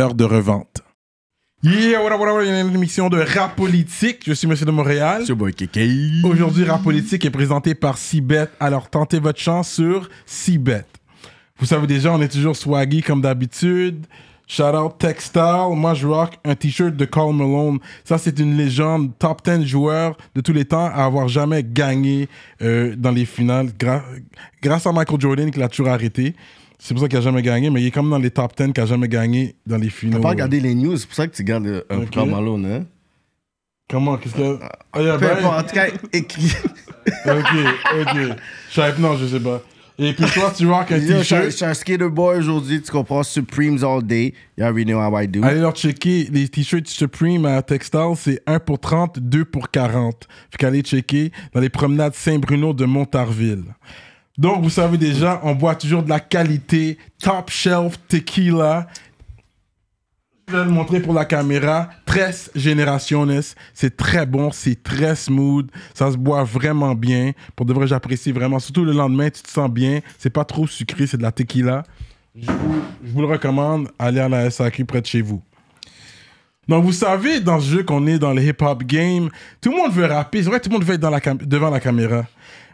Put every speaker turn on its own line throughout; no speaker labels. de revente. Yeah, voilà, voilà, voilà, il y a une émission de Rap Politique. Je suis Monsieur de Montréal. Aujourd'hui, Rap Politique est présenté par Cibet. Alors, tentez votre chance sur Cibet. Vous savez déjà, on est toujours swaggy comme d'habitude. Shout out Textile. Moi, je rock un t-shirt de Carl Malone. Ça, c'est une légende. Top 10 joueur de tous les temps à avoir jamais gagné euh, dans les finales. Gra- grâce à Michael Jordan, qui l'a toujours arrêté. C'est pour ça qu'il a jamais gagné, mais il est comme dans les top 10 qui a jamais gagné dans les finales.
Pas regarder les news, c'est pour ça que tu gardes euh, un
Ok.
plan Malone, hein.
Comment Qu'est-ce que. Ah, il y a
Peu
ben-
importe, en tout cas, écrit.
Ok, ok. Je savais- Non, je sais pas. Et puis toi, tu rock un
Yo, Je suis un- je
t-shirt.
suis un skater boy aujourd'hui, tu comprends? Supremes all day. You already know how I do.
Allez leur checker. Les t-shirts Supreme à Textile, c'est 1 pour 30, 2 pour 40. Fait qu'allez checker dans les promenades Saint-Bruno de Montarville. Donc, vous savez déjà, on boit toujours de la qualité, top shelf tequila. Je vais le montrer pour la caméra. 13 Generaciones. C'est très bon, c'est très smooth. Ça se boit vraiment bien. Pour de vrai, j'apprécie vraiment. Surtout le lendemain, tu te sens bien. C'est pas trop sucré, c'est de la tequila. Je vous, je vous le recommande. Allez à la SAQ près de chez vous. Donc, vous savez, dans ce jeu qu'on est dans le hip-hop game, tout le monde veut rapper. C'est vrai, tout le monde veut être dans la cam- devant la caméra.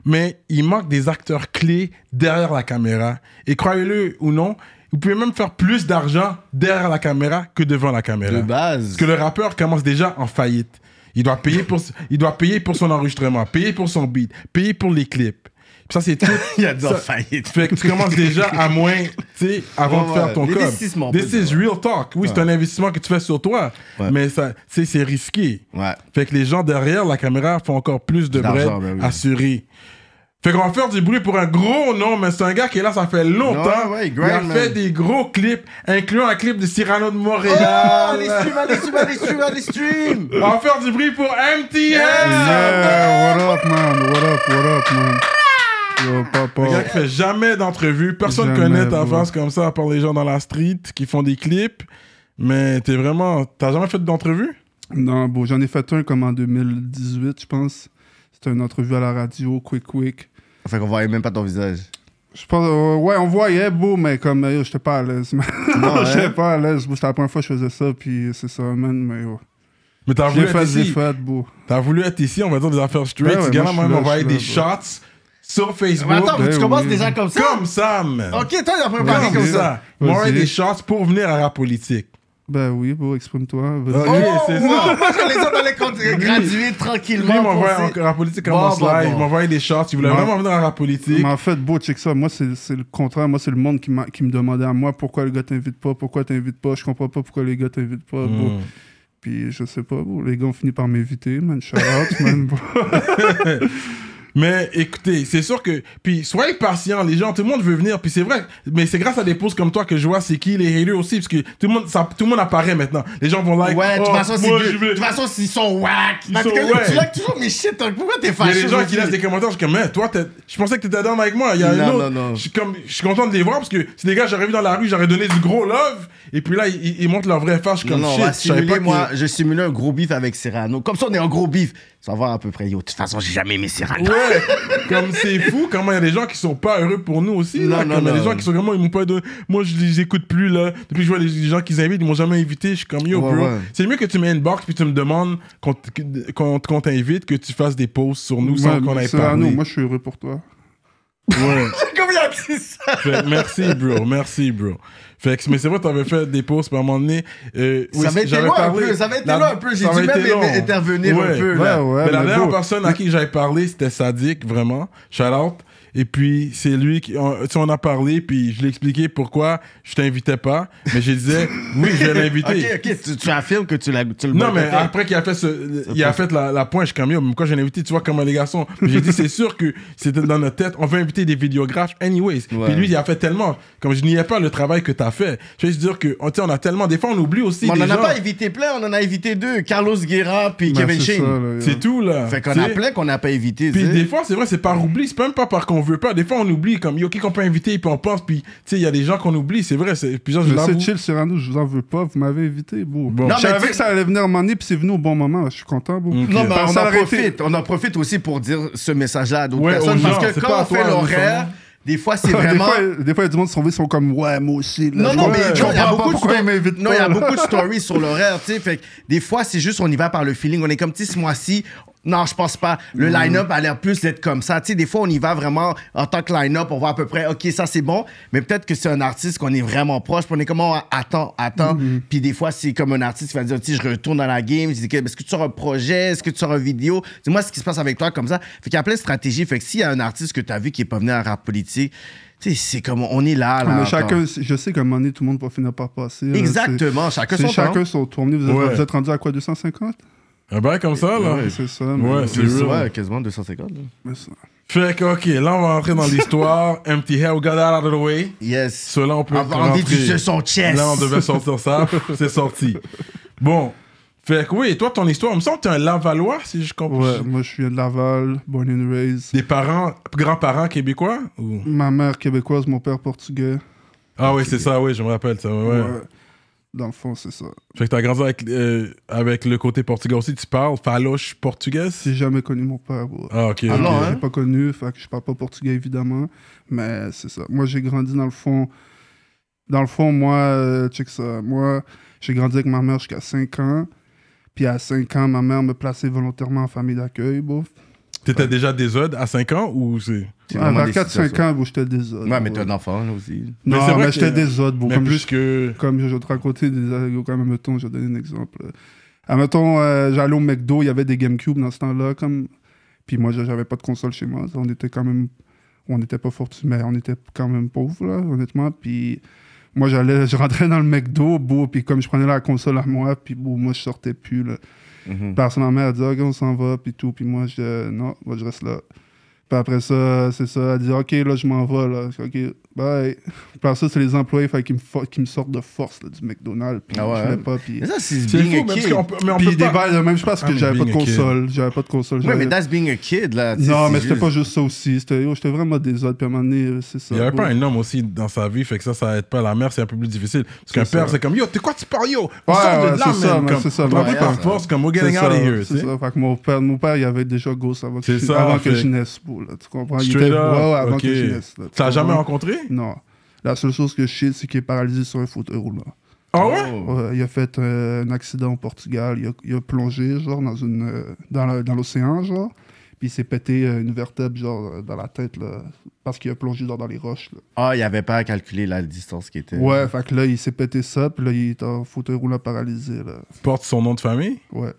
Mais il manque des acteurs clés derrière la caméra. Et croyez-le ou non, vous pouvez même faire plus d'argent derrière la caméra que devant la caméra.
De base.
Parce que le rappeur commence déjà en faillite. Il doit payer pour, il doit payer pour son enregistrement, payer pour son beat, payer pour les clips. Puis ça, c'est tout.
Il y a des
Ça-
faillite.
Fait que tu commences déjà à moins, tu sais, avant
Ouais,
de faire
ouais.
ton
L'investissement, on
code.
peut
This
dire,
is real talk. Oui, c'est un investissement que tu fais sur toi,
Ouais.
mais ça, tu sais, c'est risqué.
Ouais.
Fait que les gens derrière la caméra font encore plus de bread
D'argent, ben oui.
assuré. Fait qu'on va faire du bruit pour un gros nom, mais c'est un gars qui est là, ça fait longtemps.
Ouais, ouais, il
il a
grind,
fait
man.
des gros clips, incluant un clip de Cyrano de Montréal.
Ah, les streams, allez stream, allez stream, allez stream!
On va faire du bruit pour MTL!
Yeah, what up, man? What up, what up, man? Yo,
Le gars
papa.
qui fait jamais d'entrevue. Personne
Jamais,
connaît ta
bro.
face comme ça, à part les gens dans la street qui font des clips. Mais t'es vraiment. T'as jamais fait d'entrevue?
Non, bon, j'en ai fait un comme en 2018, je pense. C'était une entrevue à la radio, quick, quick.
Fait qu'on voyait même pas ton visage.
Je pense, euh, ouais, on voyait, beau, mais comme, euh, yo, j'étais pas à l'aise, man.
Non, hein?
j'étais pas à l'aise, bro. C'était la première fois que je faisais ça, puis c'est ça, man, mais yo.
Mais t'as
J'ai
voulu,
fait
être
des
ici.
fêtes, beau.
T'as voulu être ici, on va dire des affaires straight.
Ben ouais,
ce gars-là
moi, je
m'a
suis là,
envoyé
je suis
des
là,
shots sur Facebook.
Mais attends,
Ben
tu commences
oui.
déjà comme ça?
comme ça, man.
Ok, toi, il a
Comme,
préparé comme
ça.
ça.
Il m'a envoyé
Vas-y.
des shots pour venir à la politique.
Ben oui, beau, exprime-toi. vas-y.
Ok, c'est
Wow,
ça.
moi, je les autres allaient con- graduer
Lui, il
tranquillement.
m'a envoyé
penser-
en- en politique
Bon,
en
bon,
live. Il
bon.
m'a envoyé des shots. Il voulait
Ouais.
vraiment venir à la politique.
Mais en fait, beau, check ça. Moi, c'est c'est le contraire. Moi, c'est le monde qui, m'a- qui me demandait à moi pourquoi le gars t'invite pas, pourquoi t'invites pas. Je comprends pas pourquoi les gars t'invitent pas. beau.
Mm.
Puis je sais pas, bon, les gars ont fini par m'éviter, man. Shout out, man. Bon.
Mais écoutez, c'est sûr que. Puis soyez patients, les gens, tout le monde veut venir. Puis c'est vrai, mais c'est grâce à des posts comme toi que je vois c'est qui les haters aussi, parce que tout le monde, ça, tout le monde apparaît maintenant. Les gens vont like.
Ouais, de
oh,
toute façon, c'est
moi,
good.
je
De
vais-
toute façon, ils sont whack.
Ils
Parce
sont
que
whack.
Tu likes toujours mes shit. hein. Pourquoi t'es
Il y
fâché?
a des gens qui
aujourd'hui?
laissent des commentaires, je suis comme, mais toi, t'es- je pensais que t'étais down avec moi. Il y a un
Non,
autre.
non, non.
Je suis comme, je suis content de les voir parce que c'est des gars, j'aurais vu dans la rue, j'aurais donné du gros love. Et puis là, ils, ils montrent leur vraie fâche
Non,
comme
non, on
shit.
va
je savais pas
simuler,
que-
moi, je simule un gros bif avec Serrano. Comme ça, on est en gros bif. Ça va voir à peu près, yo, de toute façon, j'ai jamais aimé Serrano.
Ouais, comme c'est fou, comment il y a des gens qui sont pas heureux pour nous aussi. là,
Non, non,
comme il y a des
non.
gens qui sont vraiment, ils m'ont pas donné. Moi, je les écoute plus, là. Depuis que je vois les, les gens qu'ils invitent, ils m'ont jamais invité. Je suis comme yo,
Ouais,
bro.
ouais.
C'est mieux que tu m'inbox puis tu me demandes qu'on t- qu'on qu'on t'invite, que tu fasses des posts sur nous sans
Ouais,
qu'on ait
c'est à nous.
parlé.
Moi, je suis heureux pour toi.
Ouais.
Comme il a dit ça.
Fait que merci, bro. Merci, bro. Fait que, mais c'est vrai, t'avais fait des posts, puis à un moment donné. euh, oui,
Ça avait été
j'avais
long un
parlé-
peu, ça avait été
la-
long un peu. J'ai
ça
dû
avait été
même
long.
intervenir un
Ouais.
peu.
Ouais,
là.
ouais.
mais la
mais
dernière
beau.
personne à qui j'avais parlé, c'était Sadik, vraiment. Shout out. Et puis, c'est lui qui. On, tu sais, on a parlé, puis je lui ai expliqué pourquoi je t'invitais pas. Mais je disais, oui, je vais l'inviter.
Ok, ok, tu, tu affirmes que tu, l'as- tu le
Non, mais
boycottais.
après qu'il a fait, ce, il a fait la, la pointe, je suis comme, yo, mais pourquoi j'ai invité, tu vois, comme les garçons. Puis J'ai dit, c'est sûr que c'était dans notre tête, on veut inviter des vidéographes, anyways.
Ouais.
Puis lui, il a fait tellement. Comme je n'y ai pas le travail que t'as fait. Je veux juste dire que, on, tu sais, on a tellement. Des fois, on oublie aussi.
Mais on
des
en a
gens.
pas évité plein, on en a évité deux. Carlos Guerra puis
Ben,
Kevin
c'est ça,
Shane.
là,
C'est tout, là.
Fait qu'on
Tu
a
sais.
plein qu'on n'a pas évité.
Puis
tu sais.
des fois, c'est vrai, c'est par oubli, c'est même pas par qu'on veut pas. Des fois, on oublie, comme, yo, qui qu'on peut inviter, puis on pense, puis, tu sais, il y a des gens qu'on oublie, c'est vrai. c'est- Puis genre, je
Je
l'avoue.
sais, chill, Cyrano, je vous en veux pas, vous m'avez évité, bro.
Bon.
Non,
je
mais
savais
tu-
que ça allait venir à un moment donné, puis c'est venu au bon moment, je suis content, bro.
Non, mais
Parce
on
que ça
en
aurait été-
profite. On en profite aussi pour dire ce message-là à d'autres
Ouais,
personnes.
aux gens,
parce que
c'est
quand
pas à
on fait
toi,
l'horaire,
Vincent.
des fois, c'est
Des
vraiment.
fois, Des fois, il y a du monde qui sont venus, ils sont comme, ouais, moi aussi. là,
Non,
je
non,
vois-
mais
je
genre, il y a
comprends pas
beaucoup de
pourquoi
sto-
ils m'invitent
Non, il y a
pas, là.
beaucoup de stories sur l'horaire, tu sais. Fait que des fois, c'est juste on y va par le feeling. On est comme, tu sais, ce mois-ci, non, je pense pas.
Mm.
Le line-up a l'air plus d'être comme ça. Tu sais, des fois, on y va vraiment en tant que line-up. On voit à peu près, OK, ça, c'est bon. Mais peut-être que c'est un artiste qu'on est vraiment proche. puis on est comme, on attend, attend.
Mm-hmm.
Puis des fois, c'est comme un artiste qui va dire, tu sais, je retourne dans la game. Je dis, est-ce que tu sors un projet? Est-ce que tu sors une vidéo? Dis-moi ce qui se passe avec toi comme ça. Fait qu'il y a plein de stratégies. Fait que s'il y a un artiste que tu as vu qui est pas venu à rap politique, tu sais, c'est comme, on est là, là.
Mais
encore.
chacun, je sais qu'à un moment donné, tout le monde va finir par passer. là,
Exactement, chacun
c'est-
son
C'est
temps.
chacun son tour. Vous êtes-
Ouais.
vous êtes rendu à quoi, 250
Un bail comme ça, là.
Ouais, c'est ça.
Ouais, c'est
Ouais,
real.
ouais, quasiment 250. là.
mais ça-
Fait que, ok, là, on va rentrer dans l'histoire. Empty hair, we got that out of the way.
Yes.
Cela, on peut.
Avant
rentrer.
d'étudier son chest.
Là, on devait sortir ça. c'est sorti. Bon. Fait que oui, toi, ton histoire, il me semble que t'es un Lavallois, si je comprends.
Ouais, moi, je viens de Laval, born and raised.
Des parents, grands-parents québécois ou-
Ma mère québécoise, mon père portugais.
Ah oui, c'est ça, oui, je me rappelle ça. Ouais.
Ouais. Dans le fond, c'est ça.
Fait que t'as grandi avec, euh, avec le côté portugais aussi, tu parles faloche portugaise
J'ai jamais connu mon père, bro.
Ah, ok.
Ah
ok.
non,
Je
hein?
l'ai euh, pas connu, fait que je parle pas portugais évidemment, mais c'est ça. Moi j'ai grandi dans le fond, dans le fond moi, euh, check ça, moi j'ai grandi avec ma mère jusqu'à 5 ans, puis à 5 ans ma mère me plaçait volontairement en famille d'accueil, bro.
T'étais déjà désode à 5 ans ou c'est.
C'est
À
vraiment des
4-5
situations.
ans, bro, j'étais des autres.
Ouais, mais
bro.
t'es un enfant là aussi.
Mais c'est
Non,
vrai
mais,
que-
j'étais des autres, bro.
Mais
Comme
plus
je-
que.
comme je, je vais te racontais des comme mettons, je vais donner un exemple. Admettons, euh, j'allais au McDo, il y avait des GameCube dans ce temps-là, comme. Puis moi, j'avais pas de console chez moi. On était quand même. On n'était pas fortunés, mais on était quand même pauvres, là, honnêtement. Puis moi, j'allais, je rentrais dans le McDo, beau, puis comme je prenais la console à moi, puis bon, moi, je sortais plus, là.
Mhm.
Parce que ma mère, elle dit, OK, on s'en va, puis tout. Puis moi, je dis, non, moi, je reste là. Puis après ça, c'est ça. Elle dit, OK, là, je m'en vais, là. Je dis, OK, bye. Puis après ça, c'est les employés fait, qui, me fo- qui me sortent de force là, du McDonald's. Puis
Ah ouais,
je
hein?
venais pas. Puis,
Mais ça, c'est
C'est
being
fou,
a
mais parce
kid.
qu'on peut- mais on
puis
peut
des
pas-
balles, même je pense
Ah,
que
mais
j'avais pas de
being a kid.
console. J'avais pas de console.
Ouais, mais
j'avais-
that's being a kid là. tu sais,
non,
c'est
mais c'était
juste-
pas juste ça aussi. C'était, yo, j'étais vraiment des autres. Puis à un moment donné, euh, c'est ça.
Il n'y avait
bro.
pas un homme aussi dans sa vie, fait que ça, ça aide pas. La mère, c'est un peu plus difficile. Parce qu'un
C'est
père,
ça.
c'est comme, yo, t'es quoi, tu parles, yo? On
Ouais,
sort de
ouais,
là,
c'est ça,
man.
ouais,
Comme,
c'est ça,
t'en
ouais,
veux par
ouais.
force, comme, we're
C'est
getting
ça,
out of here,
c'est
tu sais.
ça. Fait que mon père, mon père, il avait déjà gosse avant que,
C'est
je,
ça,
avant que
fait-
je naisse, bro, là, tu comprends? Il
Straight
était-
up,
ouais, ouais, avant
ok.
que je naisse. là, tu
Tu l'as jamais
comprends?
rencontré?
Non. La seule chose que je sais, c'est qu'il est paralysé sur un fauteuil roulant.
Ah ouais?
Ouais, il a fait euh, un accident au Portugal. Il a, il a plongé, genre, dans, une, euh, dans, la- dans l'océan, genre. Puis il s'est pété euh, une vertèbre, genre, euh, dans la tête, là. Parce qu'il a plongé, genre, dans les roches, là.
Ah, il avait pas à calculer la distance qui était.
Ouais, fait que là, il s'est pété ça, puis là, il est en fauteuil roulant paralysé, là.
Porte son nom de famille?
Ouais.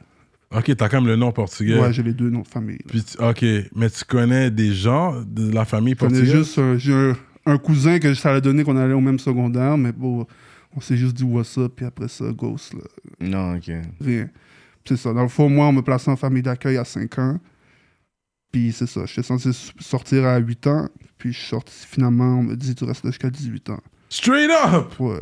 Ok, t'as quand même le nom portugais.
Ouais, j'ai les deux noms de famille. là.
Puis tu- ok, mais tu connais des gens de la famille
Je connais
portugaise?
juste un, j'ai un- un cousin que ça allait donné qu'on allait au même secondaire, mais bon, on s'est juste dit what's up, puis après ça, ghost, là.
Non, ok.
Rien. C'est ça. Dans le fond, moi, on me plaçait en famille d'accueil à 5 ans. Puis c'est ça. J'étais censé s- sortir à 8 ans. Puis je suis sorti. Finalement, on me dit tu restes là jusqu'à 18 ans.
Straight up!
Ouais.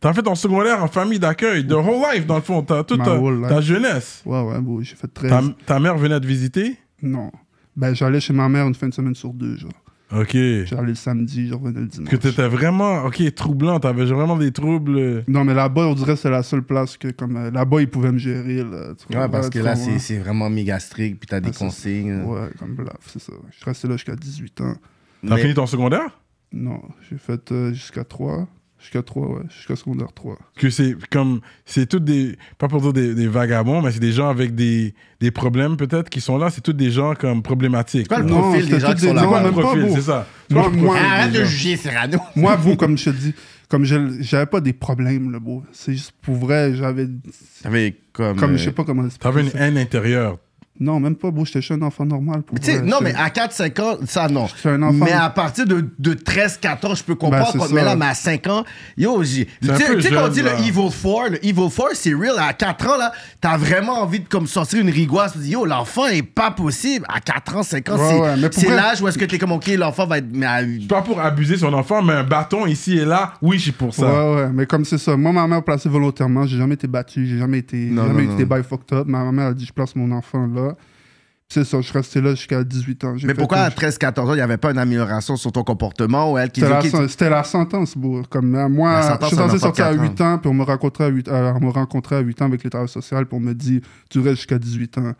T'as fait ton secondaire en famille d'accueil, the whole life, dans le fond. T'as toute
My
ta,
whole life.
ta jeunesse.
Ouais, ouais, bon, j'ai fait 13.
Ta, ta mère venait te visiter?
Non. Ben, j'allais chez ma mère une fin de semaine sur deux, genre.
Ok. Parce
J'allais le samedi, je revenais le dimanche.
que t'étais vraiment, ok, troublant. T'avais vraiment des troubles.
Non, mais là-bas, on dirait que c'est la seule place que, comme, euh, là-bas, ils pouvaient me gérer, là. Tu
Ouais,
comprends,
parce que
tu
là,
comprends.
c'est c'est vraiment méga strict, puis t'as des
Ah, c'est ça.
consignes.
Ouais, comme là, c'est ça. Je suis resté là jusqu'à 18 ans.
T'as
Mais-
fini ton secondaire?
Non, j'ai fait euh, jusqu'à 3. Jusqu'à 3, ouais. Jusqu'à secondaire 3.
que c'est comme c'est toutes des pas pour dire des, des vagabonds mais c'est des gens avec des, des problèmes peut-être qui sont là c'est toutes des gens comme problématiques
quoi le
Ouais.
nom? profil
c'était
des gens
tous
qui sont
non,
là-bas.
Pas le
même pas,
profil,
bro.
c'est ça
Moi,
Pas le
moi-
profil
Ah,
Arrête
des
de
gens.
juger Cyrano.
Moi, vous, comme je te dis, comme je- j'avais pas des problèmes, le beau. C'est juste pour vrai, j'avais.
T'avais comme.
Comme
euh,
je sais pas comment.
t'avais une
expliquer
haine intérieure
ça. Non, même pas, bro, j'étais juste un enfant normal. Pour
Mais tu sais,
vrai,
non,
j'étais-
mais à 4-5 ans, ça, non.
suis un enfant.
Mais à partir de, Ben, de 13-14, je peux comprendre.
c'est
quand- mais
ça.
là, mais à 5 ans, yo, j'ai. Tu
un
sais,
peu
tu sais, quand on dit
jeune,
le
là.
Evil 4, le Evil 4, c'est real. À 4 ans, là, t'as vraiment envie de comme sortir une rigoise. Tu dis, yo, l'enfant est pas possible. À 4 ans, 5 ans,
Ouais,
c'est-
ouais, mais pour
c'est
vrai-
l'âge où est-ce que t'es comme, ok, l'enfant va être. mais à-
Pas pour abuser son enfant, mais un bâton ici et là, oui, je suis pour ça.
Ouais, ouais, mais comme c'est ça. Moi, ma mère placée volontairement, j'ai jamais été battu, j'ai jamais été. j'ai
Non,
jamais
non,
été by fucked up. Ma mère a dit, je place mon enfant là. Puis C'est ça, je suis resté là jusqu'à 18 ans. J'ai
Mais
fait
pourquoi
un-
à 13-14 ans, il n'y avait pas une amélioration sur ton comportement ou elle qui dit,
C'était la,
ok,
sen- c'était la sentence, bro. Comme euh, moi,
La sentence,
je suis
ça n'a
censé
pas
sortir à
quatre
8 ans, puis on me rencontrait à 8, euh, on me rencontrait à 8 ans avec les travailleurs sociaux, puis on me dit, tu restes jusqu'à 18 ans.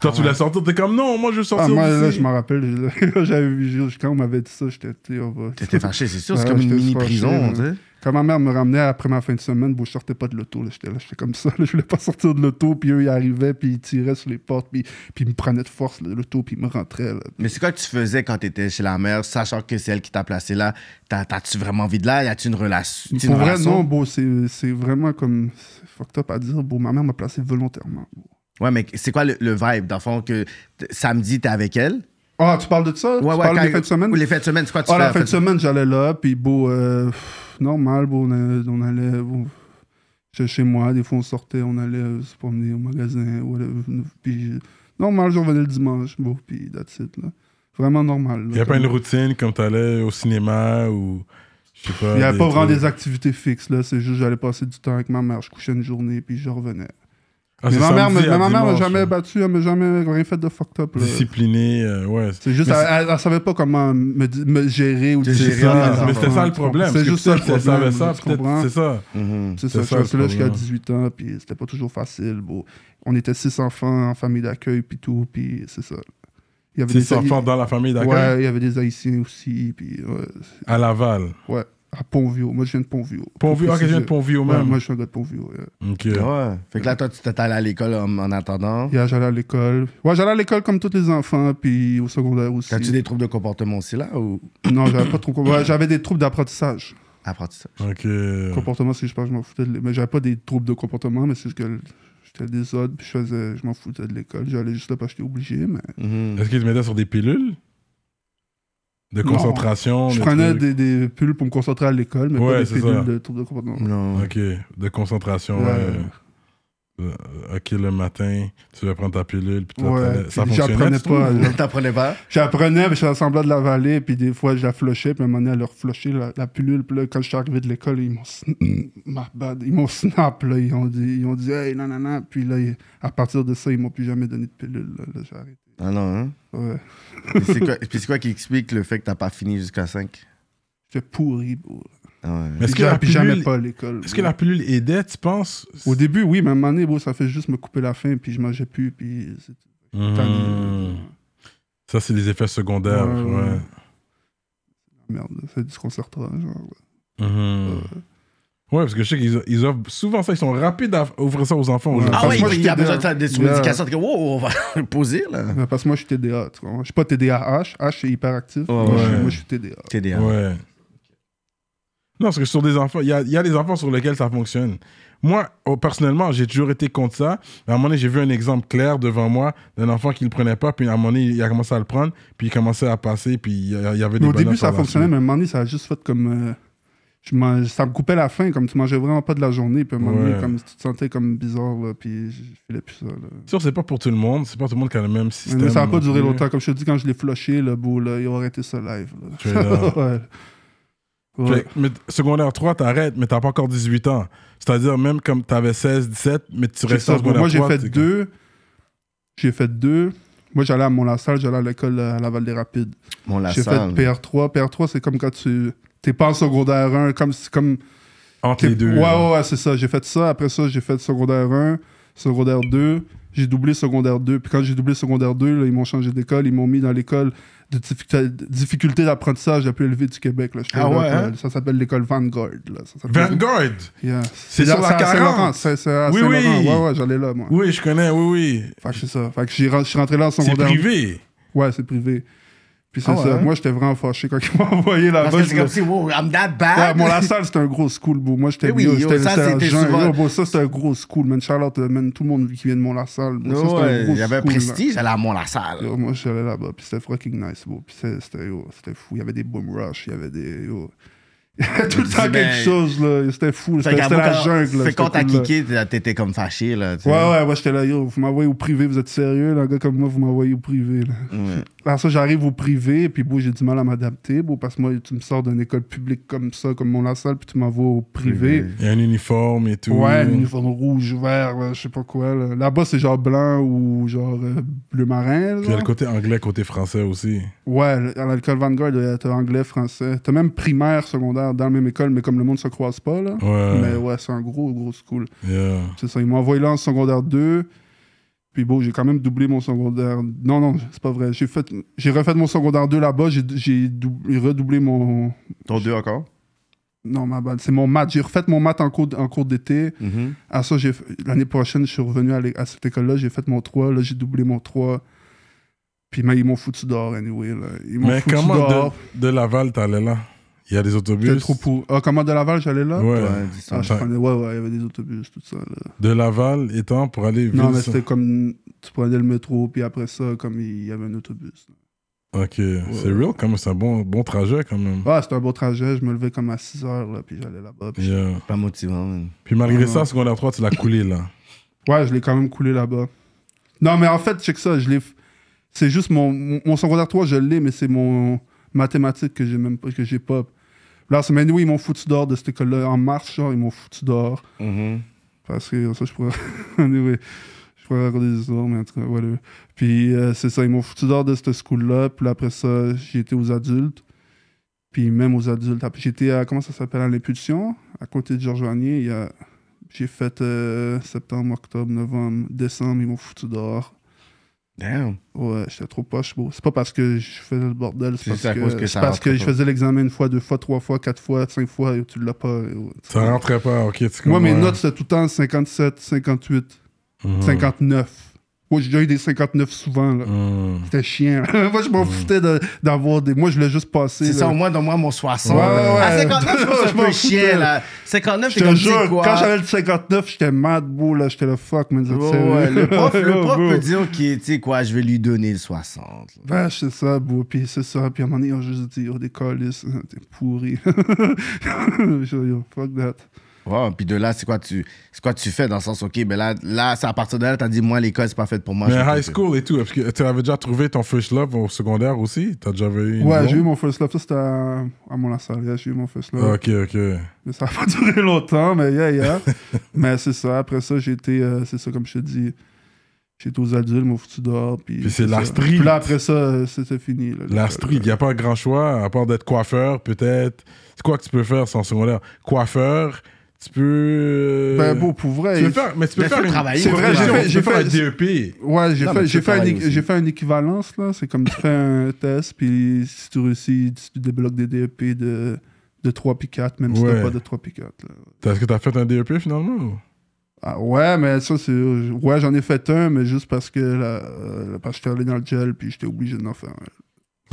Quand tu l'as sorti, t'es comme non, moi je veux sortir.
Ah, moi,
d'ici.
là, je m'en rappelle, je- j'avais vu, quand on m'avait dit ça, j'étais, tu sais, on va-
t'étais fâché, c'est sûr, c'est
Ouais,
comme une
j'étais
mini
fâché,
prison,
là.
tu sais.
Quand ma mère me ramenait après ma fin de semaine, bon, je sortais pas de l'auto. là. J'étais là, j'étais comme ça. là. je voulais pas sortir de l'auto. Puis eux, ils arrivaient, puis ils tiraient sur les portes, puis, puis ils me prenaient de force là, de l'auto, puis ils me rentraient. là.
Mais c'est quoi que tu faisais quand tu étais chez la mère, sachant que c'est elle qui t'a placé là? T'as- T'as-tu vraiment envie de là? Y a-tu une, relation une
Pour vrai,
relation?
non, bon, c'est c'est vraiment comme. C'est fucked up à dire. Bon, ma mère m'a placé volontairement. bon.
Ouais, mais c'est quoi le, le vibe, dans le fond, que t- samedi, t'es avec elle?
Ah, tu parles de ça Tu
Ouais, ouais,
parles
quand-
des fins de semaine
Ou les fêtes de semaine, c'est quoi que tu
Ah,
fais?
la fin
en
de
fait?
semaine, j'allais là, puis beau, euh, pff, normal, beau, on, allait- on allait bon, chez, chez moi, des fois on sortait, on allait euh, se promener au magasin, whatever, puis euh, normal, je revenais le dimanche, bon, puis that's it, là. Vraiment normal.
Il n'y a pas une routine comme t'allais au cinéma ou. Je sais pas.
Il n'y avait
des
pas vraiment
trucs.
des activités fixes, là, c'est juste j'allais passer du temps avec ma mère, je couchais une journée, puis je revenais.
Ah,
mais
c'est
ma mère me-
samedi à
mais ma mère m'a
dimanche,
jamais
hein.
battu, elle m'a jamais rien fait de fucked up, là.
Discipliné, euh, ouais.
C'est juste,
Mais
elle, elle- elle savait pas comment me, di- me gérer ou
C'est
dire
C'est ça,
mes
mais c'était
enfants,
ça le
tu comprends?
problème.
C'est juste ça le
peut-être
problème.
qu'elle savait ça,
tu
peut-être-
comprends?
C'est ça.
Mhm.
C'est
C'est
ça,
ça,
je restais
le
là jusqu'à
problème.
18 ans, puis c'était pas toujours facile. Bon. On était six enfants en famille d'accueil, puis tout, puis c'est ça. Il y avait
Six
il-
enfants dans la famille d'accueil
Ouais, il y avait des Haïtiens aussi, puis ouais, c'est-
à Laval.
ouais, à Pontvio. Moi, je viens de Pontvio.
Pontvio, ah,
Pour
que je viens de
préciser.
Pontvio
Ouais,
même.
moi, je suis un gars de Pontvio. ouais.
Ok.
Ouais. Fait que là, toi, tu t'es allé à l'école en, en attendant.
Yeah, j'allais à l'école. Ouais, j'allais à l'école comme tous les enfants, puis au secondaire aussi.
T'as-tu des troubles de comportement aussi là ou
Non, j'avais pas trop. ouais, j'avais des troubles d'apprentissage.
apprentissage?
Ok.
Comportement, c'est je pense, je m'en foutais de l'é- Mais j'avais pas des troubles de comportement, mais c'est juste que j'étais désordre, puis je faisais, je m'en foutais de l'école. J'allais juste là parce que j'étais obligé, mais.
Mhm.
Est-ce qu'ils te mettaient sur des pilules De concentration
Je
des
prenais
trucs?
des, des pilules pour me concentrer à l'école, mais
Ouais,
pas des
c'est
pilules
ça.
de troubles de comportement.
Non.
Ok, de concentration, ouais.
Ouais.
Euh, Ok, le matin, tu vas prendre ta pilule, puis toi,
Ouais,
t'allais- ça
puis
fonctionnait.
j'apprenais
tu trouves?
pas.
Non, Euh, T'apprenais pas?
J'apprenais, puis je faisais semblant de la vallée, puis des fois, je la flushais, puis à un moment donné, elle leur flushait la, la pilule. Puis là, quand je suis arrivé de l'école, ils m'ont sn-
Mm.
my bad, ils m'ont snap, là. Ils ont dit, ils ont dit hey, non, non, non. Puis là, ils- à partir de ça, ils m'ont plus jamais donné de pilule, là. Là, j'ai arrêté.
Ah non, hein?
Ouais.
Puis c'est quoi, puis c'est quoi qui explique le fait que t'as pas fini jusqu'à 5?
J'étais pourri, bro.
Ah ouais.
Mais Est-ce
Puis
que, la
j'a- puis j'aimais
pilule-
pas l'école.
est-ce
bro.
que la pilule aidait, tu penses
Au début, oui, mais à un moment donné, bro, ça fait juste me couper la faim, puis je mangeais plus, puis c'est
Hmm.
tanné.
Ça, c'est les effets secondaires,
Ouais,
ouais.
ouais. Merde, c'est disconcertant, genre.
Mhm.
Ouais.
Ouais, parce que je sais qu'ils o- ils offrent souvent ça, ils sont rapides à ouvrir ça aux enfants.
Ouais.
aujourd'hui.
Ah
Parce
ouais,
que moi,
il y
j'étais
a besoin
de-
de, de son
Yeah.
éducation. T'es comme, wow, on va poser
Ah.
là.
Ouais, Parce que moi, je suis TDA. tu comprends? Je suis pas TDAH. H, c'est hyperactif.
Ouais,
Moi, je suis-
ouais.
Moi, je suis TDA.
TDA.
Ouais. Non, parce que sur des enfants, il y a, il y a des enfants sur lesquels ça fonctionne. Moi, oh, personnellement, j'ai toujours été contre ça. Mais À un moment donné, j'ai vu un exemple clair devant moi d'un enfant qui ne le prenait pas, puis à un moment donné, il a commencé à le prendre, puis il commençait à passer, puis il y a- il y avait des
Mais au
bonnes
début,
notes
ça
par la
fonctionnait,
suite.
mais à un moment donné, ça a juste fait comme. euh, je mange- ça me coupait la faim, comme tu mangeais vraiment pas de la journée. Puis à un moment donné,
Ouais.
comme, tu te sentais comme bizarre, là, puis je je filais plus ça. là.
Sûr, c'est pas pour tout le monde, c'est pas tout le monde qui a le même
Mais
système.
ça n'a
non
pas duré
plus.
longtemps. Comme je te dis, quand je l'ai flushé, le beau, là, ils ont arrêté ça live. là.
Tu es là.
Ouais. Ouais.
Fait que, mais t- secondaire 3, t'arrêtes, mais t'as pas encore 18 ans. C'est-à-dire, même comme t'avais 16, 17, mais tu
J'ai
restes
ça,
en
bon,
secondaire
moi, j'ai
3,
fait
t'es comme-
deux. J'ai fait deux. Moi, j'allais à Mont-la-Salle, j'allais à l'école euh, à Laval-des-Rapides.
Bon, la
J'ai fait
salle.
PR3. PR3, c'est comme quand tu. T'es pas en secondaire 1, comme. comme
Entre les
t'es-
deux.
ouais,
là.
ouais, ouais, c'est ça. J'ai fait ça. Après ça, j'ai fait secondaire 1, secondaire 2. J'ai doublé secondaire 2. Puis quand j'ai doublé secondaire 2, là, ils m'ont changé d'école. Ils m'ont mis dans l'école de difficulté, de difficulté d'apprentissage la plus élevée du Québec. Là. J'étais
Ah
là,
ouais,
là,
hein?
Ça s'appelle l'école Vanguard. Là. Ça s'appelle-
Vanguard!
Yeah.
C'est sur
à-
la
c'est à
40.
Saint-Laurent. C'est c'est à
Oui,
Saint-Laurent.
oui.
Ouais, ouais, j'allais là, moi.
Oui, je connais, oui, oui.
Fait que c'est ça. Fait que j'ai re- je suis rentré là en
C'est
secondaire.
privé.
Ouais, c'est privé. Puis c'est
Ah ouais,
ça.
hein?
Moi, j'étais vraiment fâché quand ils m'ont envoyé
Parce
là-bas.
que
je
c'est
me-
comme si, wow, I'm that
Ouais,
bad.
mon la salle, c'était un gros school, bro. Moi, j'étais
Ah, Eh oui,
yo,
yo,
j'étais-
ça,
j'étais un
c'était
jeune.
souvent-
Yo, bro, ça, c'était un gros school, man. Charlotte, man, tout le monde qui vient de mon la salle. bro. Ça,
Ouais,
c'était un gros
il y avait un
school, là.
prestige, elle à Mont-la-Salle.
Yo, moi, je suis allé là-bas, puis c'était fucking nice, bro. Puis c'est- c'était, yo, c'était fou. Il y avait des boom rush, il y avait des. Yo. Il y avait tout le temps
Ben,
quelque chose, là. C'était fou.
Fait
C'était
qu'à
c'était
vous,
la
quand-
jungle, là.
Fait quand
c'était
t'as
cool, là.
kické, t'as- t'étais comme fâché, là. tu sais.
Ouais, ouais, ouais, j'étais là, yo, vous m'envoyez au privé, vous êtes sérieux, là, un gars comme moi, vous m'envoyez au privé, là.
Ouais.
Alors ça, j'arrive au privé, puis bon, j'ai du mal à m'adapter, bon, parce que moi, tu me sors d'une école publique comme ça, comme mon salle, puis tu m'envoies au privé.
Il y a un uniforme et tout.
Ouais, l'uniforme rouge, vert, là, je sais pas quoi. là. Là-bas, c'est genre blanc ou genre euh, bleu marin.
Puis il y a
genre.
le côté anglais, le côté français aussi.
Ouais, le- à l'école Vanguard, euh, t'as anglais, français. T'as même primaire, secondaire dans la même école, mais comme le monde se croise pas, là.
Ouais.
Mais ouais, c'est un gros, gros school.
Yeah.
C'est ça, ils m'ont envoyé là en secondaire 2. Puis bon, j'ai quand même doublé mon secondaire. Non, non, c'est pas vrai. J'ai fait, j'ai refait mon secondaire 2 là-bas. J'ai, j'ai dou- redoublé mon.
Ton deux encore?
Non, ma balle. C'est mon maths. J'ai refait mon maths en cours, d- en cours d'été.
Mhm.
À ça, j'ai, fait- l'année prochaine, je suis revenu à, l'é- à cette école-là. J'ai fait mon 3. Là, j'ai doublé mon 3. Puis mais ils m'ont foutu dehors, anyway. Là. Ils m'ont
Mais
foutu
comment de,
dehors.
de Laval, t'allais là Il y a des autobus.
C'était trop pour. Ah, comment de Laval, j'allais là?
Ouais.
Ouais, dis ça.
Ah, je prenais- ouais, ouais, il y avait des autobus, tout ça. Là.
De Laval étant pour aller.
Non,
Ville-
mais c'était comme tu prenais le métro, puis après ça, comme il y avait un autobus.
Ok, c'est real quand même, c'est un bon, bon trajet quand même.
Ah, c'était un beau trajet, je me levais comme à 6 heures, là, puis j'allais là-bas. puis
Yeah.
Pas motivant, man.
Puis malgré
Ouais,
ça,
ouais.
secondaire 3, tu l'as coulé là.
je- Ouais, je l'ai quand même coulé là-bas. Non, mais en fait, check ça, je l'ai. f- C'est juste mon, mon mon secondaire 3, je l'ai, mais c'est mon mathématique que j'ai même pas, que j'ai pas. Là, c'est maintenant, ils m'ont foutu dehors de cette école-là. En marche, genre, ils m'ont foutu dehors.
Mhm.
Parce que ça, je pourrais. Anyway, je pourrais raconter des histoires, mais en tout cas, voilà. Puis euh, c'est ça, ils m'ont foutu dehors de cette school-là. Puis là, après ça, j'ai été aux adultes. Puis même aux adultes. Après, J'étais à, comment ça s'appelle, à l'impulsion, à côté de Georges Vanier. Il y a- J'ai fait euh, septembre, octobre, novembre, décembre, ils m'ont foutu dehors.
Damn.
Ouais, j'étais trop poche, beau. C'est pas parce que je faisais le bordel,
C'est
c'est parce
juste à cause
que,
que
c'est
ça
parce que
rentrait
je
pas.
faisais l'examen une fois, deux fois, trois fois, quatre fois, cinq fois, et tu l'as pas. et-
Ça rentrait pas, ok, tu comprends.
Moi, mes notes, c'était tout le temps 57, 58.
Mhm.
59. Moi, j'ai déjà eu des 59 souvent. là.
Mhm.
C'était chien. là. moi, je m'en foutais de- d'avoir des. Moi, je voulais juste passer.
C'est
là.
ça, au moins, dans moi, mon 60.
Ouais, ouais,
À
ouais.
59, je trouve ça
Je
un
m'en
peu
foutais.
chien, là. 59,
Je
c'est
te
comme tu sais
jure,
quoi.
quand j'avais le 59, j'étais mad, beau, là. J'étais le fuck, man. c'est
Ouais,
sérieux.
ouais, le prof, le prof
Bro.
peut dire, OK, tu sais quoi, je vais lui donner le 60. là.
Vache, c'est ça, beau. Puis c'est ça. Puis à un moment donné, ils ont juste dit, oh, des calices, hein, t'es pourri. Je dis, Yo, oh, fuck that.
Ouais, puis de là, c'est quoi, tu, c'est quoi tu fais dans le sens, OK, ben là, là c'est à partir de là, t'as dit, moi, l'école, c'est pas faite
Ah,
pour moi.
Mais
je vais
high
couper.
school et tout, parce que tu avais déjà trouvé ton first love au secondaire aussi T'as déjà eu une
Ouais,
blonde?
j'ai eu mon first love. Ça, c'était à, à mon lasalle. yeah, J'ai eu mon first love.
Ok, ok.
Mais ça n'a pas duré longtemps, mais yeah, yeah. mais c'est ça. Après ça, j'ai été, euh, c'est ça, comme je te dis, j'étais aux adultes, ils m'ont foutu dehors. Puis,
Puis c'est la
ça.
street.
Puis là, après ça, euh, c'était fini. là,
La
l'école,
street, il
là.
n'y a pas grand choix, à part d'être coiffeur, peut-être. C'est quoi que tu peux faire sans secondaire Coiffeur, tu peux. euh,
Ben, bon, pour vrai.
Tu peux faire, mais tu peux
Mais
faire
faut
une...
travailler,
C'est vrai, j'ai fait-
j'ai
j'ai
fait un E
fait.
DEP.
Ouais, j'ai
Non, mais
fait,
tu
j'ai
peux
fait, un
travailler
équ-
aussi.
j'ai fait une équivalence, là. C'est comme tu fais un test, puis si tu réussis, tu débloques des DEP de, de 3 puis 4, même si
Ouais.
t'as pas de 3 puis 4. Là.
T'as- Est-ce que t'as fait un DEP finalement ou-
Ah ouais, mais ça, c'est. Ouais, j'en ai fait un, mais juste parce que, là, euh, parce que j'étais allé dans le gel, puis j'étais obligé d'en faire un.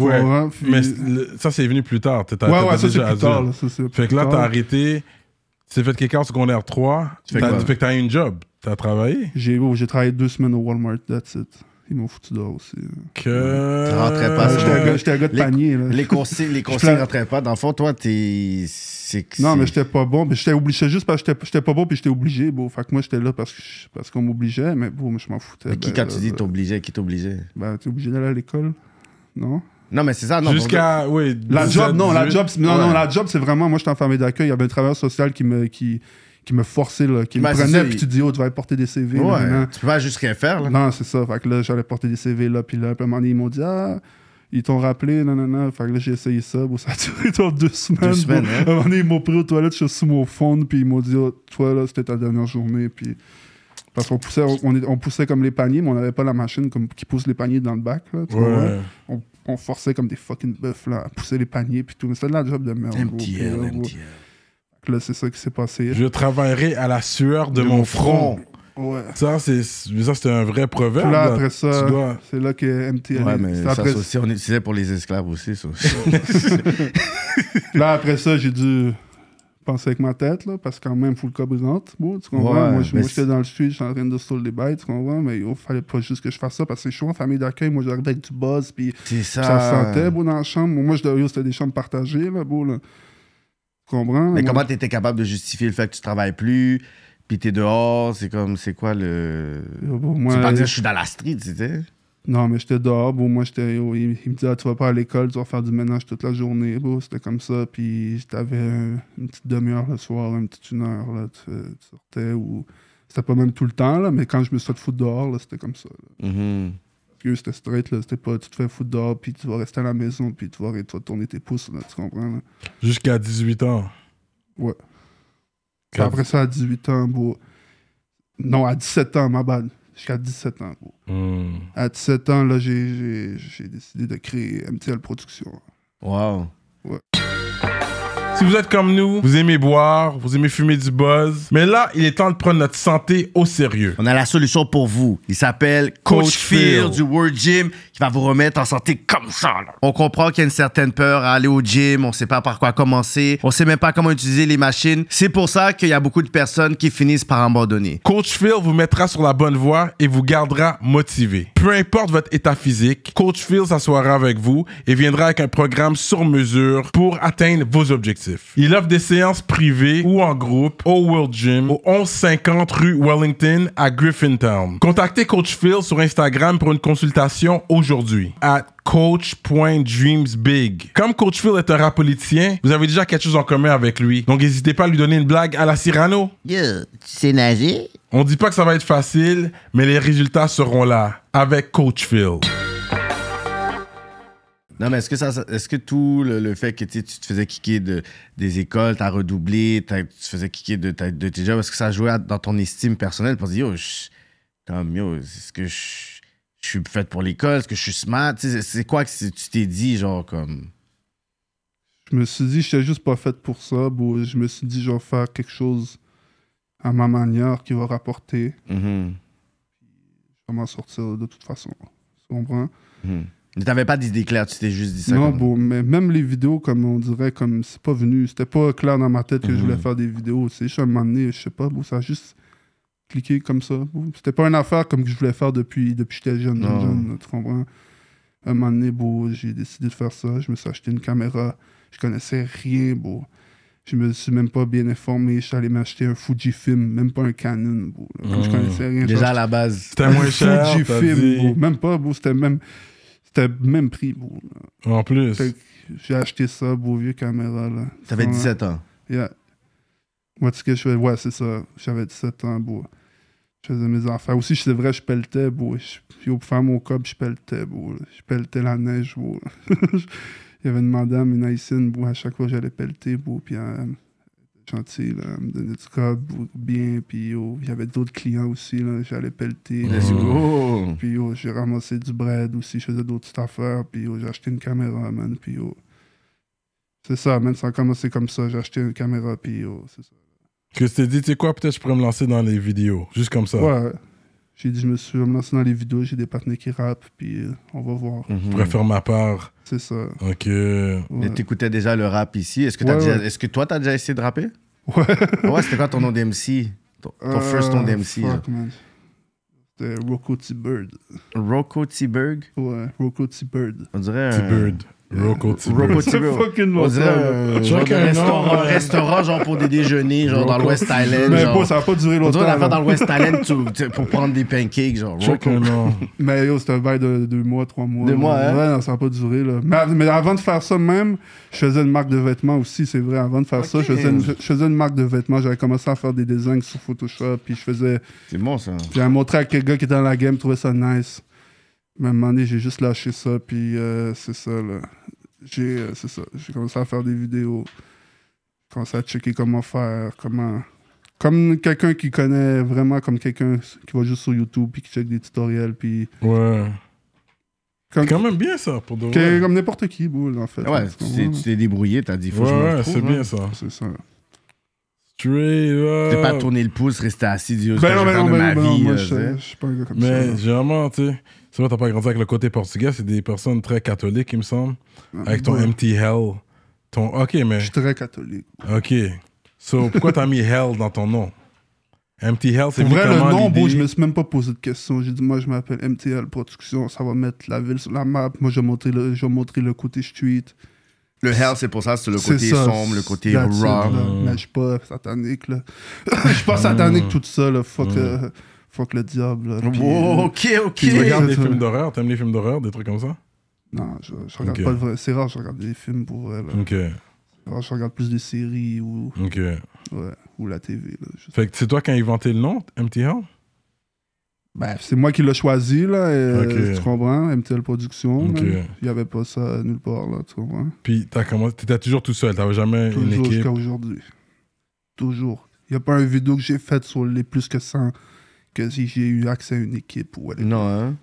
Ouais,
Pour, hein, puis-
Mais c'est- le- ça, c'est venu plus tard. T'étais
ouais,
t'étais
ouais, ça, c'est
déjà
plus
adulte.
tard. Là, ça, c'est
Fait que
plus
là, t'as
tard.
arrêté. Tu t'es fait quelqu'un en secondaire 3.
Fait
t'as-
quoi?
fait que t'as eu une job. T'as travaillé.
J'ai oh, j'ai travaillé deux semaines au Walmart, that's it. Ils m'ont foutu dehors aussi. là.
Que.
Tu rentrais pas,
Ah,
c'est
J'étais un
bon.
gars- j'étais un gars de
Les-
panier. Là.
Les conseils, les conseils
pleure.
rentraient pas. Dans le fond, toi, t'es. c'est-
Non, mais
c'est-
j'étais pas bon. mais J'étais obligé juste parce que j'étais- j'étais pas bon, puis j'étais obligé. Bon, fait que moi, j'étais là parce que je- parce qu'on m'obligeait, mais bon, je m'en foutais.
Mais qui,
ben,
quand
là,
tu dis
ben,
t'obligeais, qui t'obligeait
Ben, t'es obligé d'aller à l'école. Non?
Non, mais c'est ça, non.
Jusqu'à. Oui.
La
17,
job, non, la
18.
job, c'est- non,
Ouais.
non, la job, c'est vraiment, moi, j'étais en famille d'accueil, il y avait un travailleur social qui me, qui, qui me forçait, là, qui
Ben,
me
c'est
prenait,
ça,
puis
il-
tu dis, oh, tu vas aller porter des CV.
Ouais,
nanana.
tu peux pas juste rien faire, là.
Non, c'est ça. Fait que là, j'allais porter des CV, là, puis là, à un moment donné, ils m'ont dit, ah, ils t'ont rappelé, non, non, non. Fait que là, j'ai essayé ça, bon, ça a duré genre deux semaines.
Deux semaines,
bon.
hein.
À un moment donné, ils m'ont pris aux toilettes, je suis sous mon fond, puis ils m'ont dit, oh, toi, là, c'était ta dernière journée, puis... Parce qu'on poussait, on, on est- on poussait comme les paniers, mais on n'avait pas la machine comme, qui pousse les paniers dans le bac. Là, tu comprends?
Ouais.
on, on forçait comme des fucking bœufs là, à pousser les paniers puis tout. Mais c'était de la job de merde. gros, puis là,
MTL,
gros.
MTL.
Là, c'est ça qui s'est passé.
Je travaillerai à la sueur de, mon, front.
Ouais.
Ça, c'est ça, c'est un vrai proverbe.
Là,
là.
après ça,
bah, Tu dois-
c'est là que MTL.
Ouais, mais
c'est
ça,
après-
c'est aussi, on utilisait pour les esclaves aussi. ça.
Là, après ça, j'ai dû penser avec ma tête, là, parce que quand même, full cob rentre. bro, tu comprends?
Ouais,
moi, je-
mais
moi, j'étais
c'est-
dans le street, j'étais en train de stole des bêtes, tu comprends? Mais il fallait pas juste que je fasse ça, parce que je suis en famille d'accueil. Moi, j'arrivais avec du buzz, puis
C'est ça.
ça se sentait, bro, dans la chambre. Moi, je devais- c'était des chambres partagées, là, bro, là. Tu comprends?
Mais
Moi,
comment t'étais capable de justifier le fait que tu travailles plus, puis t'es dehors, c'est comme, c'est quoi le...
yo, bro, moi,
C'est pas dire je suis dans la street, tu sais.
Non, mais j'étais dehors, bro, moi, j'étais... yo, Il, il me disait, Ah, tu vas pas à l'école, tu vas faire du ménage toute la journée, bro. C'était comme ça, puis t'avais un- une petite demi-heure le soir, une petite une heure, là, tu, tu sortais, ou... C'était pas même tout le temps, là, mais quand je me suis fait foutre dehors, là, c'était comme ça. là.
Mhm.
Parce que c'était straight, là, c'était pas tu te fais foutre dehors, puis tu vas rester à la maison, puis tu vas, tu vas tourner tes pouces, là, tu comprends, là?
Jusqu'à 18 ans.
Ouais. Puis après ça, à 18 ans, bro... Non, à 17 ans, ma bad. Jusqu'à 17 ans, bro.
Hmm.
À 17 ans, là, j'ai- j'ai j'ai décidé de créer MTL Productions.
Wow.
Si vous êtes comme nous, vous aimez boire, vous aimez fumer du buzz, mais là, il est temps de prendre notre santé au sérieux.
On a la solution pour vous. Il s'appelle Coach,
Coach
Phil,
Phil.
du World Gym qui va vous remettre en santé comme ça. là. On comprend qu'il y a une certaine peur à aller au gym, on sait pas par quoi commencer, on sait même pas comment utiliser les machines. C'est pour ça qu'il y a beaucoup de personnes qui finissent par abandonner.
Coach Phil vous mettra sur la bonne voie et vous gardera motivé. Peu importe votre état physique, Coach Phil s'assoira avec vous et viendra avec un programme sur mesure pour atteindre vos objectifs. Il offre des séances privées ou en groupe au World Gym au 1150 rue Wellington à Griffintown. Contactez Coach Phil sur Instagram pour une consultation aujourd'hui à coach.dreamsbig. Comme Coach Phil est un rap politicien, vous avez déjà quelque chose en commun avec lui. Donc n'hésitez pas à lui donner une blague à la Cyrano.
Yo, tu sais nager?
On dit pas que ça va être facile, mais les résultats seront là avec Coach Phil.
Non, mais est-ce que ça, ça- est-ce que tout le, le fait que tu sais, tu te faisais kicker de, des écoles, t'as redoublé, t'as- tu te faisais kicker de, ta- de tes jobs, est-ce que ça jouait à- dans ton estime personnelle pour dire, yo, je- comme, yo, est-ce que je, je suis faite pour l'école, est-ce que je suis smart, Tu sais, c'est, c'est quoi que c'est- tu t'es dit, genre, comme.
Je me suis dit, je suis juste pas fait pour ça. bro. je me suis dit, je vais faire quelque chose à ma manière qui va rapporter.
Mhm.
Je vais m'en sortir de toute façon. Tu comprends?
Mhm. Mais t'avais pas d'idée claire, tu t'es juste dit ça.
Non,
comme-
bro, mais même les vidéos, comme on dirait, comme c'est pas venu. C'était pas clair dans ma tête que je voulais
Mhm.
faire des vidéos. C'est juste à un moment donné, je sais pas, bro, ça a juste cliqué comme ça. bro. C'était pas une affaire comme que je voulais faire depuis, depuis que j'étais jeune, jeune,
Non.
jeune, là, tu comprends? À un moment donné, bro, j'ai décidé de faire ça. Je me suis acheté une caméra. Je connaissais rien, bro. Je me suis même pas bien informé. Je suis allé m'acheter un Fujifilm, même pas un Canon, bro. là. Comme
Mhm.
je connaissais rien. genre,
Déjà à la base.
C'était moins cher.
Fujifilm,
t'as dit.
bro. Même pas, bro. C'était même... C'était même prix, bro.
En plus.
Fait que j'ai acheté ça, beau vieux caméra, là.
T'avais
Ouais.
17 ans.
Yeah. Moi, tu sais que je fais- Ouais, c'est ça. J'avais 17 ans, beau. Je faisais mes affaires. Aussi, c'est vrai, je pelletais, beau. Je- Yo, pour faire mon cob, je pelletais, beau. là. Je pelletais la neige, beau. Il y avait une madame, une haïtienne, beau. À chaque fois, j'allais pelleter, beau. Puis, euh, chantier, là, elle me donnait du cob, beau, bien. Puis, yo, il y avait d'autres clients aussi, là. J'allais pelleter. euh,
Let's go.
Puis yo, j'ai ramassé du bread aussi, je faisais d'autres petites affaires. Puis yo, j'ai acheté une caméra, man. Puis yo, c'est ça, man, ça a commencé comme ça. J'ai acheté une caméra, puis yo, c'est ça.
Que tu t'es dit, tu sais quoi, peut-être je pourrais me lancer dans les vidéos. Juste comme ça.
Ouais, j'ai dit, je me suis lancé dans les vidéos, j'ai des partenaires qui rappent, puis euh, on va voir.
Hmm.
Je pourrais faire ma part.
C'est ça.
Ok.
Ouais.
Mais t'écoutais déjà le rap ici. Est-ce que, t'as
Mm. Ouais,
déjà-
ouais.
Est-ce que toi, t'as déjà essayé de rapper?
Ouais.
Ah ouais, c'était quoi ton nom d'MC? Ton, ton
Euh,
first nom d'MC? là.
Fuck, man. C'était Rocco T-Bird.
Rocco T-Bird?
Ouais, Rocco T-Bird.
On dirait un...
T-Bird. Rocco
Rocco
T-Bird.
C'est
T-Bird.
fucking
On dirait
longtemps, là.
un
Je
genre
crois
de
qu'il y a un nom,
restaurant,
euh,
restaurant genre pour des déjeuners, genre dans
Rocco
l'Ouest Island.
Mais
genre.
bon, ça a pas duré
on dirait
longtemps.
une affaire
là.
dans l'Ouest Island tu- tu- pour prendre des pancakes, genre.
Check
Rocco.
un nom.
Mais yo, c'était un bail de deux mois, trois mois.
Deux mois, hein?
Ouais, non, ça n'a pas duré, là. Mais, av- mais avant de faire ça, même, je faisais une marque de vêtements aussi, c'est vrai. Avant de faire ça, je faisais, une, je faisais une marque de vêtements. J'avais commencé à faire des designs sur Photoshop, puis je faisais.
C'est bon, ça.
J'avais montré à quelqu'un qui était dans la game, trouvait ça nice. Mais à un moment donné, j'ai juste lâché ça, puis euh, c'est ça, là. J'ai, euh, c'est ça. J'ai commencé à faire des vidéos. J'ai commencé à checker comment faire, comment. Comme quelqu'un qui connaît vraiment, comme quelqu'un qui va juste sur YouTube, puis qui check des tutoriels, puis.
Ouais.
Comme,
C'est quand même bien ça pour de
que-
vrai.
comme n'importe qui, boule, en fait.
Ouais,
Tu
tu t'es-
comprends?
tu t'es débrouillé, t'as dit, faut que je
Ouais,
me
ouais,
retrouve,
c'est
là.
bien ça.
C'est ça.
Straight up.
Je vais pas tourner le pouce, rester assis, oh, dire
Ben non,
je vais
ben
faire
non,
de ma
ben non, ben non,
vie.
moi,
euh,
je
tu sais.
je suis pas un gars comme ça.
Mais généralement, tu sais, c'est vrai, t'as pas grandi avec le côté portugais, c'est des personnes très catholiques, il me semble. Avec ton
ouais.
empty hell. Ton. Ok, mais.
Je suis très catholique.
Ok. So, pourquoi t'as mis hell dans ton nom Empty hell, c'est
Pour
venu
vrai, le
comment
nom, bro,
l'idée?
je me suis même pas posé de question. J'ai dit, moi, je m'appelle MTL Production, ça va mettre la ville sur la map. Moi, je vais montrer le, je vais montrer le côté street.
Le hell, c'est pour ça, c'est le
C'est
côté
ça,
sombre, le côté
that's it,
raw.
là. Mais je suis pas satanique, là. Je suis pas satanique, tout ça, là. Fuck, euh, fuck le diable. là. Puis,
Wow,
euh,
Oh, ok, ok.
Tu regardes des
c'est ça.
films d'horreur T'aimes les films d'horreur Des trucs comme ça
Non, je, je regarde
Ok.
pas de vrai. C'est rare, je regarde des films pour vrai, là.
Ok.
Alors, je regarde plus des séries ou,
Ok.
ouais, ou la TV, là. Je-
Fait que c'est toi qui as inventé le nom, Empty Hell
Ben, c'est moi qui l'ai choisi, là. et, euh,
Ok.
Tu comprends? MTL Production.
Ok.
là. Il y avait pas ça nulle part, là. Tu comprends?
Puis t'as commencé, t'étais toujours tout seul, t'avais jamais une
Toujours
équipe.
jusqu'à aujourd'hui. Toujours. Il n'y a pas une vidéo que j'ai faite sur les plus que 100 que si j'ai eu accès à une équipe ou whatever.
Non, hein?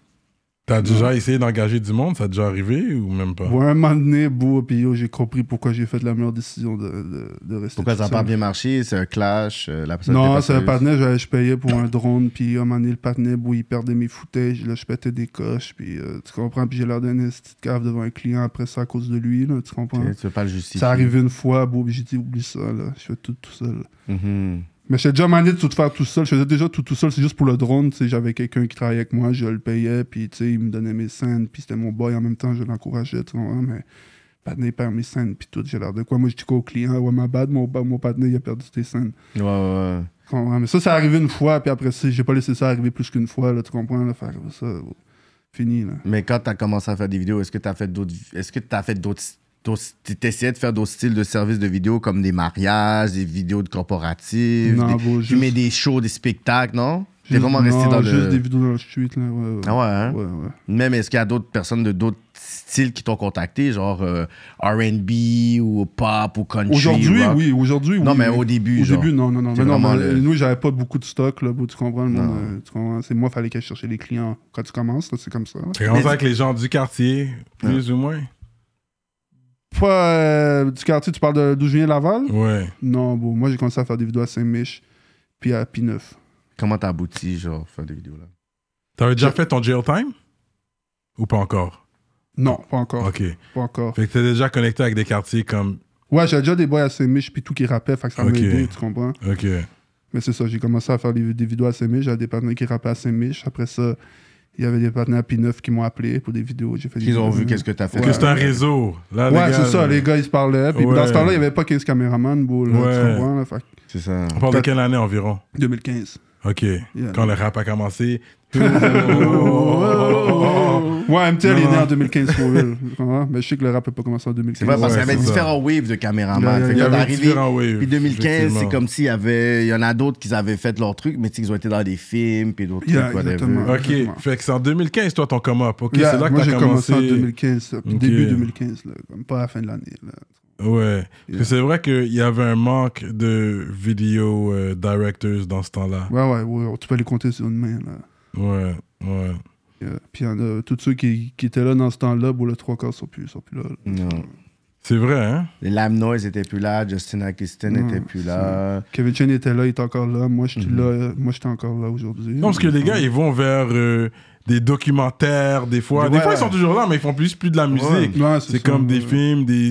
T'as déjà essayé d'engager du monde, ça a déjà arrivé ou même pas
Ouais, un moment donné, bro, puis yo, j'ai compris pourquoi j'ai fait la meilleure décision de, de, de rester.
Pourquoi
tout
ça n'a pas
seul.
bien marché? C'est un clash, euh, la personne était
Non,
pas
c'est un
sérieuse.
partenaire, j'avais- je payais pour un drone, puis un moment donné, le partenaire, bro, il perdait mes footages, là, je pétais des coches, puis euh, tu comprends, puis j'ai leur donné une petite cave devant un client après ça à cause de lui, là, tu comprends.
Ok, Tu veux pas le justifier.
Ça arrive une fois, bro, puis j'ai dit, oublie ça, là, je fais tout tout seul.
Mhm.
Mais j'étais déjà mané de tout faire tout seul. Je faisais déjà tout tout seul. C'est juste pour le drone. tu sais, J'avais quelqu'un qui travaillait avec moi. Je le payais. Puis tu sais, il me donnait mes scènes. Puis c'était mon boy. En même temps, je l'encourageais. tu vois, Mais Patney perd mes scènes. Puis tout. J'ai l'air de quoi. Moi, je dis quoi au client. Ouais, ma bad. Mon, ba- mon Patney, il a perdu tes scènes.
Ouais, ouais, ouais.
Tu comprends? Mais ça, ça arrivé une fois. Puis après ça, j'ai pas laissé ça arriver plus qu'une fois. Là, tu comprends? Là, faire ça. bon, Fini. Là.
Mais quand t'as commencé à faire des vidéos, est-ce que t'as fait d'autres. Est-ce que t'as fait d'autres. d'autres- T'essayais de faire d'autres styles de services de vidéos comme des mariages, des vidéos de corporatives,
Non,
des,
bro,
tu
juste-
mets des shows, des spectacles, non? T'es
Juste-
vraiment resté
non,
dans le.
juste des vidéos dans le street. Là, ouais, ouais.
Ah ouais, hein?
Ouais, ouais.
Même est-ce qu'il y a d'autres personnes de d'autres styles qui t'ont contacté, genre euh, RB ou pop ou country?
Aujourd'hui,
rock?
oui, aujourd'hui, oui.
Non, mais au début,
Au
genre.
début, non, non, non.
T'es
Mais non,
vraiment
mais
le-
nous, j'avais pas beaucoup de stock, là, bro, tu comprends, le monde,
Non.
euh, tu comprends, C'est moi, fallait que je cherchais les clients. Quand tu commences, là, c'est comme ça. là.
T'as commencé
Mais-
avec les gens du quartier, plus ou moins
Pas euh, du quartier, tu parles de- d'où je viens, Laval?
Ouais.
Non, bon, moi, j'ai commencé à faire des vidéos à Saint-Mich, puis à P9.
Comment t'as abouti, genre, faire des vidéos là?
T'avais déjà fait ton jail time Ou pas encore
Non, pas encore.
Ok. Fait
Pas encore.
que t'es déjà connecté avec des quartiers comme.
Ouais, j'avais déjà des boys à Saint-Mich, puis tout qui rappait, fait que ça m'a
Ok.
aidé, tu comprends?
Ok.
Mais c'est ça, j'ai commencé à faire des, des vidéos à Saint-Mich, j'avais des partenaires qui rappaient à Saint-Mich. Après ça, il y avait des partenaires à P9 qui m'ont appelé pour des vidéos. J'ai fait des
Ils ont
vidéos.
vu qu'est-ce que t'as fait.
Parce que c'est un réseau. Là,
Ouais,
les gars, euh,
c'est ça, les gars, ils se parlaient. Puis
Ouais.
dans ce temps-là, il n'y avait pas 15 caméramans, bro, là,
Ouais.
tu comprends, là, fait que
C'est ça.
On parle de quelle année environ
2015.
Ok.
Yeah. Oh,
Quand le rap a commencé.
Ouais, MTL est né
Non.
en 2015 pour eux, tu comprends? Mais je sais que le rap n'a pas commencé en 2015.
C'est vrai, parce
Ouais,
qu'il y avait
c'est ça.
différents waves de caméramans.
Il y a-
Fait
il
que
y
quand
avait
t'arrives-
différents waves,
Puis 2015, c'est
effectivement.
comme s'il y avait. Il y en a d'autres qui avaient fait leur truc, mais tu sais, qu'ils ont été dans des films, puis d'autres
Yeah,
trucs, whatever.
exactement.
Ok. Fait que c'est en 2015, toi, ton come up. Ok.
Yeah,
c'est là que
moi,
t'as
j'ai
commencé.
commencé... en 2015, là, puis
Ok.
début 2015, là, comme pas à la fin de l'année. là.
Ouais. Parce que c'est vrai qu'il y avait un manque de vidéo euh, directors dans ce temps-là.
Ouais, ouais, ouais, tu peux les compter sur une main. Là.
Ouais. Ouais.
Yeah. Euh, Puis il y en a tous ceux qui, qui étaient là dans ce temps-là, bon, le trois quarts sont plus, sont plus là. là.
Non.
C'est vrai, hein
Les Lam Noise étaient plus là, Justin Ackiston
Non,
était plus
c'est-
là.
Kevin Chen était là, il était encore là. Moi, j'étais
Mhm.
là, euh, moi, j'étais encore là aujourd'hui.
Non, parce que les gars, ils vont vers euh, des documentaires, des fois. Des
Ouais.
fois, ils sont toujours là, mais ils font plus, plus de la musique.
Ouais, c'est
c'est
ça,
comme des
ouais.
films, des.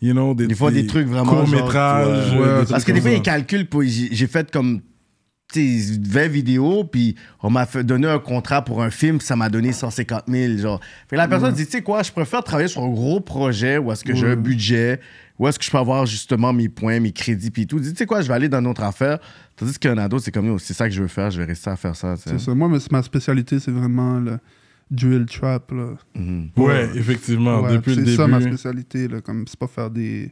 You know, des,
Des fois, des trucs vraiment genre,
Courts-métrages.
tu
vois.
euh,
Ouais,
des trucs
Parce que des
comme
fois, ils
ça.
calculent, pour- j'ai j'ai fait comme. Tu sais, 20 vidéos, puis on m'a fait- donné un contrat pour un film, puis ça m'a donné 150 000. Genre. Fait que la personne dit, tu sais quoi, je préfère travailler sur un gros projet où est-ce que j'ai un budget, où est-ce que je peux avoir justement mes points, mes crédits, puis tout. Dit, tu sais quoi, je vais aller dans notre affaire. Tandis qu'un ado, c'est comme, Oh, c'est ça que je veux faire, je vais rester à faire ça. tu sais.
C'est ça. Moi, mais c'est- ma spécialité, c'est vraiment le drill trap. Là.
Mhm.
Ouais, effectivement,
Ouais,
Ah, depuis le
c'est
début.
ça ma spécialité. Là, comme c'est pas faire des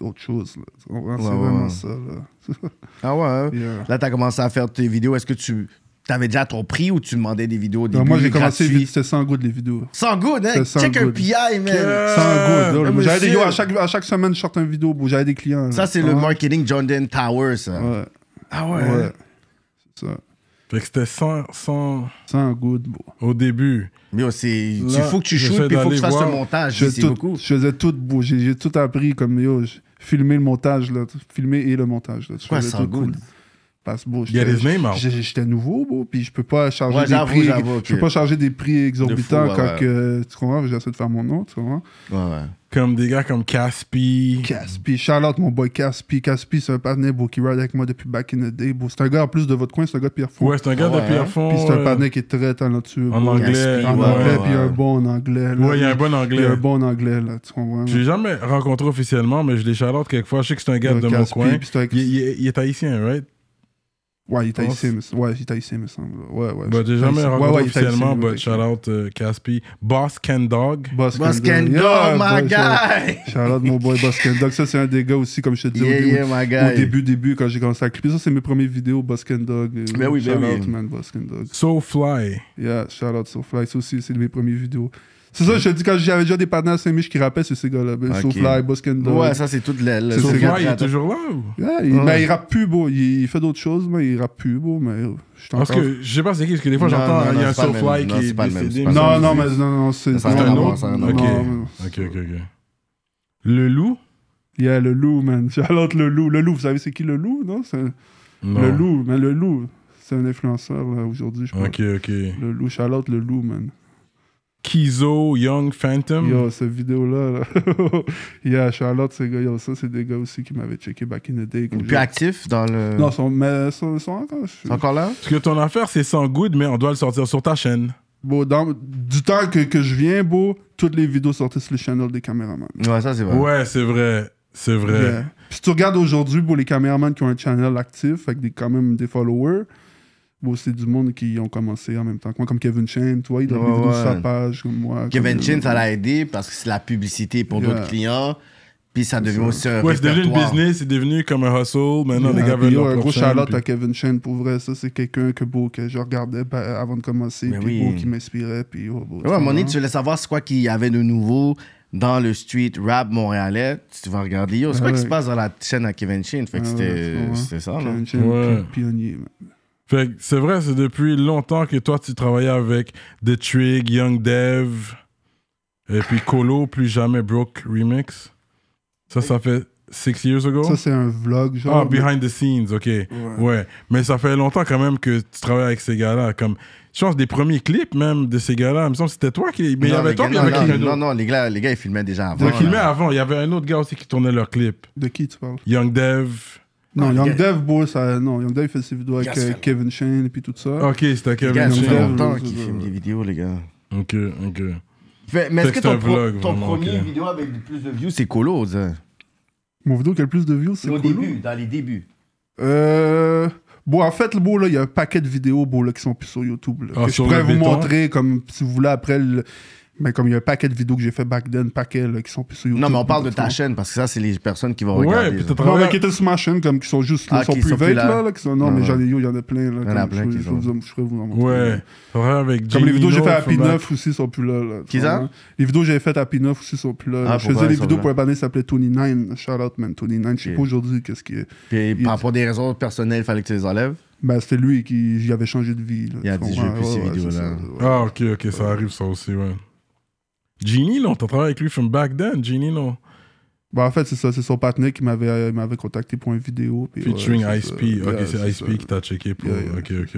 autres choses. là. Tu comprends? c'est
Ouais, ouais,
vraiment
ouais.
ça. Là.
Ah ouais. hein?
Yeah.
Là, t'as commencé à faire tes vidéos. Est-ce que tu avais déjà ton prix ou tu demandais des vidéos au début?
Alors, moi, j'ai commencé
gratuit?
vite. C'était sans goût de les vidéos.
Sans good, hein?
C'est sans
Check un
good.
PI, man.
Euh,
Sans goût.
ah,
là.
mais
J'avais des
monsieur.
yo, à chaque, à chaque semaine, je sortais une vidéo. bon, J'avais des clients. là.
Ça, c'est
Tu
le
comprends?
hein. marketing John Den Tower, ça.
Hein? Ouais.
Ah
Ouais. C'est ça.
Fait Fait que c'était 100, 100
C'est un good, bro.
au début.
Mais oh, c'est.
Là,
Il faut que tu
j'essaie
shootes, puis il faut que
d'aller
tu fasses
voir.
le montage.
Je
C'est
tout-
beaucoup.
je faisais tout, bro. J'ai j'ai tout appris, comme, yo, j'ai filmé le montage, là. Filmé et le montage, là. Je
Quoi,
faisais
ça
tout,
good?
bro. Parce que, bro,
Get his name out.
j'étais- j'ai- j'étais nouveau, bro, puis je peux pas charger
Ouais,
des
j'avoue,
prix.
j'avoue, ok.
Je peux pas charger des prix exorbitants
De fou, ouais,
quand
ouais.
que- tu comprends, j'essaie de faire mon nom, tu comprends.
Ouais, ouais.
Comme des gars comme Caspi.
Caspi, Charlotte, mon boy Caspi. Caspi, c'est un partenaire bro, qui ride avec moi depuis back in the day. bro. C'est un gars en plus de votre coin, c'est un gars de Pierrefonds.
Ouais, c'est un gars
Ah ouais,
de Pierrefonds.
Puis c'est un
ouais.
partenaire qui est très talentueux.
En
bro.
anglais.
En
Ouais,
anglais,
ouais,
puis
ouais.
un bon en anglais. là.
Ouais, il y a un bon
Il y
anglais.
a un bon anglais, là, tu comprends.
Je l'ai jamais rencontré officiellement, mais je l'ai charlotte quelquefois. Je sais que c'est un gars
Le
de mon
Caspi,
coin.
puis c'est un-
Il, il- il est haïtien, right?
Ouais, il est haïtien,
pense.
me semble. Ouais, il est haïtien, me semble. Ouais, ouais.
Bah, j'ai
il est
jamais
haïtien.
rencontré
Ouais, ouais, il est
officiellement,
haïtien,
but
ouais.
shout-out euh, Caspi. Boss Ken Dog.
Boss
Boss
Kendall.
Kendall,
Yeah,
my
boy,
guy.
shout- Shout-out, mon boy Boss Kendall. Ça, c'est un des gars aussi, comme je te dis, au
Yeah,
dé-
yeah,
au,
my guy.
début, début, quand j'ai commencé à clipper. Ça, c'est mes premières vidéos, Boss Kendall.
Ben oui, ben
Shout-out,
oui.
man, Boss Kendall.
So Fly.
Yeah, shout-out Soulfly. Ça aussi, c'est mes premières vidéos. C'est ça, je te dis, quand j'avais déjà des partenaires à Saint-Mich qui rappaient, c'est ces gars-là. Ben,
Ok.
Soulfly, Boss Kendall.
Ouais, ça, c'est toute la. la-
C'est
So
ce
la-
gars
Fly, il est toujours là ou?
Yeah, il,
Ouais.
ben, il rappe plus, beau. Il, il fait d'autres choses, mais il rappe plus, beau. Mais euh, je suis
Parce
encore-
que je sais pas c'est qui, parce que des fois
Non,
j'entends
non,
il y
non,
a un
c'est pas le
Soulfly
même.
qui
Non,
est
c'est pas le même,
décédé.
c'est pas le
Non,
Personne
non,
ne
mais non, non, c'est
Ça n'a
non,
rien à
non,
voir, ça
n'a rien à
non,
voir.
non, non.
Ok, ok, ok. Le loup?
Yeah, le loup, man. Charlotte, le loup. Le loup, vous savez c'est qui le loup, non, C'est un-
Non.
Le loup, mais le loup, c'est un influenceur, là, aujourd'hui, je pense.
Ok, ok.
Le loup, Charlotte, le loup, man.
Kizo, Young Phantom.
Yo, cette vidéo-là, là. yeah, Charlotte, ces gars, yo, ça, c'est des gars aussi qui m'avaient checké back in the day. comme
Plus
j'ai-
actif dans le.
Non, sont, mais sont, sont encore... je-
C'est encore là?
Parce que ton affaire c'est sans good, mais on doit le sortir sur ta chaîne.
Bon, dans- du temps que, que je viens, beau, toutes les vidéos sortaient sur le channel des caméramans.
Ouais, ça, c'est vrai.
Ouais, c'est vrai. C'est
Euh,
vrai.
Yeah. Puis si tu regardes aujourd'hui, pour les caméramans qui ont un channel actif, avec des, quand même des followers, bon, c'est du monde qui ont commencé en même temps que moi, comme Kevin Chen, tu vois, il a
Ouais,
des vidéos sur sa
ouais.
page, comme moi.
Kevin
comme-
Chin, ça l'a aidé parce que c'est la publicité pour
Euh, Yeah.
d'autres clients. Puis ça devient aussi un.
Ouais, c'est devenu une
répertoire.
business, c'est devenu comme un hustle. Maintenant, les
Ah,
gars
puis,
veulent
yo,
leur
un
propre
gros
chaîne,
charlotte
puis-
à Kevin Chen, pour vrai, ça c'est quelqu'un que beau que je regardais ben, avant de commencer,
Mais
puis
oui.
beau, qui m'inspirait, puis oh, beau, tu
Ouais, à un moment donné,
vois.
tu voulais savoir c'est quoi qu'il y avait de nouveau dans le street rap montréalais. Tu vas regarder, yo,
Ah
c'est quoi qui
ouais.
se passe dans la chaîne à Kevin Chin? Fait que
Ah,
c'était
ouais, tu vois.
c'était ça, là.
Kevin Chen,
Ouais.
pi- pionnier. man.
Fait que c'est vrai, c'est depuis longtemps que toi, tu travaillais avec The Trig, Young Dev, et puis Colo, plus jamais Broke Remix. Ça, ça fait six years ago?
Ça c'est un vlog, genre.
Ah, behind the scenes, ok. Ouais. Mais ça fait longtemps quand même que tu travailles avec ces gars-là. Comme, je pense, des premiers clips même de ces gars-là, il me semble que c'était toi qui. Mais il y
Non,
avait
les
toi,
gars-
puis il y avait
non,
quelqu'un
non,
d'autre.
non, les gars, les gars, ils filmaient déjà
Il
avant.
y avait qui met
là.
avant, il y avait un autre gars aussi qui tournait leurs clips.
De qui tu parles
Young Dev.
Non,
Non,
Young
les gars-
Dev, beau, ça. Non, Young Dev, il fait ses vidéos avec
Ah, Yes,
euh,
fella.
Kevin Chen et puis tout ça.
Ok, c'était
Les
Kevin
gars, ça
Young
fait
Dev,
Young.
longtemps
je-
qu'ils
je-
filment des vidéos, les gars.
Ok, ok.
Fait- Mais est-ce que
Fait que c'est un
ton, pro-
vlog,
ton
vraiment,
premier
ok.
vidéo avec le plus de views, c'est Colo, on dirait.
Mon vidéo qui a le plus de views, c'est
au
Colo.
début, dans les débuts.
Euh, Bon, en fait, le beau, là, il y a un paquet de vidéos beau, là, qui sont plus sur YouTube. là,
Ah,
que je
sur
pourrais
le
vous
béton.
montrer, comme si vous voulez, après. le- Mais comme il y a un paquet de vidéos que j'ai fait back then, paquet là, qui sont plus sur YouTube.
Non, mais on parle de
là,
ta chaîne parce que ça, c'est les personnes qui vont
Ouais,
regarder.
puis t'as
ça.
Non, mais qui
travaillé.
étaient sur ma chaîne, comme qui sont juste
Ah,
là, sont
qui
plus
sont plus
vagues,
là.
là, là, qui sont- Non,
Ouais,
mais
ouais.
j'en ai eu, il y en a plein, là.
y en a
comme
plein
je-
qui
je
sont-
vous- Je pourrais vous en montrer.
Ouais. Travaillé avec
euh, Comme les vidéos que j'ai
Gino
fait à
from
P9 aussi sont plus là. là, tu
Qui ça?
vois. Les vidéos que j'avais faites à P9 aussi sont plus là. là.
Ah,
je
pourquoi
faisais
elles
les
sont
vidéos
là?
pour un panel qui s'appelait Tony Nine. Shout out, man, Tony Nine. Je sais
Ok.
pas aujourd'hui qu'est-ce qui est.
Puis
Il-
par rapport à des raisons personnelles, il fallait que tu les enlèves.
Ben, c'était lui qui j'y avait changé de vie. là,
Il a
tu
dit,
comprends?
je veux plus
Ouais,
ces
ouais,
vidéos-là.
c'est ça, ouais.
Ah, ok, ok, ça arrive ça aussi, ouais. Genie, là, on t'a travaillé avec lui from back then, Genie, non?
Ben, en fait, c'est ça. C'est son partenaire qui m'avait euh, il m'avait contacté pour une vidéo. puis,
Featuring
ouais,
Ice
c'est ça.
P. Ok,
Yeah,
c'est Ice
ça.
P qui t'a checké pour.
Yeah, yeah,
ok, ok.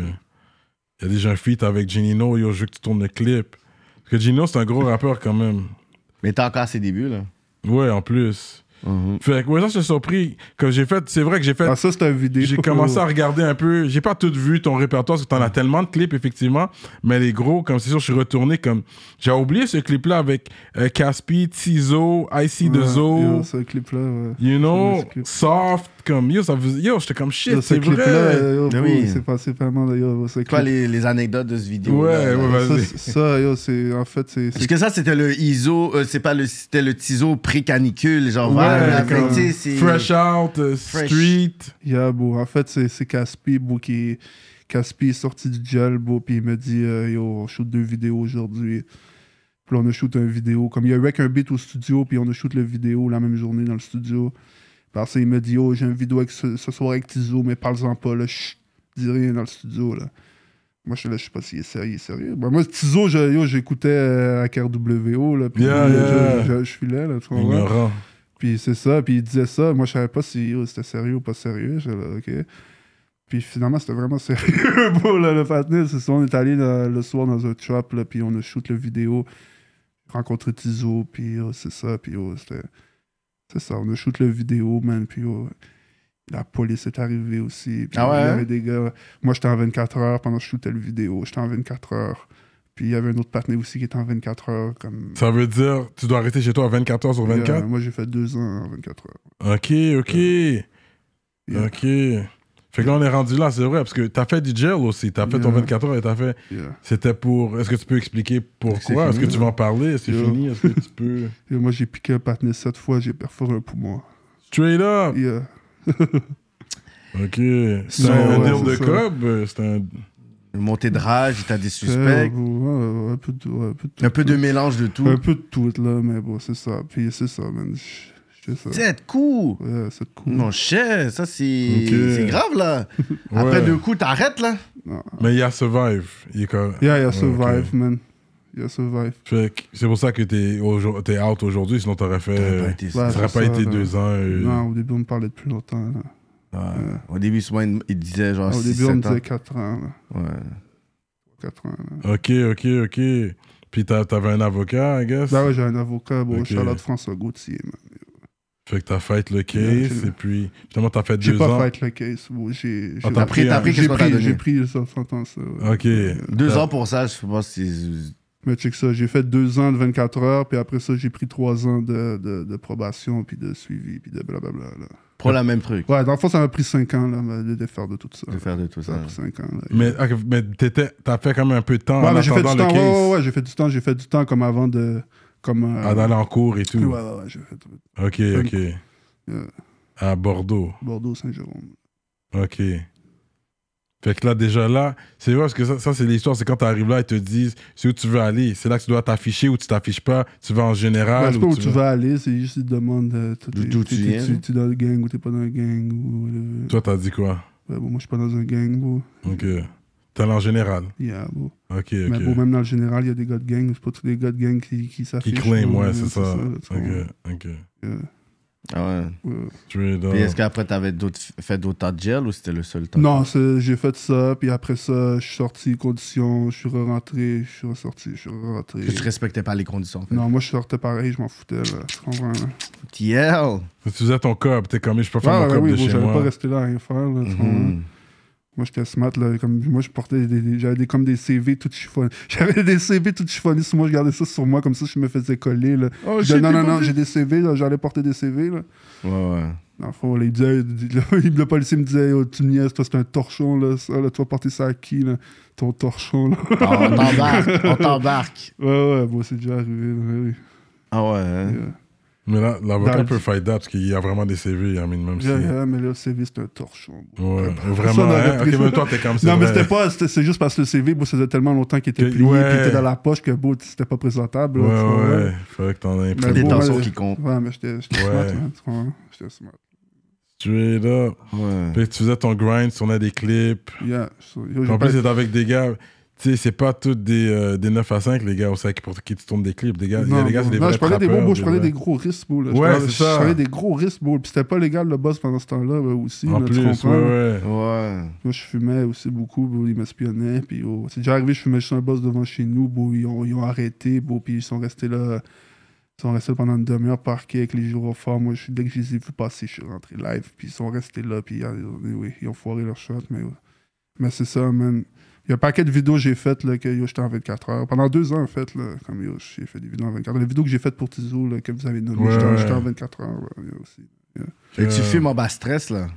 Il y a déjà un feat avec Ginino, yo, je veux que tu tournes le clip. Parce que Gino, c'est un gros rappeur quand même.
Mais t'es encore à ses débuts, là.
Ouais, en plus. Fait que, ouais, ça, j'étais surpris. Quand j'ai fait, c'est vrai que j'ai fait.
Mm-hmm. Ah, ça, c'était une vidéo.
J'ai commencé à regarder un peu. J'ai pas tout vu ton répertoire parce que t'en as tellement de clips, effectivement. Mais les gros, comme c'est sûr, je suis retourné comme. J'ai oublié ce clip-là avec euh, Caspi, Tizo, IC de Zo.
Yeah, ce clip-là, ouais.
You know,
ce clip.
soft, comme yo, ça faisait- yo, j'étais comme
Yo,
shit,
ce
c'est
clip-là,
vrai.
euh, yo,
Mais
bro,
Ben oui.
il s'est passé vraiment d'ailleurs. ce
Quoi,
clip.
les, les anecdotes de ce vidéo
Ouais, ouais,
Ça,
vas-y.
c'est- ça, yo, c'est. En fait, c'est.
Parce que ça, c'était le ISO, euh, c'est pas le, c'était le tiso pré-canicule, genre,
Ouais,
voilà, fait
comme
que, tu sais, c'est-
fresh out, euh,
Fresh.
street.
Yeah, bro. En fait, c'est c'est Caspi, bro, qui. Caspi est sorti du gel, bro, puis il me dit, euh, yo, on shoot deux vidéos aujourd'hui. Puis là, on a shoot un vidéo. Comme il y a rec un beat au studio, puis on a shoot le vidéo la même journée dans le studio. Parce qu'il me dit, yo, j'ai une vidéo avec ce, ce soir avec Tizo, mais parle-en pas, là. Chut, dis rien dans le studio, là. Moi, je suis là, je sais pas s'il est sérieux, il est sérieux. Ben, moi, Tizo, je- yo, j'écoutais euh, à KRWO, là, puis
Yeah,
yo,
yeah.
Je, je- je suis là, là, tu comprends?
Ignorant.
Puis c'est ça, puis il disait ça. Moi, je savais pas si yo, c'était sérieux ou pas sérieux. J'étais là, OK. Puis finalement, c'était vraiment sérieux pour le, le Fatness. C'est ça, on est allé le, le soir dans un trap, là, puis on a shoot le vidéo. Rencontré Tizo, puis yo, c'est ça, puis yo, c'était... C'est ça, on a shoot le vidéo, man, puis yo, la police est arrivée aussi. Puis
Ah ouais,
Il y
hein?
avait des gars... Moi, j'étais en 24 heures pendant que je shootais le vidéo. J'étais en 24 heures. Puis il y avait un autre partenaire aussi qui était en 24 heures, comme...
Ça veut dire, tu dois rester chez toi à 24 heures sur
Euh,
24?
moi, j'ai fait deux ans en 24 heures.
Ok, ok.
Euh, Yeah.
Ok. Fait que là, on est rendu là, c'est vrai, parce que t'as fait du gel aussi. T'as fait ton
Yeah.
24 heures et t'as fait.
Yeah.
C'était pour. Est-ce que tu peux expliquer pourquoi
C'est
Est-ce que
fini,
tu
là.
vas en parler C'est
Yeah.
fini Est-ce que tu peux.
Et moi, j'ai piqué un patinet sept fois, j'ai perforé un poumon. euh,
Straight up
Yeah.
Ok. C'est un
ouais,
deal de
c'est ça.
cob euh, C'est un.
Montée de rage, t'as des
Ouais,
suspects.
ouais, ouais, un peu de ouais, un peu de tout.
Un peu de mélange de
Un
tout.
peu de tout, là, mais bon, c'est ça. Puis c'est ça, man. Je- je fais ça.
Sept coups!
Ouais, c'est cool.
Non, chef, ça c'est
Ok.
c'est grave là.
Ouais.
Après deux coups, t'arrêtes là.
Mais il y a survive. Il est correct.
Yeah, yeah,
Ouais,
survive,
ok.
man. Yeah, survive.
Fait que c'est pour ça que t'es aujo- t'es out aujourd'hui, sinon t'aurais fait.
Pas
euh,
été-
Ouais,
Ça aurait
c'est
pas été
là.
deux ans. euh,
Non, au début, on me parlait depuis longtemps. là.
Au début, souvent, il il disait genre
au
Ah, six,
début, on me
sept ans.
disait 4 ans. Là.
Ouais.
4 ans. Là.
Ok, ok, ok. Puis t'as- t'avais un avocat, I guess.
Là, ouais, j'ai un avocat, bon,
Ok.
Charlotte François Gauthier, man.
Fait que t'as fait le case,
Yeah, c'est-
et puis finalement t'as fait
J'ai
deux ans.
pas fait le case. bon, j'ai j'ai-
Ah, t'as pris un-
pris,
j'ai
qu'est-ce qu'on t'a
pris,
donné?
j'ai pris 100 ans, ça. ouais.
Ok.
Deux
T'as-
ans pour ça, je sais pas si.
Mais check ça, j'ai fait deux ans de 24 heures, puis après ça, j'ai pris trois ans de, de, de probation, puis de suivi, puis de blablabla. là.
Pour la même truc.
Ouais, dans le fond, ça m'a pris cinq ans là, de défaire de tout ça.
De faire de tout
Ça
ça.
m'a pris cinq ans. Là.
Mais, ok, mais t'étais- t'as fait quand même un peu de temps
ouais,
en
mais j'ai fait
attendant
du
le
temps.
case.
Ouais, ouais, ouais, j'ai fait du temps, j'ai fait du temps comme avant de. Comme, euh,
En allant en cours et tout.
ouais, ouais, ouais, j'ai fait
Ok, ok.
Yeah.
À Bordeaux.
Bordeaux-Saint-Jérôme.
Ok. Fait que là, déjà là, c'est vrai parce que ça, ça, c'est l'histoire. C'est quand t'arrives là, ils te disent c'est où tu veux aller. C'est là que tu dois t'afficher ou tu t'affiches pas. Tu vas en
Ouais,
général.
c'est
ou
pas où tu vas aller, c'est juste ils te demandent euh, t'es-
D'où- d'où
t'es-
tu
t'es-
viens, là.
t'es dans le gang ou t'es pas dans le gang. Ou, whatever.
Toi, t'as dit quoi
Ouais, bon, moi, je suis pas dans un gang, bon.
Ok. T'es allé en général.
Yeah, bon.
Ok,
Mais bon,
ok.
même dans le général, il y a des gars de gang, c'est pas tous les gars de gang qui, qui s'affichent.
Qui claim,
bon,
ouais,
euh,
c'est ça.
là, tu comprends.
Ok, ok.
Ah ouais.
Ouais.
Straight up.
Puis est-ce qu'après, t'avais d'autres- fait d'autres tas de gel ou c'était le seul tas de
Non, c'est- j'ai fait ça, puis après ça, je suis sorti, condition, je suis rentré, je suis ressorti, je suis rentré.
gel? Que tu respectais pas les conditions en fait.
Non, moi je sortais pareil, je m'en foutais, là. Tu comprends, là?
TL.
Tu faisais ton cob, t'es comme, je peux faire
Ah,
mon
ouais,
cob
oui,
de
bon,
chez
j'allais
moi. Mhm.
pas rester là à rien faire, là. tu comprends? Moi j'étais smart, là. Comme, moi je portais des, des- j'avais des, comme des CV tout chiffonnés. J'avais des CV tout chiffonnés sur moi, je gardais ça sur moi, comme ça je me faisais coller, là.
Oh,
Je disais, non, non, non, j'ai des CV, là, j'allais porter des CV, là.
Ouais, ouais.
Dans le fond, là, il disait, le, le policier me disait, oh, tu me niaises, toi c'est un torchon, là, ça, là, tu vas porter ça à qui, là? Ton torchon, là.
Ah, on t'embarque, on t'embarque.
Ouais, ouais, bon, c'est déjà arrivé, là, oui.
Ah ouais. hein?
Yeah.
Mais là,
Dans
l'avocat
le-
peut fight that parce qu'il y a vraiment des CV, I mean, même si.
Yeah, yeah, mais le CV, c'est un torchon. bro.
Ouais,
Ça,
vraiment.
on aurait
hein?
pris
Ok,
ça.
mais toi, t'es comme ça.
Non, mais c'était pas, c'était- c'est juste parce que le CV, bon, ça faisait tellement longtemps qu'il était
Que-
plié,
ouais.
puis il était dans la poche que, bon, c'était pas présentable.
Ouais,
là, tu vois,
ouais.
ouais.
Fait que t'en as
Mais
imprimé.
Des
bon,
tensions
ouais.
qui comptent.
Ouais, mais j'étais j'étais
Ouais.
smart, hein, tu comprends? J'étais smart.
Straight up.
Ouais.
Fait que tu faisais ton grind, tu tournais des clips.
Yeah. so, yo,
Puis
j'ai
en
pas-
plus, t'es avec des gars. Tu sais, c'est pas tous des, euh, des 9 à 5, les gars, au sac pour qui tu tournes des clips. Des gars, il y a des gars, c'est des
non,
vrais
je parlais des,
trappeurs,
bons, je parlais
vrais-
des gros risques, bro, là. Je
Ouais,
parlais-
c'est
je
ça.
parlais des gros risques, bro. Puis c'était pas légal le boss pendant ce temps-là ouais, aussi.
En
là,
plus,
tu comprends?
ouais, ouais.
Ouais.
Moi, je fumais aussi beaucoup, bro, ils m'espionnaient. Puis, oh, c'est déjà arrivé, je fumais juste un boss devant chez nous, bro, ils, ont, ils ont arrêté, bro, puis ils sont restés là. Ils sont restés pendant une demi-heure parqués avec les gyrophares. Moi, je- dès que je les ai vus passer, je suis rentré live, puis ils sont restés là, puis ah, ils ont, oui, ils ont foiré leur shot, mais, ouais. mais c'est ça, man. Il y a un paquet de vidéos que j'ai faites, là, que yo, j'étais en 24 heures. Pendant deux ans, en fait, là, comme yo, j'ai fait des vidéos en 24 heures. Les vidéos que j'ai faites pour Tizo, là, que vous avez nommées,
Ouais,
j'étais en-
ouais.
j'étais en 24 heures, là, yo, aussi.
Et tu
Euh,
filmes en bas stress là.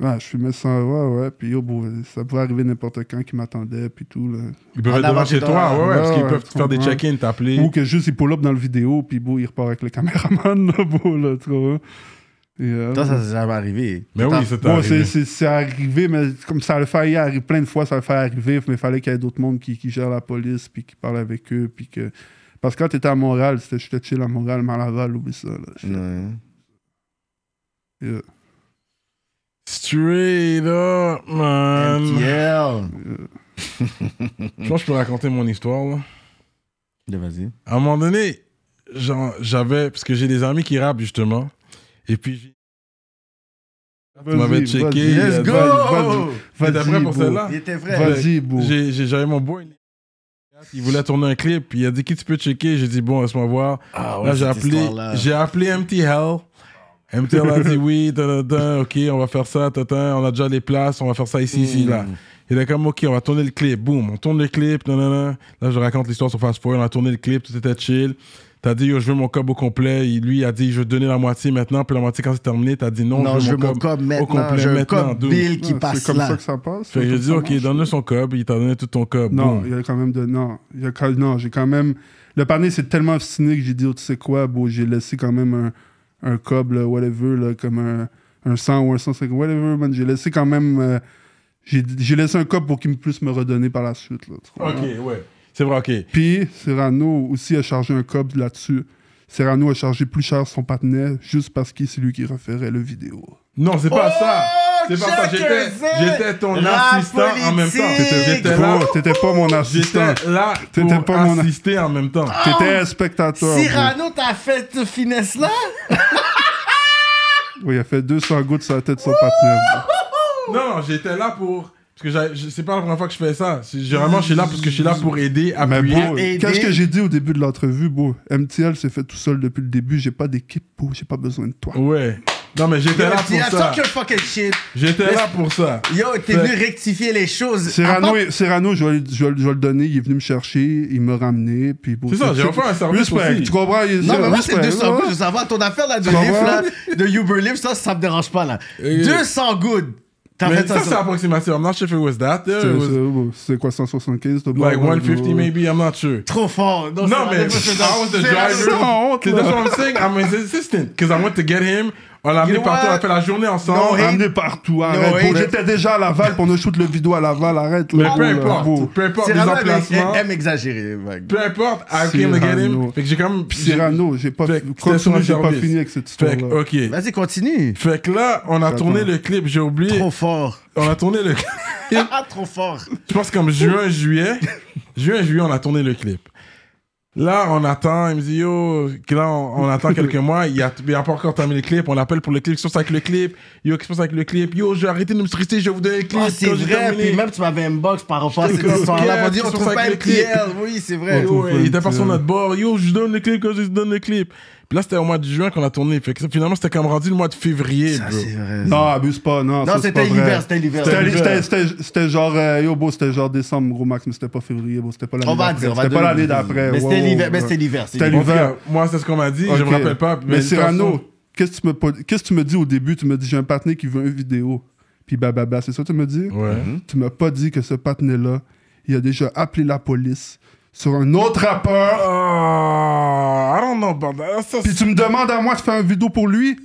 Ouais, Ah, je fumais ça, ouais, ouais. Puis yo, bon, ça pouvait arriver n'importe quand qui m'attendait, puis tout. Là.
Ils peuvent
En
être devant
avant,
chez
t'es
toi, ouais,
dans-
ouais, parce
Ouais,
qu'ils
ouais,
peuvent
tu
faire des
comprends.
check-ins, t'appeler.
Ou que juste il pull up dans le vidéo, puis bon, il repart avec le caméraman, là, bon, là, tu vois. Et, euh,
Toi,
Mm.
ça s'est jamais arrivé.
Mais
T'as-
oui, c'est
bon,
arrivé.
c'est- c'est c'est arrivé, mais comme ça le fait arriver, plein de fois, ça le fait arriver, mais il fallait qu'il y ait d'autres mondes qui, qui gèrent la police, puis qui parlent avec eux, puis que. Parce que quand t'étais à Montréal, c'était j'étais chill à Montréal, mais à Laval, oublie ça, là. J'étais-
Ouais.
Yeah.
Straight up, man.
MTL.
Je pense que je peux raconter mon histoire, là.
Vas-y.
À un moment donné, genre, j'avais. Parce que j'ai des amis qui rappent, justement. Et puis, j'ai-
Vas-y,
m'avais
vas-y,
checké,
vas-y,
let's
vas-y,
go! T'es
vas-y, vas-y,
prêt pour
beau.
celle-là?
Il était vrai.
Vas-y, beau.
J'ai- j'ai- J'avais mon boy. Il voulait tourner un clip. puis Il a dit qui tu peux checker. J'ai dit bon, laisse-moi voir.
Ah
là, j'ai
cette
appelé,
histoire-là.
j'ai appelé MT Hell. MT Hell a dit oui, da, da, da, ok, on va faire ça, ta, ta, on a déjà les places, on va faire ça ici,
Mm.
ici, là. Il est comme ok, on va tourner le clip. Boum, on tourne le clip. nan, nan, nan. Là, je raconte l'histoire sur Fast Forward. On a tourné le clip, tout était chill. T'as dit, yo, je veux mon cob au complet. Il- lui, il a dit, je vais te donner la moitié maintenant. Puis la moitié, quand c'est terminé, t'as dit, non,
Non, je veux mon cob
au
maintenant.
complet
Je veux un
maintenant.
cob
dude.
Bill qui
Ouais,
passe
C'est comme ça
là. Oh,
que ça passe.
Fait que
c'est
j'ai
comme
dit,
ça
ok,
marche.
donne-le son cob, il t'a donné tout ton cob.
Non,
Boum.
il y a quand même de. Non, il y a quand- non j'ai quand même. Le panier, c'est tellement obstiné que j'ai dit, oh, tu sais quoi, beau, j'ai laissé quand même un, un cob, là, whatever, là, comme un, un 100 ou un 150, whatever, man. J'ai laissé quand même. euh, j'ai j'ai laissé un cob pour qu'il me puisse me redonner par la suite, là. tu comprends?
Ok, ouais. C'est vrai, ok.
Puis, Serrano aussi a chargé un cob là-dessus. Serrano a chargé plus cher son partenaire juste parce que c'est lui qui referait le vidéo.
Non, c'est
Oh!
pas ça. C'est pas ça.
check
J'étais,
it.
j'étais ton
La
assistant en même temps.
politique.
T'étais
J'étais
pas-
là.
t'étais pas mon assistant.
J'étais là
Ah, T'étais
pour
pas mon- Ah,
assister en même temps.
T'étais un spectateur. bro.
Cyrano, t'as fait cette finesse-là?
Oui, il a fait 200 gouttes sur la tête de son partenaire. bro. oh.
Non, non, j'étais là pour. Parce que j'avais- je- c'est pas la première fois que je fais ça. C'est- Généralement, je suis là parce que je suis là pour aider,
Ah, Mais
appuyer.
bon,
aider.
qu'est-ce que j'ai dit au début de l'entrevue, beau MTL s'est fait tout seul depuis le début, j'ai pas d'équipe, beau, j'ai pas besoin de toi.
Ouais. Non, mais j'étais là
Yo,
pour ça.
talk your fucking shit.
J'étais là pour ça.
Yo, t'es
Fait-
venu rectifier les choses. À
Serrano,
part-
Serrano je, vais, le- je, vais, le- je vais le donner, il est venu me chercher, il m'a ramené, puis beau,
C'est ça, j'ai
check-
offert un service
Respect,
aussi.
tu comprends? il-
Non, mais moi, c'est
respect,
200
ouais.
gouttes. Je veux savoir, ton affaire là, de
Tu
livre,
comprends?
là, de Uber Live, ça, ça me dérange pas, là. 200 gouttes. T'as
Mais
fait
ça,
ça,
c'est
ça.
approximatif. I'm not sure if it was that.
C'est-
It was
c'est- beau, C'est quoi, 175? t'as
like
beau,
150
beau.
maybe, I'm not sure.
Trop fort.
No, man. I was the driver.
honte,
That's
là.
what I'm saying. I'm his assistant. Because I went to get him. On l'a
You
amené
know
partout. On
what?
a fait la journée
No
ensemble.
hate.
Amené partout, arrête.
hate.
beau, J'étais déjà à Laval pour ne shoot le vidéo à Laval, arrête.
Mais
là,
peu
beau, là,
importe.
beau.
Peu importe les
Cyrano avec-
emplacements.
aime exagérer. mec.
Peu importe. I came to get him.
Cyrano.
Fait que j'ai quand même.
Puis Cyrano, j'ai pas,
Fait que c'était sur un
continue, j'ai pas
service.
fini avec cette
Fait que, euh,
histoire-là.
ok.
Vas-y, continue.
Fait que là, on a tourné le clip. J'ai oublié.
Trop fort.
On a tourné le clip.
Ah, trop fort.
Je pense comme juin, juillet. juin, juillet, on a tourné le clip. Là, on attend, il me dit, yo, que là, on, on attend quelques mois, il a, il a pas encore terminé le clip, on l'appelle pour le clip, qu'est-ce qui se passe avec le clip, yo, qu'est-ce qui se passe avec le clip, yo, j'ai arrêté de me stresser, je vais vous donner le clip.
Ah, c'est
quand j'ai
vrai.
terminé.
Puis même, tu m'avais inbox par rapport à
J'étais
cette
comme,
histoire-là.
ok,
pour dire, on
sur
trouve
ça
pas
avec le clip.
MTL. Oui, c'est vrai.
Yo,
trouve
il était
pas
pas sur
une-
notre bord, yo, je donne le clip, quand je donne le clip. Puis là, c'était au mois de juin qu'on a tourné, fait que ça, finalement, c'était comme rendu le mois de février,
Ça,
bro.
c'est vrai.
Non, abuse pas, non. ça,
Non,
c'est
c'était
pas vrai.
l'hiver, c'était l'hiver.
C'était-
l'hiver.
C'était c'était- c'était genre, euh, yo, beau, c'était genre décembre, gros max, mais c'était pas février, beau, c'était pas l'année
On va
d'après.
dire, on va
C'était pas
donner-
l'année d'après.
Mais
ouais,
c'était
ouais,
l'hiver,
ouais.
mais c'était l'hiver. c'est
C'était
l'hiver.
En tout cas, moi, c'est ce qu'on m'a dit, je
Ok.
me rappelle pas.
Mais
de toute façon-
Cyrano, qu'est-ce que tu me pas- qu'est-ce que tu me dis au début? Tu me dis, j'ai un partenaire qui veut une vidéo. Puis bababa, c'est ça que tu me dis? Hmm?
Ouais.
Tu m'as pas dit que ce partenaire-là, il a déjà appelé la police sur un autre rappeur.
Ah, I don't know about that. Ça,
Puis tu me demandes à moi de faire une vidéo pour lui?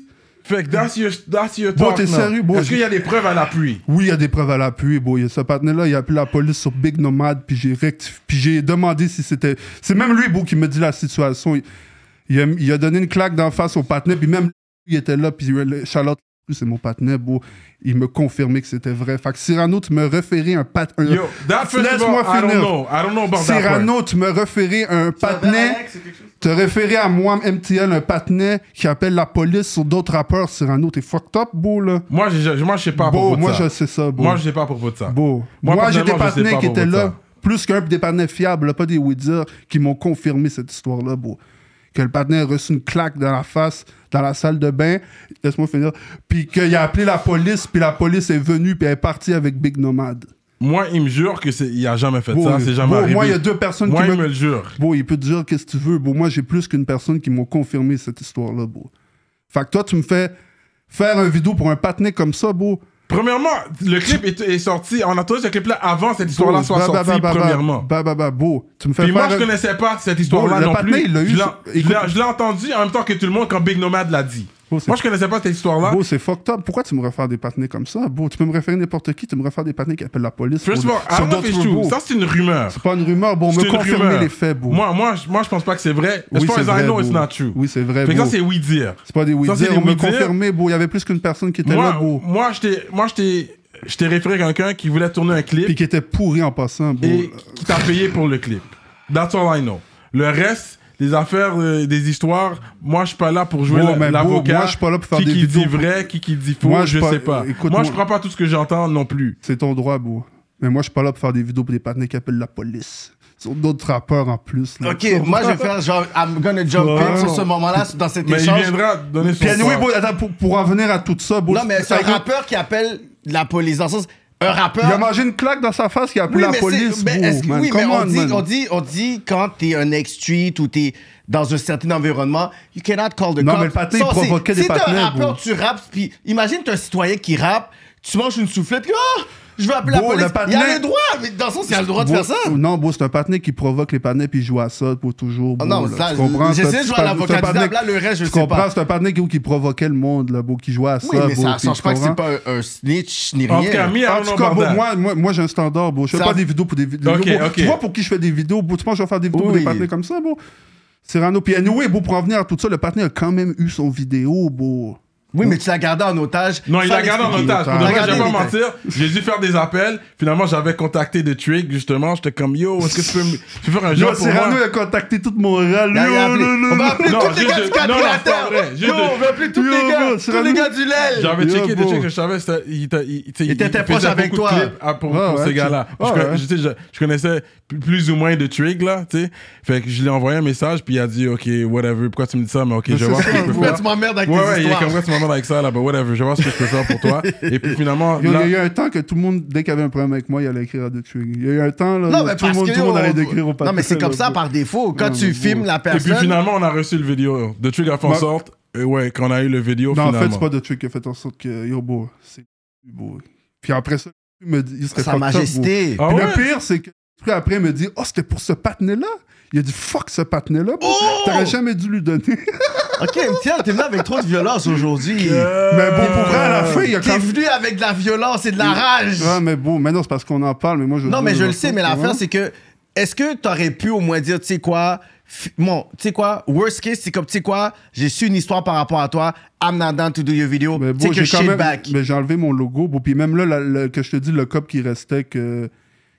Fait que that's your, that's your
Bon,
talk,
t'es
là.
sérieux, bon,
Est-ce qu'il y a des preuves à l'appui?
Oui, il y a des preuves à l'appui. Bon, il y a ce partenaire-là, il a appelé la police sur Big Nomad, puis j'ai rectif- puis j'ai demandé si c'était. C'est même lui, Beau, qui me dit la situation. Il, il a, il a donné une claque d'en face au partenaire, puis même lui, il était là, puis le- Charlotte, c'est mon partenaire, Beau, il me confirmait que c'était vrai. Fait que Cyrano, tu me référé un partenaire.
Yo, that festival,
Laisse-moi
I don't
finir.
know. I don't know about that part.
Cyrano, tu me référé un partenaire. Tu référé à moi, MTL, un partenaire qui appelle la police sur d'autres rappeurs. Cyrano, t'es fucked up, Beau, là.
Moi, j'ai- moi, je sais pas à
Beau,
propos de
moi,
ça.
je sais ça, Beau.
Moi, je sais pas à propos de ça.
Beau.
Moi,
Moi, j'ai des
personnellement, je sais
partenaires
pas
qui
pour
étaient
votre
là,
sœur.
plus qu'un, puis des partenaires fiables, là, pas des Wizards, qui m'ont confirmé cette histoire-là, beau. Que le partenaire a reçu une claque dans la face, dans la salle de bain, laisse-moi finir, puis qu'il a appelé la police, puis la police est venue, puis elle est partie avec Big Nomad.
Moi, il me jure que c'est, il a jamais fait
Beau,
ça, c'est jamais
beau,
arrivé.
moi, il y a deux personnes
Moi,
qui
il
me-
me le jure.
Bon, il peut te dire qu'est-ce que tu veux, beau. Moi, j'ai plus qu'une personne qui m'ont confirmé cette histoire-là, beau. Fait que toi, tu me fais faire un vidéo pour un partenaire comme ça, beau.
Premièrement, le clip est, est sorti, on a tourné ce clip-là avant cette histoire-là soit
Bah, bah,
sortie,
bah, bah, bah,
premièrement.
Bah, bah, bah, beau. Tu me fais
Puis moi,
faire
je
un-
connaissais pas cette histoire-là
le
non
patin,
plus.
il l'a eu
Je l'ai-
sur-
je l'ai-
écoute-
je l'ai entendu en même temps que tout le monde quand Big Nomad l'a dit.
Beau, c'est-
Moi, je connaissais pas cette histoire-là.
Bro, c'est fucked up. Pourquoi tu me refais des partenaires comme ça, bro? Tu peux me référer n'importe qui, tu me refais des partenaires qui appellent la police.
First of
bro.
all, I
Sur
don't know if
d'autres
it's true.
bro.
Ça, c'est une rumeur.
C'est pas une rumeur, bon,
C'est
me
une
confirmer
rumeur.
les faits, bro.
Moi, moi, je- moi, je pense pas que c'est vrai. As
Oui,
far
c'est
as
vrai,
I know,
bro.
it's not true.
Oui, c'est vrai,
Fait que ça,
bro.
c'est oui dire.
C'est pas des oui
Ça, c'est
dire,
des
on me
oui dire.
confirmait, bro. Il y avait plus qu'une personne qui était là,
Moi,
bro.
moi, je t'ai, moi, je t'ai je t'ai référé à quelqu'un qui voulait tourner un clip
Puis qui était pourri en passant, bro.
et qui t'a payé pour le clip. That's all I know. Le reste, les affaires, euh, des histoires, moi, je suis pas là pour jouer
Bro,
la-
mais bro,
l'avocat.
moi, je suis pas là pour faire
qui
des
qui dit
vidéos pour-
vrai, qui qui dit faux,
Moi, je
je,
suis pas-
sais pas.
écoute,
moi, je
moi-
prends pas tout ce que j'entends non plus.
C'est ton droit, bro. Mais moi, je suis pas là pour faire des vidéos pour des patinets qui appellent la police. Ils sont d'autres rappeurs en plus. là.
Ok, moi je vais faire genre, I'm gonna jump in
Ouais.
sur ce moment-là, dans cet
Mais il
échange.
viendra donner son
Puis anyway,
sens.
bro, attends, Ah. pour, pour en venir à tout ça, bro.
Non, mais c'est un
t'as-
rappeur qui appelle la police. Dans le sens, un rappeur.
Il a mangé une claque dans sa face qui a appelé
Oui,
la
mais c'est-
police.
mais
bro,
est-ce que-
man.
oui, mais
Come
on
on,
dit,
man.
on, dit, on dit quand t'es un ex-street ou t'es dans un certain environnement, you cannot call the
Non,
cops.
mais le patin, il
Ça, c'est-
provoquait des
si t'es
patinets,
un rappeur,
bro.
tu rappes, puis imagine t'es un citoyen qui rappe, tu manges une soufflette, puis ah, je vais appeler
Bro, le
la police. Il
patinet-
a le droit, mais dans le sens, il a le droit de
Bro,
faire ça.
Non, bro, c'est un patinet qui provoque les patinets puis il joue à ça pour toujours.
Ah
bro,
non,
là.
ça,
Tu comprends?
j'essaie
C'est un-
de jouer
c'est
à
un-
l'avocat
c'est un
du
patinet-
diable, là, le reste, je
tu
sais pas.
comprends? C'est un patinet qui, qui provoquait le monde, là, bro, qui joue à ça.
Oui, mais
bro,
ça
puis
change
tu
pas que
comprends?
c'est pas un, un snitch ni
En
rien.
tout cas, mis à
En tout cas, bro, moi, moi, moi j'ai un standard, bro. Je fais
Ça-
pas des vidéos pour des vidéos.
Ok,
bro.
ok.
Tu vois pour qui je fais des vidéos, bro? Tu penses que je vais faire des vidéos pour
Oui.
des partenaires comme ça, bro? Cyrano. Puis anyway, bro, pour en venir à tout ça, le partenaire a quand même eu son vidéo, bro.
Oui, mais tu l'as gardé en otage.
Non, il
Sans
la garde en
l'expliquer.
otage. Pour de
Il
vrai, je
l'a
vais
gardé
pas
en otage.
mentir. J'ai dû faire des appels. Finalement, j'avais contacté The Trick, justement. J'étais comme, yo, est-ce que tu peux, me- tu peux faire un
Yo,
genre pour
Cyrano, il
moi?
a contacté toute mon râle.
Il a- il a appelé. On va appeler
Non,
tous les
j'ai
gars
de- non, non, c'est
du
pas
quadrilatère.
vrai, j'ai
Yo,
de-
on va appeler tous
Yo,
les
bro,
gars.
c'est
Tous les
Rami.
gars du LEL.
J'avais
Yeah,
checké The
bro.
Trick, je savais, c'était- il t'a- il- tu sais, il-
était
il faisait
proche avec
beaucoup de
toi.
clips à- pour,
Ah
pour
ouais,
ces
tu-
gars-là.
ah
je,
ouais.
connais- je sais, je- je connaissais plus- plus ou moins The Trick, là, tu sais. Fait que je lui ai envoyé un message, puis il a dit, OK, whatever, pourquoi tu me dis ça? Mais OK, je
c'est
vais voir ce que
ça,
je peux
bro.
faire.
Tu m'emmerdes avec
Ouais,
tes
ouais, il est
histoires.
comme ça, tu m'emmerdes avec ça, là, bah, whatever, je vais voir ce que je peux faire pour toi. Et puis finalement,
Yo, Il y
là-
a eu un temps que tout le monde, dès qu'il y avait un problème avec moi, il allait écrire à The Twig. Il y a eu un temps, là,
Non,
où
mais
tout, le
parce
monde,
que
tout le monde
on-
allait décrire au
Non, mais c'est
partenaire,
comme ça
bro.
par défaut. Quand
Non,
tu
mais
filmes
bon.
la
Et puis
personne.
finalement, on a reçu le vidéo. The Trick a fait en
Bah-
sorte, euh, ouais, qu'on a eu le vidéo
Non, en
finalement.
fait, c'est pas The Twig qui a fait en sorte que, yo, bro, c'est bro. Puis après ça, il me dit, il serait
Sa
fucked up, bro.
majesté.
Ah
Puis
ouais?
le pire, c'est que après, après, il me dit Oh, c'était pour ce patinet-là. Il a dit Fuck ce patinet-là. bro.
Oh!
T'aurais jamais dû lui donner.
Euh,
Ok, tiens, t'es venu avec trop de violence aujourd'hui. Euh,
mais bon, pour vrai, à la fin, il y a Ah,
T'es
quand même.
venu avec de la violence et de la rage.
Ouais, mais bon, maintenant, c'est parce qu'on en parle, mais moi, je.
Non, mais je le sais, mais l'affaire,
fin
c'est que. Est-ce que t'aurais pu au moins dire, tu sais quoi, fi- bon, tu sais quoi, worst case, c'est comme, tu sais quoi, j'ai su une histoire par rapport à toi, I'm not down to do your video,
Mais
take
bon,
your
j'ai quand
shit
même.
back.
Mais j'ai enlevé mon logo. Bon, puis même là, la- le- que je te dis, le cop qui restait, que,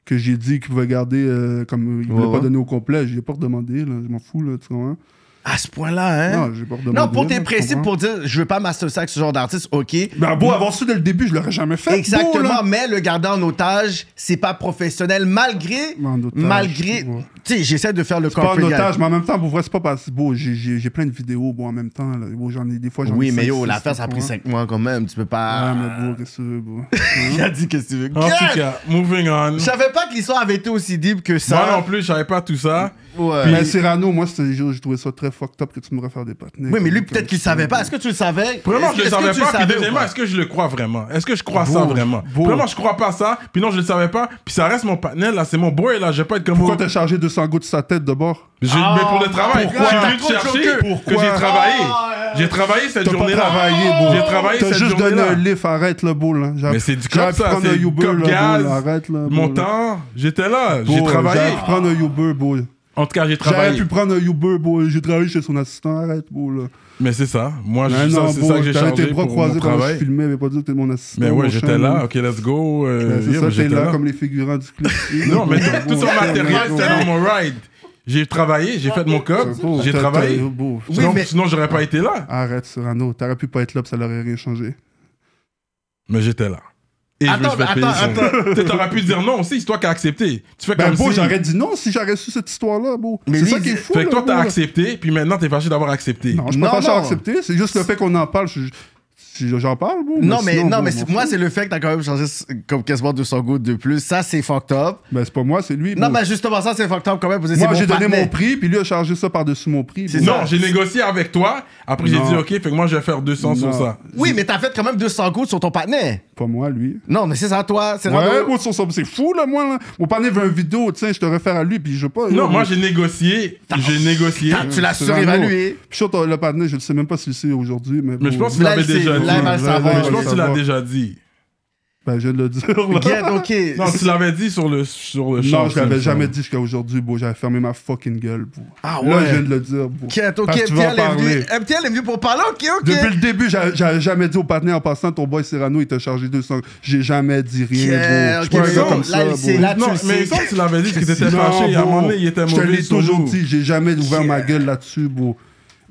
que j'ai dit qu'il pouvait garder, euh, comme il voulait
Ouais,
pas
ouais.
donner au complet, j'ai pas redemandé, là. Je m'en fous, là, tu comprends.
À ce point-là, hein?
Non, j'ai pas redemandé.
Non, pour
là,
tes
tu
principes,
comprends.
pour dire, je veux pas m'associer avec ce genre d'artiste, ok.
Ben, bon, avant ça, dès le début, je l'aurais jamais fait. beau,
Exactement,
là.
mais le garder en otage, c'est pas professionnel, malgré,
En otage,
malgré,
ouais.
tu sais, j'essaie de faire le
pas en
corporate.
otage, mais en même temps, pour vrai, c'est pas parce beau. J'ai- J'ai j'ai plein de vidéos, bon, en même temps. là. Bon, j'en ai des fois. j'en ai
Oui, mais
cinq,
yo,
six,
l'affaire,
tu
ça a pris
comprends?
5 mois quand même, tu peux pas...
Ouais, mais bon, qu'est-ce que tu veux, bon.
Il a dit qu'est-ce que tu veux.
Ah. En
Yes!
tout cas, moving on.
Je savais pas que l'histoire avait été aussi deep que ça.
Moi non plus, je savais pas tout ça.
Ouais.
mais Cyrano, moi, c'était- j'ai j'ai trouvé ça très fucked up que tu me refais des patinets.
oui, mais lui, peut-être qu'il savait pas. Est-ce que tu le savais?
Premièrement,
Est-ce
je
que-
le savais
est-ce que tu
pas. Puis
savais ou
deuxièmement,
pas?
est-ce que je le crois vraiment Est-ce que je crois ça
Beau,
vraiment
beau.
Premièrement, je crois pas ça. Puis non, je le savais pas. Puis ça reste mon panel là, c'est mon boy là. Je vais pas être comme
Pourquoi
vous.
t'as chargé 200 gouttes de sa tête de bord
Je-
Ah,
mais pour le travail,
pourquoi?
j'ai venu te
Trop
chercher
choqué.
que
Pourquoi?
j'ai travaillé.
Ah,
J'ai travaillé cette
T'as pas
journée-là.
travaillé, bro.
J'ai travaillé
T'as
cette
juste donné
journée-là.
un lift, arrête le beau, là. J'aurais-
Mais c'est du
j'aurais
comme
pu
ça,
prendre
c'est
un
du
Uber, là,
comme
beau,
gaz.
là, arrête, là, beau,
Mon
là.
temps, j'étais là, j'ai
Beau,
travaillé.
J'aurais pu prendre un Uber, beau.
En tout cas, j'ai
J'aurais
travaillé.
pu prendre un Uber, beau. J'ai travaillé chez son assistant, arrête, beau, là.
Mais c'est ça. Moi, je
Non,
suis ça,
non,
c'est
beau,
ça que j'ai
t'avais tes
chargé
bras
pour mon
croisés quand je
travail.
filmais, mais pas dire que t'es mon assistant.
Mais
mon
ouais, j'étais
chien,
là, ok, let's go. euh,
Ben, c'est
yeah,
ça,
mais
t'es
j'étais
là, comme les figurants du club.
Non, mais tout- tout son
Ouais,
matériel,
ouais,
c'était
ouais.
dans mon ride. J'ai travaillé, j'ai fait mon cop,
C'est beau,
j'ai
t'as-
travaillé.
t'as- beau.
Oui,
Sinon,
mais-
sinon j'aurais pas été là.
Arrête, Cyrano, t'aurais pu pas être là, puis ça l'aurait rien changé.
Mais j'étais là. Et je me
Attends,
suis fait payer
attends,
son- Tu sais, T'aurais pu dire non aussi, c'est toi qui as accepté. Tu fais
Ben,
comme
beau,
si...
j'aurais dit non si j'aurais su cette histoire-là, beau.
Mais
C'est
lui,
ça
il
qui est
dit-
fou.
Fait
là,
que toi,
beau,
t'as
là.
accepté, puis maintenant, t'es fâché d'avoir accepté.
Non, je suis
Non,
pas fâché à
non.
accepter, c'est juste le fait qu'on en parle. je- je- je- J'en parle, beau.
Non, mais,
sinon,
non,
beau,
mais
m'en
c'est-
fous.
moi, c'est le fait que t'as quand même changé s- comme quasiment 200 gouttes de plus. Ça, c'est fucked up.
Ben, c'est pas moi, c'est lui.
Non,
beau.
mais justement, ça, c'est fucked up quand même. parce que c'est
Moi, j'ai donné
partenaire.
mon prix, puis lui a chargé ça par-dessus mon prix.
C'est
beau.
ça.
Non, j'ai négocié avec toi. Après, j'ai
Non.
dit, OK, fait que moi, je vais faire 200 sur
Non.
ça.
Oui, mais t'as fait quand même 200 gouttes sur ton partenaire.
Pas moi, lui.
Non, mais c'est ça, toi. C'est
Ouais,
Rando.
beau, c'est- c'est fou, là, moi, là. Mon panier veut une vidéo, tiens, je te réfère à lui, puis je veux pas. euh,
Non,
là,
moi,
beau.
j'ai négocié. J'ai négocié.
Ah, tu l'as
Cyrano.
surévalué.
Je suis sûr, que le partenaire, je ne sais même pas s'il sait aujourd'hui, mais.
Mais je
beau.
pense que tu
Là,
l'avais
il sait.
déjà dit.
Là, il va le
Mais
savoir.
Je pense que tu l'as déjà dit.
Ben, je viens de le dire, là.
Get, ok.
Non, tu l'avais dit sur le, sur le
Non,
champ,
je l'avais
ça,
jamais
ça.
dit jusqu'à aujourd'hui, bro. J'avais fermé ma fucking gueule, bro.
Ah
Là,
ouais.
je viens de le dire, bro.
Get, ok.
Parce que tu vas en
MTL est
parler.
venu. MTL est venu pour parler, ok, ok.
Depuis le début, j'a- j'avais jamais dit au partenaire en passant, ton boy Cyrano, il t'a chargé 200. J'ai jamais dit rien,
Yeah,
bro. Je suis
ok,
pas
bon,
un gars comme
là,
ça,
il
bro.
s'est- là, Ah, tu
Non,
le
mais
sais.
il semble que tu l'avais dit que t'étais
Non,
fâché. À un
bro.
moment donné, il était
Je te
mauvais
l'ai
sur
toujours
nous.
dit, j'ai jamais ouvert
Yeah.
ma gueule là-dessus, bro.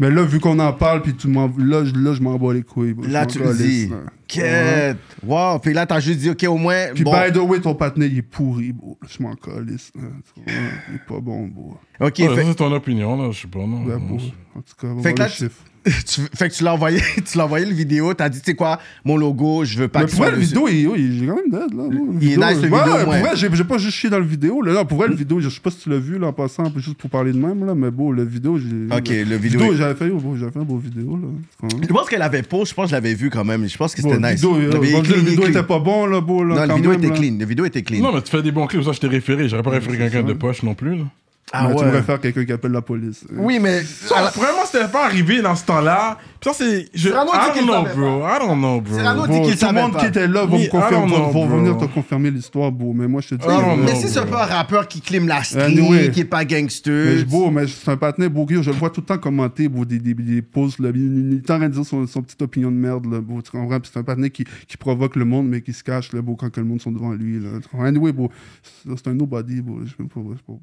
Mais là, vu qu'on en parle, puis tu m'en... Là, je- là, je m'en bats les couilles, bro.
Là,
Je
tu
m'en
le
calisse,
dis.
là.
Get. Wow. Puis là, t'as juste dit, ok, au moins.
Uh-huh. Puis ben,
bon.
by the way, ton partenaire, il est pourri, bro. Je m'en calisse. là. Tu comprends? Il est pas bon, bro.
Ok.
euh.
Ouais,
fait-
ça, c'est ton opinion, là. Je sais pas, non.
Ouais,
non,
bro.
c'est-
En tout cas, on va voir
Fait que
les
là, tu-
chiffres.
tu, fait que tu l'as envoyé, tu l'as envoyé le vidéo, t'as dit, tu sais quoi, mon logo, je veux pas
Mais
que
pour vrai,
soit
le
dessus.
vidéo, il, oui, il est quand même dead, là. là. Le
Il est nice, le vidéo,
Ouais, pour
ouais.
vrai, j'ai j'ai pas juste chié dans le vidéo. Là, non, pour vrai, le vidéo, je sais pas si tu l'as vu, là, en passant, un peu juste pour parler de même, là, mais bon, le vidéo, j'ai...
Ok, le vidéo.
vidéo, j'avais fait, oh, bon, j'avais fait un beau vidéo, là. Tu comprends?
Je pense qu'elle avait pas, je pense que je l'avais vu quand même, je pense que c'était
Bon,
nice.
vidéo,
Non,
euh,
mais il est
bon,
clean,
le
il est
vidéo
clean.
était pas bon, là, bon, là,
euh, Non,
quand
la vidéo
même,
était
là.
clean, la vidéo était clean.
Non, mais tu fais des bons clips. Ça, je t'ai référé. J'aurais pas référé quelqu'un de poche non plus, là.
ah
Mais Tu
ouais.
pourrais faire quelqu'un qui appelle la police.
Oui, mais
Ça, vraiment, c'était pas arrivé dans ce temps-là. Puis ça, c'est. Je... I
Cyrano dit
don't
qu'il
know,
savait
bro. I don't know, bro.
Cyrano dit
Bon,
qu'il
tout le
savait
monde
pas.
qui était là va
Oui,
me confirmer,
I don't know,
vont
bro.
venir te confirmer l'histoire, beau. Mais moi, je te dis.
I don't
euh,
mais
non,
si c'est
bro.
pas un rappeur qui clime la street,
Anyway.
qui est pas
Mais
gangster.
je- beau, mais c'est un partenaire, beau gars, je le vois tout le temps commenter, beau, des, des, des posts, là, il, il- il est en train de dire son, son petite opinion de merde, là, beau, tu comprends? Puis c'est un partenaire qui, qui provoque le monde, mais qui se cache, là, beau, quand que le monde sont devant lui, là. tu comprends? Anyway, beau, c'est c'est un nobody, beau, je sais pas, je sais pas.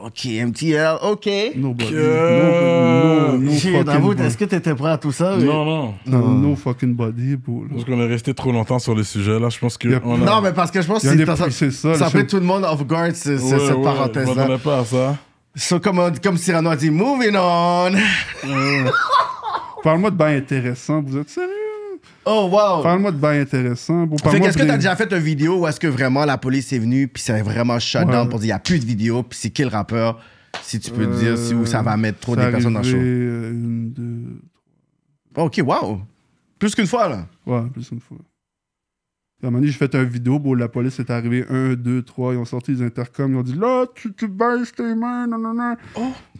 Ok, MTL, ok.
Nobody.
Que-
No, no, no
Shit,
fucking
Daoud,
body.
est-ce que t'étais prêt à tout ça? oui?
Non, non.
No, no fucking body, beau, là.
Parce qu'on est resté trop longtemps sur le sujet, là. Je pense que.
Yep.
on a-
Non, mais parce que je pense
Il y
que
en
c'est-
a
ça,
plus, c'est ça,
ça
le
fait
show.
tout le monde off guard, ce- ce-
Ouais,
cette
ouais, Je
parenthèse-là.
m'attendais pas à ça.
So, comme, on- comme Cyrano a dit, moving on.
Parle-moi de bain intéressant, vous êtes sérieux?
Oh, wow.
Parle-moi de bain intéressant, beau,
Fait
parle-moi
qu'est-ce que
des-
t'as déjà fait une vidéo où est-ce que vraiment la police est venue puis c'est vraiment shut down pour dire il n'y a plus de vidéo puis c'est qui le rappeur si tu peux te dire si, où ça va mettre trop des
C'est
personnes dans le show.
arrivé, euh, une, deux,
Ok, wow. Plus qu'une fois là.
Ouais, plus une fois. Puis À un moment donné, j'ai fait un vidéo, bon, la police est arrivée, un, deux, trois, ils ont sorti les intercoms, ils ont dit « Là, tu, tu baisses tes mains, non, non, non.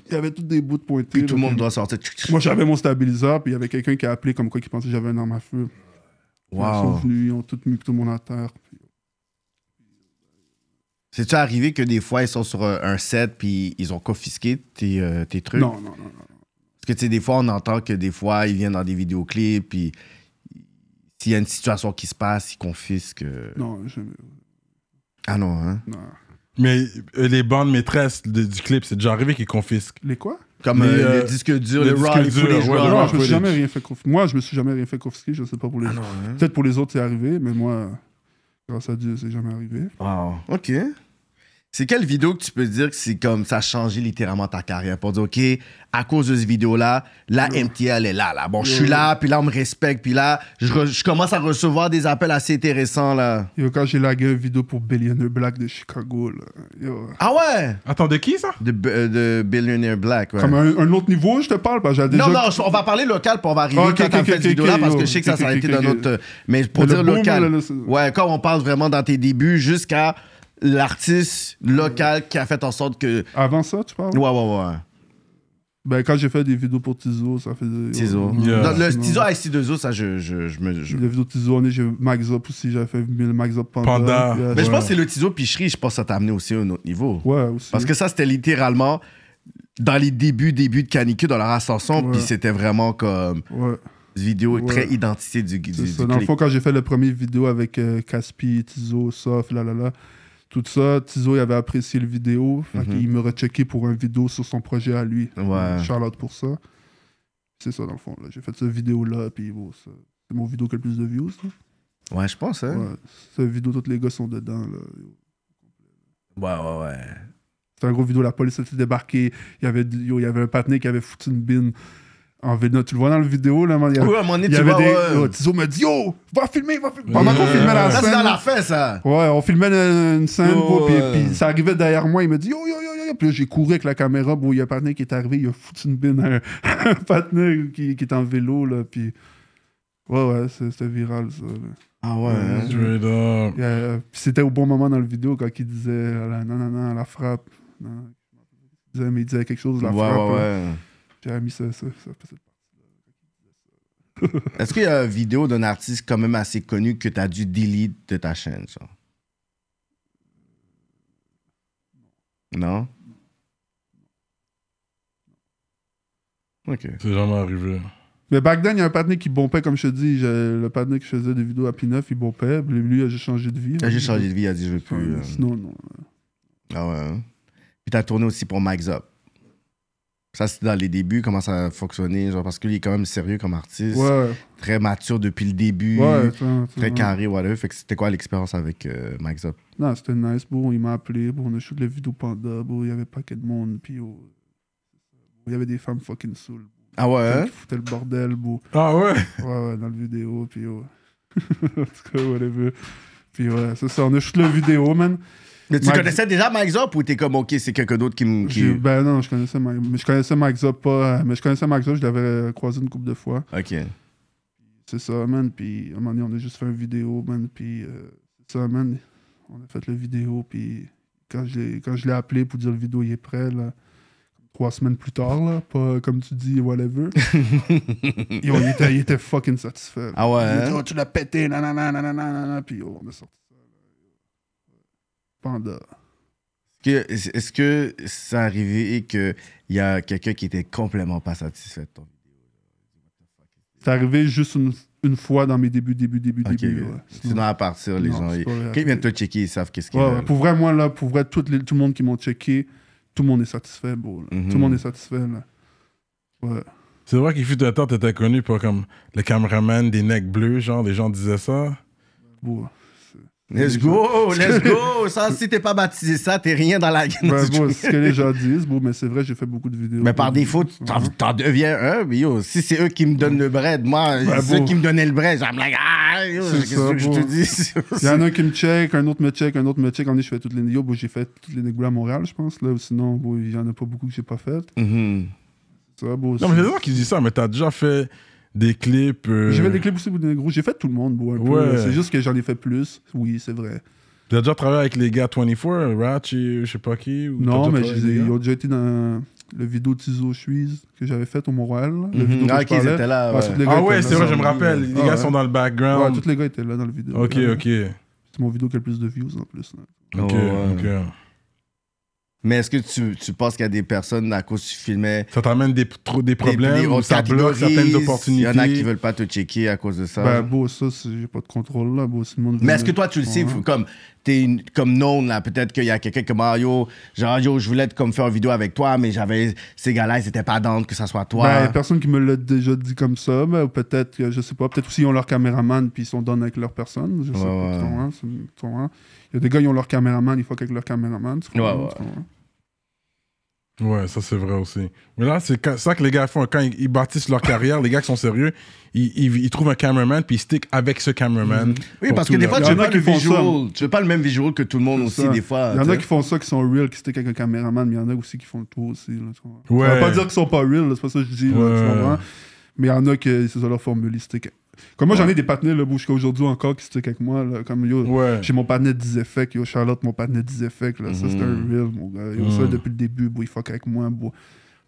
Il y avait tous des bouts de pointés.
Puis
là,
Oh! tout le monde
puis-
doit sortir.
Moi, j'avais mon stabiliseur, puis il y avait quelqu'un qui a appelé comme quoi qui pensait que j'avais une arme à feu. Ils sont
Wow.
venus, ils ont tout mis tout le monde à terre. puis-
C'est-tu arrivé que des fois ils sont sur euh, un set puis ils ont confisqué tes, euh, tes trucs?
Non, non, non, non.
Parce que tu sais, des fois on entend que des fois ils viennent dans des vidéoclips puis s'il y a une situation qui se passe, ils confisquent. euh.
Non, jamais.
Ah non, hein?
Non.
Mais euh, les bandes maîtresses de- du clip, c'est déjà arrivé qu'ils confisquent.
Les quoi?
Comme
Les,
euh, le
euh,
disque dur,
le
le,
disque
raw, les
dur,
footage
ouais, le
raw.
raw.
Non, je me suis
Footage.
jamais rien fait confisquer. Moi, je me suis jamais rien fait confisquer, je sais pas pour les
Ah non,
autres.
hein?
Peut-être pour les autres, c'est arrivé, mais moi, grâce à Dieu, c'est jamais arrivé.
Wow. OK. C'est quelle vidéo que tu peux dire que c'est comme ça a changé littéralement ta carrière pour dire, OK, à cause de cette vidéo-là, la MTL est là, là. Bon, je suis là, puis là, on me respecte, puis là, je, re- je commence à recevoir des appels assez intéressants, là.
Yo, quand j'ai lagué une vidéo pour Billionaire Black de Chicago, là, yo.
Ah ouais?
Attends, de qui, ça
De, B- euh, de Billionaire Black, ouais.
Comme un, un autre niveau, je te parle, parce que j'ai déjà...
Non, non, je- on va parler local, puis on va arriver
Ah, ok,
quand t'as
ok,
fait
ok,
cette vidéo-là,
ok,
parce
yo.
que je sais que ça,
Ok,
ça a
ok,
été
ok,
dans
ok.
notre... Mais pour
Mais le
dire
boom,
local,
là, là, c'est-
ouais, quand on parle vraiment dans tes débuts, jusqu'à l'artiste local qui a fait en sorte que...
Avant ça, tu parles?
Ouais, ouais, ouais.
Ben, quand j'ai fait des vidéos pour Tizo, ça faisait...
Tizo.
Yeah.
Non, le
Sinon,
Tizo avec T2O, ça, je, je, je me. je-
Les vidéos de Tizo, on est- j'ai Max Up aussi, j'avais fait mille Max Up Panda.
Panda.
puis, euh,
Mais je
Ouais.
pense que c'est le Tizo Picherie, je pense que ça t'a amené aussi à un autre niveau.
Ouais, aussi.
Parce que ça, c'était littéralement dans les débuts, débuts de canicule, dans leur ascension,
Ouais.
puis c'était vraiment comme
Ouais,
une vidéo
Ouais.
très identité du, du,
c'est
du
ça. Dans le
clip.
fond, quand j'ai fait le premier vidéo avec euh, Caspi, Tizo, Sof, là, là, là, tout ça, Tizo, il avait apprécié le vidéo, fait qu'il me recheckait pour un vidéo sur son projet à lui.
Mhm. Ouais.
Charlotte pour ça. C'est ça, dans le fond, là. J'ai fait cette vidéo-là, puis bon, ça- c'est mon vidéo qui a le plus de views, là.
Ouais, je pense, hein.
Ouais, cette vidéo, tous les gars sont dedans. là.
Ouais, Ah ouais, ouais.
C'était un gros vidéo, la police était débarquée. Il y avait, du- yo, il y avait un patiné qui avait foutu une bine en vélo. Tu le vois dans le vidéo, là, man, il y avait,
Ouais, à un moment donné,
il y
tu
avait
vois,
des.
ouais.
oh, Tizo m'a dit Yo, va filmer, va filmer. Pendant qu'on
Yeah.
filmait la scène.
Ça, Ah, c'est dans la fin, ça.
Ouais, on filmait une, une scène,
Oh,
bro, puis-
ouais.
puis ça arrivait derrière moi, il me dit yo, yo, yo, yo, yo. Puis là, j'ai couru avec la caméra, bro, il y a un patiné qui est arrivé, il a foutu une bine à un, à un patiné qui, qui est en vélo, là, puis. Ouais, ouais, c'est- c'était viral, ça. là.
Ah ouais. hein.
Straight up.
Il y a- puis c'était au bon moment dans le vidéo quand il disait euh, la- non, non, non, la frappe. Non. Il hein.
hein.
disait, mais il disait quelque chose, la
Ouais,
frappe.
ouais,
là.
ouais.
J'avais mis ça, ça, ça, ça.
Est-ce qu'il y a une vidéo d'un artiste quand même assez connu que t'as dû delete de ta chaîne, ça? Non? Ok.
C'est jamais arrivé.
Mais back then, il y a un patiné qui bompait, comme je te dis. je- le patiné qui faisait des vidéos à P9, il bompait. Lui, lui, il a juste changé de vie. hein.
T'as juste changé de vie, il a dit je veux plus. euh.
Sinon, non.
Ah ouais. hein? Puis t'as tourné aussi pour Mike's Up. Ça, c'était dans les débuts, comment ça a fonctionné, genre parce qu'il est quand même sérieux comme artiste,
Ouais,
très mature depuis le début,
ouais. Mhm. ça, ça,
très carré, whatever. Fait que c'était quoi l'expérience avec euh, Mike's Up?
Non, c'était nice, bro. Il m'a appelé, bro. On a shooté le vidéo Panda, bro. Il y avait pas que de monde, puis oh, Il y avait des femmes fucking saoules.
Ah ouais? hein?
Qui foutaient le bordel, bro.
Ah ouais?
Ouais, ouais, dans le vidéo, puis ouais. en tout cas, whatever. Puis ouais, c'est ça. On a shooté le vidéo, man.
Mais tu
Mike-
connaissais déjà Mike's Up ou t'es comme ok, c'est quelqu'un d'autre qui me. qui-
J'ai- Ben non, je connaissais Mike, mais je connaissais Mike Zop pas. euh, Mais je connaissais Mike Zop, je l'avais euh, croisé une couple de fois.
Ok.
C'est ça, man. Puis à un moment donné, on a juste fait une vidéo, man. Puis euh, c'est ça, man. On a fait la vidéo. Puis quand je l'ai quand je l'ai appelé pour dire le vidéo, il est prêt, là. Trois semaines plus tard, là. Pas comme tu dis, whatever. Yo, il était, il était fucking satisfait. là.
Ah ouais,
Il
hein?
dit, oh, tu l'as pété, nanana, nanana, nanana. Puis yo, on a sorti ça, là. Panda.
Que- Est-ce est-ce que ça arrivé qu'il y a quelqu'un qui était complètement pas satisfait de ton
C'est arrivé juste une, une fois dans mes débuts, débuts, débuts,
Ok.
débuts. ouais.
Sinon, à partir, les
Non,
gens.
c'est
Ils...
pas vrai.
Quand ils viennent te checker, ils savent qu'est-ce qu'ils
Ouais, ouais,
veulent.
pour vrai, moi, là, pour vrai, tout, les- tout le monde qui m'ont checké, tout le monde est satisfait, bro. là.
Mhm.
Tout le monde est satisfait, là. Ouais.
C'est vrai qu'il fut un temps, t'étais connu pour comme le caméraman des necks bleus, genre, les gens disaient ça.
Bro.
Let's go, let's go. Ça, si t'es pas baptisé ça, t'es rien dans la gueule.
Ben, bro, c'est ce que les gens disent, bro, mais c'est vrai, j'ai fait beaucoup de vidéos.
Mais par défaut, tu t'en- t'en deviens un. Mais yo, si c'est eux qui me donnent le bread, moi,
Ben,
ceux
bon.
qui me donnaient le bread, j'en me like, ah, yo,
C'est
qu'est-ce
ça,
que je te
bon. Il y
dis?
en a un qui me check, un autre me check, un autre me check. En est, je fais toutes les yo, bro, j'ai fait toutes les négos à Montréal, je pense, là. Ou sinon, bro, il y en a pas beaucoup que j'ai pas fait.
Mhm.
Ça, bro,
Non,
c'est-
mais c'est toi qui dis ça, mais t'as déjà fait des clips. euh,
J'ai fait des clips aussi pour des négros. J'ai fait tout le monde, bro, un peu,
Ouais.
là. C'est juste que j'en ai fait plus. Oui, c'est vrai.
T'as déjà travaillé avec les gars 24, Ratchy, je sais pas qui. ou
Non,
t'as déjà
mais
travaillé
je les ai-
avec
ils
des
ont déjà été dans le vidéo de Tizo Suisse que j'avais faite au Montréal. là. Le
Mhm.
vidéo
Ah,
que
ok,
je
ils
parlais.
étaient là, ouais.
tous les
gars.
gars
Ah
étaient
ouais,
là.
c'est vrai, je me
Zombie,
rappelle.
ouais.
Les
Ah
gars
ouais.
sont dans le
Ouais,
background.
tous les gars étaient là dans le vidéo.
Ok,
Ouais.
ok.
C'est mon vidéo qui a le plus de views en plus. là.
Ok,
Oh,
Ouais.
ok.
Mais est-ce que tu, tu penses qu'il y a des personnes à cause que tu filmais
Ça t'amène des, trop- des
des-
problèmes,
des- on
ou ça bloque
catégorise,
certaines opportunités.
Il y en a qui veulent pas te checker à cause de ça.
Ben, beau, ça, c'est- j'ai pas de contrôle là. Beau, si le monde veut
Mais est-ce
me-
que toi, tu le sais,
Ouais.
faut- comme t'es une- comme non, là, peut-être qu'il y a quelqu'un comme ah, yo, genre yo, je voulais te- comme faire une vidéo avec toi, mais j'avais ces gars-là, ils étaient pas dans que ça soit
Ben, y
toi.
a personne qui me l'a déjà dit comme ça. ben, ou peut-être, que, je sais pas, peut-être aussi ils ont leur caméraman puis ils sont donnés avec leur personne. Je sais
Ouais,
pas. hein,
ouais.
tu comprends, c'est- tu comprends. Il y a des gars, ils ont leur caméraman, ils fuck avec leur caméraman. tu comprends,
Ouais, ouais.
tu comprends.
Ouais, ça c'est vrai aussi. Mais là, c'est ca- ça que les gars font. Quand ils, ils bâtissent leur carrière, les gars qui sont sérieux, ils, ils- ils trouvent un cameraman puis ils stick avec ce cameraman.
Mhm.
oui,
pour
parce
tout
que des
leur-
fois,
Il y
tu veux
en a
pas
qui
le
font ça.
visual. Tu veux pas le même visual que tout le monde aussi,
Ça.
des fois.
Il y en
tu
a
sais.
qui font ça, qui sont real, qui stick avec un caméraman, mais il y en a aussi qui font le tour aussi. Là, tu comprends.
Ouais.
Ça veut pas dire qu'ils sont pas real, là, c'est pas ça que je dis. là,
Ouais.
tu comprends. Mais il y en a qui, c'est ça leur formule, ils stick. Comme moi, j'en ai des partenaires là, jusqu'à aujourd'hui encore qui stick avec moi. Là, comme yo,
Ouais.
j'ai mon partenaire 10 effects, yo, Charlotte, mon partenaire 10 effects, là, ça c'est un real, mon gars. Yo, ça, depuis le début, bro, il fuck avec moi, bro.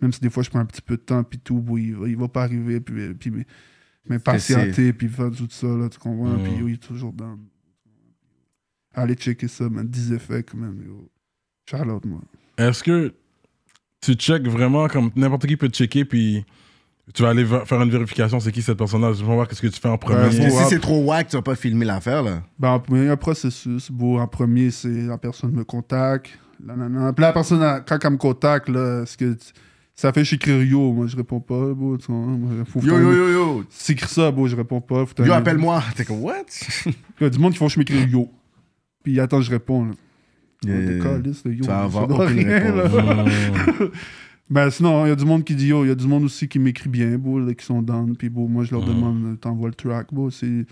Même si des fois je prends un petit peu de temps, puis tout, bro, il, va, il va pas arriver, puis, euh, puis mais- m'impatienter, puis faire tout ça, là, tu comprends, puis yo, il est toujours dans. Allez checker ça, man, 10 effects, man, yo. Charlotte, moi.
Est-ce que tu check vraiment comme n'importe qui peut te checker puis tu vas aller va- faire une vérification c'est qui cette personne-là, je vais voir qu'est-ce que tu fais en premier.
Ouais,
Parce que
Ouais.
si c'est trop wack, tu vas pas filmer l'affaire, là.
Ben, en premier, il y a un processus. Bon, en premier, c'est la personne me contacte. nanana. Puis la personne, elle- quand elle me contacte, là, est-ce que tu- ça fait chez Rio, moi je réponds pas. Bon, tu vois, moi, faut
Yo,
faut-
yo, yo, yo.
C'est écrit ça, bon, je réponds pas. faut-
Yo, appelle-moi. T'es comme, what?
Il y a du monde qui font je m'écris yo. Puis attends, je réponds. Là.
Yeah,
Ouais,
yeah,
t'es
yeah.
caliste, là, yo,
Tu vas
ça
avoir
doit
aucune
rien, là.
réponse.
Ben sinon, il y a du monde qui dit yo, il y a du monde aussi qui m'écrit bien, beau, là, qui sont down, puis beau, moi je leur demande, euh, t'envoies le track, beau, c'est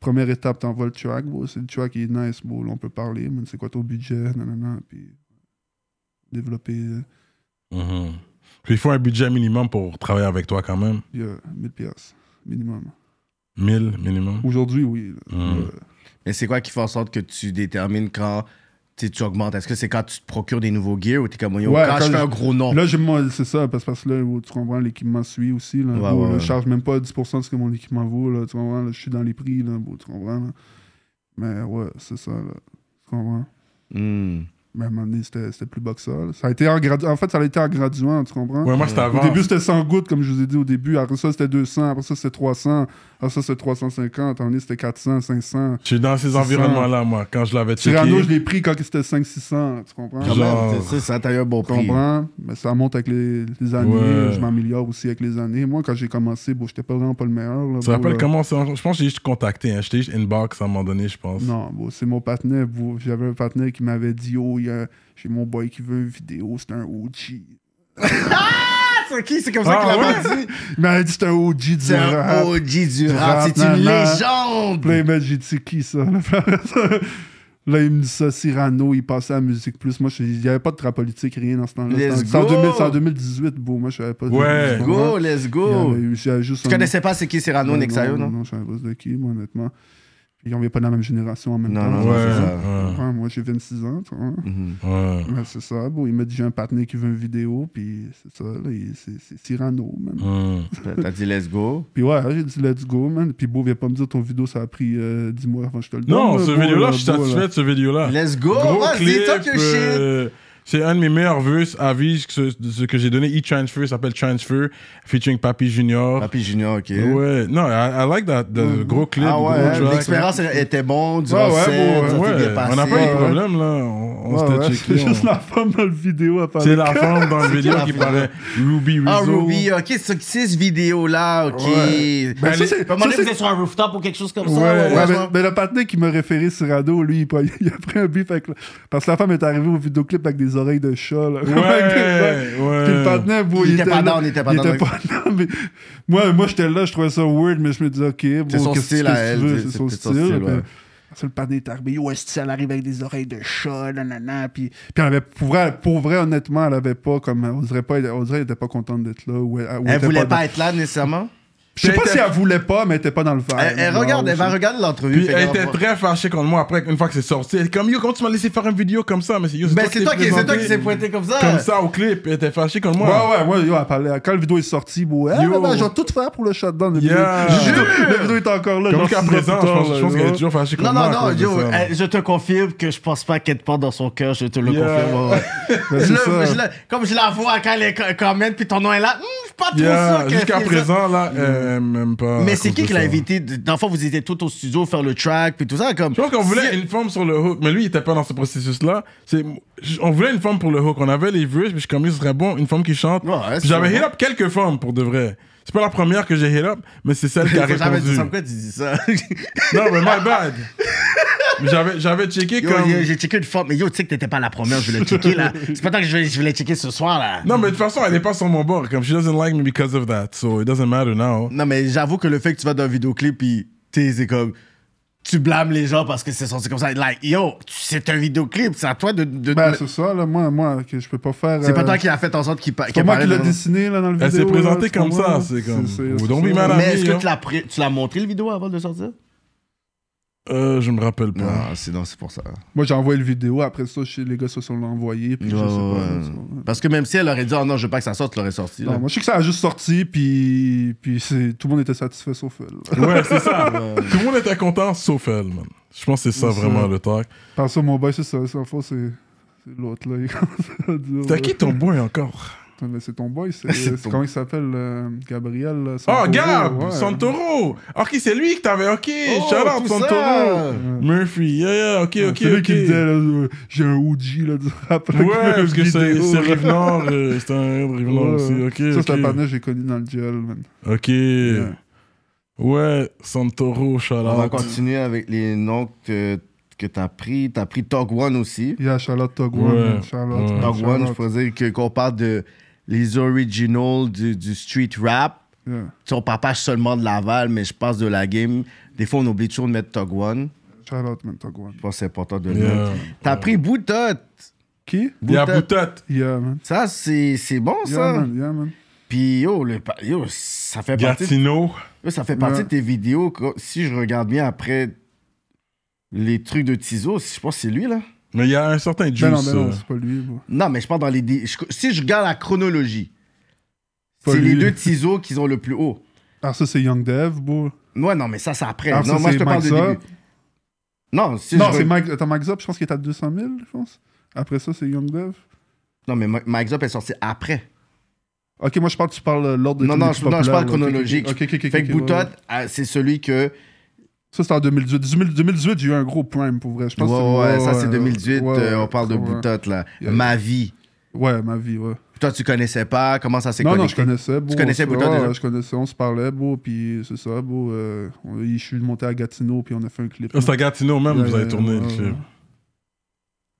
première étape, t'envoies le track, beau, c'est le track qui est nice, beau, là, on peut parler, mais c'est quoi ton budget, nanana, puis développer, euh,
Mhm. Puis il faut un budget minimum pour travailler avec toi quand même.
il y a 1000 piastres minimum.
1000 minimum.
Aujourd'hui, oui. là.
Mhm.
Euh,
Mais c'est quoi qui fait en sorte que tu détermines quand tu sais, tu augmentes? Est-ce que c'est quand tu te procures des nouveaux gears ou t'es comme, yo,
Ouais,
quand,
quand
je fais
je-
un gros nom?
Là, j'ai moi, c'est ça, parce, parce que là, où tu comprends, l'équipement suit aussi. Là,
Ouais,
Bon,
ouais,
là,
ouais.
Je charge même pas 10% de ce que mon équipement vaut. Là, tu comprends, là, je suis dans les prix. Là, bon, tu comprends. là. Mais ouais, c'est ça. Là, tu comprends.
Hmm.
Mais à un moment donné, c'était c'était plus bas que ça. là. ça a été en, gradu- en fait, ça a été en graduant, tu comprends.
Ouais, moi, c'était
Au
avant.
début, c'était 100 gouttes, comme je vous ai dit au début. Après ça, c'était 200. Après ça, c'était 300. Après ça, c'était 350. Après c'était 400, 500.
Je suis dans ces
ça.
environnements-là, moi, quand je l'avais checké.
Cyrano, je l'ai pris quand c'était 5 600 là, tu comprends?
Quand
Tu
Genre-
même, c'est ça, ça t'a eu un bon prix.
comprends? Mais ça monte avec les, les années.
Ouais.
Je m'améliore aussi avec les années. Moi, quand j'ai commencé, bon, j'étais pas vraiment pas le meilleur. là,
Tu te
bon,
rappelles
là.
comment c'est Je pense que j'ai juste contacté. Hein. J'étais juste inbox à un moment donné, je pense.
euh, Non, bon, c'est mon partenaire. bon, J'avais un partenaire qui m'avait dit Oh, il y a- j'ai mon boy qui veut une vidéo, c'est un OG.
Ah, c'est qui? C'est comme ça
Ah,
qu'il
ouais?
l'a pas dit?
Il m'avait dit c'est un OG du
C'est un
rap.
OG du
rap,
rap, c'est une
nanana.
légende!
Puis là, il m'a dit, j'ai dit, c'est qui ça? Là, il me dit ça, Cyrano, il passait à Musique Plus. Moi, je- il n'y avait pas de trap politique, rien dans ce temps-là.
Let's
C'était en
go!
2000 c'est en 2018, bon, moi, je savais pas.
Ouais.
Je-
Go, let's
Il y
go!
avait eu- j'avais juste
Tu
un-
connaissais pas c'est qui Cyrano,
Non,
Nexayo,
Non,
non?
non, je savais pas de qui, moi, honnêtement. Puis on vient pas de la même génération en même
Non,
temps.
non,
Ouais.
non, c'est ça.
ouais,
Ouais, moi, j'ai 26 ans, tu vois.
Mhm.
ouais.
Ouais, c'est ça, bon, il m'a dit j'ai un partenaire qui veut une vidéo, puis c'est ça, là, il- c'est c'est Cyrano, man.
Hum.
T'as dit let's go.
Puis ouais, j'ai dit let's go, man. Puis beau, viens pas me dire ton vidéo, ça a pris euh, 10 mois avant que je te le donne.
Non,
là,
ce
beau,
vidéo-là,
là,
je suis
beau, là.
satisfait de ce vidéo-là.
Let's go, vas-y, talk your shit.
euh, c'est un de mes meilleurs vœux à vie, ce, ce que j'ai donné, e-transfer, s'appelle Transfer, featuring Papi Junior.
Papi Junior, ok.
Ouais, non, I, I like that, the gros clip,
Ah
gros
ouais,
track.
l'expérience elle était bonne, du
Ouais, ouais,
recette,
bon,
ça s'est
Ouais,
bien passé.
on n'a pas eu de
ouais.
problème, là, on, on
Ouais,
s'était
ouais,
checké.
c'est juste
on-
la femme dans le vidéo à parler.
C'est la forme dans le vidéo qui paraît Ruby Rizzo.
Ah, Ruby, ok, c'est c'est ce vidéo-là, ok.
Ouais. Ben, ça, c'est-
Comment
ça,
on dit,
c'est-
vous êtes sur un rooftop ou quelque chose comme ça?
Ouais, ouais,
ouais,
mais,
ouais.
mais le partenaire qui m'a référé Cyrano, lui, il, prenait- il a pris un bif avec le- Parce que la femme est arrivée au vidéoclip avec des oreilles de chat. Là.
Ouais, ouais.
Puis le partenaire, bon,
Il était pas
là,
down, il était pas
il
down
était
avec-
pas down, mais Moi, moi j'étais là, je trouvais ça weird, mais je me disais, OK,
C'est
bon,
son
qu'est-ce
style
qu'est-ce
à
que
elle,
tu veux?
c'est-
C'est
c'est
son
peut-être
style.
son style,
puis-
ouais.
parce que le partenaire est arrivé, yo, est-ce qu'elle arrive avec des oreilles de chat, nanana. Puis, puis elle avait, pour, vrai, pour vrai, honnêtement, elle avait pas comme. On dirait, pas, on dirait qu'elle était pas contente d'être là. Ou elle, ou
Elle
était
voulait
dans-
pas être là nécessairement.
Je sais pas
Elle
si
était-
elle voulait pas, mais elle était pas dans le verre.
Elle, elle
Genre,
regarde, elle
je-
va regarder l'entrevue.
Puis
fait
elle
qu'elle
était
va-
très fâchée contre moi après, une fois que c'est sorti. Elle est comme, yo, comment tu m'as laissé faire une vidéo comme ça? Mais c'est yo,
Ben c'est toi,
t'es
qui- c'est toi qui
présenté
s'est pointé comme ça.
Comme ça au clip. Elle était fâchée contre
Ouais,
moi.
Bah ouais, moi, yo, elle parlait. Quand la vidéo est sortie, bon, elle,
Yo.
elle, je vais tout faire pour le shutdown. La
Yeah.
vidéo, la vidéo- la vidéo est encore là.
Comme
genre,
jusqu'à
six ans
présent,
plus
je
tard,
pense, je
là,
pense qu'elle
genre.
est toujours fâchée contre
Non,
moi.
non,
à
non,
cause de
yo,
ça.
elle- je te confirme que je pense pas qu'elle te porte dans son cœur, je te le
Yeah.
confirme. ouais.
Ben,
Je
c'est
le-
ça.
je le- comme je la vois quand elle est co- commente, puis ton nom est là, Hmm, je suis pas trop
Yeah,
sûr qu'elle
Jusqu'à
fait ça. Mm.
présent, là, euh, même pas. à
Mais c'est
cause
qui
de
qui l'a
ça.
invité de- Dans le fond, vous étiez tous au studio faire le track, puis tout ça. Comme,
Je pense qu'on voulait
Si-
une forme sur le hook, mais lui, il était pas dans ce processus-là. C'est, je- on voulait une forme pour le hook. On avait les vœux, puis je suis comme, lui, ce serait bon, une forme qui chante.
Ouais, ouais,
Puis j'avais
c'est
hit
vrai.
up quelques formes, pour de vrai. C'est pas la première que j'ai hit up, mais c'est celle qui a
Faut jamais dire
répondu.
ça, pourquoi tu dis ça
Non, mais my bad. Mais j'avais, j'avais checké
Yo,
comme.
yo, J'ai checké une forme, mais yo, tu sais que t'étais pas la première, je voulais checker là. C'est pas tant que je voulais, je voulais checker ce soir là.
Non, mais de toute façon, elle est pas sur mon bord. Comme, she doesn't like me because of that. So it doesn't matter now.
Non, mais j'avoue que le fait que tu vas dans un vidéoclip, puis t'es c'est comme. Tu blâmes les gens parce que c'est sorti comme ça. Like, yo, c'est un vidéoclip, c'est à toi de. de-
Ben,
de-
c'est ça, là. Moi, moi, que je peux pas faire.
c'est pas
euh,
toi qui a fait en sorte qu'il pa-
C'est
qu'il
moi
apparaisse
qui l'ai
dans-
dessiné, là, dans le
Elle
vidéo.
s'est présentée
là, tu
comme
comprends,
ça,
là.
c'est comme-
c'est- c'est
Oh, don't be
ça.
mad at
Mais est-ce
Ami,
que
hein.
tu l'as pré- tu l'as montré le vidéo avant de le sortir
Euh, je me rappelle pas.
Non, Ah, c'est non, c'est pour ça.
Moi, j'ai envoyé le vidéo. Après ça, je- les gars se sont l'envoyés. Puis je sais
Ouais,
pas.
ouais.
là, tu vois.
Parce que même si elle aurait dit, oh non, je veux pas que ça sorte, tu l'aurais sorti. là.
Non, moi, je sais que ça a juste sorti, puis, puis c'est- tout le monde était satisfait sauf elle.
Ouais, c'est ça. Tout le monde était content, sauf elle, man. Je pense que c'est ça
C'est
vraiment
ça.
le talk.
Par ça, mon boy, c'est ça. C'est en fait, c'est c'est l'autre, là. Il commence à dire, euh,
T'as
là.
qui ton boy encore
Putain, mais c'est ton boy, c'est
C'est
c'est
ton-
comment il s'appelle euh, Gabriel euh,
Oh,
Santoro,
Gab
ouais.
Santoro Ok, c'est lui que t'avais. Ok,
Oh,
shout out
tout
Santoro
ça.
Murphy, yeah, yeah, ok,
Ouais,
ok,
c'est lui
ok.
qui me disait, là, euh, j'ai un OG là, du rap. là, qui
Ouais,
fait une
parce que c'est
vidéo,
c'est
là.
Rive-Nord, euh, c'est un Rive-Nord
Ouais.
aussi,
Ça,
ok,
c'est un
ok.
partenaire que j'ai connu dans le duel, man.
Ok. Ouais, Santoro, shout
On va
out.
continuer avec les noms que, que t'as pris. T'as pris Tog One aussi.
Il y a Charlotte Togwan,
Ouais.
man, Charlotte.
Ouais.
man,
Tog One, je
Charlotte.
peux dire que- qu'on parle de les originals du, du street rap.
Yeah.
Tu sais, on parle pas seulement de Laval, mais je pense de la game. Des fois, on oublie toujours de mettre Tog One.
Charlotte, man, Togwan.
Je pense que c'est important de le
Yeah.
mettre. T'as pris Boutot.
Qui
Il y a Boutotte.
Yeah, man.
Ah,
Ça, c'est c'est bon,
Yeah,
ça.
man, yeah, man.
Puis, yo, le, pa- yo, ça fait partie de
Gatineau.
Là, ça fait partie
Ouais.
de tes vidéos. quoi. Si je regarde bien après les trucs de Tizo, je pense que c'est lui, là.
Mais il y a un certain juice.
Ben non, ben
euh,
non, c'est pas lui. bon.
Non, mais je parle dans les. dé- je- Si je regarde la chronologie,
Pas
c'est les
lui.
deux ciseaux qui ont le plus haut.
Alors ça, c'est Young Dev, bro.
Ouais, non, mais ça, c'est après.
Alors
non,
ça,
moi, je te
c'est
parle de
Mike Zop.
début. Non, si
Non,
je-
c'est Mike, attends, Mike Zop, je pense qu'il est à 200 000, je pense. Après ça, c'est Young Dev.
non, mais Ma- Mike Zop est sorti après.
Ok, moi, je parle, tu parles euh, l'ordre des
Non,
trucs
non,
les
je- non,
plus
je
populaires,
parle
là. Ok, ok,
chronologique.
ok, ok, ok,
fait
ok,
que
ouais,
Boutotte,
ouais.
ah, c'est celui que.
Ça, c'était en 2018. 2000- 2018, j'ai eu un gros prime, pour vrai. Je
Ouais,
pense que
ouais,
c'est-
ça, c'est
ouais,
2018.
ouais,
euh,
ouais,
on parle de
ouais.
Boutotte, là.
Yeah.
Ma vie.
Ouais, ma vie, ouais.
Toi, tu connaissais pas Comment ça s'est
Non, non, je
connecté
connaissais. Beau,
connaissais
on se-
Boutin
ouais,
déjà?
ouais, Je connaissais, on se parlait, beau, puis c'est ça, beau. euh, on- je suis monté à Gatineau, puis on a fait un clip.
Oh, c'est à Gatineau même,
Ouais,
vous avez
ouais,
tourné le
ouais,
clip.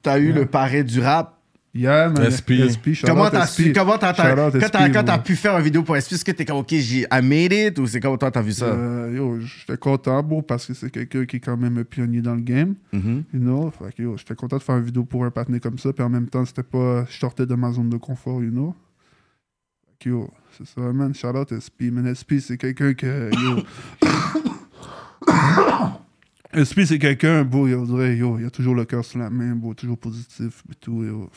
T'as eu le pari du rap.
Yeah, man.
SP.
SP, shout
Comment
out
t'as
SP.
su Comment t'as t'as-
Shout out
quand
SP,
t'as quand t'as
ouais.
pu faire une vidéo pour SP Est-ce que t'es comme ok, j'ai I made it ou c'est comme toi t'as vu ça
Euh, yo, j'étais content, beau, parce que c'est quelqu'un qui est quand même un pionnier dans le game.
Mm-hmm.
Mhm.
You know? Fait que, yo, j'étais content de faire une vidéo pour un patiné comme ça, puis en même temps, c'était pas. Je sortais de ma zone de confort, you know? Fait que, yo, c'est ça, man. Shout out SP, man. SP, c'est quelqu'un que. Yo. SP, c'est quelqu'un, beau, yo, on dirait, yo, il a toujours le cœur sur la main, beau, toujours positif, et tout, yo.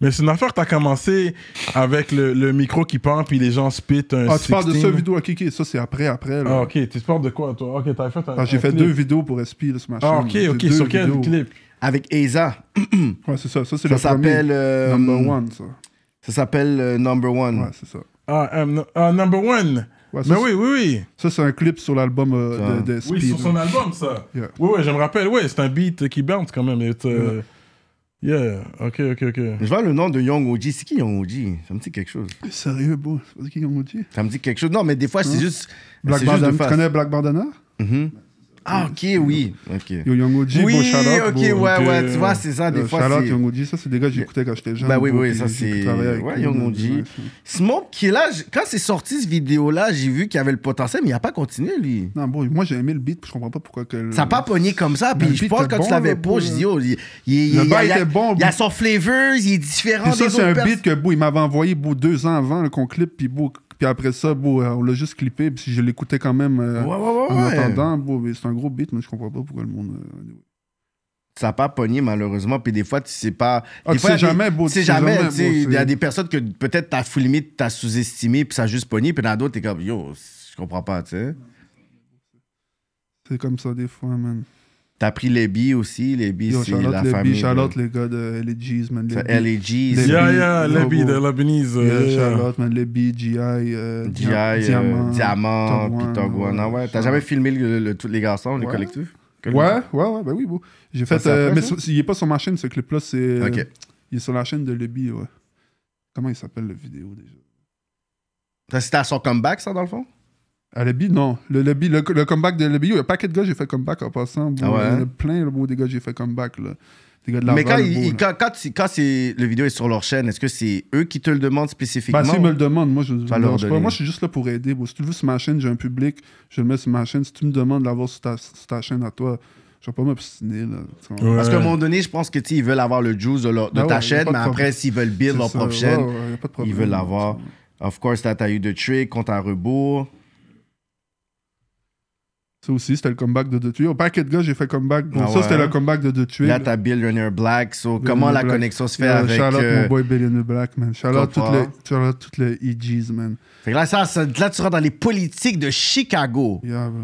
Mais c'est une affaire que t'as commencé avec le, le micro qui pend, puis les gens spit un
Ah, tu parles de ça,
16.
vidéo à Kiki, ça, c'est après, après, là.
Ah, ok. Tu te parles de quoi, toi? Ok, t'avais fait un.
Ah, j'ai
un
fait
clip.
deux vidéos pour SP, là, sur ma chaîne.
Ah, ok,
J'ai
ok.
deux
Sur quel
vidéos.
clip?
Avec Eza.
Ouais, c'est ça, ça,
Ça
c'est le premier.
s'appelle. euh,
Number one, ça.
Ça s'appelle euh, Number One.
Ouais, c'est ça.
Ah, euh, no- ah, number one.
Ouais, ça,
Mais
c'est-
oui, oui, oui.
Ça, c'est un clip sur l'album
Ça.
euh, de, de SP.
Oui, sur son
là.
album, ça.
Yeah.
Oui, oui, je me rappelle. Oui, c'est un beat qui bounce quand même. It's, euh, Yeah. Ok, ok, ok.
Mm.
Je vois le nom de Young OG. C'est qui Young OG Ça me dit quelque chose.
Eh, Sérieux, beau. C'est pas qui ont dit.
Ça me dit quelque chose. Non, mais des fois, c'est juste.
Hmm? Black
c'est juste de
Bandana. Tu
face.
connais Black Bandana
Mhm. Ah, ok, oui. Ok.
Yo, Young OG,
oui,
beau, Charlotte.
ok,
beau.
ouais,
ok.
ouais. Tu vois, c'est ça, des
Euh,
fois.
Charlotte,
c'est-
Young OG, ça, c'est des gars que j'écoutais quand j'étais jeune.
Bah oui,
beau,
oui,
puis
ça,
j'ai pu
c'est.
travailler avec
Ouais,
eux,
Young
là,
OG.
ouais, c'est-
Smoke, qui là, j- quand c'est sorti, cette vidéo-là, j'ai vu qu'il y avait le potentiel, mais il n'a pas continué, lui.
Non, bon, moi, j'ai aimé le beat, puis je comprends pas pourquoi. Que le-
Ça n'a pas pogné comme ça.
Mais
Puis
le
je
beat
pense
était
quand tu
Ben, bon,
l'avais
là,
pas, je
là.
dis, oh, il, il-
Le
il- il a-
bail
il a-
était bon,
il a
beau.
son flavor, il est différent
Puis ça,
des
c'est
autres
un
personnes.
beat que Bou, il m'avait envoyé Bou, deux ans avant le qu'on clip, puis Bou, puis après ça, Bou, euh, on l'a juste clippé, puis je l'écoutais quand même euh,
Ouais, ouais, ouais,
en
ouais.
attendant. Bou, mais c'est un gros beat, mais je comprends pas pourquoi le monde. euh,
Ça n'a pas pogné, malheureusement. Puis des fois, tu sais pas.
Ah,
des
tu
fois,
sais
il y a des-
jamais, beau,
Tu sais
tu sais
jamais.
jamais,
tu sais,
beau,
Il y a
c'est-
des personnes que peut-être t'as full limite, t'as sous-estimé, puis ça a juste pogné. Puis dans d'autres, t'es comme, yo, je comprends pas, tu sais.
C'est comme ça des fois, man.
T'as pris les billes aussi. Les billes,
Yo,
c'est
shout-out
la
les
famille.
B, shout-out les gars de les G's, man. Les
là.
B.
C'est LAG. c'est-
Les-
Yeah, yeah,
le
Lebby
beau.
de Lebanese.
Yeah,
euh, yeah.
shout-out, man. Les B, GI, euh,
GI,
Dia-
euh,
Diamant.
Diamant,
Togwan,
puis Togwan. Ah ouais, t'as
shout-out.
jamais filmé le- le- tous les garçons, le
Ouais.
collectif
Ouais, ouais, ouais, bah oui, bon. J'ai fait.
c'est
euh,
après,
mais
ça?
sur- il est pas sur ma chaîne, ce clip-là. C'est. euh,
Ok.
Il est sur la chaîne de Lebby, ouais. Comment il s'appelle le vidéo déjà
Ça, c'était à son comeback, ça, dans le fond
À Lebby, E non. Le, Lebby, le, le comeback de Lebby, il y a un paquet de gars, j'ai fait comeback en passant. bon,
Ah ouais,
Il y en
hein?
a plein, le beau, des gars, j'ai fait comeback, là. Des gars de la
Mais quand, il- il- quand, quand, c'est- quand c'est- le vidéo est sur leur chaîne, est-ce que c'est eux qui te le demandent spécifiquement
Bah, s'ils me le demandent, moi, je
Pas
je me
leur
dérange
donner.
pas. Moi, je suis juste là pour aider. bro. Si tu le veux sur ma chaîne, j'ai un public, je le mets sur ma chaîne. Si tu me demandes de l'avoir sur ta, sur ta chaîne à toi, je vais pas m'obstiner. là. Tu comprends?
Ouais.
Parce qu'à un moment donné, je pense que tu sais, ils veulent avoir le juice de, leur- de
Ah ouais, y
ta
a
chaîne,
pas de
mais après,
problème.
s'ils veulent build
C'est
leur
ça.
propre
Ouais,
chaîne,
ouais, y a pas de
ils
problème.
veulent l'avoir. Of course, là, t'as eu de trick, compte à rebours.
Ça aussi, c'était le comeback de De Tuer. Au paquet de gars, j'ai fait comeback. Bon,
Ah ouais.
Ça, c'était le comeback de De Tuer.
Là, t'as Billionaire Black. So,
Billionaire
comment la
Black.
connexion se fait
Yo,
avec.
shout out
euh,
mon boy Billionaire Black, man. Shout out
comprends.
toutes les, shout out toutes les EGs, man.
Fait que là, ça, ça- là, tu rentres dans les politiques de Chicago.
Yeah, bro.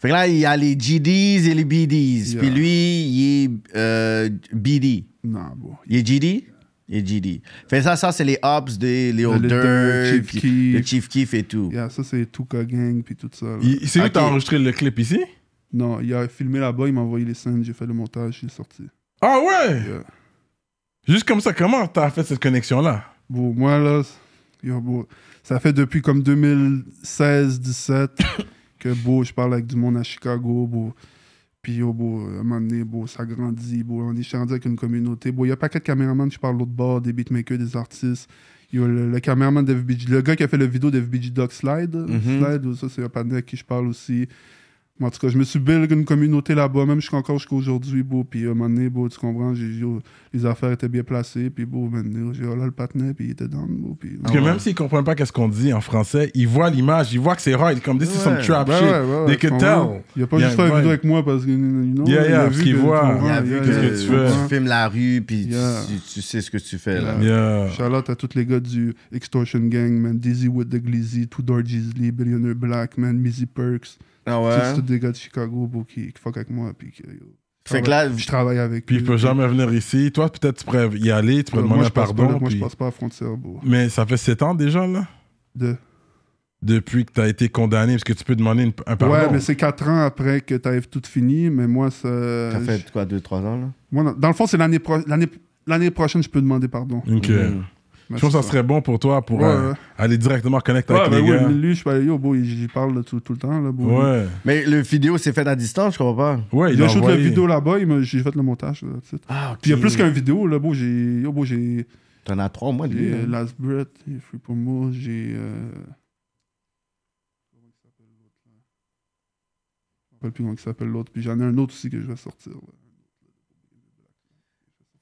Fait que là, il y a les GDs et les BDs.
Yeah.
Puis lui, il est euh, BD.
Non, bon.
Il est GD? Il est GD. Fait ça, ça, c'est les hops des Leo
Le- le
Dirt,
Dirt, Chief
puis le
Keef.
Chief Keef et tout.
Yeah, ça, c'est Tuka Gang, puis tout ça. là.
Il- C'est où
Ok.
t'as enregistré le clip ici?
Non, il a filmé là-bas, il m'a envoyé les scènes, j'ai fait le montage, il est sorti.
Ah ouais!
Yeah.
Juste comme ça, comment t'as fait cette connexion-là?
Bon, moi, là, c- yo, bon, ça fait depuis comme 2016-17 que, bon, je parle avec du monde à Chicago, bon. Puis, yo, bon, à un moment donné, bon, ça grandit, bon, on est grandi avec une communauté. Bon, il y a pas quatre caméramans qui parlent l'autre bord, des beatmakers, des artistes. Il y a le, le caméraman
Mhm.
d'FBG, le gars qui a fait la vidéo d'FBG Dog Slide, Slide, ça, c'est un panel à qui je parle aussi. Mais En tout cas, je me suis build une communauté là-bas, même jusqu'à- encore jusqu'à aujourd'hui, beau. Puis à un moment donné, beau, tu comprends, j'ai- yo, les affaires étaient bien placées, puis beau, maintenant, j'ai oh là le patinet, puis il était dans beau. Puis,
Parce que même s'ils comprennent pas qu'est-ce qu'on dit en français, ils voient l'image, ils voient que c'est raw, ils sont comme this is some
Ouais.
trap
Ouais,
shit.
Ben ouais, ouais,
They
tu
could
comprends.
tell.
Il a pas
Il y a
juste
un
fait une
vibe.
vidéo avec moi parce que. you know,
Yeah,
il a
yeah,
vu
parce qu'il
que-
voit.
tu comprends,
Il
a
yeah,
vu
yeah,
que
yeah,
tu
tu
fais.
comprends.
filmes la rue, puis
Yeah.
tu, tu sais ce que tu fais, là.
Yeah.
Shout-out à tous les gars du Extortion Gang, man. Dizzy with the Glizzy, Tudor Gisley, Billionaire Black, man. Mizzy Perks.
Ah
Tu sais, C'est tous
ouais?
des gars de Chicago, bro, qui, qui fuck avec moi. Puis que, yo,
Fait que là,
je travaille avec
Puis il
eux,
peut jamais venir ici. Toi, peut-être tu pourrais y aller, tu pourrais
Euh, Moi,
demander
je
un
passe pas,
pardon.
là, Moi, je
puis-
passe pas à la frontière, bro.
Mais ça fait 7 ans déjà, là,
De-
depuis que tu as été condamné, parce que tu peux demander une- un pardon.
Ouais, mais c'est 4 ans après que t'avais tout fini, mais moi, ça.
t'as fait quoi, 2-3 ans, là?
moi, dans- dans le fond, c'est l'année pro- l'année- l'année prochaine, je peux demander pardon.
Ok.
Mais
Je pense que ça
c'est
serait bon pour toi pour
Ouais,
euh,
ouais.
aller directement connecter
Ouais,
avec
ben
les
oui,
gars.
mais lui, je suis allé, yo, bro, il- j'y parle là, tout, tout le temps, là, bro.
Ouais.
Mais le vidéo, c'est fait à distance, je comprends pas.
Ouais, il
Il a
l'a
shoot la
envoyé.
vidéo là-bas, il m'a- j'ai fait le montage. Là, tu sais.
Ah, ok.
Puis il y a plus qu'un vidéo, là, beau, j'ai. Yo, beau, j'ai.
T'en as 3 mois,
j'ai,
lui.
euh,
hein.
Last Breath, j'ai Free Promo, j'ai. euh, Je me rappelle plus comment il s'appelle l'autre. Puis j'en ai un autre aussi que je vais sortir. là.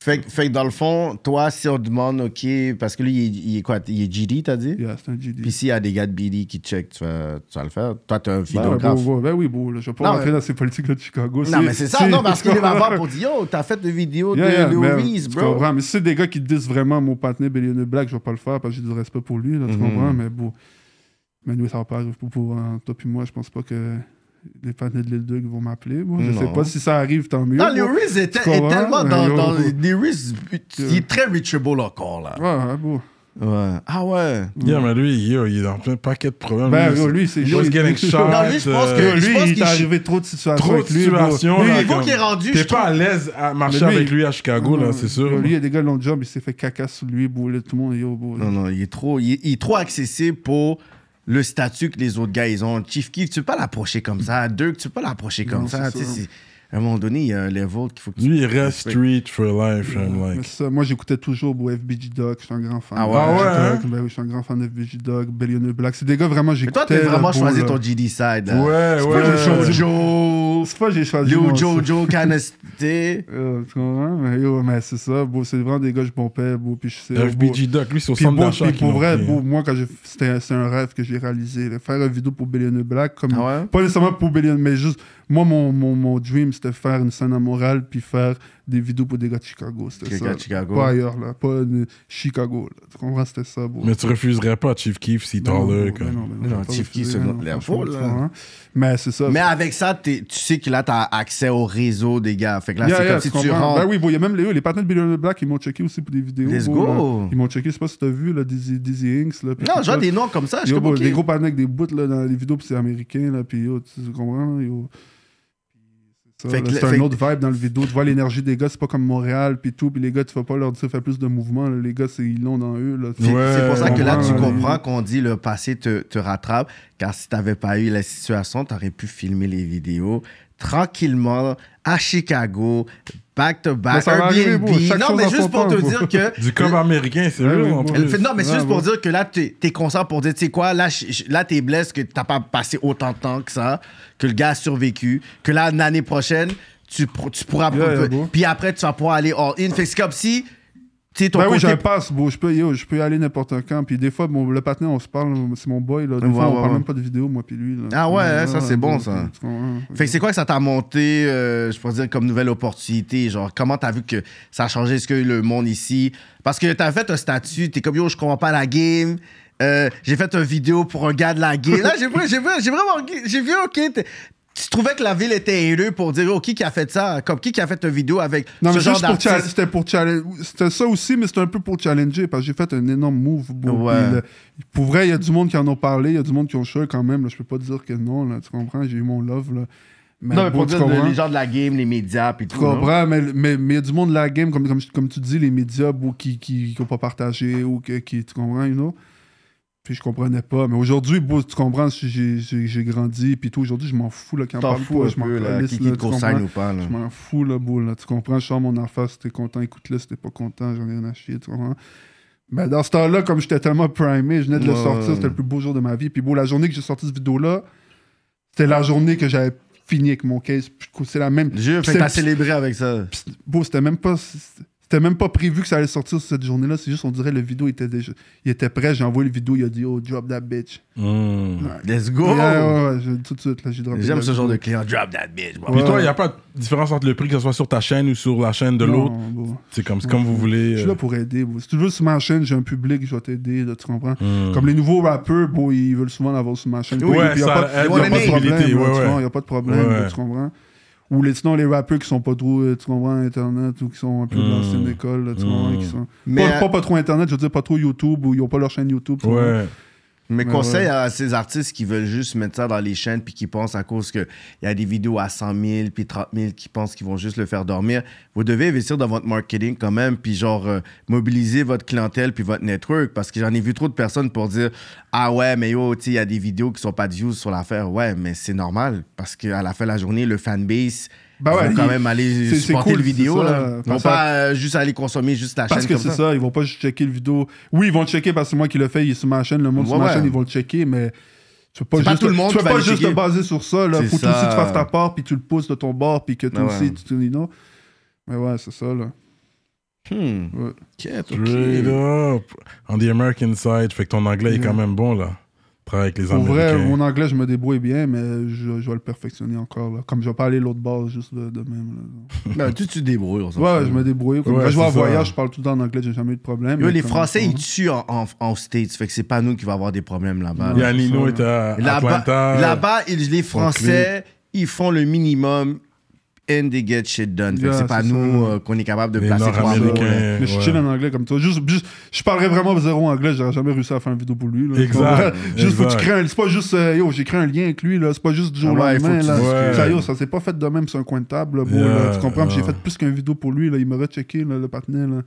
Fait, que- fait que dans le fond, toi, si on demande, OK, parce que lui, il, est- il est quoi? Il est GD, t'as dit?
Yeah, c'est un GD.
Puis s'il y a des gars de BD qui check, tu vas, tu vas le faire. Toi, t'es un
Ben, ouais,
vidéographe.
beau, ouais, ben oui, beau, là, je vais pas
Non,
rentrer
mais-
dans ces politiques-là de Chicago.
Non, mais c'est ça, non, parce qu'il est m'avoir pour dire, yo, t'as fait des vidéos
Yeah, yeah,
de
mais,
Louise,
tu
bro.
comprends, mais si c'est des gars qui disent vraiment mon partenaire Billionaire Black, je vais pas le faire parce que j'ai du respect pour lui, là, tu
Mhm.
comprends, mais bon. Mais nous, ça va pas arriver pour, pour euh, toi puis moi, je pense pas que les partenaires de l'île 2 vont m'appeler. moi. Je
Non.
sais pas si ça arrive, tant mieux.
Non,
moi.
Louise est,
Tu
est
comprends?
tellement
Mais
dans.
yo.
dans Louise, il est très reachable encore, là.
Ouais, ouais, bon.
Ouais. Ah ouais.
Yeah, mais lui, yo, il est dans plein paquet de problèmes.
Ben,
Lui,
yo,
c'est-
lui, c'est
He was
chaud.
getting shot.
Non, lui, je pense que-
Yo,
euh,
lui,
je pense
il
qu'il
est arrivé trop de situations.
Trop de
avec lui, bro.
situations.
Lui,
là,
Il faut
comme-
qu'il est rendu.
T'es
je
pas à
trouve.
l'aise à marcher
Mais lui-
avec lui à Chicago,
Non,
là, c'est sûr.
yo, Lui, il y a des gars, l'autre job, il s'est fait caca sous lui, bro, là, tout le monde, yo, bro.
Non, non, il est trop, il est, il est trop accessible pour le statut que les autres gars, ils ont. Chief Keef, tu peux pas l'approcher comme ça. Dirk, tu peux pas l'approcher comme
Non,
ça.
c'est
Tu sais,
ça.
c'est- à un moment donné, il y a un level qu'il faut que tu.
Lui, il reste street for life. I'm
Mais
Mm, like.
ça, moi, j'écoutais toujours bon, FBG Doc, je suis un grand fan.
Ah
de
ouais?
FBG
Ah ouais,
Doc. Ben oui, je suis un grand fan de FBG Doc, Billionaire Black. C'est des gars vraiment,
Mais toi,
j'écoutais.
t'as vraiment
là, bon,
choisi
là.
ton GD side. Là.
Ouais,
C'est
ouais.
pas le Jojo.
C'est pas j'ai choisi.
Yo
mon-
Jojo, Canesté.
Euh, tu comprends? Mais, yo, mais c'est ça, bon, c'est vraiment des gars que je pompais, bon, puis je sais. bon,
FBG Doc, lui, c'est au
Puis
centre
bon,
d'achat.
puis
qu'ils
pour
l'ont
vrai,
pris,
bon,
hein.
moi, quand j'ai- c'était un- c'est un rêve que j'ai réalisé. là. Faire une vidéo pour Billionaire Black, comme,
Ah ouais?
pas nécessairement pour Billionaire, mais juste, moi, mon, mon, mon dream, c'était faire une scène à morale, puis faire des vidéos pour des gars de Chicago. C'était
Des
ça.
gars de
là.
Chicago. hein.
Pas ailleurs, là. Pas euh, Chicago. là. Tu comprends? C'était ça, bon.
Mais tu refuserais pas Chief Keef si t'en
Non,
l'as.
non, non, non,
Non,
j'ai pas
Chief
refusé,
Keef, c'est
non,
notre
non,
Léopold,
franchement,
là.
tu vois, hein. Mais c'est ça.
Mais avec ça, t'es- tu sais que là, t'as accès au réseau des gars. Fait que là,
Yeah,
c'est
yeah,
comme si tu
comprends.
rentres.
Ben oui, bon, il y a même les, les partenaires de Billionaire Black, ils m'ont checké aussi pour des vidéos.
Let's
bon,
go.
là. Ils m'ont checké, je sais pas si t'as vu, là, Dizzy, Dizzy Inks. Là, puis
Non,
tout
genre
ça.
des noms comme ça, je suis
Yo,
comme,
bro,
ok.
des gros partenaires avec des bouts là, dans les vidéos, puis c'est américain, là, puis yo, tu comprends, là, yo. Ça,
Fait
là,
que le-
C'est
fait
un
que-
autre vibe dans le vidéo. Tu vois l'énergie des gars, c'est pas comme Montréal, puis tout. Puis les gars, tu vas pas leur dire, fais plus de mouvement. là. Les gars, c'est ils l'ont dans eux. Là, tu
C'est
sais.
Ouais,
c'est pour ça que là, tu
ouais.
comprends qu'on dit le passé te, te rattrape, car si t'avais pas eu la situation, t'aurais pu filmer les vidéos tranquillement à Chicago, back to
Mais
back,
ça va arriver,
Airbnb.
bro, chaque
non,
chose
mais
en
juste
son
pour
temps,
te
bro.
dire que.
Du cob américain, c'est
Ouais,
eux,
ouais,
en
ouais.
plus.
Fait- non, mais c'est
Ouais,
juste pour
bon.
dire que là, t'es es conscient pour dire, tu sais quoi, là, je- je- là t'es blessé que t'as pas passé autant de temps que ça, que le gars a survécu, que là, l'année prochaine, tu, pro- tu pourras.
Yeah, yeah, bro.
puis après, tu vas pouvoir aller all-in. Fait que c'est comme si, tu sais, ton
Ben oui,
côté-
j'ai un passe, bro. Je peux, yo, je peux y aller n'importe quand. Puis des fois, bon, le partenaire, on se parle, c'est mon boy. Là. Des
Ouais,
fois, on
ouais,
parle
ouais.
même pas de vidéo, moi, puis lui. là.
Ah ouais, hein, ça, c'est bon,
bro,
ça.
tu comprends.
Fait que c'est quoi que ça t'a monté, euh, je pourrais dire, comme nouvelle opportunité? Genre, comment t'as vu que ça a changé ce que le monde ici? Parce que t'as fait un statut, t'es comme yo, je comprends pas la game. Euh, j'ai fait une vidéo pour un gars de la game. Là, j'ai vu- j'ai vu- j'ai vraiment. J'ai vu, Oh, ok. t'es- Tu trouvais que la ville était élue pour dire, oh, qui qui a fait ça? Comme qui qui a fait une vidéo avec
Non,
ce
mais
genre
juste pour chal-
d'artiste?
c'était pour challenge. C'était ça aussi, mais c'était un peu pour challenger parce que j'ai fait un énorme move. bro.
Ouais.
Puis le- pour vrai, il y a du monde qui en ont parlé, il y a du monde qui ont chaud quand même. Là, je peux pas dire que non, là, tu comprends, j'ai eu mon love. Là. Mais,
Non, mais
bro,
pour
tu
dire le-
comprends?
les gens de la game, les médias, puis
Tu
tout. non?
comprends, mais il mais, mais il y a du monde de la game, comme, comme, comme tu dis, les médias bro, qui n'ont qui, qui ont pas partagé ou que, qui, tu comprends, you know? Puis je comprenais pas. Mais aujourd'hui, bro, tu comprends, j'ai- j'ai j'ai grandi, puis tout, aujourd'hui, je m'en fous, là, quand
T'en
parle
fous
pas,
un
je m'en
peu, là,
calisse,
qui
là,
qui te
tu comprends?
consigne ou pas, là.
Je m'en fous, là, boule. Là. Tu comprends? Je sors mon affaire. Si t'es content, écoute-le. Si t'es pas content, j'en ai rien à chier. Tu comprends? Ben, dans ce temps-là, comme j'étais tellement primé, je venais de le
Ouais.
sortir. C'était le plus beau jour de ma vie. Puis, bon, la journée que j'ai sorti cette vidéo-là, c'était la journée que j'avais fini avec mon case. Puis C'est la même.
Dieu,
puis
fait
c'est-
que t'as célébré avec ça.
puis c'est- Bro, c'était même pas. C'était même pas prévu que ça allait sortir cette journée-là. C'est juste, on dirait, le vidéo était déjà. Il était prêt, j'ai envoyé le vidéo, il a dit, oh, drop that bitch.
Let's
Oh!
go!
Yeah, ouais, ouais, j'ai- tout de suite, là, j'ai dropé.
J'aime
la
ce genre de
vidéo.
client. Drop that bitch. bro.
Puis
Ouais.
toi, il n'y a pas de différence entre le prix, que ce soit sur ta chaîne ou sur la chaîne de
Non,
l'autre.
bro.
C'est comme, c'est comme vous voulez.
Je suis
euh,
là pour aider. bro. Si tu veux sur ma chaîne, j'ai un public, je vais t'aider, là, tu comprends?
Hmm.
Comme les nouveaux rappeurs, bon, ils veulent souvent l'avoir sur ma chaîne.
Oui,
Puis y a
euh. ça
pas de-
aide
y a pas
la
de
visibilité,
problème,
ouais,
là, tu
ouais.
vois, y a pas de problème,
Ouais.
là, tu comprends? Ou les, sinon, les rappeurs qui sont pas trop, euh, tu comprends, Internet, ou qui sont un peu de
Hmm.
l'ancienne école, là, tu comprends, qui sont...
Mais,
pas,
euh,
pas, pas trop Internet, je veux dire, pas trop YouTube, ou ils ont pas leur chaîne YouTube. tu comprends?
Ouais.
Mes
Ouais,
conseils
ouais.
à ces artistes qui veulent juste mettre ça dans les chaînes puis qui pensent à cause qu'il y a des vidéos à 100 000 puis 30 000 qui pensent qu'ils vont juste le faire dormir, vous devez investir dans votre marketing quand même puis genre euh, mobiliser votre clientèle puis votre network parce que j'en ai vu trop de personnes pour dire Ah ouais, mais yo, tu sais, il y a des vidéos qui sont pas de views sur l'affaire. Ouais, mais c'est normal parce qu'à la fin de la journée, le fanbase.
Bah
ils
ouais,
vont quand
il-
même aller
c'est- c'est
supporter
cool,
le vidéo.
c'est ça,
là.
euh,
Ils vont
ça-
pas euh, juste aller consommer juste la
Parce
chaîne
que
comme
c'est
ça.
ça, ils vont pas juste checker le vidéo. Oui, ils vont le checker parce que c'est moi qui le fais, il est sur ma chaîne, le monde sur
Ouais,
ma
ouais.
chaîne, ils vont le checker, mais tu peux pas
C'est
juste,
pas tout le monde
tu peux
qui va
pas
le
juste te
checker.
baser sur ça. Là.
C'est
Faut
ça.
aussi que tu fasses ta part, puis tu le pousses de ton bord, puis que toi
Ouais,
aussi
ouais.
tu te dis non. Mais ouais, c'est ça, là.
Hmm.
Ouais.
Quête, ok.
Straight up. On the American side. Fait que ton anglais est quand même bon, là. Travaille avec les
Mm. Pour vrai,
Américains.
mon anglais, je me débrouille bien, mais je, je vais le perfectionner encore. Là. Comme je vais pas aller l'autre bord juste de, de même.
Ben, tu tu te débrouilles. on s'en
là. Ouais,
fout.
je me débrouille. Comme
Ouais,
quand je vais en
c'est ça.
voyage, je parle tout le temps en anglais, j'ai jamais eu de problème.
Yo,
mais
les
comme-
Français, ils
Ouais.
tuent en, en, en States. Fait que c'est pas nous qui va avoir des problèmes là-bas. là.
Yanino est à Atlanta.
Là-bas, là-bas, ils- les Français, ils font le minimum and they get shit done. Fait que
Yeah,
c'est pas
c'est
nous
ça.
euh, qu'on est capable de
Les
placer trois mots.
Nord-Américains.
là.
Mais je suis
ouais.
chill en anglais comme toi. Juste, juste- je parlerais vraiment zéro anglais, j'aurais jamais réussi à faire une vidéo pour lui. Là,
Exact,
juste faut que tu
exact.
crées un- C'est pas juste, euh, yo, j'ai créé un lien avec lui, là. C'est pas juste du jour
Ah ouais,
au
faut que
lendemain,
tu
là.
discutes.
Ça, yo, ça s'est pas fait de même sur un coin de table, là, bro,
Yeah,
là, Tu comprends? Puis J'ai
ouais.
fait plus qu'une vidéo pour lui, là. Il m'aurait checké, là, le partenaire, là.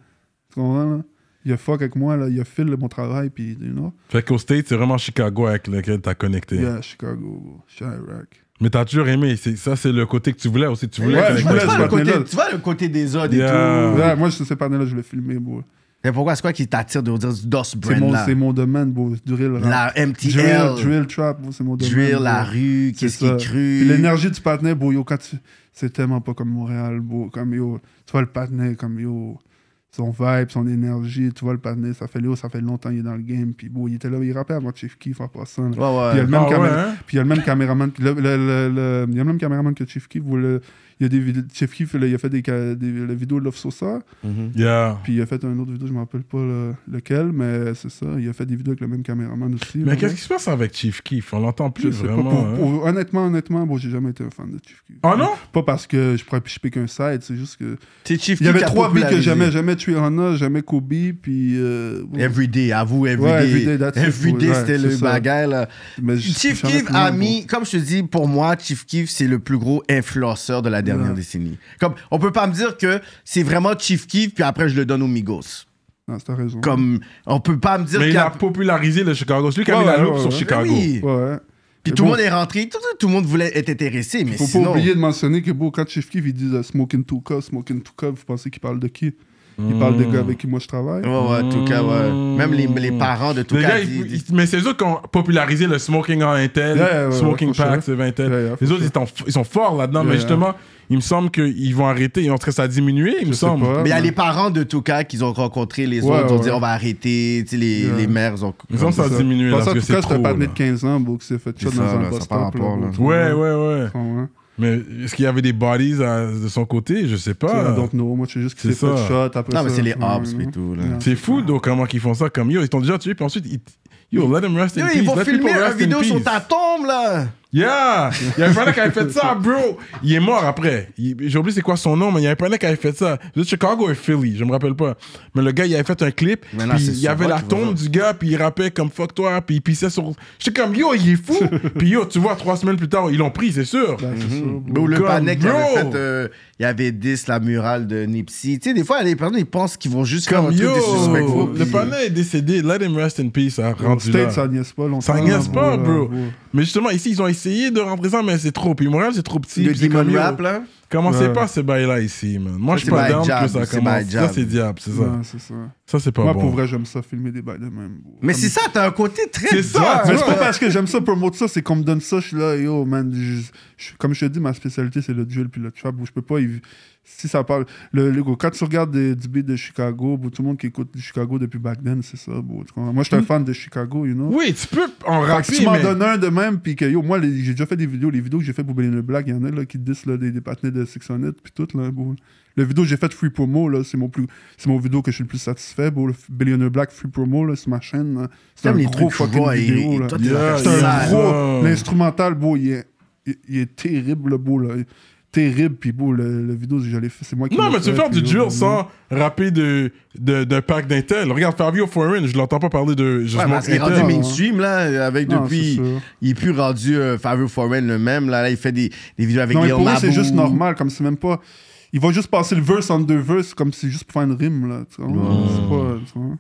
Tu comprends, là? Il a fuck avec moi, là. Il a fil mon travail, puis, you know.
Fait qu'au State, c'est vraiment Chicago avec lequel t'as connecté.
Yeah, Chicago, bro. Chirac.
Mais t'as toujours aimé. C'est- Ça, c'est le côté que tu voulais aussi. Tu voulais
Ouais,
Tu
connecter
je
vois-
voulais
tu
avec
ce
vois le
toi.
partenaire-là.
côté- tu vois le côté des autres et
Yeah.
tout.
Ouais, moi, je- ces partenaires-là, je voulais filmer, bro.
Mais pourquoi c'est quoi qui t'attire de dire ce dos
C'est
brand
mon,
là
c'est mon domaine, bro. Drill, rap.
La
Drill,
MTL,
drill trap, bro, c'est mon domaine.
drill, la
bro.
rue, qu'est-ce qui
Mm. ça.
est cru.
Puis L'énergie du partenaire, bro, yo, quand tu- c'est tellement pas comme Montréal, bro. Comme yo, tu vois le partenaire, comme yo, son vibe, son énergie, tu vois le partenaire, ça fait yo, ça fait longtemps qu'il est dans le game. Puis bro, il était là, il rappait avant Chief Keef en passant. là.
Ouais,
Puis il
ouais.
y a le même
Ah
camé-
ouais, hein?
puis il y a le même caméraman. le- le- le- le- Il y a le même caméraman que Chief Keef. où le- Il y a des vid- Chief Keef, là, il a fait des, ca- des la vidéo de Love Sosa.
Yeah.
Puis il a fait une autre vidéo, je me rappelle pas là, lequel, mais c'est ça. Il a fait des vidéos avec le même caméraman aussi. là,
Mais qu'est-ce
ouais.
qui se passe avec Chief Keef On l'entend plus
Je sais Mhm. pas,
vraiment.
pour-
hein.
pour- honnêtement, honnêtement, bon, j'ai jamais été un fan de Chief Keef.
Ah non
Pas parce que je pourrais picher qu'un side, c'est juste que.
T'es Chief
Il y
qui
avait
t'a
trois beats que
popularisé.
j'aimais. J'aimais Tuirana, j'aimais Kobe, puis. euh, bon.
Everyday, avoue,
Ouais,
everyday.
everyday, that's it,
everyday,
ouais,
c'était
c'est
le
ça.
bagage, là.
Mais je-
Chief
j'arrête
Keef
non,
a
bon.
mis, comme je te dis, pour moi, Chief Keef, c'est le plus gros influenceur de la dernière
Ouais.
décennie. Comme, on peut pas me dire que c'est vraiment Chief Keef, puis après, je le donne aux Migos.
Non, c'est ta Ah, raison.
Comme, on peut pas me dire
Mais
qu'il
il
y
a popularisé le Chicago. C'est lui qui a
Ouais,
mis la
ouais,
loupe
ouais,
sur
ouais.
Chicago.
eh Oui.
Ouais.
Puis
Mais
tout le
bon,
monde est rentré, tout, tout- tout le monde voulait être intéressé, mais
Faut
sinon...
pas oublier de mentionner que bon, quand Chief Keef, il dit euh, Smoking Tuka, Smoking Tuka, vous pensez qu'il parle de qui Il parle des gars
Hmm.
avec qui moi je travaille.
Ouais, ouais, en tout cas, ouais. Même les, les parents de tout
Les
cas
gars, ils- ils- mais c'est eux autres qui ont popularisé le smoking en Intel,
Yeah, yeah, ouais,
smoking
ouais, for
pack,
sure.
c'est 20
Yeah, yeah,
Les
for
autres, ils, sont f- ils sont forts là-dedans,
Yeah,
mais
yeah.
justement, il me semble qu'ils vont arrêter. En tout cas, ça a diminué, il me
Je sais
semble.
pas,
Mais il y a
mais-
les parents de tout cas qu'ils ont rencontrés, les
Ouais,
autres ont dit
ouais.
on va arrêter, tu sais, les,
Ouais.
les mères ont.
Il me semble que ça a diminué là,
Parce
parce
qu'en
que
tout
c'est
cas, c'était
trop.
un partenaire
là.
de 15 ans, bon, qui s'est fait
C'est
ça dans
ça, là,
un
ça
bus
par
stop.
rapport, là.
là, bon,
Ouais, ouais, ouais.
bon, ouais.
Mais est-ce qu'il y avait des bodies à- de son côté Je sais
I
pas.
don't know. Moi, je sais juste que
C'est
c'est pas de
ça.
shot après
Non,
ça.
mais c'est les
Ouais,
Hobbs
non.
et tout, là.
Non.
C'est fou, donc, comment ils font ça. Comme, yo, ils t'ont déjà tué, puis ensuite, ils... yo, let them rest in
Yo,
peace.
ils vont
let
filmer
people
la
rest in
vidéo sur
peace.
ta tombe, là!
Yeah! Il y avait un mec qui avait fait ça, bro! Il est mort après. Il- J'ai oublié c'est quoi son nom, mais il y avait un mec qui avait fait ça. De Chicago et Philly, je me rappelle pas. Mais le gars, il avait fait un clip,
Mais là,
puis
c'est
il y avait
souvent
la
qu'il va
tombe du gars, puis il rappait comme fuck toi, puis il pissait sur. J'étais comme yo, il est fou! puis yo, tu vois, trois semaines plus tard, ils l'ont pris, c'est sûr.
Ben, c'est ça, bro.
Bro, le
Comme,
panic, il avait
bro.
fait, euh, il y avait 10, la murale de Nipsey. Tu sais, des fois, les personnes, ils pensent qu'ils vont juste faire un
Comme
truc
yo!
disrespectful.
Le
puis- euh,
panneau est décédé, let him rest in peace, a
Au
rendu
States,
là.
ça niaise pas longtemps.
Ça niaise
là,
pas,
là,
bro.
bro.
Mais justement, ici, ils ont essayé de rentrer ça, mais c'est trop. Puis Montréal, c'est trop petit.
Le
puis c'est
Demon
comme, yo,
Rap, là.
Commencez
Ouais.
pas ce bail-là ici, man. Moi,
Ça,
je suis
c'est
pas
by
down
jab,
que ça
c'est by
commence. Ça,
jab.
c'est diable, c'est ça.
Ouais, c'est ça.
Ça, c'est pas
Moi,
bon.
pour vrai, j'aime ça, filmer des bails de même. bro.
Mais
Comme-
c'est ça, t'as un côté très.
C'est ça,
Mais
bizarre.
c'est pas parce que j'aime ça, promote ça, c'est qu'on me donne ça, je suis là, yo, man. je- je- comme je te dis, ma spécialité, c'est le duel puis le trap, où je peux pas. y- Si ça parle. Le, le- quand tu regardes des, du beat de Chicago, bro, tout le monde qui écoute du Chicago depuis back then, c'est ça, bro, tu comprends? Moi, je suis un fan de Chicago, you know.
Oui, tu peux en
Fait que si tu
rapper,
m'en
mais...
donnes un de même, puis que yo, moi, les- j'ai déjà fait des vidéos, les vidéos que j'ai fait pour Bélin le Black, il y en a là, qui disent là, des, des patinets de Sixonet, puis tout, là, bro. Le vidéo que j'ai fait Free Promo, là, c'est mon plus, c'est mon vidéo que je suis le plus satisfait, bro. Le Bélin le Black Free Promo, là, sur ma chaîne, là, c'est un
T'aimes les
gros
trucs
fucking
froids et-
vidéo, là.
et toi, t'es
Yeah,
dans
C'est
le
un
sale.
gros.
Ouais.
L'instrumental, beau, il est, il, il est terrible, le beau, là. Terrible, puis beau, le, le vidéo que j'allais faire, c'est moi qui.
Non,
l'ai
mais tu
fait,
veux faire
puis
du
yo,
duel
man.
sans rapper de, de, d'un pack d'Intel. Regarde Fabio Foreign, je l'entends pas parler de
Ouais,
justement
mais il est rendu
Intel.
mainstream, là, avec
hein. Non,
depuis.
c'est sûr.
Il est plus rendu euh, Favreau Foreign le même, là, là, il fait des, des vidéos avec
Non, mais
Léo
pour eux,
Mabou.
c'est juste normal, comme c'est même pas. Il va juste passer le verse en deux verses, comme c'est juste pour faire une rime, là. Tu vois. C'est pas. Tu vois.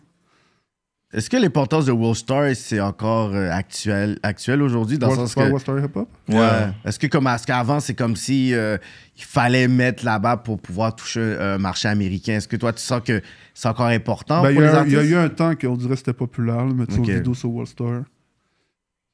Est-ce que l'importance de Will Star, c'est encore euh, actuel, actuel aujourd'hui, dans le
World-
sens que.
World Star Hip Hop.
Ouais. Est-ce que comme parce qu'avant c'est comme si euh, il fallait mettre là-bas pour pouvoir toucher euh, un marché américain. Est-ce que toi tu sens que c'est encore important
Ben, il
pour
y
les
a- il
artistes
y, a eu un temps qu'on dirait que c'était populaire, mais tu
Ok.
vidéo sur World Star.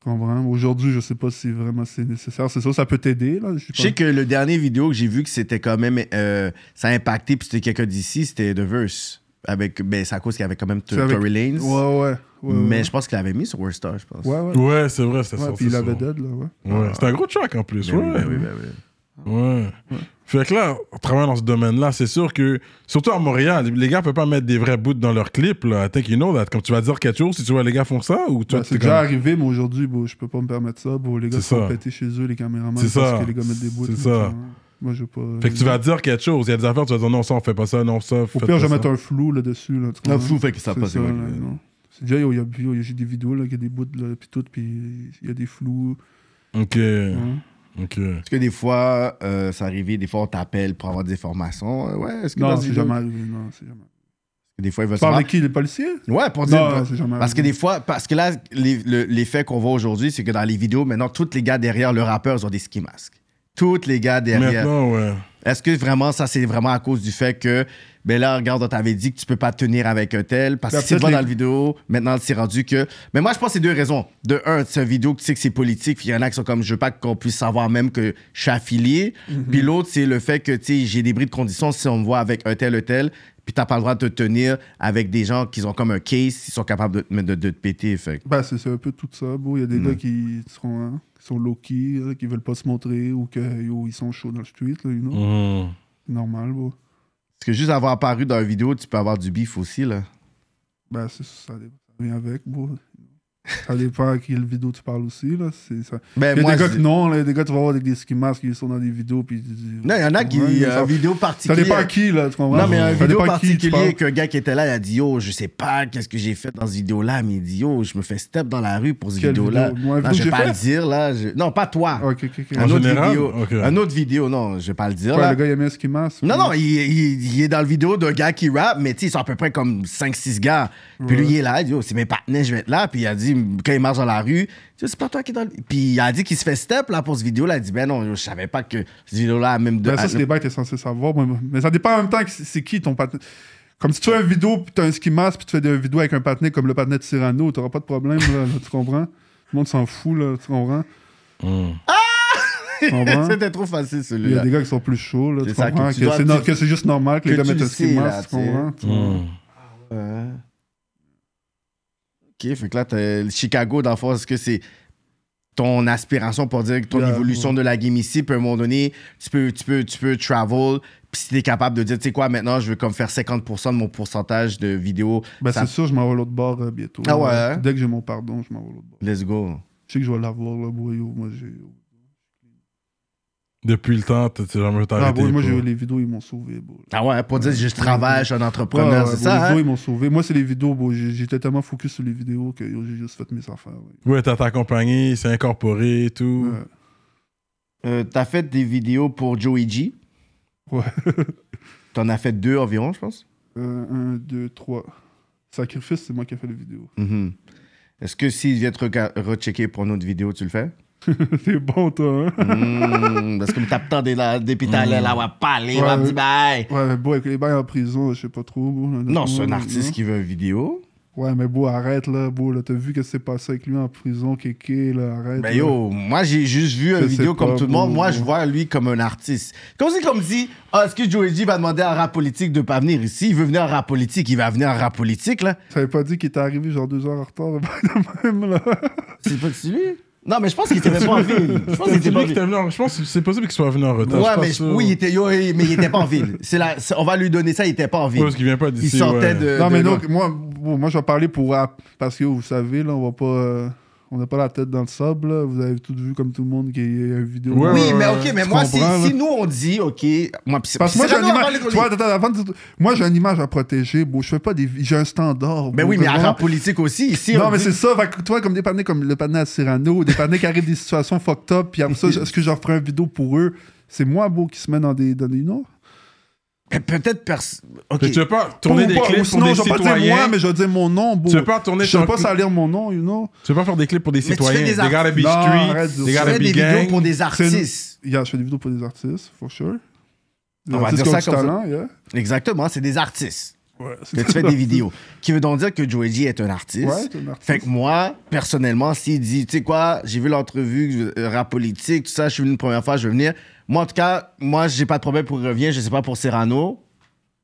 Tu Comprends? Aujourd'hui, je sais pas si vraiment c'est nécessaire. C'est ça, ça peut t'aider, là. suis
Je
pas-
sais que le dernier vidéo que j'ai vu que c'était quand même euh, ça a impacté puis c'était quelqu'un d'ici, c'était The Verse avec ben c'est à cause qu'il y avait quand même
C'est avec-
Tory
Ouais,
Lanez.
ouais. ouais
Mais
ouais.
je pense qu'il l'avait mis sur World Star, je pense.
Ouais, ouais.
Ouais, c'est vrai, c'est
Ouais,
ça.
puis il avait dead, là, ouais.
Ouais, c'est un gros track en plus.
Ben oui,
ouais.
ben oui, ben oui.
Ouais. Fait que là, en travaillant dans ce domaine-là, c'est sûr que, surtout à Montréal, les gars peuvent pas mettre des vrais bouts dans leurs clips. Là. I think you know that. Comme tu vas dire quelque chose, si tu vois les gars font ça, ou toi,
Ben,
t'es
c'est déjà
comme-
arrivé, mais aujourd'hui, bon, je peux pas me permettre ça. Bon, les gars
C'est
se font
ça.
péter chez eux, les caméramans.
C'est
parce
ça.
que les gars mettent des bouts.
C'est
là,
ça.
tu vois. Moi, je veux pas.
Fait que tu vas dire quelque chose. Il y a des affaires, tu vas dire non, ça, on fait pas ça, non, ça.
Au pire, je vais mettre un flou là-dessus. Là, tu
Un
comprends?
flou, fait que ça
C'est
passe, c'est
là,
quoi l'idée?
non. C'est déjà, yo, y a- yo, y a- j'ai des vidéos, là, il y a des bouts, là, puis tout, puis il y a des flous.
Ok.
hein.
Ok.
Parce que des fois euh, ça arrivait, des fois on t'appelle pour avoir des informations. Euh, Ouais, est-ce que dans
Non,
ce
c'est
vidéo-
jamais arrivé. Non, c'est jamais.
des fois ils veulent
Tu parles
savoir-
avec qui Les policiers
Ouais, pour dire.
Non, c'est jamais
Parce que des fois, parce que là, les- le- l'effet qu'on voit aujourd'hui, c'est que dans les vidéos, maintenant, tous les gars derrière le rappeur, ils ont des ski masques. Tous les gars derrière.
Maintenant, ouais.
Est-ce que vraiment, ça, c'est vraiment à cause du fait que, ben là, regarde, on t'avait dit que tu peux pas te tenir avec un tel, parce
Ben,
que c'est
peut-être
pas
les-
dans la vidéo, maintenant, c'est rendu que. Mais moi, je pense que c'est deux raisons. De un, c'est une vidéo que tu sais que c'est politique, puis il y en a qui sont comme, je veux pas qu'on puisse savoir même que je suis affilié. Puis l'autre, c'est le fait que, tu sais, j'ai des bris de conditions si on me voit avec un tel, un tel, puis t'as pas le droit de te tenir avec des gens qui ont comme un case, ils sont capables de, de- de te péter, fait. que-
Ben, c'est c'est un peu tout ça. Bon, il y a des
Mm.
gars qui seront, hein, qui sont low-key, hein, qui veulent pas se montrer ou que, yo, ils sont chauds dans le street, là, you know.
Mhm.
Hmm.
C'est Normal, bon.
Parce que juste avoir apparu dans une vidéo, tu peux avoir du beef aussi, là.
Ben, c'est ça, ça dépend. Ça vient avec, bon. Ça dépend à quelle vidéo tu parles aussi, là. c'est Ça...
Ben,
Il y a
moi,
des gars
je-
que non, là, il y a des gars, tu vas voir avec des ski masques, ils sont dans des vidéos, puis...
Non, il y en a qui.
Ouais, ils
euh,
sont-
vidéo
Ça
particulière.
dépend à qui, là, tu comprends?
Non, mais un
Ça
vidéo
dépend à qui tu
particulier
parles.
qu'un gars qui était là, il a dit Yo, je sais pas qu'est-ce que j'ai fait dans cette vidéo-là, mais il dit Yo, je me fais step dans la rue pour cette
Quelle
vidéo-là.
vidéo? Moi,
Non,
vidéo
je
que
vais
j'ai
pas le
fait?
dire, là. je- Non, pas toi.
Ah, Ok, ok, ok.
En
Un autre
général?
vidéo.
Ok.
Un autre vidéo, non, je vais pas le dire,
Ouais,
là.
le gars, il a mis un ski mask.
Non,
ouais.
non, il, il- il est dans le vidéo d'un gars qui rappe, mais tu sais, ils sont à peu près comme 5-6 gars. Puis lui, il est là, il dit, oh, c'est mes partenaires, je vais être là. Puis il a dit, quand il marche dans la rue, Tu sais, c'est pas toi qui est dans le. Puis il a dit qu'il se fait step là pour cette vidéo-là. Il dit, ben non, je savais pas que cette vidéo-là a même de.
Ben, ça, c'est des bails que t'es censé savoir. moi, moi. Mais ça dépend en même temps que c'est- c'est qui ton partenaire. Comme si tu fais une vidéo, puis t'as un ski mask, puis tu fais une vidéo avec un partenaire comme le partenaire de Cyrano, t'auras pas de problème, là, là, tu comprends? Tout le monde s'en fout, là, tu comprends?
Hmm.
Tu comprends?
C'était trop
Il
facile
y a
celui-là.
des gars qui sont plus chauds, là, tu
C'est ça,
comprends?
que tu
Que
dois-
c'est no-
tu-
que c'est juste normal que les
que
gars
tu
mettent
le
un ski
sais, là,
mask, tu
tu sais. Hmm.
comprends? Tu-
Mhm.
Ouais. Ok, fait que là, t'as- le Chicago, dans le fond, est-ce que c'est ton aspiration pour dire que ton
Yeah,
évolution de la game ici, puis à un moment donné, tu peux, tu peux, tu peux travel, puis si t'es capable de dire, tu sais quoi, maintenant, je veux comme faire 50% de mon pourcentage de vidéos,
Ben,
Ça-
c'est sûr, je m'en vais à l'autre bord euh, bientôt.
Ah
là.
ouais, hein?
Dès que j'ai mon pardon, je m'en vais à l'autre bord.
let's go.
Je sais que je vais l'avoir, là, boyo. Moi, j'ai.
Depuis le temps, t'es t'es jamais
Ah,
arrêté.
boy, moi,
quoi.
j'ai- les vidéos, ils m'ont sauvé, boy.
Ah ouais, pour dire, je travaille, je suis un
Ouais,
entrepreneur,
ouais, bon, Les
c'est ça, hein?
vidéos, ils m'ont sauvé. Moi, c'est les vidéos, bon, j'ai- j'étais tellement focus sur les vidéos que yo, j'ai juste fait mes affaires. ouais.
Ouais, t'as ta compagnie, c'est incorporé et tout.
Ouais.
Euh, T'as fait des vidéos pour Joey G.
Ouais.
T'en as fait deux environ, je pense.
Euh, un, deux, trois. Sacrifice, c'est moi qui ai fait les vidéos.
Mm-hmm. Mhm. Est-ce que s'il vient te reca- rechecker pour une autre vidéo, tu le fais?
T'es bon, toi, hein?
Hum, parce que me tape tant des la- des pétales là, on va parler, on va
Ouais.
dire bye. Hmm,
Ouais, mais beau, avec les bails en prison, je sais pas trop, beau.
Mm. Non, c'est un artiste qui veut une vidéo.
Ouais, mais beau, arrête, là, beau, là. T'as vu que c'est passé avec lui en prison, Kéké, là, arrête.
Ben
là.
yo, moi j'ai juste vu
Je
une vidéo
sais
comme
pas,
tout le monde.
bro.
Moi je vois lui comme un artiste. Comme si comme dit, ah, est-ce que Joey G va demander à rap politique de pas venir ici Il veut venir en rap politique, il va venir en rap politique là.
T'avais pas dit qu'il était arrivé genre deux heures en retard, ben, de même, là.
C'est pas que lui Non mais je pense qu'il était même pas en ville. Je pense qu'il
C'est
était
lui
pas en
qui
ville.
était venu en- Je pense que c'est possible qu'il soit venu en retard.
Ouais,
je suis
mais
pas
je-
sûr.
oui, il était, yo, hey, mais il était pas en ville. C'est la, c'est- on va lui donner ça, il était pas en
Ouais,
ville.
parce qu'il vient pas
il
d'ici.
sortait
ouais.
de.
non,
de-
mais donc, moi, bon, moi, je vais parler pour rap. Parce que vous savez, là, on va pas. euh, on n'a pas la tête dans le sable, là. Vous avez tout vu, comme tout le monde, qu'il y a une vidéo.
Ouais,
Oui,
ouais,
mais
ouais,
ok, mais
tu
moi, si,
comprends, là.
si nous on dit, ok, moi, pis-
Parce que
pis
moi, j'ai
c'est
un
là, on va
image.
les
tu vois, attends, avant de- Moi, j'ai une image à protéger. Bon, je fais pas des. J'ai un standard.
Ben
Mais
bon,
Ben oui, mais en
comment-
rap politique aussi, ici.
non,
on
mais
dit-
c'est ça. Fait que toi, comme des panneaux comme le panneau à Cyrano, des panneaux qui arrivent des situations fucked up, puis après ça, est-ce que je referai une vidéo pour eux C'est moi, beau, qui se met dans des. Dans des non
Mais Eh, Peut-être personne. Ok.
Mais Tu veux pas tourner
Ou
des
pas,
clips
ou
pour
sinon,
des
je vais pas dire moi,
citoyens.
mais je vais dire mon nom, beau.
Tu veux pas tourner
Je
ton-
vais pas salir mon nom, you know
Tu veux pas faire des clips pour des
Mais tu fais
citoyens.
des
They
art-
gotta be
Non,
street,
arrête de-
they
Tu
Tu
gotta
fais des
be
vidéos pour
gang.
des artistes.
Yeah, je fais des vidéos pour des artistes, for sure. Des
On va
artistes
dire
qui
ça
ont du
comme
talent, yeah.
Exactement, c'est des artistes
Ouais,
que tu fais des vidéos. Qui veut donc dire que Joey G est un artiste.
Ouais, c'est un artiste.
Fait que moi, personnellement, s'il dit, tu sais quoi, j'ai vu l'entrevue, euh, rap politique, tout ça, je suis venu une première fois, je veux venir. Moi, en tout cas, moi, j'ai pas de problème pour revenir, je sais pas pour Serrano.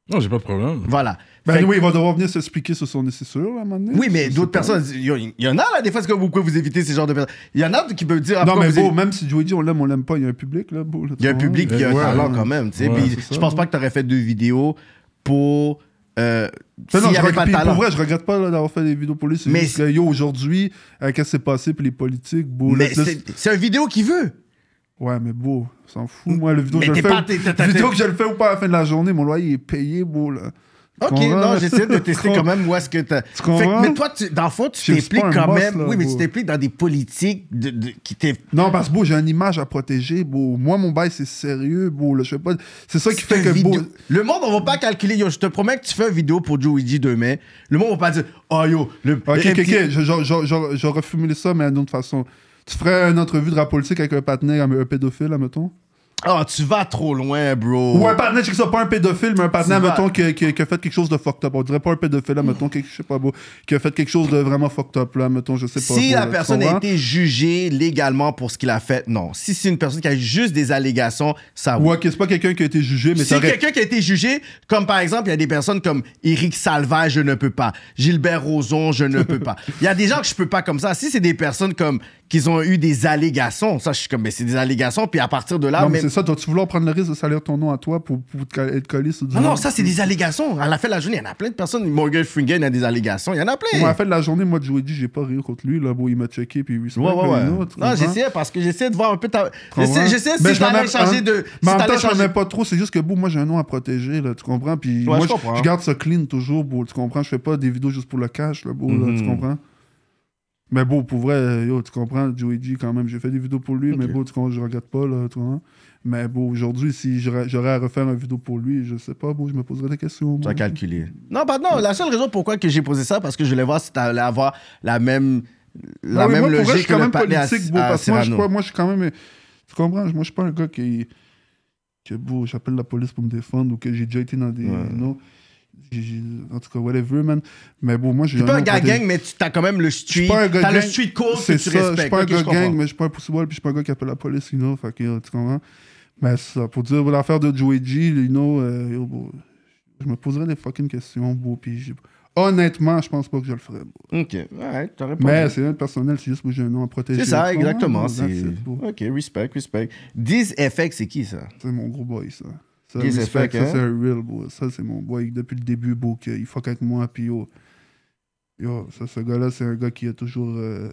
Non, j'ai pas de problème.
Voilà. Fait
Ben
que-
oui, il va devoir venir s'expliquer sur son c'est sûr, là, à un moment donné.
Oui, mais
Je sais
d'autres
pas.
personnes, il y- il y en a là, des fois, c'est comme pourquoi vous évitez ces genres de personnes. Il y en a qui peuvent dire. ah,
Non,
pourquoi
mais
vous
beau,
évitez-
même si Joey dit on l'aime, on l'aime pas, il y a un public, là, beau. là,
Il y a un
tu vois.
public, il y a un
Ouais.
talent quand même, tu sais.
Ouais,
Puis
c'est ça.
je pense pas que t'aurais fait deux vidéos pour. Euh,
Mais non,
s'il y
je
avait
regrette-
pas de
puis
talent.
Pour vrai, je regrette pas là, d'avoir fait des vidéos pour lui. C'est
Mais
juste que, yo, aujourd'hui, avec qu'est-ce qui s'est passé, puis les politiques, beau.
Mais
laisse-
c'est c'est un vidéo qui veut.
Ouais, mais beau, on s'en fout. Moi, le vidéo,
Mais
je le
t'es
fais.
pas- t'es- t'es- t'es-
vidéo que je le fais ou pas à la fin de la journée, mon loyer est payé, beau, là. Tu
Ok,
comprends?
non, j'essaie de tester quand même où est-ce que t'as.
Tu comprends?
Fait que- mais toi, tu- dans le fond, tu
Je suis
t'impliques
pas un
quand
boss,
même.
là,
oui, mais
bro.
tu t'impliques dans des politiques de, de- qui t'es.
Non, parce que beau, j'ai une image à protéger, beau. Moi, mon bail, c'est sérieux, beau. Là, je sais pas. C'est ça qui fait
une
que beau.
vidéo- Le monde, on va pas calculer. Yo, je te promets que tu fais une vidéo pour Joey G demain. Le monde va pas dire. Oh yo, le.
Ok,
le
ok,
petit-
ok. Je- je- je- je- je reformule ça, mais d'une autre façon. Tu ferais une entrevue de rap politique avec un partenaire, un pédophile, admettons?
Oh, tu vas trop loin, bro.
Ou un partenaire, je sais que pas un pédophile, mais un partenaire,
C'est
mettons, qui, qui- qui a fait quelque chose de fucked up. On dirait pas un pédophile, mettons, qui, je sais pas, beau, qui a fait quelque chose de vraiment fucked up, là, mettons, je sais pas.
Si
beau, là,
la
tu
personne a
comprends?
été jugée légalement pour ce qu'il a fait, non. Si c'est une personne qui a juste des allégations, ça
Ou ok, c'est pas quelqu'un qui a été jugé, mais
Si
ça aurait-
quelqu'un qui a été jugé, comme par exemple, il y a des personnes comme Éric Salva, je ne peux pas. Gilbert Rozon, je ne peux pas. Il y a des gens que je peux pas comme ça. Si c'est des personnes comme qu'ils ont eu des allégations, ça, je suis comme, mais c'est des allégations. Puis à partir de là,
Non, mais
même-
c'est ça, dois-tu vouloir prendre le risque de salir ton nom à toi pour, pour te- être collé sur du
non, non,
monde?
ça, c'est des allégations. À la fin de la journée, il y en a plein de personnes. Morgan Fringen a des allégations. Il y en a plein.
Moi, à la fin de la journée, moi, Joey dit, j'ai pas ri contre lui, là, bon, il m'a checké, puis il se
Ouais,
prend
ouais,
comme
ouais.
une autre, tu
Non,
comprends?
j'essayais parce que j'essayais de voir un peu ta.
Comprends?
J'essayais j'essayais
Mais
si
je m'en
t'allais
mets-
changer
en-
de.
Mais
si
en même
t'allais
temps, je
changer-
m'en mets pas trop. C'est juste que, bon, moi, j'ai un nom à protéger, là, tu comprends? Puis
Ouais,
moi,
je comprends.
je, je garde ça clean toujours, beau, tu comprends? Je fais pas des vidéos juste pour le cash, là, beau, là, tu
Mm-hmm.
comprends? Mais bon, pour vrai, euh, yo, tu comprends, Joey G, quand même, j'ai fait des vidéos pour lui, mais bon, tu comprends, je regarde pas, là, tu comprends? Mais bon, aujourd'hui, si j'aurais j'aurais à refaire une vidéo pour lui, je sais pas, bon, je me poserais des questions.
Tu as
bon.
calculé. Non, pardon. La seule raison pourquoi que j'ai posé ça, parce que je voulais voir si tu allais avoir la même, la
Ah oui,
même
moi, pour vrai, je
logique
suis
que
quand
le
même
partenaire à-
politique, beau,
à
parce que moi, je,
Cyrano.
crois- moi, je suis quand même. Tu comprends? Moi, je suis pas un gars qui. que beau, j'appelle la police pour me défendre ou que j'ai déjà été dans des. non. J'ai- j'ai- en tout cas, whatever, man. Mais bon, moi, j'ai.
T'es pas un
nom
gars
protégé.
gang, mais tu as quand même le
Je
street.
suis pas un gars
T'as le
gang.
street code que
C'est
tu
ça, Je suis
respectes.
pas un
Ok, je
gars gang,
comprends.
mais je suis pas un possible, puis je suis pas un gars qui appelle la police, you know. Fait que, euh, tu comprends? Mais c'est ça, pour dire voilà, l'affaire de Joey G, you know, euh, yo, bon, je me poserais des fucking questions, beau, puis j'ai- Honnêtement, je pense pas que je le ferais. beau.
Ok, ouais, t'aurais pas
Mais
dit.
c'est un personnel, c'est juste que j'ai un nom à protéger.
C'est ça,
Tu comprends?
exactement.
That's
c'est-
it, beau.
Ok, respect, respect. 10 FX, c'est qui ça?
C'est mon gros boy, ça. Ça,
Des
respect,
effets,
ça,
hein?
c'est un real, bro. Ça, c'est mon boy. Depuis le début, bro, qu'il fuck avec moi, puis yo. Yo, ça, ce gars-là, c'est un gars qui a toujours. euh,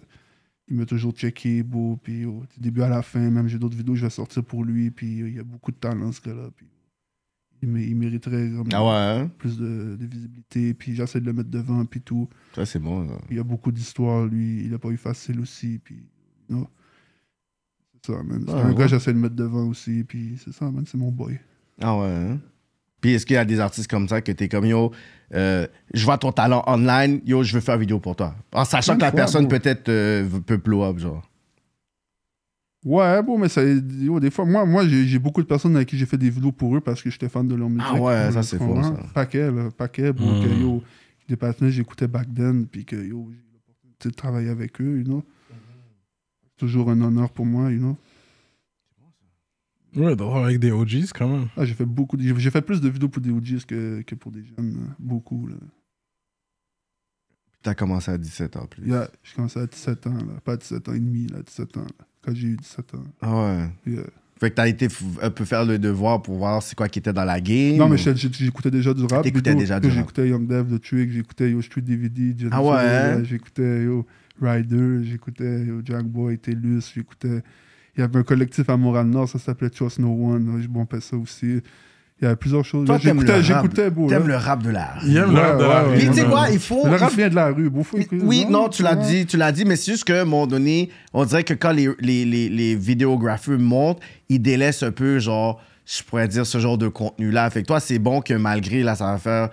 il m'a toujours checké, bro, puis yo. Du début à la fin, même, j'ai d'autres vidéos que je vais sortir pour lui, puis yo, il y a beaucoup de talent, ce gars-là, puis il, mé- il mériterait comme,
Ah ouais, hein?
plus de, de visibilité, puis j'essaie de le mettre devant, puis tout.
ça c'est bon. ça.
Il y a beaucoup d'histoires, lui. Il a pas eu facile aussi, puis. Non. C'est ça, man. C'est
Ah,
un
ouais.
gars, j'essaie de le mettre devant aussi, puis c'est ça, man. C'est mon boy.
Ah ouais. hein? Puis est-ce qu'il y a des artistes comme ça que t'es comme yo, euh, je vois ton talent online, yo, je veux faire une vidéo pour toi. En sachant
Plein
que
de
la
fois,
personne
bro.
peut-être euh, peut blow up, genre.
Ouais, bon, mais ça, yo, des fois, moi, moi j'ai j'ai beaucoup de personnes avec qui j'ai fait des vidéos pour eux parce que j'étais fan de leur musique.
Ah ouais,
Tu
ça, c'est
comprends?
fort, ça. Hmm.
Paquet, là, paquet, bro, que, yo, des partenaires que j'écoutais back then, puis que, yo, j'ai eu l'opportunité de travailler avec eux, you know. C'est Toujours un honneur pour moi, you know.
Ouais, d'avoir avec des OGs quand même.
Ah, j'ai fait beaucoup, de- j'ai j'ai fait plus de vidéos pour des OGs que, que pour des jeunes, là. beaucoup, là.
T'as commencé à 17 ans, plus.
Yeah, j'ai commencé à 17 ans, là, pas à 17 ans et demi, là, 17 ans, là, quand j'ai eu 17 ans.
Ah ouais.
Yeah.
Fait que t'as été f- un peu faire le devoir pour voir c'est quoi qui était dans la game.
Non, mais
ou-
j'étais- j'ai- j'écoutais déjà du rap.
Mm. T'écoutais
plutôt.
déjà du rap.
J'écoutais Young Dev, The Trick, j'écoutais Yo Street DVD, Jennifer,
Ah ouais, hein?
euh, j'écoutais Yo Rider, j'écoutais Yo Jack Boy, Tellus, j'écoutais. Il y avait un collectif à Montréal-Nord, ça s'appelait Trust No One, je bompais ça aussi. Il y avait plusieurs choses.
Toi,
Là,
t'aimes
J'écoutais,
le rap.
j'écoutais, beau.
T'aimes le rap de l'art.
Il aime
Ouais,
l'art de
ouais,
la
ouais.
rue.
Puis tu sais
Ouais.
quoi, il faut.
Le rap vient de la rue, beau. faut
Mais-
écouter-
oui, non, tu l'as
ouais.
dit, tu l'as dit, mais c'est juste qu'à un moment donné, on dirait que quand les, les, les, les vidéographeurs montent, ils délaissent un peu, genre, je pourrais dire, ce genre de contenu-là. Fait que toi, c'est bon que malgré, là, ça va faire,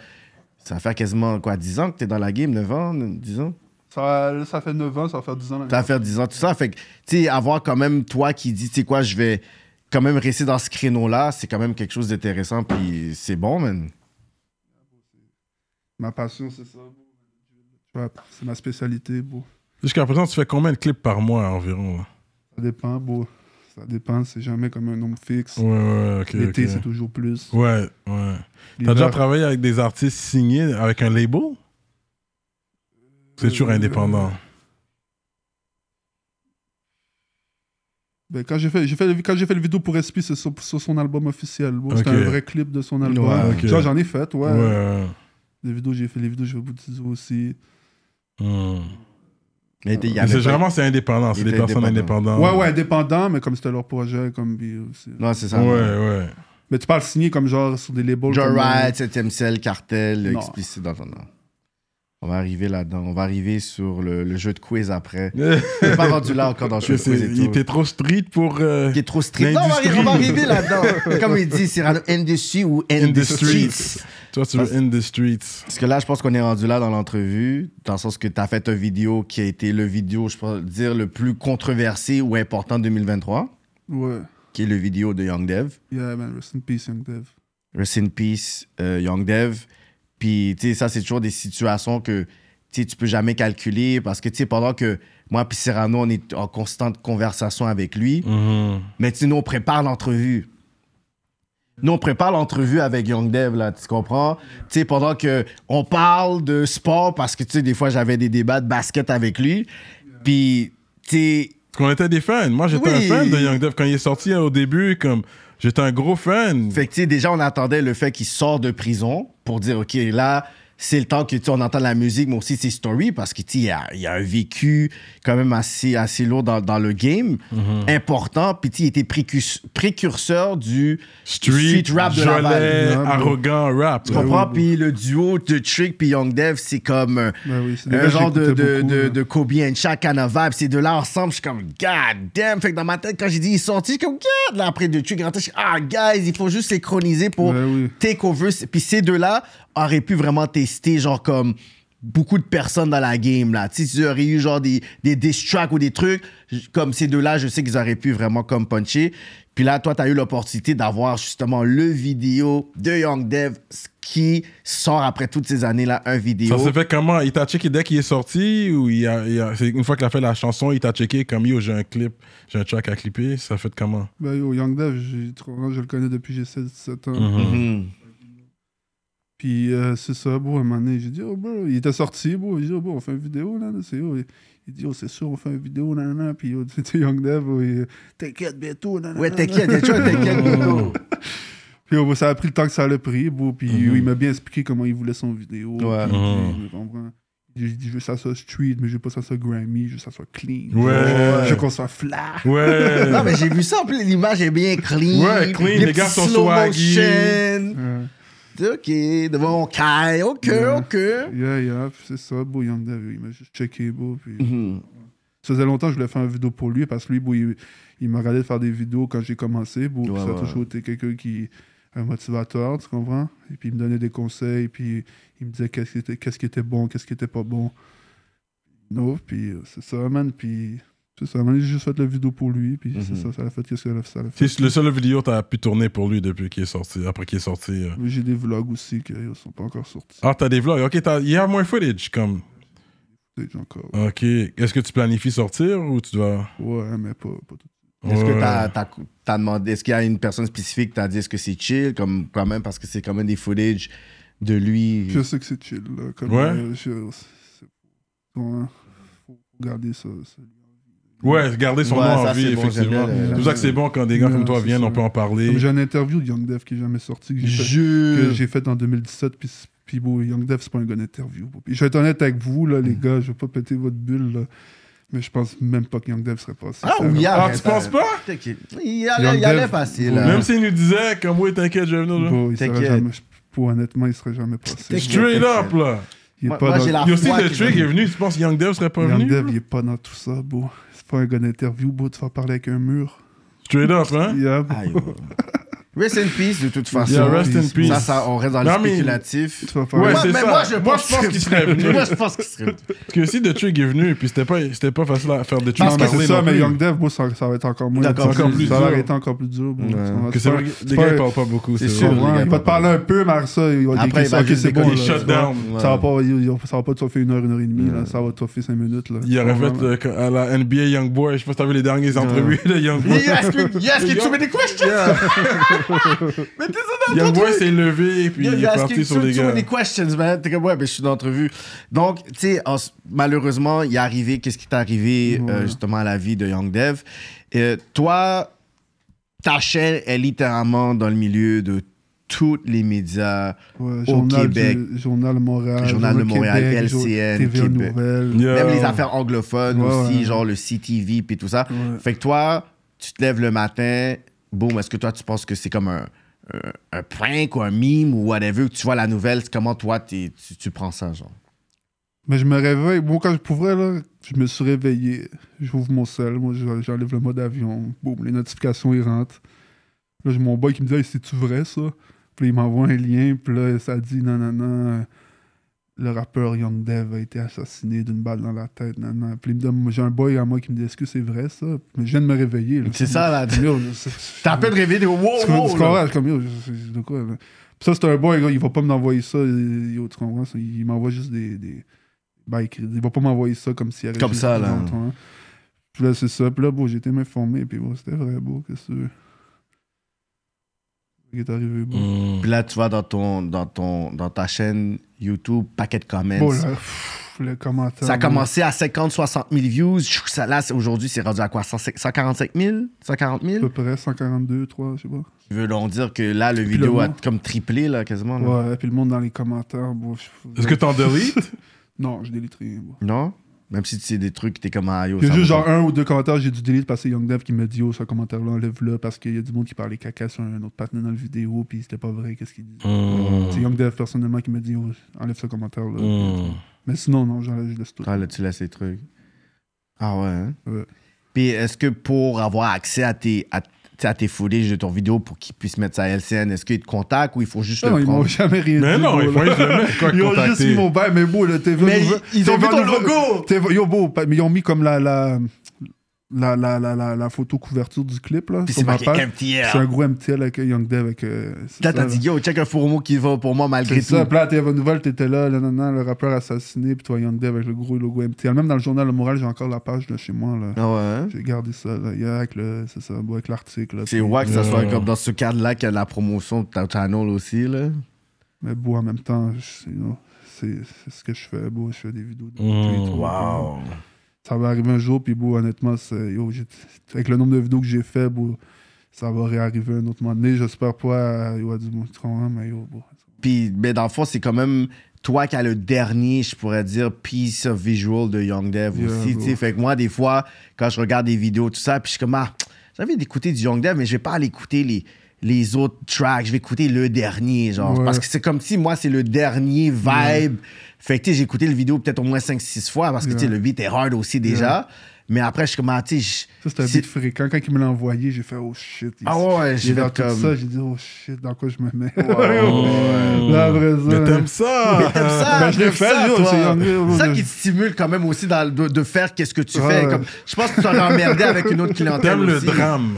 ça va faire quasiment, quoi, 10 ans que t'es dans la game, 9 ans, 10 ans?
Ça, ça fait 9 ans, ça va faire 10 ans. l'année
Ça va faire 10 ans, tout ça. Fait que, tu sais, avoir quand même toi qui dis, tu sais quoi, je vais quand même rester dans ce créneau-là, c'est quand même quelque chose d'intéressant, puis c'est bon, man.
Ma passion, c'est ça. bro. Le rap, C'est ma spécialité, bro.
Jusqu'à présent, tu fais combien de clips par mois environ là?
Ça dépend, bro. Ça dépend, c'est jamais comme un nombre fixe.
Ouais, ouais, ok.
L'été,
ok.
c'est toujours plus.
Ouais, ouais. T'as
L'hiver,
déjà travaillé avec des artistes signés avec un label C'est toujours
Euh,
indépendant.
ben, quand j'ai fait, j'ai fait, quand j'ai fait le vidéo pour SP, c'est sur, sur son album officiel. bon, C'était
Ok.
un vrai clip de son album.
Ouais,
ok.
Tu vois, j'en ai fait, ouais.
Ouais. ouais.
Les vidéos, j'ai fait les vidéos, j'ai fait Boutizo aussi.
Hmm.
Mais il y
Mais
avait
C'est
pas-
vraiment c'est indépendant,
Il
c'est des
était
personnes
Ouais,
indépendantes.
ouais, indépendant, mais comme c'était leur projet, comme puis aussi.
Non, c'est ça.
Ouais, ouais.
Mais tu parles signé comme genre sur des labels. comme, euh,
Joyride, 7 Cell, Cartel,
Non.
Explicit. Non, non, non. On va arriver là-dedans. On va arriver sur le, le jeu de quiz après. On n'est pas rendu là encore dans le
Parce que
jeu de
c'est-
quiz
il
et tout.
était trop street pour. euh,
Qui est trop strict. Non, on va,
L'industrie.
on va arriver là-dedans. Comme il dit, Cyrano, in the sea ou in,
In
the,
the
streets.
streets. Toi, tu veux in the streets.
Parce que là, je pense qu'on est rendu là dans l'entrevue, dans le sens que tu as fait une vidéo qui a été le vidéo, je peux dire, le plus controversé ou important de 2023,
euh, Ouais.
qui est le vidéo de Young Dev.
Yeah, man, rest in peace, Young Dev.
Rest in peace, euh, Young Dev. Puis, tu sais, ça, c'est toujours des situations que tu sais, tu peux jamais calculer parce que, tu sais, pendant que moi puis Serrano, on est en constante conversation avec lui,
Mhm.
mais tu sais, nous, on prépare l'entrevue. Nous, on prépare l'entrevue avec Young Dev, là, tu comprends? Tu sais, pendant que on parle de sport, parce que, tu sais, des fois, j'avais des débats de basket avec lui, puis, tu sais,
Parce qu'on était des fans. Moi, j'étais
Oui.
un fan de Young Dev quand il est sorti hein, au début. Comme j'étais un gros fan.
Fait que, tu sais, déjà, on attendait le fait qu'il sort de prison pour dire, OK, là, c'est le temps que, tu sais, on entend la musique, mais aussi ses stories, parce que, tu sais, il y a, il y a un vécu quand même assez, assez lourd dans, dans le game, important. Puis, tu sais, il était précus- précurseur du...
Street,
Street rap de
jolet,
Laval.
Non,
arrogant rap.
Tu comprends? Puis, le duo de Trick puis Young Dev, c'est comme... euh,
Ben oui, c'est
Eh,
des gars
un
que
genre de,
j'écoutais
de,
beaucoup,
de,
là.
de Kobe and Shaq, Canova, pis ces deux-là ensemble, je suis comme, God damn! Fait que dans ma tête, quand j'ai dit, ils sont sortis, je suis comme, God! Là, après, de Trick, en tête, je suis, ah, guys, il faut juste synchroniser pour
Ben oui.
take over. Puis ces deux-là auraient pu vraiment tester, genre, comme beaucoup de personnes dans la game, là. Tu sais, tu aurais eu, genre, des, des diss tracks ou des trucs, j- comme ces deux-là, je sais qu'ils auraient pu vraiment, comme, puncher. Puis là, toi, t'as eu l'opportunité d'avoir justement le vidéo de Young Dev ce qui sort après toutes ces années-là, un vidéo.
Ça s'est fait comment Il t'a checké dès qu'il est sorti ou il a, il a- c'est une fois qu'il a fait la chanson, il t'a checké comme yo, j'ai un clip, j'ai un track à clipper. Ça fait comment
Ben yo, Young Dev, j'ai trop je le connais depuis j'ai 16-17
Mm-hmm.
ans.
Mhm.
Puis euh, c'est ça, bro, à un moment donné, j'ai dit, oh, bro, il était sorti, bro, j'ai dit, oh, bro, on fait une vidéo, là, là, c'est, oh, il, il dit, oh, c'est sûr, on fait une vidéo, là, là, là, puis, oh, tu sais, Young Dev, oh, il, t'inquiète, bientôt, là, là,
Ouais,
là,
t'inquiète,
là.
t'inquiète, t'inquiète,
Oh.
Dodo.
Puis, oh, bro, ça a pris le temps que ça l'a pris, bro, puis oh, il m'a bien expliqué comment il voulait son vidéo.
Ouais.
puis, il dit, Je comprends. J'ai dit, je veux que ça soit street, mais je veux pas que ça soit Grammy, je veux que ça soit clean.
Ouais.
Je veux qu'on soit flash.
Ouais.
Non, Ah, mais j'ai vu ça, en plus, l'image est bien clean.
Ouais, clean, les
petits
gars sont
slow
swaggy.
motion.
Ouais.
Ok, devant on caille, ok,
Mm.
Ouais.
ok.
Yeah, yeah, puis c'est ça, bro, Young Dev, il m'a juste checké, bro, puis...
Mhm.
Ça faisait longtemps que je voulais faire une vidéo pour lui parce que lui, bon, il, il m'a regardé faire des vidéos quand j'ai commencé. Bon, puis
Ouais,
ça a
ouais.
toujours été quelqu'un qui un motivateur, tu comprends? Et puis il me donnait des conseils, puis il me disait qu'est-ce qui était, qu'est-ce qui était bon, qu'est-ce qui était pas bon. No, puis euh, c'est ça, man. Puis C'est ça. À un moment donné, J'ai juste fait la vidéo pour lui, puis c'est
Mm-hmm.
ça, ça l'a fait. Qu'est-ce que ça l'a- ça l'a fait?
C'est le seul vidéo que t'as pu tourner pour lui depuis qu'il est sorti, après qu'il est sorti. euh.
J'ai des vlogs aussi qui ne sont pas encore sortis.
Ah, t'as des vlogs. Ok, t'as- il y a moins footage, comme.
Peut-être encore.
Ok. Est-ce que tu planifies sortir ou tu dois.
Ouais, mais pas, pas tout.
Est-ce que
Ouais.
t'as, t'as- t'as demandé, est-ce qu'il y a une personne spécifique que t'as dit est-ce que c'est chill, comme quand même, parce que c'est quand même des footage de lui.
Je sais que c'est chill. Là, comme,
Ouais.
euh, je- c'est- ouais, faut garder ça. ça.
Ouais, garder son
Ouais,
nom en
ça,
vie,
c'est bon,
effectivement.
j'aime bien le-
c'est pour ça que c'est bon quand des gars
Ouais,
comme toi
c'est
viennent,
ça.
on peut en
Comme
parler.
j'ai une interview de Young Dev qui est jamais sortie, que j'ai fait, que
Je.
j'ai faite en 2017, puis c'est- puis bon, Young Dev, c'est pas une bonne interview. Puis je vais être honnête avec vous, là, les gars, je vais pas péter votre bulle, là, mais je pense même pas que Young Dev serait passé.
Ah, oui,
Ah, tu penses pas?
Il allait, il
Young
allait
Dev.
passer,
Même
là.
Même s'il nous disait, comme oui, t'inquiète, je vais venir. là.
Bon, il serait
ah, T'inquiète.
jamais, je- pour honnêtement, il serait jamais passé.
T'inquiète.
Straight up, là.
Il est
Moi-
pas
moi,
dans-
j'ai la-
Il y a aussi
Ouais,
le
qui
trick
vient.
est venu, tu penses que Young Dev serait pas
Young
venu?
Dev, il est pas dans tout ça, beau. C'est pas un gars d'interview, beau, de faire parler avec un mur.
Straight up,
Ah.
hein?
Yeah, beau.
Aïe, ouais. Rest in peace, de toute façon.
Yeah, rest in peace.
Ça, ça, on reste dans le
Non, mais-
spéculatif.
Tu vas faire-
Ouais,
Moi,
c'est
mais
ça.
moi, je
Moi,
pense
je pense
que-
qu'il serait venu.
Moi, je pense qu'il serait.
Parce que si The Trick est venu, puis c'était pas, c'était pas facile à faire The Trick
Non, mais
parler
c'est ça,
non
mais
plus.
Young Dev, bon, ça, ça va être encore moins.
D'accord,
ça va-
encore plus
ça va
dur.
être encore plus dur. bon.
Ouais.
Ça va-
Que c'est
pas-
vrai que
c'est
les
pas-
gars, ils parlent pas beaucoup.
C'est
C'est
Tu
sûr.
sûr.
comprends?
les gars,
Il va te parler un peu, mais après ça, il va
Après,
dire
il va
ça, ok,
juste
c'est bon.
Il
là,
déconner.
ça
shut
va-
down.
Ça va pas, il- il- ça va pas te faire une heure, une heure et demie, là. Ça va te faire cinq minutes, là.
Il aurait fait euh, quand- à la NBA Young Boy, je sais pas si t'as vu les dernières entrevues de Young Boy.
You ask me, you ask me too many questions.
Young Boy s'est levé, puis
Yo,
il
you
est
asking
parti sur
too-
les
too
gars.
many questions, man. T'es comme, ouais, mais je suis d'entrevue. Donc, tu sais, en s- malheureusement, il est arrivé, qu'est-ce qui t'est arrivé euh, justement à la vie de Young Dev? Euh, toi, ta chaîne est littéralement dans le milieu de tous les médias.
Ouais,
au
journal
Québec.
du- journal Montréal.
Journal de Montréal,
Québec, jour-
LCN,
TVA
Québec.
Nouvelles.
Yeah.
Même les affaires anglophones
Ouais,
aussi,
ouais.
genre le CTV puis tout ça.
Ouais.
Fait que toi, tu te lèves le matin, boum, est-ce que toi, tu penses que c'est comme un, un, un prank ou un mime ou whatever, que tu vois la nouvelle, comment toi, t'es- tu, tu prends ça, genre?
Mais je me réveille. Bon, quand je pouvais, là, je me suis réveillé. J'ouvre mon sel. Moi, je- j'enlève le mode avion. Boum, les notifications, ils rentrent. Là, j'ai mon boy qui me dit Hey, C'est-tu vrai, ça Puis là, il m'envoie un lien. Puis là, ça dit Non, non, non. euh, Le rappeur Young Dev a été assassiné d'une balle dans la tête. Non, non. Puis il me donne- j'ai un boy à moi qui me dit Est-ce que c'est vrai, ça Mais je viens de me réveiller. là.
C'est ça, là.
Yo, je- c'est-
T'as à peine réveillé, t'es comme, wow,
Tu tu
wow, Oh, là.
comprends? Je suis comme, yo, je- je- de quoi, là? Puis ça, c'est un boy, gars, il va pas m'envoyer ça. euh, Yo, tu comprends? ça? Il m'envoie juste des. des... by écrit. il va pas m'envoyer ça comme s'il y avait.
Comme ça, là.
Puis là, c'est ça. Puis là, bon, j'ai été m'informer. Puis bon, c'était vrai, beau, qu'est-ce que. Il est arrivé, beau.
Mm.
Puis là, tu vas dans, ton, dans, ton, dans ta chaîne YouTube, paquet de comments.
Bon, là, pff, le commentaire.
ça a
là.
commencé à 50, 60 000 views. Chou, Ça, là, c'est- aujourd'hui, c'est rendu à quoi? 100 145 000? 140
À
000?
peu près 142, 3, je sais pas.
Tu veux donc dire que là, le vidéo a
monde.
comme triplé, là, quasiment? là?
Ouais, puis le monde dans les commentaires. bon, je-
Est-ce que t'en deletes?
Non, je délite rien, bon.
Non? Même si c'est des trucs, t'es comme ah, yo,
Il y a
ça
juste
me-
genre un ou deux commentaires, j'ai dû delete parce que Young Dev qui me dit Oh, ce commentaire-là, enlève-le parce qu'il y a du monde qui parlait caca sur un autre partenaire dans la vidéo, puis c'était pas vrai, qu'est-ce qu'il disait.
Hmm.
C'est Young Dev personnellement qui me dit Oh, enlève ce commentaire-là.
Mm.
Mais sinon, non, j'enlève, je laisse tout.
Ah, là, tu laisses les trucs. Ah ouais, hein?
Ouais.
Puis est-ce que pour avoir accès à tes, à, t'sais, à tes footage de ton vidéo pour qu'ils puissent mettre ça à LCN, est-ce qu'ils te contactent ou il faut juste
Ah non,
le
ils m'ont
prendre?
jamais rien
Mais
dit.
non,
bro,
ils font
là.
jamais quoi
Ils ont juste mis
contacter.
mon bail, mais beau, là, t'es
Mais ils- ils ont mis
vu
ton logo!
Yo, beau, pa- mais ils ont mis comme la. la... La, la, la, la, la photo couverture du clip là,
Puis
sur
c'est
ma
marqué
page.
MTL.
C'est un gros MTL avec Young Dev avec euh, c'est
Là,
ça,
t'as
là.
dit, yo, check un fourmeau qui va pour moi malgré
C'est
tout.
ça, puis là, à TV Nouvelle, t'étais là, là, nan, nan, le rappeur assassiné, puis toi, Young Dev avec le gros logo MTL. Même dans le journal Le Moral, j'ai encore la page là, chez moi. là.
Ah ouais, hein?
J'ai gardé ça, là, hier, avec le- c'est ça, bon, avec l'article. là,
C'est
puis-
wack que ça soit
Euh.
comme dans ce cadre-là qu'il y a de la promotion de ta channel aussi, là.
Mais bon, en même temps, je- you know, c'est c'est ce que je fais, bon, je fais des vidéos. de-
Mmh,
Mm.
puis- Ça va arriver un jour, puis bon, honnêtement, c'est- yo, j'ai- avec le nombre de vidéos que j'ai fait, bon, ça va réarriver un autre moment donné. J'espère pas, euh, yo, à du monde, tu comprends, mais yo, bon.
Puis, mais dans le fond, c'est quand même toi qui as le dernier, je pourrais dire, piece of visual de Young Dev
Yeah,
aussi.
bro.
tu sais. Fait que moi, des fois, quand je regarde des vidéos, tout ça, puis je suis comme, ah, j'ai envie d'écouter du Young Dev, mais je vais pas aller écouter les, les autres tracks. Je vais écouter le dernier, genre.
Ouais.
Parce que c'est comme si moi, c'est le dernier vibe. Fait que, tu sais, j'ai écouté le vidéo peut-être au moins 5-6 fois parce que, tu sais, le beat est hard aussi déjà. Mais après, je suis comme, ah, tu sais,
Ça,
je-
c'était un
c'est-
beat fréquent. Quand il me l'a envoyé, j'ai fait oh shit.
Ah ouais,
j'ai
j'ai
dans
fait
tout
comme.
ça, j'ai dit oh shit, dans quoi je me mets.
Oh.
Là, après ça,
Mais t'aimes ça!
T'aimes ça,
Ben, je l'ai
t'aimes
fait,
ça,
yo,
toi.
c'est-
C'est ça qui te stimule quand même aussi dans le- de, de faire qu'est-ce que tu
Ouais,
fais.
ouais.
Comme, je pense que tu t'aurais emmerdé avec une autre clientèle
T'aimes le
aussi.
drame.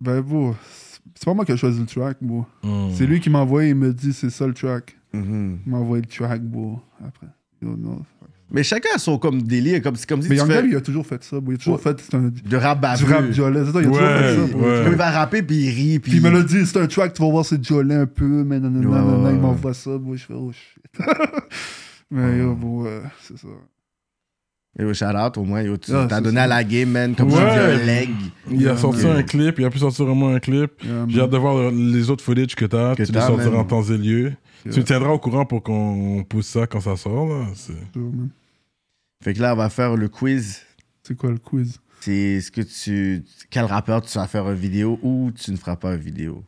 Ben, bon, c'est pas moi qui ai choisi le track, bro.
Mm.
C'est lui qui m'a envoyé, il me dit c'est ça le track.
Mhm.
Il m'a envoyé le track, bro. Après. Yo, non.
Mais chacun a son comme délire, comme, c'est comme si
Mais
tu
Young
fais
Gab, il a toujours fait ça, bro. Il a toujours fait c'est un, du
de rap babu.
rap violet. C'est ça, il a toujours
Ouais,
fait ça, bro.
ouais.
Il va rapper, puis il rit, puis...
Puis il me l'a dit, c'est un track, tu vas voir, c'est Jolin un peu, mais nanana,
Ouais, ouais,
nanana, il
ouais.
m'envoie ça, moi je fais oh shit. mais yo, bon, euh, c'est ça.
Yo, shout out, au moins, yo, tu
Ah,
t'as
c'est
donné
ça.
à la game, man, comme ça,
Ouais.
via le leg.
Il a sorti
Ok.
un clip, il a pu sortir vraiment un clip.
Yeah,
J'ai
man.
hâte de voir les autres footage que t'as.
Que
Tu les
t'as,
sortiras
man.
en temps et lieu. Tu
Yeah.
me tiendras au courant pour qu'on pousse ça quand ça sort. Là. C'est-
Yo, man.
Fait que là, on va faire le quiz.
C'est quoi le quiz?
C'est ce que tu... Quel rappeur tu vas faire une vidéo ou tu ne feras pas une vidéo?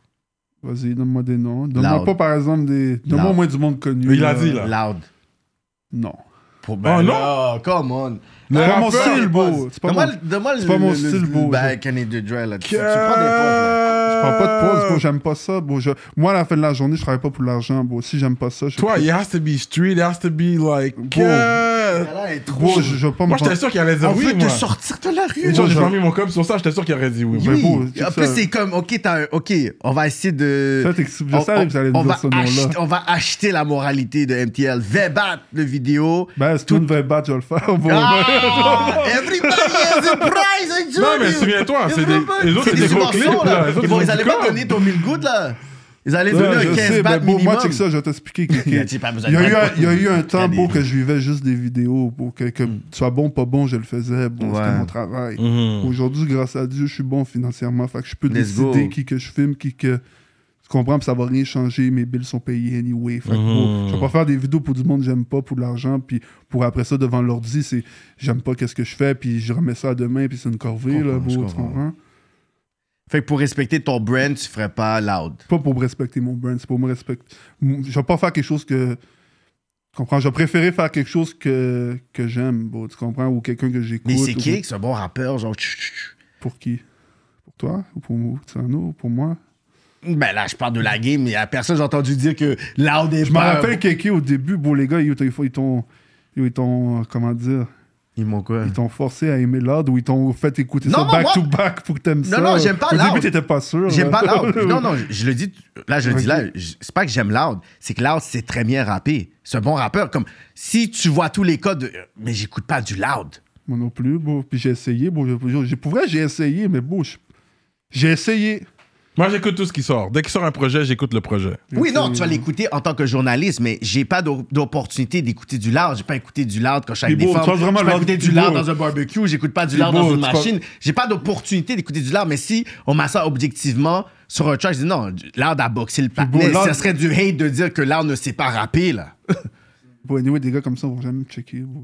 Vas-y, donne-moi des noms. Donne-moi
Loud.
pas, par exemple, des. Donne-moi au
Loud.
moins du monde connu.
Mais il a
là.
dit, là.
Loud.
Non.
Pour ben
Oh, non!
là, come on.
C'est pas mon
rappeur,
style, beau. Ah, C'est pas mon. Je
Donne-moi
c'est pas mon style, beau,
Ben,
je-
Kenny the Dre, là. Tu, tu prends des pauses, là.
prends
prends
pas de pause, bro. J'aime pas ça, bro. Je- Moi, à la fin de la journée, je travaille pas pour l'argent, bro. Si j'aime pas ça, je.
Toi, it has to be street, it has to be like. Yeah.
Celle-là est trop...
Bro, je, je vais pas me.
Moi, j'étais sûr qu'il allait dire
Ah
On
oui,
veut
moi.
te sortir de la rue.
Une chose,
Moi,
j'ai
je-
pas mis mon cop sur ça, j'étais sûr qu'il aurait dit oui.
Oui.
Mais bon,
beau, c'est ça.
en plus, c'est comme, OK, t'as un- OK, on va essayer de...
Ça, t'es- je savais que vous allez me
on
dire
va
ce nom-là.
acheter- On va acheter la moralité de MTL. Vébat, le vidéo.
Ben, c'est une vraie batte, je vais le faire, bro.
Ah! Everybody has a prize, I told
Non, mais
you.
souviens-toi, c'est des-
Everybody-
les autres, c'est des gros
subventions,
clips, là. Les autres,
Ils vont-
ils ont
Ils allaient
du
pas
corps.
donner ton 1000 gouttes, là. Ils allaient
Ouais,
donner un
je
15
sais,
bahts
mais bon, moi,
minimum.
check ça, je vais t'expliquer. Kiki.
Il a dit, pas besoin
Il y, a
de
eu un,
battre.
il y a eu un temps
des- Hmm.
pour que je vivais juste des vidéos, pour que, que tu sois bon, pas bon, je le faisais, bon,
Ouais. Hmm.
c'était mon travail.
Mhm.
Aujourd'hui, grâce à Dieu, je suis bon financièrement, fait que je peux
Let's
décider
go.
qui que je filme, qui que... Tu comprends, puis ça va rien changer, mes bills sont payés anyway. Fait que, bon,
Hmm.
je vais pas faire des vidéos pour du monde que j'aime pas, pour de l'argent, puis pour après ça, devant l'ordi, c'est j'aime pas qu'est-ce que je fais, puis je remets ça à demain, puis c'est une corvée, là,
comprends, je
bro, tu
comprends.
comprends?
Fait que pour respecter ton brand, tu ferais pas loud.
pas pour me respecter mon brand, c'est pour me respecter. M- Je vais pas faire quelque chose que. Tu comprends? Je vais préférer faire quelque chose que, que j'aime, bro, tu comprends? Ou quelqu'un que j'écoute.
Mais c'est
ou-
qui que ce bon rappeur, genre... tch, tch, tch.
Pour qui? Pour toi? Ou pour moi? Ou pour moi?
Ben là, je parle de la game, mais à personne, j'ai entendu dire que loud est
Je me
pas-
rappelle Kéké au début, bon, les gars, ils t'ont- ils t'ont. Ils t'ont. Comment dire?
Ils m'ont quoi?
Ils t'ont forcé à aimer Loud ou ils t'ont fait écouter
Non,
ça
non,
back
moi-
to back pour que t'aimes ça.
non, j'aime pas
Au
Loud.
début, t'étais pas sûr.
J'aime
là.
pas Loud. Non, non, je, je le dis, là, je le dis
Ok.
là, je- c'est pas que j'aime Loud, c'est que Loud, c'est très bien rappé. C'est un bon rappeur. Comme, si tu vois tous les codes, euh, mais j'écoute pas du Loud.
Moi non plus, bro. Puis j'ai essayé, bro. J'ai- j'ai- Pour vrai, j'ai essayé, mais bon, je- j'ai essayé.
Moi, j'écoute tout ce qui sort. Dès qu'il sort un projet, j'écoute le projet.
Oui, non, tu vas l'écouter en tant que journaliste, mais j'ai pas d'o- d'opportunité d'écouter du Loud. J'ai pas écouté du Loud quand je suis avec
Puis
des
bon,
femmes.
tu vas vraiment
J'ai pas
Loud,
écouté du
puis bon.
Loud dans un barbecue. J'écoute pas du
Puis
Loud
bon,
dans une
tu vas-
machine. J'ai pas d'opportunité d'écouter du Loud, mais si on m'assoit objectivement sur un track, je dis non, du- Loud a boxé le patinet.
bon,
Ça
Loud-
serait du hate de dire que Loud ne sait pas rapper, là.
Bon, anyway, des gars comme ça vont jamais me checker, bro.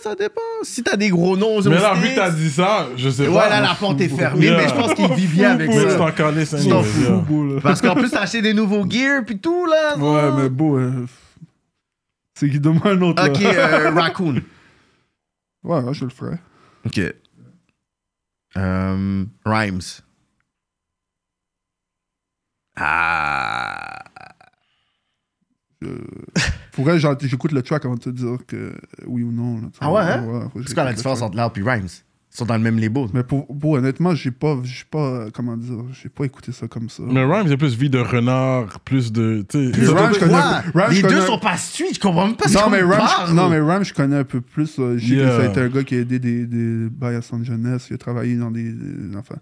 Ça dépend. Si t'as des gros noms aux
Mais là,
States,
vu que t'as dit ça, je sais
Ouais,
pas.
là, la porte est fermée,
Yeah.
mais je pense qu'il vit bien avec
Mais tu t'en
ça.
calais,
Je
c'est
t'en
un
fous,
yeah.
beau, là.
Parce qu'en plus, t'as acheté des nouveaux gears puis tout, là.
Ouais, mais beau, euh, c'est qu'il demande un autre. là.
Ok, euh, Raccoon.
Ouais, ouais, je le ferai.
Ok. Euh, Rhymes. Ah.
Pour vrai, j'en- j'écoute le track avant de te dire que euh, oui ou non. là, tu
Ah
vois.
ouais, hein?
faut que
C'est quoi
j'écoute
la
le
différence
track.
entre Loud et Rhymes Ils sont dans le même label.
Mais pour, pour honnêtement, j'ai pas, j'ai pas, euh, comment dire, j'ai pas écouté ça comme ça.
Mais Rhymes, c'est plus vie de renard, plus de. tu sais,
Mais
surtout-
Rhymes, je connais-
Quoi
Rhymes,
Les
je
deux
connais-
sont pas suites, je comprends même pas ce
Non
qu'on
mais, Ram,
parle.
je- non, mais Ram, je connais un peu plus. euh, J'ai
Yeah.
vu ça a été un gars qui a aidé des, des bails à San Jeunesse, qui a travaillé dans des. des- enfin,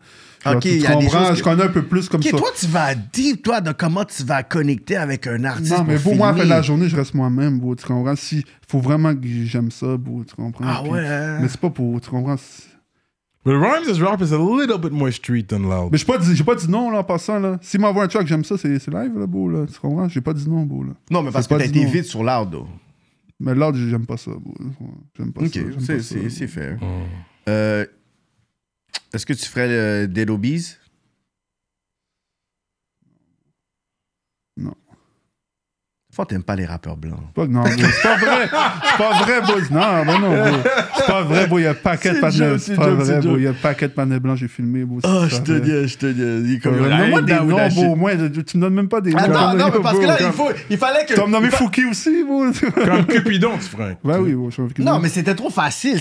genre,
Ok,
tu
il y a des
comprends,
choses
Je
que-
connais un peu plus comme
Ok,
ça.
toi, tu vas deep, toi, de comment tu vas connecter avec un artiste.
Non, mais
pour
pour moi, à la fin de la
filmer.
journée, je reste moi-même, bro, tu comprends? Si, faut vraiment que j'aime ça, bro, tu comprends?
Ah
Puis-
ouais, hein?
Mais c'est pas pour, tu comprends? c'est-
But Rhymes' is rap is a little bit more street than loud.
Mais j'ai pas dit, j'ai pas dit non, là, en passant, là. S'il m'envoie un track, j'aime ça, c'est c'est live, là, bro, là, tu comprends? J'ai pas dit non, bro, là.
Non, mais parce
C'est
que
pas
t'as
du
été
nom.
vite sur Loud, though.
Mais là, j'aime pas ça, bro. J'aime pas
Ok,
ça. j'aime pas
c'est-
ça,
c'est
bro.
c'est fair. Euh, Est-ce que tu ferais le Dead Obies Faut t'aimes pas les rappeurs blancs.
Fuck, non, bro, c'est pas vrai. C'est pas vrai, bro. Non, non, non, bro. C'est pas vrai, bro. Il y a un paquet de
C'est
panneaux. C'est
joke, c'est
pas
joke,
vrai,
c'est
bro.
joke.
Il y a un paquet de panneaux blancs, j'ai filmé, bro.
Oh,
C'est
je
pas
te
vrai.
dis, je te dis. Il
Euh, Donne-moi des noms, bro. Au
mots.
moins, tu tu me donnes même pas des noms.
Attends,
Donne-moi
non,
des
mais
noms,
parce que
bro.
là, il, faut, il fallait que.
T'as nommé
il fa-
Fouki aussi, bro.
Comme Cupidon, tu frère.
Ben Bah. oui, bro. je suis un Fouki.
Non, mais c'était trop facile,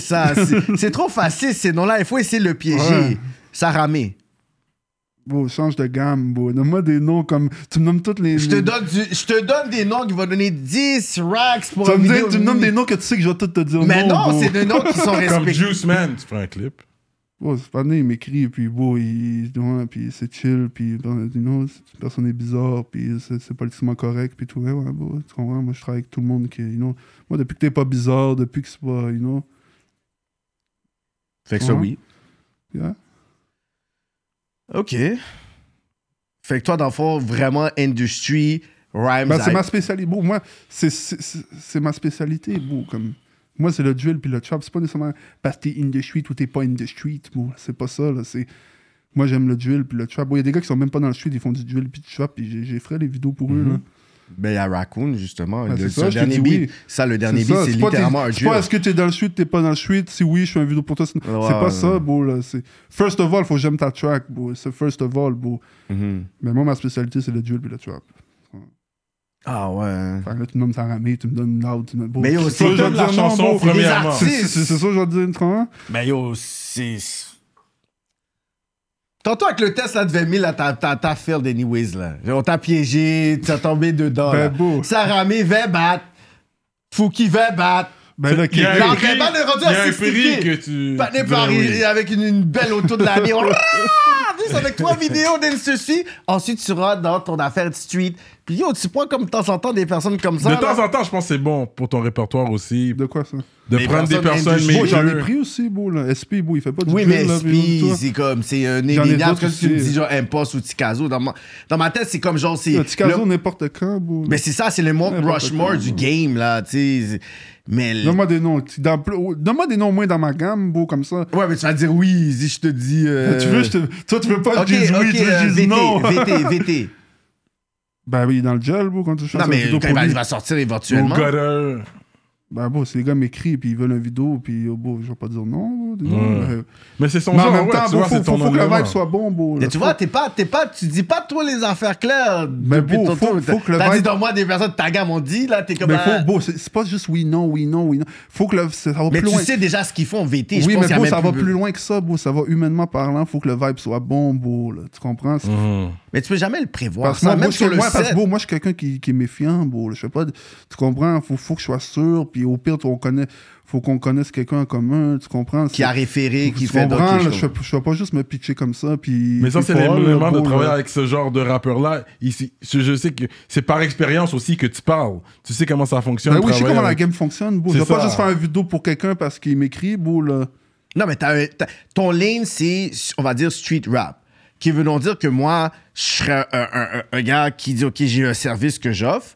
ça. C'est- C'est trop facile, ces noms-là. Il faut essayer de le
Ouais.
piéger. Ça ramait.
Bro, change de gamme, bro. Donne-moi des noms comme. Tu me nommes toutes les.
Je te donne, du- je te donne des noms qui vont donner 10 racks pour
Tu vas
une
me dire-
vidéo.
tu me nommes des noms que tu sais que je vais tout te dire.
Mais non,
bro.
c'est des noms qui sont
Comme
respectés.
Juice Man, tu prends un clip.
Bon, c'est pas né, il m'écrit, puis bon, il, il- ouais, puis c'est chill, puis ben, you know, cette personne est bizarre, puis c'est c'est politiquement correct, puis tout, ouais, ouais, bon, tu comprends, moi je travaille avec tout le monde, qui, you know, moi depuis que t'es pas bizarre, depuis que c'est pas, you know,
Fait
que ça, oui. yeah.
OK. Fait que toi, dans le fond, vraiment, industry, rhymes.
Ben, c'est
I-
ma spécialité, bon, moi, c'est- c'est c'est- c'est ma spécialité, bon, comme, moi c'est le drill puis le chop, c'est pas nécessairement parce que t'es in the street ou t'es pas in the street, bon, c'est pas ça, là, c'est, moi j'aime le drill puis le chop, bon, il y a des gars qui sont même pas dans le street, ils font du drill puis du chop, puis j'ai- j'ai fait les vidéos pour eux, là.
Ben, il y a Raccoon, justement.
Ah,
le,
c'est ça,
son
je te
dernier
dis
beat.
oui.
Ça, le dernier
ça,
beat, c'est
pas
littéralement
tes-
un
C'est pas
duel.
est-ce que t'es dans le suite, t'es pas dans le suite. Si oui, je fais une vidéo pour toi. sinon-
Ouais,
c'est pas
ouais,
ça,
ouais.
bro. Là. c'est- First of all, faut que j'aime ta track, bro. C'est first of all, bro.
Mhm.
Mais moi, ma spécialité, c'est le duel puis le trap.
Mm-hmm. Ah ouais.
Fait que là, tu me nommes Saramé, tu me donnes Loud, tu me bro.
Mais yo,
C'est ça, je
c'est
vais
Donne
te
la
dire non,
chanson,
bro.
premièrement.
C'est c'est- c'est ça, je vais te dire une fois.
Mais yo, c'est. Tantôt avec le test là de 20 000, là, t'as, t'as, t'as failed anyways là. On t'a piégé, t'as tombé dedans.
Ben,
là.
beau.
Saramé va battre. Fouki va battre.
Ben là,
Il y a
Kendrick-
un
Genre,
prix,
ben, ben, le rendu à
il y a un
60K.
prix que tu.
Patné
tu dois
par
louer.
avec une, une belle auto de l'année. On Juste avec trois vidéos d'un ceci. Ensuite, tu rentres dans ton affaire de street. Puis yo, tu prends comme de temps en temps des personnes comme ça.
De
là.
temps en temps, je pense que c'est bon pour ton répertoire aussi.
De quoi ça?
De
Des
prendre des
personnes
personnes
indus-
Bro, j'en ai
meilleures.
pris aussi, bro. Là. SP, bro, il fait pas du
Oui,
drill,
mais
là, puis
Spi,
tout ça.
c'est comme, c'est un
J'en ai
élégant.
d'autres
Parce que tu me
aussi.
dis genre Impost ou Ticazo. Dans ma, dans ma tête, c'est comme genre, c'est.
Le petit caso,
le-
n'importe quand, bro.
Mais c'est ça, c'est le Mount
N'importe
Rushmore
quoi.
du game, là, tu sais. Mais. le-
Donne-moi des noms. Tu- dans plus- oh, Donne-moi des noms moins dans ma gamme, bro, comme ça.
Ouais, mais tu vas dire oui, si je te dis. euh,
Tu veux, je te- Toi, tu veux pas
Ok,
que je dise
ok,
oui, tu veux que
euh,
je dise
VT,
non.
VT, VT.
Ben oui, dans le gel, bro, quand tu chantes
Non,
une
mais
vidéo
quand
pour
il va,
lui.
il va sortir
Au
éventuellement.
gutter.
Ben bon, si les gars m'écrivent puis ils veulent une vidéo, puis oh, bon, je vais pas dire non. bro, des-
Ouais.
euh,
Mais c'est son
Mais en
genre,
même
ouais,
temps,
tu
bon,
vois,
faut,
c'est ton
faut, faut que le
environnement.
vibe soit bon, bro.
Mais
là.
tu
Faut-
vois, t'es pas, t'es pas, tu dis pas trop les affaires claires
Mais
depuis
bon,
ton
faut-
tour.
faut que le
T'as dit
vibe-
dans moi des personnes de ta gamme ont dit, là, t'es comme.
mais
ah,
faut, bon, c'est c'est pas juste oui, non, oui, non, oui, non. Faut que le, ça va
mais
plus
tu
loin.
sais déjà ce qu'ils font, VT. je
oui, mais
pense qu'il y a
bon,
même
ça va plus loin que ça, bro. Ça va humainement parlant, faut que le vibe soit bon, bro. là. Tu comprends? C'est-
Mhm.
Mais tu peux jamais le prévoir.
Parce que
Ça,
moi,
même
moi, je
sur
suis-
le
moi, parce
set.
que bon, moi, je suis quelqu'un qui, qui est méfiant, bro. Je sais pas, de- tu comprends? Faut, faut que je sois sûr, puis au pire, on connaît, faut qu'on connaisse quelqu'un en commun, tu comprends?
Qui
C'est-
a référé, qui
Tu
fait
comprends,
d'autres
là, je ne vais pas juste me pitcher comme ça. Puis,
Mais ça,
puis
c'est
pour
les
elle,
moments
bon,
de travailler
là,
avec ce genre de rappeur-là. Ici, je je sais que c'est par expérience aussi que tu parles. Tu sais comment ça fonctionne.
Ben oui, je sais
travailler
comment la
avec-
game fonctionne. Bon, je
C'est
vais pas
ça.
juste faire une vidéo pour quelqu'un parce qu'il m'écrit. Bon, là.
Non, mais t'as un- t'as- ton lane, c'est, on va dire, street rap. Qui veut donc dire que moi, je serais un, un- un- un gars qui dit, OK, j'ai un service que j'offre,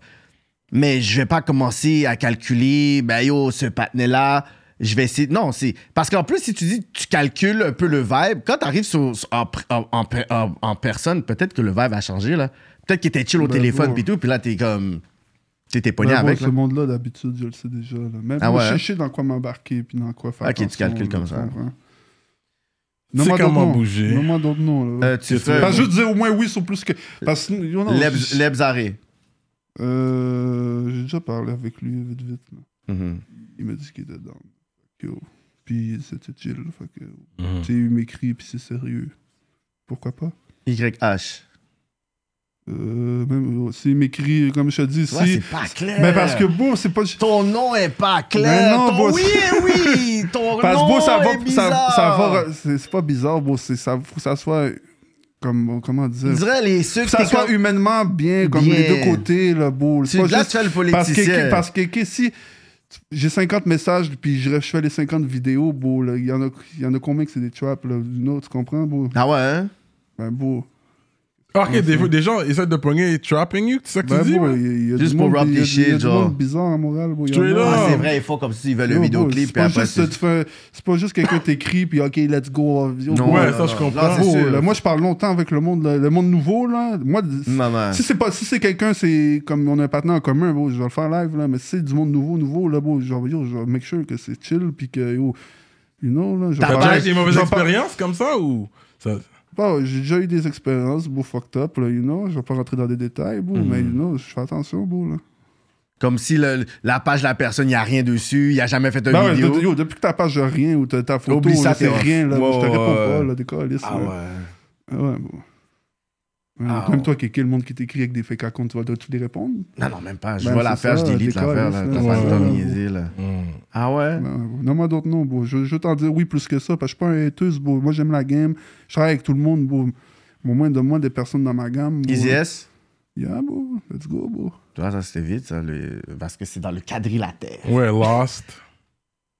mais je vais pas commencer à calculer, ben yo, ce patinet-là, je vais essayer. Non, c'est. Parce qu'en plus, si tu dis, tu calcules un peu le vibe, quand tu arrives en, pr- en- en per- en- en personne, peut-être que le vibe a changé, là. Peut-être qu'il était chill au
Ben,
téléphone,
bon.
puis tout, puis là, t'es comme. T'étais pogné
Ben, bon,
avec.
ce
là.
monde-là, d'habitude, je le sais déjà. Là. Même
Ah
moi,
ouais,
je
hein?
sais dans quoi m'embarquer puis dans quoi faire.
Ok, tu
attention,
calcules
là,
comme
tu
ça.
comprends.
Tu sais
Nomme-moi d'autres
comment
noms.
bouger.
Nomme-moi d'autres noms. là.
Euh, tu
Parce que
fais.
Parce que je disais au moins oui sur plus que. Parce que. you know,
Lebs-
je-
Lebsaré.
Euh, J'ai déjà parlé avec lui vite, vite. là.
Mhm.
Il m'a dit qu'il était down. Yo. Puis c'était chill. Fait que.
Mhm.
Tu sais, il m'écrit, puis c'est sérieux. Pourquoi pas?
YH.
Euh, même, euh, s'il m'écrit, comme je te dis,
Ouais,
si.
c'est pas clair.
Mais parce que, bon, c'est pas.
Ton nom est pas
Mais
clair.
non,
Ton-
bon,
oui,
c'est-
oui. Ton
Parce que,
nom
bon, ça
est
va. Ça,
bizarre.
ça va c'est, c'est pas bizarre, bon, c'est, ça, faut que ça soit. Comme, comment
On
dire?
dirait les
Faut
ceux
que
qui
ça soit humainement bien, comme
Bien.
les deux côtés, là, bon.
Tu là, tu fais
Parce que,
le politicien.
parce que, que si. tu- J'ai 50 messages, puis je, je fais les 50 vidéos, bon, là, il y, en a- il y en a combien que c'est des traps, là, du nôtre, tu comprends, bon?
Ah ouais, hein?
Ben, bon.
Ok, des, fois, des gens essaient de pogner trapping you, c'est ça que
Ben,
tu dis?
bro,
ouais?
il y a- il y a
Juste
du
pour
monde-
rap
il y a
des
du- il y a
shit,
du
genre.
monde bizarre à Montréal, bro. Il y en
Straight
a.
up.
Ah, c'est vrai, il faut comme s'ils veulent le
Yo, bro,
vidéoclip.
C'est
puis
pas
après,
juste que tu fais- c'est pas juste quelqu'un t'écrit, puis OK, let's go. yo,
Non,
bro,
Ouais,
non,
ça,
non,
je
non.
comprends.
Là, c'est
Bro,
sûr.
là, moi, je parle longtemps avec le monde, le, le monde nouveau, là. Moi, d-
Maman.
si c'est pas, si c'est quelqu'un, c'est comme on a un partenaire en commun, bro, je vais le faire live, là. Mais si c'est du monde nouveau, nouveau, là, bro, genre, yo, je vais make sure que c'est chill, puis que, yo, you know, là, je
T'as
vais-
T'as déjà eu des mauvaises
Ben, j'en parle-
expériences comme ça ou? Ça...
Bon, j'ai déjà eu des expériences, bro, fucked up, là, you know. Je vais pas rentrer dans des détails, bro, mais,
Mm.
you know, je fais attention, bro, là.
Comme si le- la page de la personne, il n'y a rien dessus, il n'a jamais fait de
Ben ouais,
vidéo.
de- yo, depuis que ta page de rien ou ta, ta photo,
Oublie ça,
là, c'est
t'es off.
rien, là,
Ouais,
je te
ouais,
réponds
ouais.
pas, là, des câlisses,
Ah
là.
ouais.
Ah ouais, bon. Ouais,
Ah,
même
ouais.
toi, qui est le monde qui t'écrit avec des fake accounts, tu vas tu les répondre?
Non, non, même pas. Je
Ben,
vois la
c'est
page, je
ça,
délite
des
l'affaire. là.
câlisses,
T'as
là.
pas le temps de
Ouais.
niaiser, là.
Hmm.
Ah ouais?
Euh, Non, moi d'autres non, bro. Je, je veux t'en dire oui plus que ça, parce que je suis pas un hateuse, bro. Moi, j'aime la game. Je travaille avec tout le monde, bro. Au moins, donne-moi des personnes dans ma gamme. bro.
Easy S?
Yeah, bro. Let's go, bro.
Tu vois, ça, c'était vite, ça. le- Parce que c'est dans le quadrilatère.
Ouais, lost.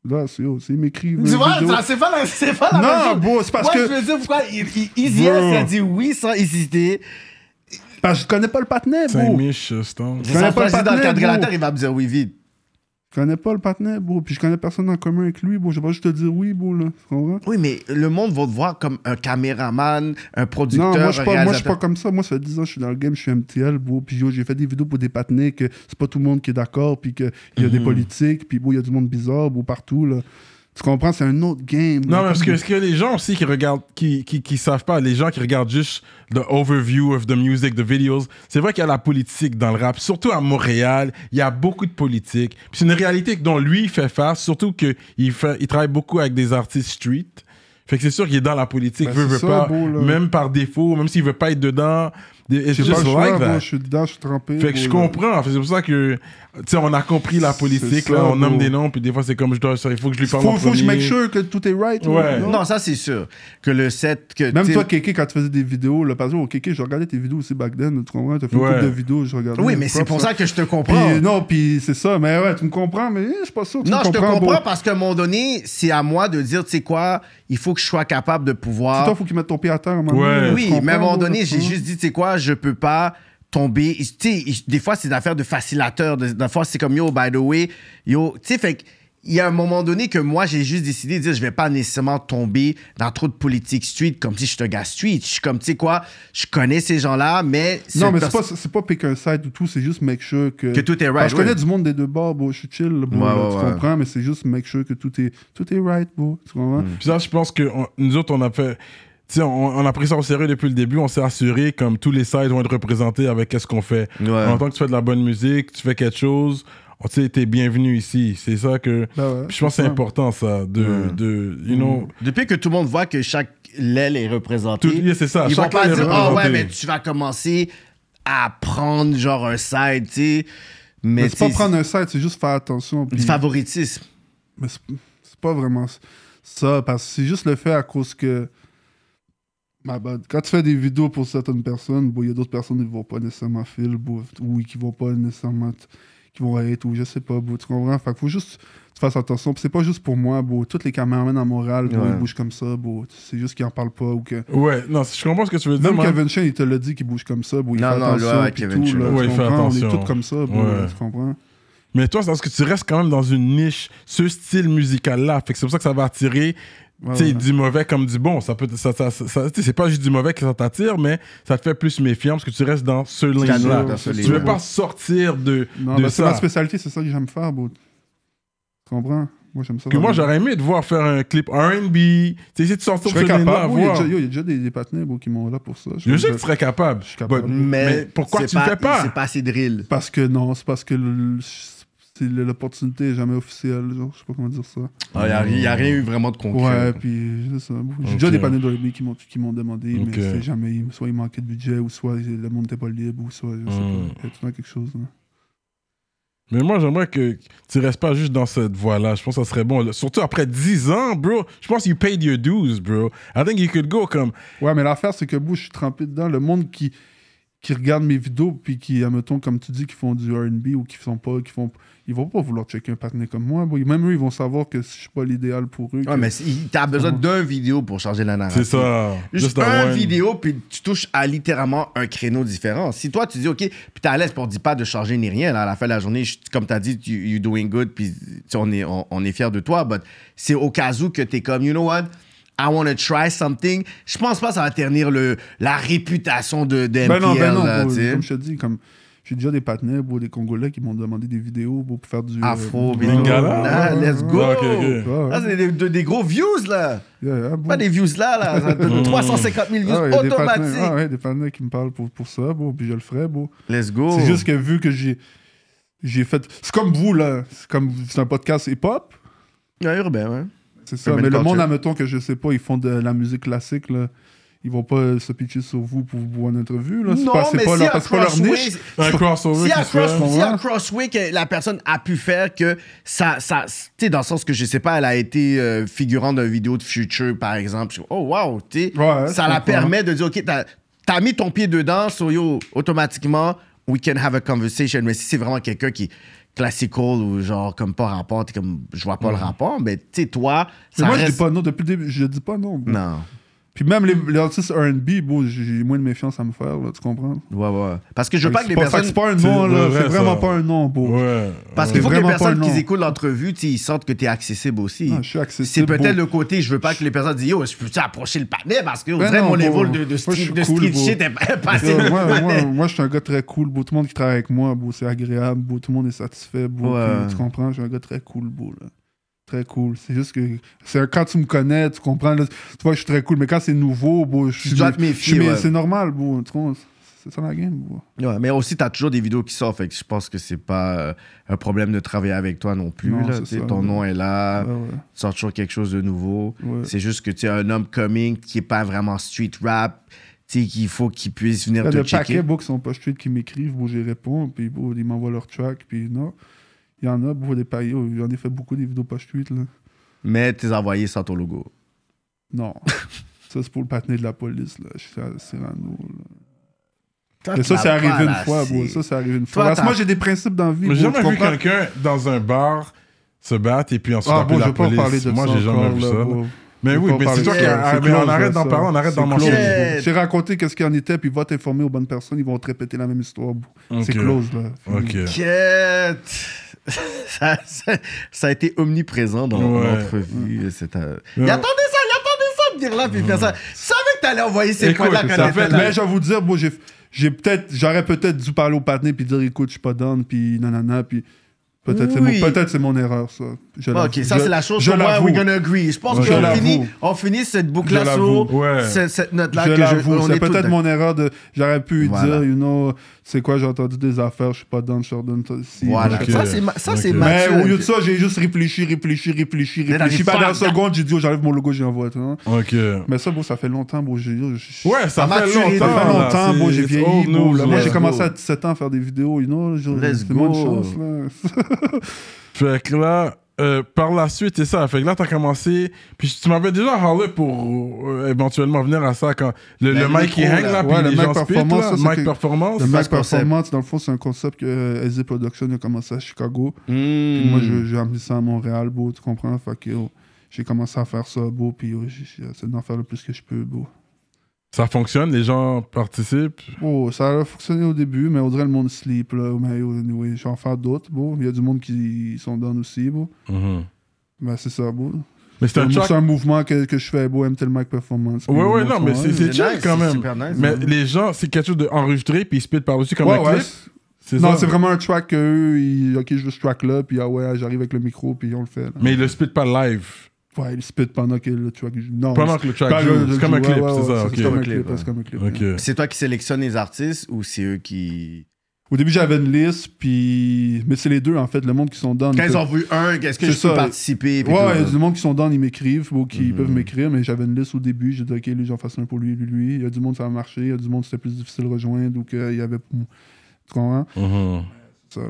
Là, c'est yo, c'est m'écrire.
Tu vois, ça, c'est pas la, c'est pas la même
Non,
chose.
bro, c'est parce
Moi,
que.
je veux dire pourquoi il- il- Easy S,
Bro.
il a dit oui sans hésiter.
Parce que je connais pas le patinet, bro.
Saint-Mich, Stone.
Je
connais
sais
pas
pas
le
si dans le
partenaire,
quadrilatère,
bro.
il va me dire oui vite.
Je connais pas le patinet, bro. Puis je connais personne en commun avec lui, bro. Je vais pas juste te dire oui, bro, là. Tu comprends?
Oui, mais le monde va te voir comme un caméraman, un producteur,
Non, moi je suis
un
pas, moi, je suis pas
réalisateur.
comme ça. Moi, ça fait 10 ans que je suis dans le game, je suis MTL, bro. Puis yo, j'ai fait des vidéos pour des patinets que c'est pas tout le monde qui est d'accord, puis qu'il y a
Mhm.
des politiques, puis bro, il y a du monde bizarre, bro, partout, là. Tu comprends, c'est un autre game.
Non, mais
là.
parce que, parce que les gens aussi qui regardent, qui, qui, qui savent pas, les gens qui regardent juste the overview of the music, the videos, c'est vrai qu'il y a la politique dans le rap, surtout à Montréal, il y a beaucoup de politique. Puis c'est une réalité dont lui fait face, surtout qu'il il travaille beaucoup avec des artistes street. Fait que c'est sûr qu'il est dans la politique,
Ben,
veut,
c'est
veut
ça,
pas,
beau, là.
même par défaut, même s'il veut pas être dedans. It's
J'ai pas
just
le choix,
like
bro,
that.
je suis dedans, je suis trempé.
ben- Fait que
bro,
je
là.
comprends. Fait que C'est pour ça que, tu sais, on a compris la politique,
C'est ça,
là, on nomme
bro.
des noms, puis des fois c'est comme je dois, il faut que je lui parle en
Faut, faut que je
premier.
make sure que tout est right. là.
Ouais. comme-
Non, ça c'est sûr. Que le set que.
Même
t'sais-
toi, Kéké, quand tu faisais des vidéos, là, par exemple, au Kéké, je regardais tes vidéos aussi back then, tu comprends? T'as fait
Ouais.
une couple de vidéos, je regardais.
Oui, mais c'est
Props,
pour
là.
ça que je te
Puis,
comprends.
non, puis c'est ça, mais ouais, tu me comprends, mais eh, je suis pas sûr que tu
Non,
me
je te
comprends.
comprends
bro.
parce qu'à un moment donné, c'est à moi de dire, tu sais quoi, il faut que je sois capable de
C'est toi, hein.
pouvoir.
faut qu'il mette ton pied à terre à un moment
Ouais.
donné, là, tu
Ah. Oui,
comprends,
mais à un moment
bro,
donné,
tu
j'ai
comprends?
juste dit, tu sais quoi, je peux pas tomber. Tu sais, des fois, c'est une affaire de facilitateur. Des des fois, c'est comme, yo, by the way, yo, tu sais, fait que, il y a un moment donné que moi, j'ai juste décidé de dire, je vais pas nécessairement tomber dans trop de politique street comme si je suis un gars street. Je suis comme, tu sais quoi, je connais ces gens-là, mais.
Non,
cette
mais c'est
perso-
pas, c'est pas pick un side ou tout, c'est juste make sure que.
Que tout est right,
Parce que je connais
ouais.
du monde des deux bords, bro, je suis chill, bro,
Ouais,
là,
ouais,
tu
ouais.
comprends, mais c'est juste make sure que tout est, tout est right, bro, tu comprends?
Mm.
Puis ça, je pense que on- nous autres, on a fait. Tu sais, on, on a pris ça au sérieux depuis le début. On s'est assuré comme tous les sides vont être représentés avec qu'est-ce qu'on fait.
Ouais.
En tant que tu fais de la bonne musique, tu fais quelque chose, on- tu sais, t'es bienvenu ici. C'est ça que.
Ben ouais,
Puis je pense que c'est
ça.
important, ça, de. de you know.
Depuis que tout le monde voit que chaque l'aile est représentée,
Tout- yeah, c'est ça,
ils vont
chaque
pas
aile est
dire Ah ouais,
représentée.
mais tu vas commencer à prendre genre un side, tu sais. Mais,
Mais c'est pas
tu sais,
prendre un side, c'est juste faire attention.
c'est
puis-
du favoritisme.
Mais c'est c'est pas vraiment ça, parce que c'est juste le fait à cause que. My bad. Quand tu fais des vidéos pour certaines personnes, bon, il y a d'autres personnes qui vont pas nécessairement fil, bon, ou qui vont pas nécessairement. t- qui vont être, ou je sais pas, bon, tu comprends? Fait que faut juste que tu fasses attention. Puis c'est pas juste pour moi, bon, toutes les caméramans à morale, bon,
Ouais.
ils bougent comme ça, bon, c'est juste qu'ils en parlent pas, ou que.
Ouais, non, je comprends ce que tu veux dire.
Même
man.
Kevin Shane, il te l'a dit qu'il bouge comme ça, bon, il
Non,
fait
non,
attention,
ouais,
puis
Kevin
tout,
Shane.
là, tu
Ouais, il fait
comprends?
attention.
On est tous comme ça, bon,
Ouais.
tu comprends?
Mais toi, c'est parce que tu restes quand même dans une niche, ce style musical-là. Fait que c'est pour ça que ça va attirer.
Ouais,
tu sais,
ouais.
du mauvais comme du bon. Ça peut, ça, ça, ça- ça- tu sais, c'est pas juste du mauvais que ça t'attire, mais ça te fait plus méfiant parce que tu restes dans ce
canal,
lane-là.
dans ce
Tu
lane-là.
veux pas sortir de,
Non,
de
mais c'est ma
ça.
spécialité, c'est ça que j'aime faire, bro. Tu comprends? Moi, j'aime ça.
Que moi,
faire-
j'aurais aimé te voir faire un clip R&B. Tu sais, essayer de
Je
sortir de
serais
ce lane-là,
capable. bro. Il y a
voir.
déjà- yo, il y a déjà des, des partenaires, bro, qui m'ont là pour ça.
Je sais que tu serais capable.
Je suis capable.
But-
Mais,
mais pourquoi
c'est
tu le fais pas?
C'est pas assez drill.
Parce que non, c'est parce que le- le- c'est le- l'opportunité est jamais officielle, genre, je sais pas comment dire ça.
Il n'y a, ri- y a rien eu vraiment de concret.
Ouais, puis c'est ça. bro. J'ai
Ok.
déjà des partenaires dans les pays qui m'ont qui m'ont demandé,
Ok.
mais c'est jamais, soit il manquait de budget, ou soit le monde n'était pas libre, ou soit, je sais
Hmm.
pas, il y a tout le temps quelque chose. hein. là.
Mais moi, j'aimerais que tu restes pas juste dans cette voie-là. Je pense que ça serait bon. Surtout après 10 ans, bro. Je pense que you paid your dues, bro. I think you could go comme...
Ouais, mais l'affaire, c'est que, bro, je suis trempé dedans. Le monde qui, qui regardent mes vidéos, puis qui, admettons, comme tu dis, qui font du RB ou qui font pas, qui font. Ils vont pas vouloir checker un partenaire comme moi. bro. Même eux, ils vont savoir que je suis pas l'idéal pour eux.
Ouais,
que-
mais c'est- il- t'as besoin
Mm-hmm.
d'un vidéo pour changer la
Ah,
narration.
C'est ça.
Juste
Just the
un
one.
vidéo, puis tu touches à littéralement un créneau différent. Si toi, tu dis, OK, puis t'es à l'aise, pour on dit pas de charger ni rien. là, à la fin de la journée, je- comme t'as dit, you, you doing good, puis tu sais, on est, on, on est fiers de toi, but c'est au cas où que t'es comme, you know what, I want to try something. Je pense pas que ça va ternir le, la réputation de, de
Ben non, ben
MPL,
non,
là,
bro,
tu sais.
comme je te dis, comme j'ai déjà des partenaires, bro, des Congolais qui m'ont demandé des vidéos bro, pour faire du. euh,
Afro,
ouais,
bingo.
Lingala,
Ah,
ouais,
let's
ouais,
go.
Ah, ok, ok.
ouais, ouais.
Ah, c'est des, des- des gros views, là.
Yeah, yeah, bro.
Pas des views là, là. Ça donne 350 000
Ah,
views
il y a des
automatiques.
partenaires- ah, ouais, des partenaires qui me parlent pour, pour ça, bro, puis je le ferai, bro.
Let's go.
C'est juste que vu que j'ai j'ai fait c'est comme vous là, c'est comme c'est un podcast hip-hop,
Ouais, urbain, hein. ouais.
c'est ça,
Urban
mais le monde
culture.
admettons que je sais pas, ils font de la musique classique là. Ils vont pas se pitcher sur vous pour vous voir une entrevue. Là. C'est
Non,
pas, c'est
mais
pas,
si
leur-
à
parce que c'est pas leur
Crossway-
niche.
Un crossover
Si
qui
à,
se fait.
cross, si à
ouais.
Crossway que la personne a pu faire que ça, ça tu sais, dans le sens que je sais pas, elle a été euh, figurante d'une vidéo de Future, par exemple. Je suis, Oh wow, tu sais,
Ouais,
ça
je
la
comprends.
permet de dire, ok, t'as as mis ton pied dedans, so yo, automatiquement, we can have a conversation. Mais si c'est vraiment quelqu'un qui est classical ou genre comme pas rapport, t'es comme je vois pas le rapport, mais tu sais, toi,
Mm-hmm. Mais
ça
moi, je dis
reste.
pas non depuis le début. Je dis pas non. bro.
Non.
Puis même les, les artistes R&B, bro, j'ai j'ai moins de méfiance à me faire, là, tu comprends?
Ouais, ouais. Parce que je veux pas que
C'est
les
pas, fait que
personnes.
c'est pas un
C'est
nom, là.
vrai,
C'est vraiment
ça.
pas un nom, bro.
Ouais.
Parce
C'est
qu'il faut que les
vraiment pas
personnes
le nom.
qui écoutent l'entrevue, tu sais, ils sentent que tu es accessible aussi.
Ah, je suis
c'est
accessible,
peut-être
bro.
le côté, je veux pas que les personnes disent Yo, je peux-tu approcher le panier Parce que on
Ben
dirait
non,
mon
bro.
level de, de
Moi, je
street,
suis
de
cool,
street
bro.
shit est passé.
Ouais,
le
moi, moi,
panier.
moi, je suis un gars très cool, beau. Tout le monde qui travaille avec moi, beau, c'est agréable, beau. Tout le monde est satisfait, beau.
Ouais.
Puis, tu comprends, je suis un gars très cool, beau, là. Très cool. C'est juste que c'est un- quand tu me connais, tu comprends. là, tu vois, je suis très cool. Mais quand c'est nouveau, beau, je suis.
dois te
je
méfier,
suis- mais
ouais.
C'est normal, beau. Tu comprends? C'est ça la game, beau.
Ouais, mais aussi, tu as toujours des vidéos qui sortent. Fait que je pense que c'est pas euh, un problème de travailler avec toi non plus.
Non,
là,
c'est
tu sais,
ça,
ton
ouais.
nom est là.
Ouais, ouais.
Tu sors toujours quelque chose de nouveau.
Ouais.
C'est juste que tu es un homme coming qui est pas vraiment street rap. Tu sais, qu'il faut qu'il puisse venir
Il y a
te
des
checker.
paquets, beau, qui sont pas street, qui m'écrivent, beau, j'y réponds. Puis, beau, ils m'envoient leur track. Puis, non. Il y en a, beau, des paquets. J'en ai fait beaucoup des vidéos pas street, là.
Mais t'es envoyé sans ton logo.
Non. ça, c'est pour le patiné de la police, là. Je suis à Cyrano, là. Mais ça,
t'as
c'est
pas
arrivé
la
une fois,
scie.
bro. Ça, c'est arrivé une
Toi,
fois. Parce que moi,
t'as-
j'ai des principes dans la vie.
Mais j'ai
bro, tu
jamais vu
comprends?
quelqu'un dans un bar se battre et puis ensuite
Ah,
appeler
bon, je
la
vais pas parler
police.
de
Moi,
ça.
j'ai jamais
encore,
vu
là,
ça.
bro.
Mais
Je
oui,
vais
mais
pas
c'est toi
parler
qui
de ça.
a-
C'est
mais on
close,
arrête
là,
d'en
ça.
parler, on arrête
C'est
d'en
close,
mentionner.
bro. J'ai raconté qu'est-ce qu'il en était, puis va t'informer aux bonnes personnes, ils vont te répéter la même histoire, bro. C'est
Ok.
close, là. Fini.
Ok.
Quête! Ça, ça- ça a été omniprésent dans
Ouais.
l'entrevue. C'est un-
Ouais.
Il attendait ça, il attendait ça de dire là, puis faire ça. Je savais que t'allais envoyer ces
Écoute,
points-là
ça
quand t'étais
fait-
là.
Mais ben, je vais vous dire, moi, j'ai, j'ai peut-être, j'aurais peut-être dû parler au patiné puis dire, écoute, je suis pas down, puis nanana, puis peut-être, c'est,
Oui.
mon, peut-être c'est mon erreur, ça. Je
Ah,
l'avoue.
Ok, ça
Je-
c'est la chose
je
sur moi,
l'avoue.
we're gonna agree. Je pense
Je
qu'on
l'avoue.
finit, on finit cette boucle-là
Je
sur
l'avoue, ouais.
ce- cette note-là
je
que je,
l'avoue,
on est
c'est
tous
peut-être
d'accord.
mon erreur de. J'aurais pu
Voilà.
dire, you know, c'est quoi, j'ai entendu des affaires, je suis pas down, je te redonne ça ici.
Voilà,
Ok.
ça c'est ma- ça, c'est
Ok.
Mais
Mathieu.
au lieu de ça, j'ai juste réfléchi, réfléchi, réfléchi,
Mais dans les
réfléchi. Pas dans
femmes,
la seconde, j'ai dit, oh, j'enlève mon logo, j'envoie.
Ok.
Mais ça, bon, ça fait longtemps, bon, j'ai. oh, je-
Ouais, ça
Ma
fait
maturité.
longtemps.
Ça fait
là,
longtemps,
Ah, c'est-
bon, j'ai
it's
vieilli.
old
bon,
news,
là, moi,
là.
j'ai
Let's
commencé
go.
à 17 ans à faire des vidéos, you know. genre,
Let's
C'est moins de
go.
chance, là.
Fait que là, euh, par la suite, c'est ça. Fait que là, t'as commencé. Puis tu m'avais déjà parlé pour euh, éventuellement venir à ça quand le,
Ben,
le
le
mic qui
micro,
hang
là.
là, puis
Ouais, le
les
mic
gens spit
performance,
là,
ça, c'est
mic
que-
performance.
Le
pas
Mac
ce concept.
Performance, dans le fond, c'est un concept que euh, SZ Production a commencé à Chicago.
Hmm.
Puis moi, je- j'ai amené ça à Montréal, beau, tu comprends? Fait que yo, j'ai commencé à faire ça, beau, puis yo, j'ai- j'ai essayé d'en faire le plus que je peux, beau.
Ça fonctionne, les gens participent.
Oh, ça a fonctionné au début, mais on dirait le monde sleep, là. Mais yo, anyway, je vais en faire d'autres, beau. Il y a du monde qui sont down aussi, beau. Ben, c'est ça, beau.
Mais c'est
C'est
un
un,
track.
c'est un mouvement que, que je fais, beau, MTL Mac Performance.
Ouais,
Puis,
ouais,
moi,
non, mais
je
c'est
fais,
c'est
C'est
chill
nice,
quand
c'est
même.
super nice,
Mais
ouais.
les gens, c'est quelque chose d'enregistré, puis ils spit par-dessus comme
Ouais,
un
ouais.
clip. C'est
Non,
ça.
c'est vraiment un track que eux, ils- ok, je veux ce track-là, puis ah ouais, j'arrive avec le micro, puis on le fait. là.
Mais ils le spit pas live.
Ouais, il spit pendant que le track joue. Non,
Pendant que le track
Pas
joue.
le-
C'est comme un
ouais,
clip,
ouais,
c'est
ouais,
ça,
C'est
ok.
comme un
Ok,
clip,
ouais.
c'est comme un clip.
Ok.
ouais.
C'est toi qui sélectionne les artistes ou c'est eux qui.
Au début, j'avais une liste, puis. Mais c'est les deux, en fait, le monde qui sont dans.
Quand ils ont vu un, est-ce que
C'est
je peux
ça.
participer? puis
Ouais,
tout,
il y a
là.
du monde qui sont dans, ils m'écrivent, ou qui
Mhm.
peuvent m'écrire, mais j'avais une liste au début, j'ai dit, ok, lui, j'en fasse un pour lui, lui, lui. Il y a du monde, ça a marché, il y a du monde, c'était plus difficile à rejoindre, ou qu'il y avait. Tu comprends?
Mhm.
Ça, là.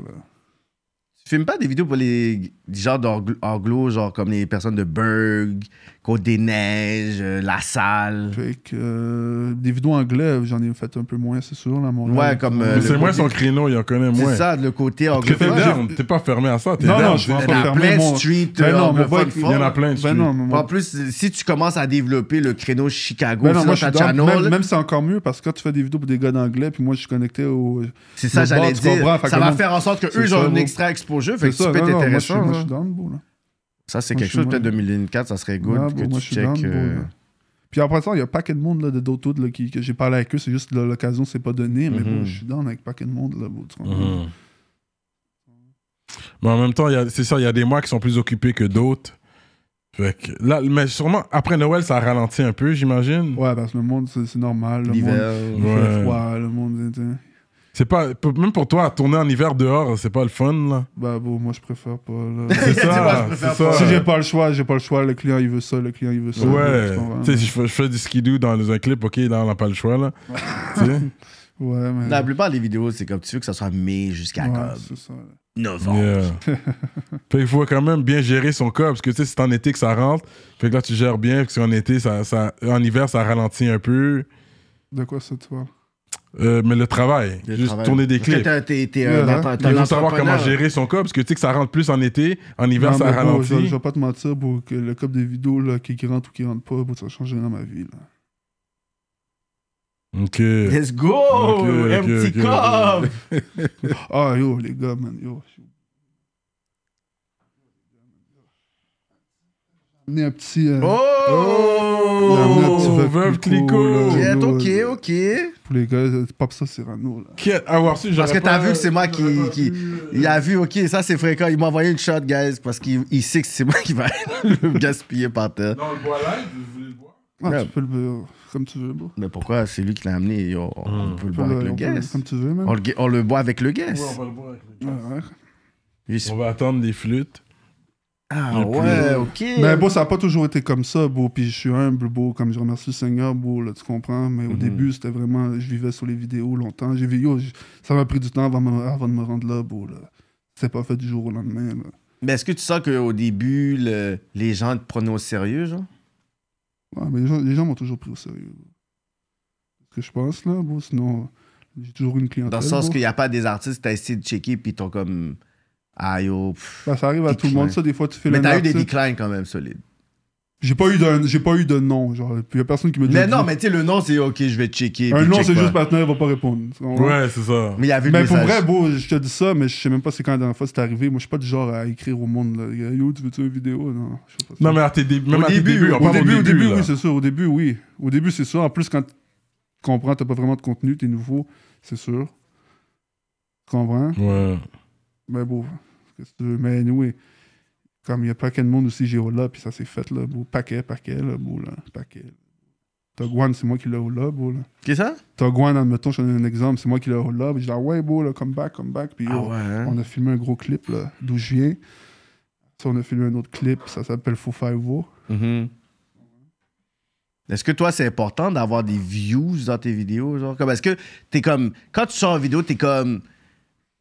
Tu filmes pas des vidéos pour les genres d'anglo- anglo, genre comme les personnes de Berg, Côte des Neiges, euh, La Salle.
Fait que, euh, des vidéos anglais, j'en ai fait un peu moins, c'est sûr, là, à Montréal.
Ouais, comme. euh,
Mais
le
c'est moins
côté-
son créneau, il en connaît
C'est
moins.
ça, le côté
Parce que
anglais.
T'es down, t'es pas fermé à ça. t'es
Non,
down.
non, je vais
Il y en
pas
a
fermer
plein de
mon...
street,
Ben
euh,
non, mon
anglophones
boy-
forts.
Il y en a plein de
Ben
streets.
non, mais mon-
En plus, si tu commences à développer le créneau Chicago
Ben non,
sur
moi, je
ta
suis down.
channel,
Même, même c'est encore mieux parce que quand tu fais des vidéos pour des gars d'anglais, puis moi je suis connecté au.
c'est ça,
le
j'allais
bord, tu
dire.
comprends, fait
Ça
que
va
non.
faire en sorte
C'est
qu'eux, ils
ça,
ont un
non.
extra exposure. Fait que
C'est
ça
ça,
peut être
non, non, moi, je suis-
intéressant.
Moi je
là.
suis down, bro, là.
Ça, c'est
Moi,
quelque
je suis
chose, peut-être
down.
2004, ça serait good
Ouais,
que
bon, moi,
tu
je suis down,
check.
bon,
euh,
là. Puis après ça, il y a paquet de monde là, de d'autres là, qui, que j'ai parlé avec eux, c'est juste là, l'occasion, c'est pas donné, mais bon,
Mhm.
je suis down avec paquet de monde là, bro, tu comprends?
Mm-hmm.
Mhm. Mais en même temps, il y a- c'est ça, il y a des mois qui sont plus occupés que d'autres. Fait que là, mais sûrement, après Noël, ça a ralenti un peu, j'imagine.
Ouais, parce que le monde, c'est c'est normal. Le monde,
L'hiver.
il fait
Ouais.
froid, le monde. tu sais.
C'est pas, pour- même pour toi, tourner en hiver dehors, c'est pas le fun, là.
Bah, bon, moi, je préfère pas. là.
C'est
Il a dit, moi,
ça,
je
c'est ça.
préfère
si j'ai pas le choix, j'ai pas le choix. Le client, il veut ça, le client, il veut ça.
Ouais,
tu comprends?
tu sais, si je fais, je fais du skidoo dans un clip, ok, là, on n'a pas le choix, là. Tu sais?
Ouais, mais.
La plupart des vidéos, c'est comme tu veux que ça soit mai jusqu'à
Ouais,
comme
c'est ça.
novembre.
Yeah. euh, fait qu'il faut quand même bien gérer son corps, parce que tu sais, c'est en été que ça rentre, fait que là, tu gères bien, parce qu'en été, ça, ça, en hiver, ça ralentit un peu.
De quoi ça, toi
Euh, mais le travail,
Le
juste
travail.
tourner des
Parce que
clips.
t'as- t'es- t'es
Ouais,
un-
hein.
t'as- t'as
Il
un
faut savoir comment
entrepreneur.
gérer son corps, parce que tu sais que ça rentre plus en été, en hiver
Non,
ça
mais bon, Je,
ralentit.
je vais pas te mentir, bro, que le cop des vidéos là, qui, qui rentre ou qui rentre pas, bro, ça change rien dans ma vie. Là.
Ok.
Let's go!
Ok, ok,
un petit
ok,
corps!
ok.
Ah, yo, les gars, man, yo. J'ai amené un petit. euh,
Oh!
j'ai amené un petit
Oh, Veuve Clicquot.
là,
Yes,
yo,
ok,
euh,
ok.
Pour les gars, euh, Pop ça, Cyrano, là.
Qui a- avoir su,
Parce que
j'aurais
t'as
pas-
vu que c'est moi qui,
j'aurais pas
qui-
pu, euh,
Il a vu, ok, ça c'est fréquent. Il m'a envoyé une shot, guys, parce qu'il il sait que c'est moi qui va le gaspiller par terre.
Dans le bois live, vous voulez le voir
Ah,
Ouais.
Tu peux le. Comme tu veux, bro.
Mais pourquoi c'est lui qui l'a amené? yo, On, peut le
Tu
boire
peux
avec
le-
le
on peut le-
guest.
Comme tu veux, man.
On le, gue- on le boit avec le
Hmm. Ouais, on
guest.
va le voir avec les
Ouais,
gars.
ouais.
Lui, c'est-
On va attendre les flûtes.
Ah
Il est plus-
ouais, ok.
Mais bon, ça n'a pas toujours été comme ça, beau. Puis je suis humble, beau. Comme je remercie le Seigneur, beau, là, tu comprends. Mais au
Mm-hmm.
début, c'était vraiment. Je vivais sur les vidéos longtemps. J'ai vu, yo, j- ça m'a pris du temps avant, me- avant de me rendre là, beau, là. C'est pas fait du jour au lendemain, là.
Mais est-ce que tu sens qu'au début, le- les gens te prenaient au sérieux, genre?
Ouais, mais les gens, les gens m'ont toujours pris au sérieux. beau. C'est Ce que je pense, là, beau. Sinon, j'ai toujours une clientèle.
Dans le sens
beau.
qu'il n'y a pas des artistes, t'as essayé de checker, puis t'ont comme. Ah yo. pff.
Ben, ça arrive à tout le monde,
Déclin.
ça. Des fois, tu fais
Mais
le
t'as eu des
narciss-
déclins quand même solides.
J'ai pas eu de, j'ai pas eu de nom. Genre, il y a personne qui me dit.
Mais non, mais tu sais, le nom, c'est ok, je vais checker.
Un
puis
nom,
check
c'est
pas.
juste maintenant, il va pas répondre. tu comprends?
Ouais, c'est ça.
Mais il y avait le
Mais pour
message.
vrai, beau, je te dis ça, mais je sais même pas c'est quand la dernière fois c'est arrivé. Moi, je suis pas du genre à écrire au monde. Là. Yo, tu veux-tu une vidéo Non, je sais pas. ça.
Non, mais à tes débuts, même
au
à tes
début,
débuts, on
au,
parle
début, au début,
là.
oui, c'est sûr. Au début, oui. Au début, c'est sûr. En plus, quand tu comprends, t'as pas vraiment de contenu, t'es nouveau, c'est sûr. Tu comprends
Ouais.
Mais bon, qu'est-ce que tu veux Mais anyway, comme il y a paquet de monde aussi, j'ai au là, puis ça s'est fait, là, beau. Paquet, paquet, là, beau, là, paquet. Togwan, c'est moi qui l'ai au là, beau, là.
Qu'est-ce que ça?
Togwan, admettons, je te donne un exemple, c'est moi qui l'ai au là, puis je dis, ah ouais, beau, là, come back, come back, puis
Ah
yo,
ouais, hein?
on a filmé un gros clip là, d'où je viens. Ça, on a filmé un autre clip, ça s'appelle Faux Five O.
Mhm. Est-ce que toi, c'est important d'avoir des views dans tes vidéos? Genre, comme, est-ce que t'es comme. Quand tu sors une vidéo, t'es comme.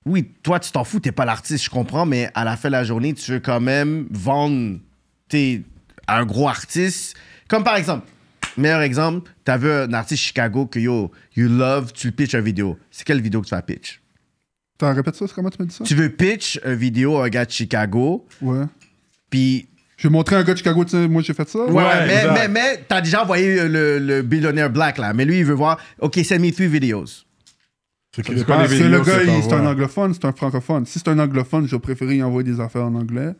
Oui, toi, tu t'en fous, t'es pas l'artiste, je comprends, mais à la fin de la journée, tu veux quand même vendre t'es à un gros artiste. Comme par exemple, meilleur exemple, t'as vu un artiste Chicago que yo, you love, tu le pitches une vidéo. C'est quelle vidéo que tu vas pitch?
T'en répètes ça, c'est comment tu me dis ça?
Tu veux pitch une vidéo à un gars de Chicago,
Ouais.
puis
Je vais montrer un gars de Chicago, tu sais, moi j'ai fait ça.
Ouais,
Ouais,
mais,
exact.
mais, mais t'as déjà envoyé euh, le, le billionaire black là, mais lui il veut voir, ok, send me three videos.
C'est que-
Parce
c'est pas des
que
vidéos,
le gars,
c'est
il- Ah, c'est un
t'envoies.
anglophone, c'est un francophone. Si c'est un anglophone, je préférer y envoyer des affaires en anglais.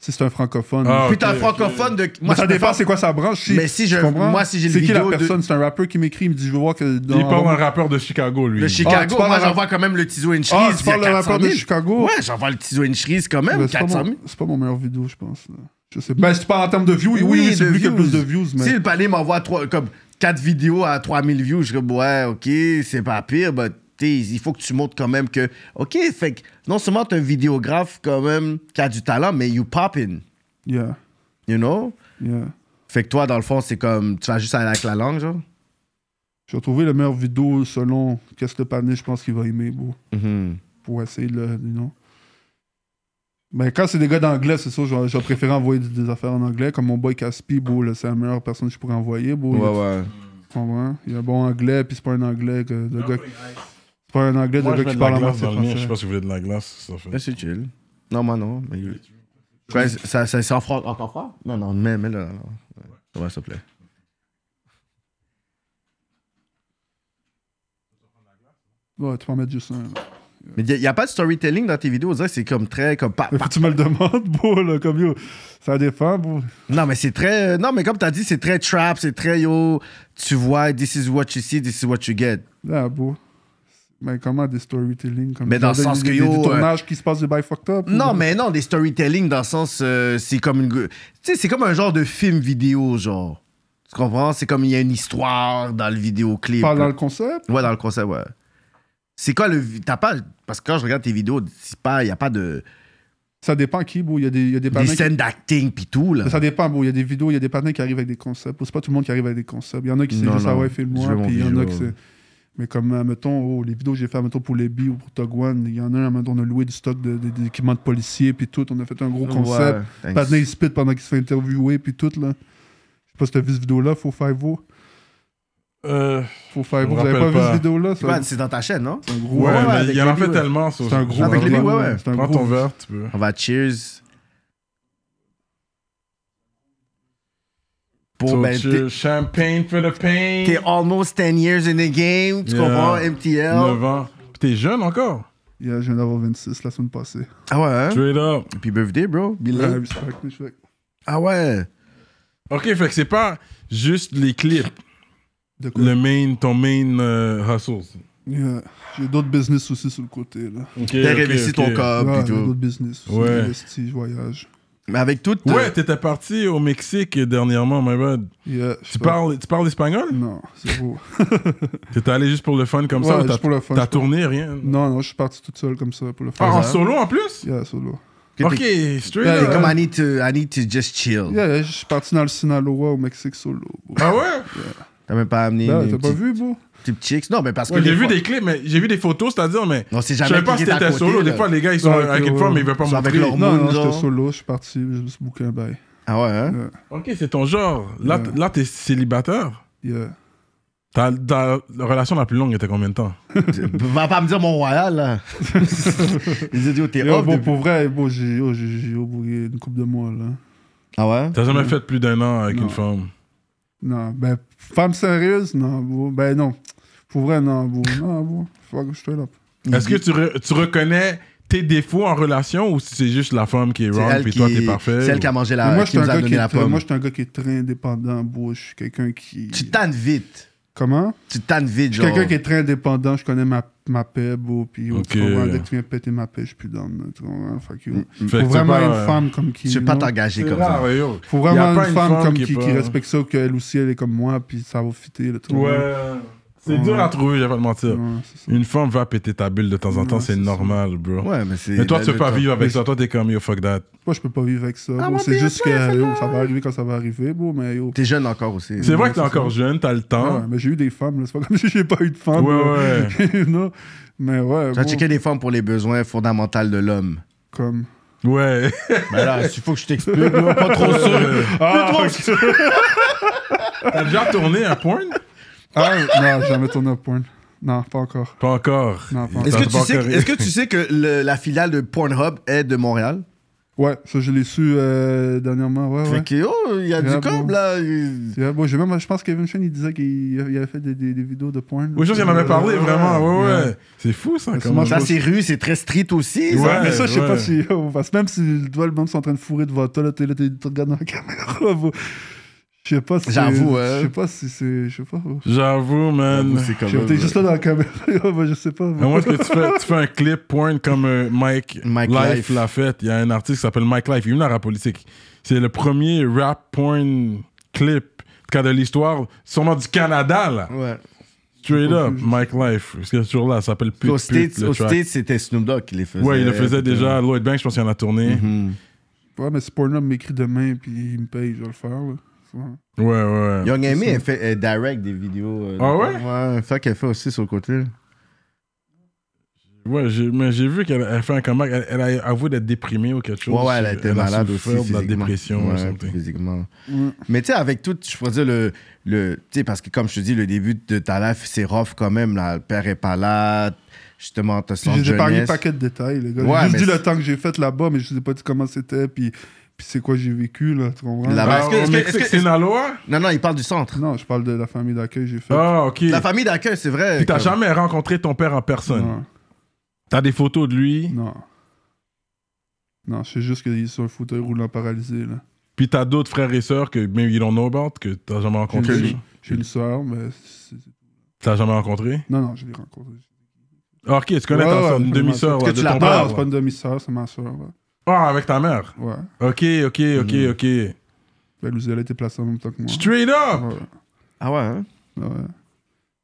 Si c'est un francophone.
Ah,
Puis t'as un
ok,
francophone de.
Moi,
je
ça
peux
dépend
pas-
c'est quoi sa branche.
Mais si je-
tu comprends?
moi, si j'ai une
C'est qui la
vidéo de-
personne? C'est un rappeur qui m'écrit, il me dit Je veux voir que. Dans...
Il parle d'un rappeur de Chicago, lui.
Le
Ah,
Chicago,
tu parles
moi
de-
j'envoie quand même le Tizo Inchries.
Ah, tu
il y a
parles de rapport
400
de
000.
Chicago?
Ouais, j'envoie le Tizo Inchries quand
Mais
même,
c'est pas
400 000.
mon- c'est pas mon meilleur vidéo, je pense. là. Je sais pas. Ben, c'est pas en termes de views. Oui, oui, c'est
de
lui qui a le plus de
views.
views. Mais...
Si le palais m'envoie trois- comme 4 vidéos à 3000 views, je dis ouais, ok, c'est pas pire, mais t'sais, il faut que tu montres quand même que, ok, fait que non seulement t'es un vidéographe quand même qui a du talent, mais you poppin',
Yeah,
you know?
yeah.
Fait que toi, dans le fond, c'est comme. Tu vas juste aller avec la langue, genre.
J'ai retrouvé la meilleure vidéo selon
Mm-hmm.
qu'est-ce que le panier, je pense qu'il va aimer, bro, pour essayer de le. Non. Ben, quand c'est des gars d'anglais, c'est sûr, j'aurais j'aurais préféré envoyer des, des affaires en anglais. Comme mon boy Caspi, bro, là, c'est la meilleure personne que je pourrais envoyer. Bro,
Ouais,
Il-
ouais.
tu comprends? Il a un bon anglais, puis c'est pas un anglais que, de gars. C'est pas un anglais de
Moi, je
gars
mets
qui
de la
parle en
glace
moitié
dans le mien. Je sais
français.
pas si vous voulez de la glace. Ça fait.
Là, c'est chill. Non, moi, non. Mais... Ouais, ça, ça, c'est en froid. Encore froid? Non, non, mais, mais là, là, là. Ça va, s'il te plaît.
Ouais, tu peux en mettre juste un. là.
Mais il n'y a, pas de storytelling dans tes vidéos. on dirait que C'est comme très. Comme, pa-
Mais
pa-
faut que tu me le demandes, bro, là, comme yo. Ça dépend, bro.
Non, mais c'est très. euh, Non, mais comme tu as dit, c'est très trap. C'est très yo. Tu vois, this is what you see, this is what you get.
Là, bro. Mais comment des storytelling comme
Mais dans le
Genre
sens
des,
que,
des-
yo,
Des
euh,
tournages qui se passent du by fucked up.
Non,
ou-
mais non, des storytelling dans le sens. euh, c'est comme une. gue- Tu sais, c'est comme un genre de film vidéo, genre. Tu comprends? C'est comme il y a une histoire dans le vidéoclip.
Parle dans le concept.
Ouais, dans le concept, ouais. C'est quoi le. vi- T'as pas. Parce que quand je regarde tes vidéos, il n'y a pas de.
Ça dépend qui, bro. Il y a des, il y a des
Des
panneaux qui-
scènes d'acting pis tout, là.
Ça dépend, bro. Il y a des vidéos, il y a des partenaires qui arrivent avec des concepts. C'est pas tout le monde qui arrive avec des concepts. Il y en a qui c'est
Non,
juste
non.
ah ouais,
Je veux
file-moi.
mon
Puis il y en a
visual.
qui c'est. Mais comme, euh, mettons, oh, les vidéos que j'ai fait, mettons, pour les billes ou pour Togwan, il y en a un, mettons, on a loué du stock de- de- d'équipements de, policiers, puis tout. On a fait un gros concept.
Ouais.
Patna, il spit pendant qu'il se fait interviewer, puis tout, là. Je sais pas si t'as vu cette vidéo-là, Faux Five-O.
Euh,
Faux Five-O.
Je me
Vous avez
rappelle
pas, vu
pas.
cette vidéo-là? C'est
Ouais,
un-
C'est dans ta chaîne, non?
c'est un gros.
ouais,
ouais,
mais
avec
il y en a
les
fait
billes,
tellement. ça,
C'est un
je-
gros.
Avec les
vidéo,
billes, Ah, ouais, ouais.
C'est un
Prends
gros.
ton verre, tu peux.
On va cheers. Pour
So,
ben,
cheers.
t'es-
champagne for the pain.
t'es almost 10 years in the game, tu
Yeah.
comprends? MTL.
9 ans. Puis t'es jeune encore.
Yeah, je viens d'avoir 26 la semaine passée.
Ah ouais, hein?
Straight up.
Et puis birthday, bro. Bilan.
Ouais, respect, respect.
Ah ouais.
Ok, fait que c'est pas juste les clips,
De quoi?
le main, ton main euh, hustle.
Yeah. J'ai d'autres business aussi sur le côté, là.
Ok,
T'as
ok,
réussi
ok.
ton cob
Ouais,
pis
j'ai
Ah, tout.
d'autres business. aussi,
Ouais.
investi, je voyage.
Mais avec tout. euh,
Ouais, t'étais parti au Mexique dernièrement, my bad.
Yeah,
Tu
je fais-
parles, tu parles espagnol
Non, c'est beau.
T'étais allé juste pour le fun comme ça
Ouais,
ou t'as-
juste pour le fun,
T'as
je pense.
tourné, rien
non, non, je suis parti toute seule comme ça pour le
Ah,
faire.
en solo en plus
Yeah, solo.
que
Ok,
t'es-
straight
Ouais,
T'es
up.
comme I need, to, I need to just chill.
Yeah, je suis parti dans le Sinaloa au Mexique solo. bro.
Ah ouais
T'as même pas amené.
Yeah,
une
T'as pas
petite-
vu, bro?
Petites chicks. Non, mais parce que.
Ouais,
des
J'ai vu
fois-
des clips, mais j'ai vu des photos, c'est-à-dire, mais.
On sait
Je
jamais
savais pas
qui
si
est à
t'étais
côté,
solo.
là.
Des fois, les gars, ils sont
Ouais,
avec
ouais,
une femme,
ouais.
mais ils veulent pas
Ils sont avec
montrer.
leur-
Non,
Moon,
non, hein, j'étais
genre.
solo, je suis parti, je me suis bouqué un bail.
Ah ouais, hein?
Ok, c'est ton genre. Là, t-
Ouais.
là t'es célibataire.
Oh,
Yeah.
Ta ta relation la plus longue était combien de temps
Va pas me dire mon royal, là. Ils ont dit, oh, t'es
Yo,
off.
bro,
depuis-
pour vrai, bro, j'ai yo, j'ai- j'ai yo, bro, une coupe de hein. mois, là.
Ah ouais?
T'as jamais fait plus d'un an avec
Non.
une femme
Non, ben, femme sérieuse, non, bro. Ben, non. Pour vrai, non, bro. Non, bro. Fuck, je suis là.
Est-ce que tu, re- tu reconnais tes défauts en relation ou si c'est juste la femme qui est
C'est
wrong
elle
puis
qui-
toi t'es parfait
C'est elle
ou-
qui a mangé
Mais
la.
moi,
Ah qui
j'étais un,
nous
gars
a
qui
donné
est
la
très- moi,
pomme.
j'étais un gars qui est très indépendant, bro. Je suis quelqu'un qui.
Tu tannes vite.
Comment?
Tu tannes vite,
Je suis
genre.
Mm. quelqu'un qui est très indépendant, je connais ma, ma paix, bro. Puis,
Ok.
tu comprends, dès que tu viens péter ma paix, je suis plus dans le. Tu comprends? Fait
Mm,
Fait
que,
que
Faut
c'est
vraiment
pas-
une femme comme qui.
euh, Tu veux pas
non?
t'engager
C'est
comme ça.
rare, yo.
Faut
Y a
vraiment
pas
une femme comme qui, qui,
est pas-
respecte ça, qu'elle aussi, elle est comme moi, puis ça va fitter, le truc.
Ouais. C'est
Ouais.
dur à trouver, je vais pas te mentir.
Ouais, c'est ça.
Une femme va péter ta bulle de temps en temps,
Ouais,
c'est
c'est ça.
normal, bro.
Ouais, mais c'est.
Mais toi, tu
le-
peux pas
le-
vivre avec
Mais-
ça. Toi, t'es comme yo, fuck that.
Moi, je peux pas vivre avec ça. bro. C'est juste que yo, ça va arriver quand ça va arriver, bro, mais yo.
T'es jeune encore aussi.
C'est vrai que t'es
c'est
encore
ça.
jeune, t'as le
Ouais,
temps.
mais j'ai eu des femmes, là. C'est pas comme si j'ai pas eu de femmes.
Ouais,
là. Non. Mais ouais.
Tu vas
bro,
checker des femmes pour les besoins fondamentaux de l'homme.
Comme.
Ouais.
Mais là, il faut que je t'explique, là, pas trop
Euh,
sûr.
Ah,
T'as déjà tourné un porn
ah, non, jamais tourné à point. Non, pas encore.
Pas encore.
Non, pas encore.
Est-ce
T'as
que, tu
pas
sais,
encore-
est-ce que tu sais que le- la filiale de Pornhub est de Montréal?
Ouais, ça, je l'ai su euh, dernièrement. Ouais, ouais.
Fait que, oh, il y a
Yeah,
du com,
bon.
là.
Yeah, bon, j'ai même, je pense que Kevin Chen, il disait qu'il il avait fait des, des, des vidéos de porn. Euh,
Oui, je pense qu'il en avait parlé, vraiment. Ouais, ouais. C'est fou, ça,
Mais
comment.
c'est
Ça, c'est rue, c'est très street aussi. ça.
Ouais.
mais ça, je sais
ouais.
pas si. oh, parce que même si toi, le monde sont en train de fourrer devant toi, là, t'es là, t'es- tu regardes dans la caméra. vous. Je sais pas si.
J'avoue, hein.
Je sais pas si c'est. Je sais
Ah,
pas. oh.
J'avoue, man.
C'est quand
Je-
même,
T'es juste là dans la caméra. oh, bah, je sais pas.
Mais moi, ce que tu fais, tu fais un clip porn comme euh, Mike,
Mike Life.
Life l'a fait. Il y a un artiste qui s'appelle Mike Life. Il est venu dans la politique. C'est le premier rap porn clip, en tout cas de l'histoire, sûrement du Canada, là.
Ouais.
Straight up, Mike Life. Parce que toujours là, ça s'appelle Pute,
Aux
Pute,
States,
le
aux
track.
States, c'était Snoop Dogg qui les faisait.
Ouais, il le faisait déjà. Lloyd Banks, je pense qu'il en a tourné.
Mhm.
Ouais, mais si Pornhub m'écrit demain, puis il me paye, je vais le faire. Là.
Ouais,
Ouais.
ouais.
Young Amy, elle fait elle direct des vidéos. euh,
Ah ouais?
Ouais, fait qu'elle fait aussi sur le côté. là.
Ouais, j'ai, mais j'ai vu qu'elle a fait un comeback. Elle, elle a avoué d'être déprimée ou quelque chose.
Ouais, ouais, elle a été malade aussi.
souffert de la
physiquement.
dépression
Ouais,
ou something.
physiquement. Mais tu sais, avec tout, je pourrais dire, le, le, tu sais, parce que comme je te dis, le début de ta life, c'est rough quand même. Là. Le père est pas là. Justement, t'as
Puis
son
j'ai épargné un
jeunesse.
paquet de détails, les gars.
Ouais,
j'ai
mais
juste dit
c'est-
le temps que j'ai fait là-bas, mais je vous ai pas dit comment c'était, puis, puis c'est quoi j'ai vécu, là, tu comprends?
Là-bas.
Ah,
Est-ce que-
au
est-ce que-
Mexique,
est-ce que-
Sinaloa
Non, non, il parle du centre.
Non, je parle de la famille d'accueil que j'ai fait.
Ah, ok.
La famille d'accueil, c'est vrai.
Puis t'as
comme-
jamais rencontré ton père en personne.
non,
T'as des photos de lui,
non. Non, je sais juste qu'il est sur un fauteuil roulant paralysé, là.
puis t'as d'autres frères et sœurs que même you don't know about, que t'as jamais
J'ai une-
rencontré.
J'ai une soeur, mais. c'est-
T'as jamais rencontré.
Non, non, je l'ai rencontré.
Ah, ok, tu connais
Ouais,
ta
ouais,
soeur, une
ouais,
demi-sœur
Est-ce
ouais,
que
de
tu la
ton
Non,
parles?
père.
c'est
ouais.
pas une demi-sœur, c'est ma soeur, là.
Ah, avec ta mère.
Ouais.
Ok, ok, ok, ok.
Ben, Lucie, elle a été placée en même temps que moi.
Straight up!
Ouais.
Ah ouais, hein?
Ouais.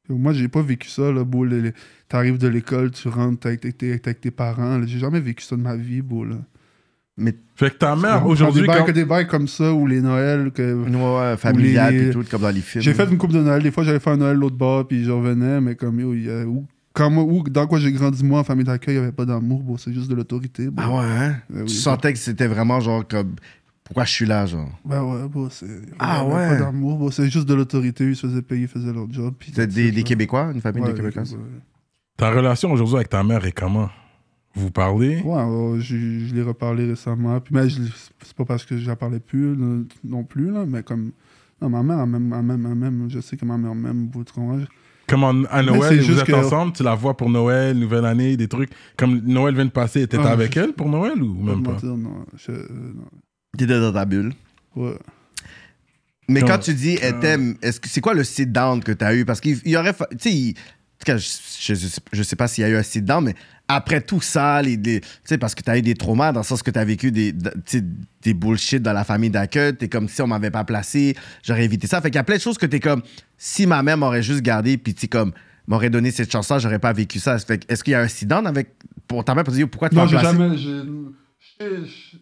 Yo, Moi, j'ai pas vécu ça, là, beau. les- les- T'arrives de l'école, tu rentres, t'es avec, t'es- t'es- t'es avec tes parents. là. J'ai jamais vécu ça de ma vie, beau, là.
Fait que ta
On
mère,
prend
Ah, aujourd'hui,
Des bails,
quand...
que des bails comme ça, ou les Noëls, que...
Ouais, ouais, familial
Ou les-
et tout, comme dans les films.
J'ai fait une coupe de Noël. Des fois, j'allais faire un Noël l'autre bord, puis je revenais, mais comme, yo, il y a- où- quand moi- où- dans quoi j'ai grandi, moi, en famille d'accueil, il avait pas d'amour, beau. C'est juste de l'autorité, beau.
Ah ouais, hein?
Ben oui.
Tu sentais que c'était vraiment genre comme. Pourquoi je suis là, genre?
Ben ouais, beau, c'est...
Ah
il y avait
ouais.
pas d'amour, beau. C'est juste de l'autorité. Ils se faisaient payer, ils faisaient leur job. puis
C'était des, des
Ouais,
Québécois, une famille
ouais,
de Québécois?
ouais.
Ta relation aujourd'hui avec ta mère est comment? Vous parlez?
Ouais, euh, je, je l'ai reparlé récemment. Puis, mais je- c'est pas parce que je la parlais plus là, non plus, là, mais comme. Non, ma mère, elle m'aime, elle m'aime, elle m'aime. Je sais que ma mère m'aime, vous comprenez?
Comme en- à
c'est
Noël, vous
juste
êtes
que-
ensemble, tu la vois pour Noël, Nouvelle Année, des trucs. Comme Noël vient de passer, étais
Ah,
avec
je-
elle pour Noël ou
Je vais
même
te
pas?
mentir, non. Je- euh, non.
T'étais dans ta bulle.
Ouais.
Mais
Non.
quand tu dis elle
Euh.
t'aime, est-ce que c'est quoi le sit down que t'as eu Parce qu'il il y aurait, fa- tu sais, il- en tout cas, je, je, sais- je sais pas s'il y a eu un sit down, mais après tout ça, les, les- tu sais, parce que t'as eu des traumas dans le sens que t'as vécu des, de- tu sais, des bullshit dans la famille d'accueil, t'es comme si on m'avait pas placé, j'aurais évité ça. Fait qu'il y a plein de choses que t'es comme, si ma mère m'aurait juste gardé, puis tu sais, comme m'aurait donné cette chance-là, j'aurais pas vécu ça. Fait que est-ce qu'il y a un sit down avec pour ta mère pour dire pourquoi tu
Non,
m'as
j'ai
placé
jamais. j'ai- j'ai- j'ai-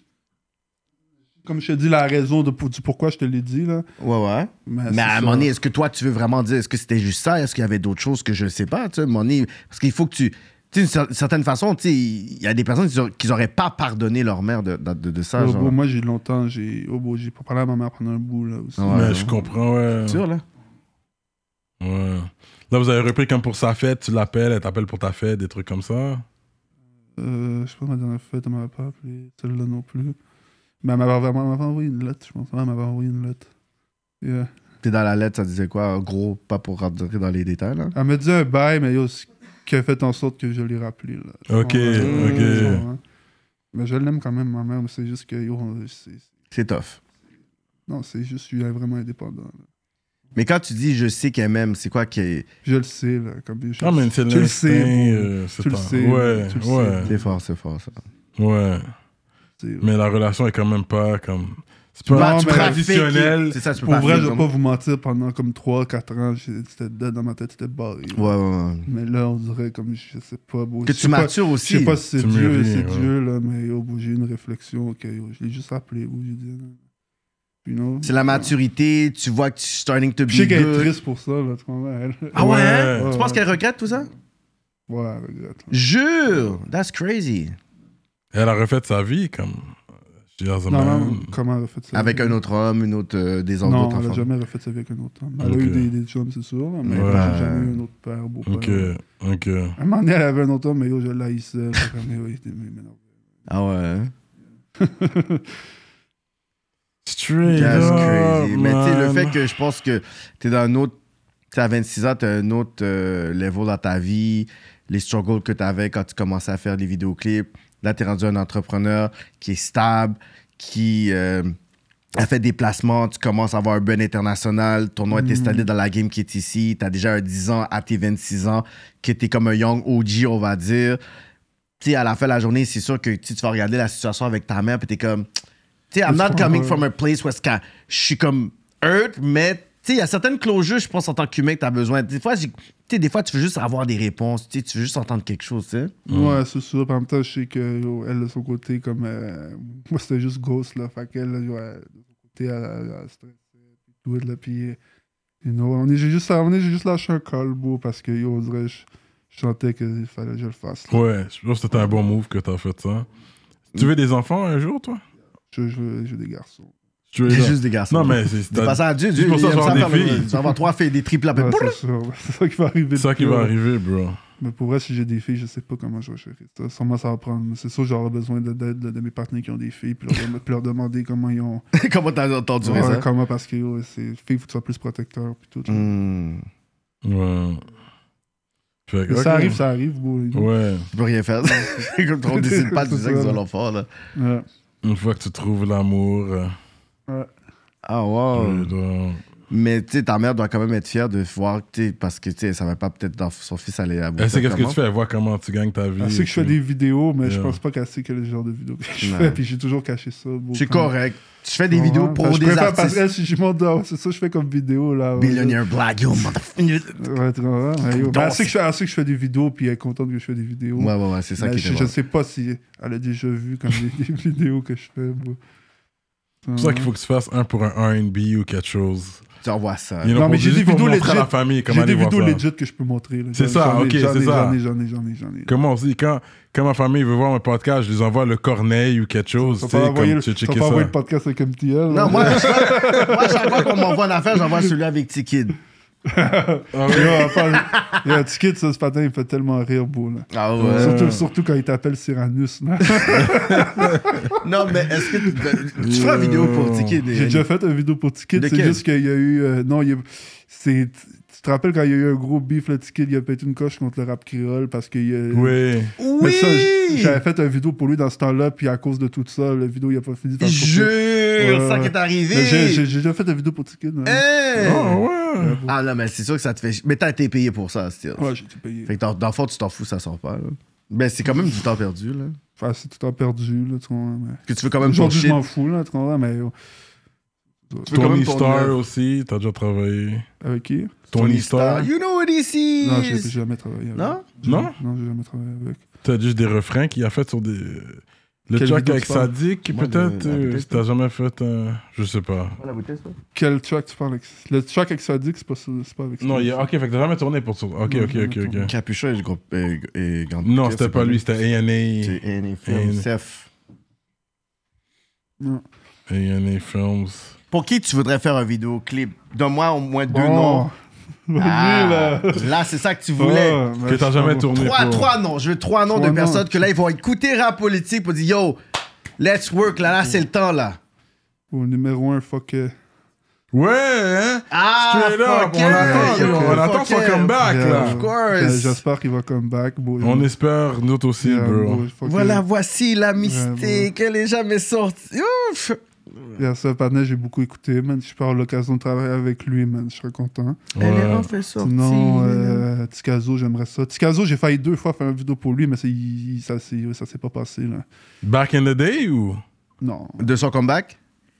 Comme je te dis, la raison de, pour- du pourquoi je te l'ai dit, là.
Ouais, ouais.
Mais, c'est
Mais à
ça.
un moment donné, est-ce que toi, tu veux vraiment dire, est-ce que c'était juste ça? Est-ce qu'il y avait d'autres choses que je ne sais pas? Tu sais, à un moment donné, parce qu'il faut que tu. Tu sais, d'une cer- certaine façon, tu sais, il y a des personnes qui n'auraient pas pardonné leur mère de, de, de- de ça.
Oh,
genre.
beau, moi, j'ai longtemps, j'ai. Oh, beau, j'ai pas parlé à ma mère pendant un bout, là aussi.
Ouais.
Mais je comprends, ouais.
Sûr, là.
Ouais. Là, vous avez repris comme pour sa fête, tu l'appelles, elle t'appelle pour ta fête, des trucs comme ça.
Euh, je sais pas, ma dernière fête, elle m'avait pas appelé. Celle-là non plus. Mais elle m'avait elle m'avait envoyé une lettre, je pense. Ouais, elle m'avait envoyé une lettre. Yeah.
T'es dans la lettre, ça disait quoi? Gros, pas pour rentrer dans les détails, là.
Elle me dit un bail, mais yo, ce qui a fait en sorte que je l'ai rappelé. Là. Je
Ok,
comprends, là,
ok.
je comprends. hein. Mais je l'aime quand même, ma mère, mais c'est juste que, yo, on- c'est-
C'est tough.
non, c'est juste, je suis vraiment indépendant. là.
Mais quand tu dis je sais qu'elle m'aime, c'est quoi qui est.
Je le sais, là. Comme, je,
Ah, mais c'est
tu le
l'instinct,
sais, bon,
euh, c'est
Tu le
un-
sais,
Ouais,
tu le sais.
ouais,
C'est fort, c'est fort, ça.
ouais.
c'est-
Mais la relation est quand même pas comme. C'est
Non,
pas
mais-
traditionnel.
C'est ça, tu peux
Pour
pas
vrai,
faire
je vais
comme-
pas vous mentir, pendant comme 3-4 ans, j'ai- c'était dead dans ma tête, c'était barré.
Ouais, ouais, ouais.
Mais là, on dirait comme, je sais pas, beau.
Que
je
tu
sais pas-
matures
Je
aussi.
sais pas si c'est
Tu
Dieu,
mûris,
c'est
ouais.
Dieu, là, mais yo, bon, j'ai eu une réflexion, que yo, je l'ai juste appelé, bon, j'ai dit, non. You know?
C'est la
Ouais.
maturité, tu vois que tu starting to be.
Je sais qu'elle est
good.
triste euh. pour ça, là, tu comprends, elle.
Ah ouais, hein?
Ouais, Oh.
Tu penses
ouais.
qu'elle regrette tout ça?
Ouais, elle regrette. là.
Jure! That's crazy.
Elle a refait sa vie, comme. She has a
Non, non,
man.
comment elle a fait ça?
Avec un autre homme, une autre, euh, des hommes,
Non,
d'autres
elle a
enfants.
jamais refait ça avec un autre homme. Elle
Ok.
a eu des, des chums, c'est sûr, là, mais
Ouais.
j'ai jamais eu un autre père, beau-père.
Ok, ok.
À un moment donné, elle avait un autre homme, mais yo, je l'haïssais. j'étais comme, yo, il était- mais non.
Ah ouais. hein?
Straight
That's
up,
crazy. Mais tu sais,
man.
le fait que je pense que t'es dans un autre. Tu à 26 ans, t'as un autre euh, level dans ta vie, les struggles que t'avais quand tu commençais à faire des vidéoclips. Là, t'es rendu un entrepreneur qui est stable, qui euh, a fait des placements, tu commences à avoir un bon international, ton nom est installé dans la game qui est ici, t'as déjà un 10 ans à tes 26 ans, que t'es comme un young OG, on va dire. Tu sais, à la fin de la journée, c'est sûr que tu sais, tu vas regarder la situation avec ta mère, puis t'es comme, tu sais, I'm not coming from a place where ska- je suis comme hurt, mais tu sais, il y a certaines closures, je pense, en tant qu'humain, que t'as besoin. Des fois, j'ai- tu sais, des fois, tu veux juste avoir des réponses, tu sais, tu veux juste entendre quelque chose, tu sais.
Mm.
Ouais, c'est sûr. Par même temps, je sais que yo, elle, de son côté, comme. euh, moi, c'était juste ghost, là. Fait qu'elle, yo, elle, de son côté, elle, elle, elle stressait, puis tout, là. Puis, euh, you know, on est j'ai juste, on est j'ai juste lâché un call, beau, parce que, yo, on dirait, je, je sentais qu'il fallait que je le fasse. là.
Ouais, je pense que c'était un bon move que t'as fait ça. Tu veux des enfants un jour, toi
Je, je, veux- je veux des garçons.
Tu veux
C'est
ça?
juste des garçons.
Non, mais c'est
Des passants à Dieu, Dieu,
C'est pour ça,
il aime
genre,
ça
des
faire le-
filles.
Tu vas avoir trois filles, des triples après.
Ouais, c'est sûr. C'est ça qui va arriver.
c'est ça
le
qui
plus,
va
ouais.
arriver, bro.
Mais pour vrai, si j'ai des filles, je sais pas comment je vais gérer ça. Sûrement, ça va prendre. Mais C'est sûr, j'aurai besoin de- d'aide de, de mes partenaires qui ont des filles, puis leur, dem- puis leur demander comment ils ont.
Comment t'as entendu
Ouais,
ça?
Comment, parce que ouais, c'est filles, faut que tu sois plus protecteur, puis
Mm.
tout.
Hmm,
Ouais. Fait que-
Mais Ça
ok.
arrive, ça arrive. bon,
hein. Ouais.
tu peux rien faire. Comme on décide pas de
C'est
dire que
ça.
c'est l'enfant, là.
Ouais.
Une fois que tu trouves l'amour, euh,
Ah,
Oh.
wow.
tu dois-
Mais tu sais, ta mère doit quand même être fière de voir, tu sais, parce que tu sais, elle savait pas peut-être dans son fils allait aboutir.
Elle sait Eh, qu'est-ce que
comment.
tu fais, elle voit comment tu gagnes ta vie.
Elle sait
et
Ah, que je fais
tout.
des vidéos, mais je
Yeah.
pense pas qu'elle sait quel genre de vidéo que je
Ouais.
fais, puis j'ai toujours caché ça. bon,
C'est
comme-
correct. Tu fais des
Ouais,
vidéos
ouais.
pour
Parce que je
des
préfère- Parce
artistes.
que si je monte dehors, c'est ça que je fais comme vidéo, là. ouais.
Billionaire black, yo, motherfucker.
Ouais, tu comprends? Ouais, yo.
Donc,
Ben, Elle sait que
c'est-
je fais- elle sait que je fais des vidéos, puis elle est contente que je fais des vidéos.
Ouais, ouais, ouais, c'est ça
Mais
qui
je,
est
je
drôle.
sais pas si elle a déjà vu comme des, des vidéos que je fais. bon.
C'est pour ça qu'il faut que tu fasses un pour un RB ou quelque chose.
Tu envoies ça.
You know,
Ah. Non,
pour-
mais j'ai
juste
des
pour
vidéos
montrer à la
legit.
famille comment
J'ai des
aller voir
vidéos
ça.
legit que je peux montrer. là.
C'est
J'en-
ça,
j'en ai-
ok,
j'en ai-
c'est ça.
J'en ai, j'en ai, j'en ai, j'en ai.
Comment on dit, quand, quand ma famille veut voir mon podcast, je les envoie le corneille ou quelque chose.
T'as
Tu
pas
sais,
envoyé
comme
le-
tu
t'as
checker
pas envoyé
ça.
le podcast avec MTL.
Non,
là.
moi, à chaque fois- moi, à chaque fois qu'on m'envoie une affaire, j'envoie celui avec T-Kid. Ah
Yo, à part- yo, un ticket, ça, ce matin, il me fait tellement rire, beau. Là.
Ah
Surtout, surtout quand il t'appelle Cyranus. là.
Non, mais est-ce que tu, tu feras une vidéo
Euh,
pour T-Kid?
J'ai déjà fait une vidéo pour Ticket.
De
C'est
quel?
juste qu'il y a eu. euh, non, il y a- c'est. Tu te rappelles quand il y a eu un gros beef, le Ticket, il a pété une coche contre le rap créole parce qu'il y a.
Oui.
Mais
Oui!
ça, j- j'avais fait une vidéo pour lui dans ce temps-là, puis à cause de tout ça, la vidéo, il a pas fini. de faire
Jure,
sortir.
ça
Ouais.
qui est arrivé.
Mais J'ai j'ai- j'ai déjà fait une vidéo pour Ticket. hein.
Hey!
Oh, ouais.
Ah non, mais c'est sûr que ça te fait. chi- Mais t'as été payé pour ça, Steel.
Ouais, j'ai été payé.
Fait que dans, dans le fond, tu t'en fous, ça sort pas. Là. Ben, c'est quand même du temps perdu, là.
Enfin, c'est tout en perdu, là, tu comprends, mais-
Que tu veux quand même ton
Aujourd'hui, je
shit.
m'en fous, là, tu comprends, mais. euh,
veux quand
Tony
même ton
Star
œuvre.
aussi, t'as déjà travaillé.
Avec qui
Tony Star,
You know what this is.
Non, j'ai j'ai jamais travaillé avec.
Non?
J'ai-
Non?
Non, j'ai jamais travaillé avec.
t'as juste des refrains qu'il a fait sur des. Le
Quelle
track
vidéo
avec
tu parles?
Sadik,
Moi,
peut-être
de- la
euh,
bouteille,
si T'as jamais fait un. Je sais pas.
Quel track tu parles avec Le track avec Sadik, c'est pas, c'est Mm-hmm. pas avec
Non, il y
Sadik.
a... ok, fait que t'as jamais tourné pour ça. Ok,
Non,
ok,
jamais
ok, ok.
tourné.
Capuchon et, le groupe, et, et Grande
Non,
Piquette,
c'était
c'est
pas lui, c'était A&A.
C'est Annie Film,
Annie.
Seth.
Non.
A&A Films.
Pour qui tu voudrais faire un vidéoclip Donne-moi au moins deux
Bon.
noms.
Vas-y,
Ah,
là.
là, c'est ça que tu voulais.
Ouais, ben,
que t'as
je
jamais
t'en-
tourné
Trois,
pour.
trois noms. Je veux trois noms
Trois
de
noms.
personnes que là, ils vont écouter rap politique pour dire Yo, let's work, là, là, c'est le temps, là.
Au numéro 1, fuck. euh,
Ouais, hein?
Ah,
Straight up,
fuck
on
yeah,
attend,
yo,
on attend
fuck
son
yeah.
comeback,
yeah,
là.
Of course.
j'a- J'espère qu'il va come back. Bon,
On espère, nous autres aussi,
yeah,
bro.
bon, fuck,
Voilà,
euh,
voici la
Ouais,
mystique, elle est jamais sortie. Ouf!
Yeah, ça, Partner, j'ai beaucoup écouté, man. Si je peux avoir l'occasion de travailler avec lui, man. Je serais content.
Elle est
Ouais.
enfin sortie.
Sinon, euh, Tikazo, j'aimerais ça. Tikazo, j'ai failli deux fois faire une vidéo pour lui, mais c'est- il- il- ça s'est ça s'est pas passé, là.
Back in the day ou?
Non.
De son comeback?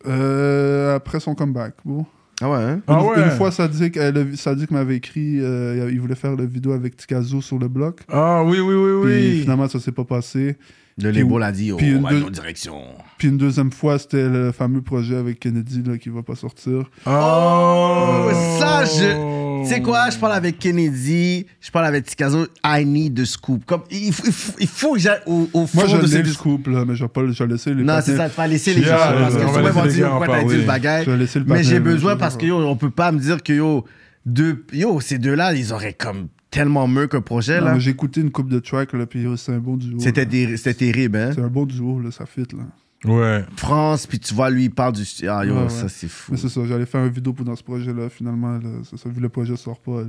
Euh, après son comeback, bon.
Ah ouais, hein?
Ah
une,
ouais?
une fois, Sadik, euh, le- Sadik m'avait écrit, euh, il voulait faire la vidéo avec Tikazo sur le bloc.
Ah oui, oui,
Puis
oui, oui.
finalement, ça s'est pas passé.
Le
Puis-
Lebo l'a dit, oh,
puis une
on va aller
deux-
en direction.
Puis une deuxième fois, c'était le fameux projet avec Kennedy là, qui va pas sortir.
Oh,
ça, je- Tu sais quoi, je parle avec Kennedy, je parle avec Tikazo, I need the scoop. Comme, il, faut, il faut- il faut que j'aille au, au fond
Moi, je
de
l'ai
ces
le
discours.
scoop, là, mais je vais pas le je vais laisser les
Non,
partenaires-
c'est ça, tu vas laisser les gens
Yeah,
parce
ouais,
que
on va
souvent ils vont
laisser les
dire
gars en
pourquoi t'as dit
parler.
le bagage.
Je vais laisser le
Mais j'ai
partenaire,
besoin
je-
parce que yo, on peut pas me dire que yo, deux, yo ces deux-là, ils auraient comme tellement mieux qu'un projet
Non,
là.
mais J'ai écouté une coupe de tracks, là, puis euh, c'est un bon duo.
C'était
là.
terri- c'était terrible, hein.
C'est un bon duo, là, ça fit, là.
Ouais.
France, puis tu vois, lui, il parle du. Ah, yo,
Ouais, ouais.
ça, c'est fou.
Mais c'est ça, j'allais faire une vidéo pour dans ce projet-là, finalement, là, c'est ça, vu le projet sort pas, là.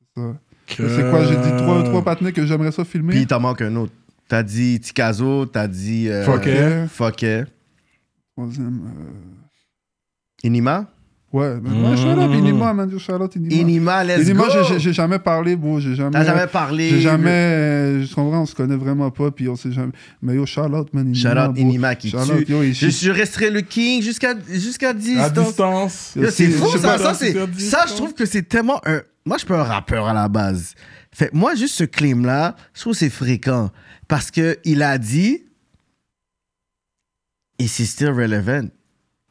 C'est ça. Mais C'est quoi, j'ai dit trois, trois partenaires que j'aimerais ça
Puis il
filmer?
t'en manque un autre. T'as dit Tikazo, t'as dit. euh,
Fuck yeah.
Fuck yeah.
Troisième,
Inima
euh, Ouais, mais
Mm.
ouais, shout-out Inima, man, yo, shout-out Inima.
Inima, let's
Inima,
go.
j'ai- j'ai- j'ai jamais parlé, bon, j'ai jamais...
T'as jamais parlé.
J'ai jamais. euh, Je comprends, on se connaît vraiment pas, puis on sait jamais. Mais yo, Charlotte, man. Inima,
Shout out
bro.
Inima qui
Charlotte,
tue.
yo, il-
Je, je resterai le king jusqu'à jusqu'à
À
distance.
distance.
Yo, C'est
Je
fou,
sais
ça.
pas,
Ça,
c'est à
Ah, c'est- ça, je
distance.
trouve que c'est tellement un. Moi, je suis pas un rappeur à la base. Fait que moi, juste ce claim-là, je trouve que c'est fréquent. Parce que il a dit. Et c'est still relevant.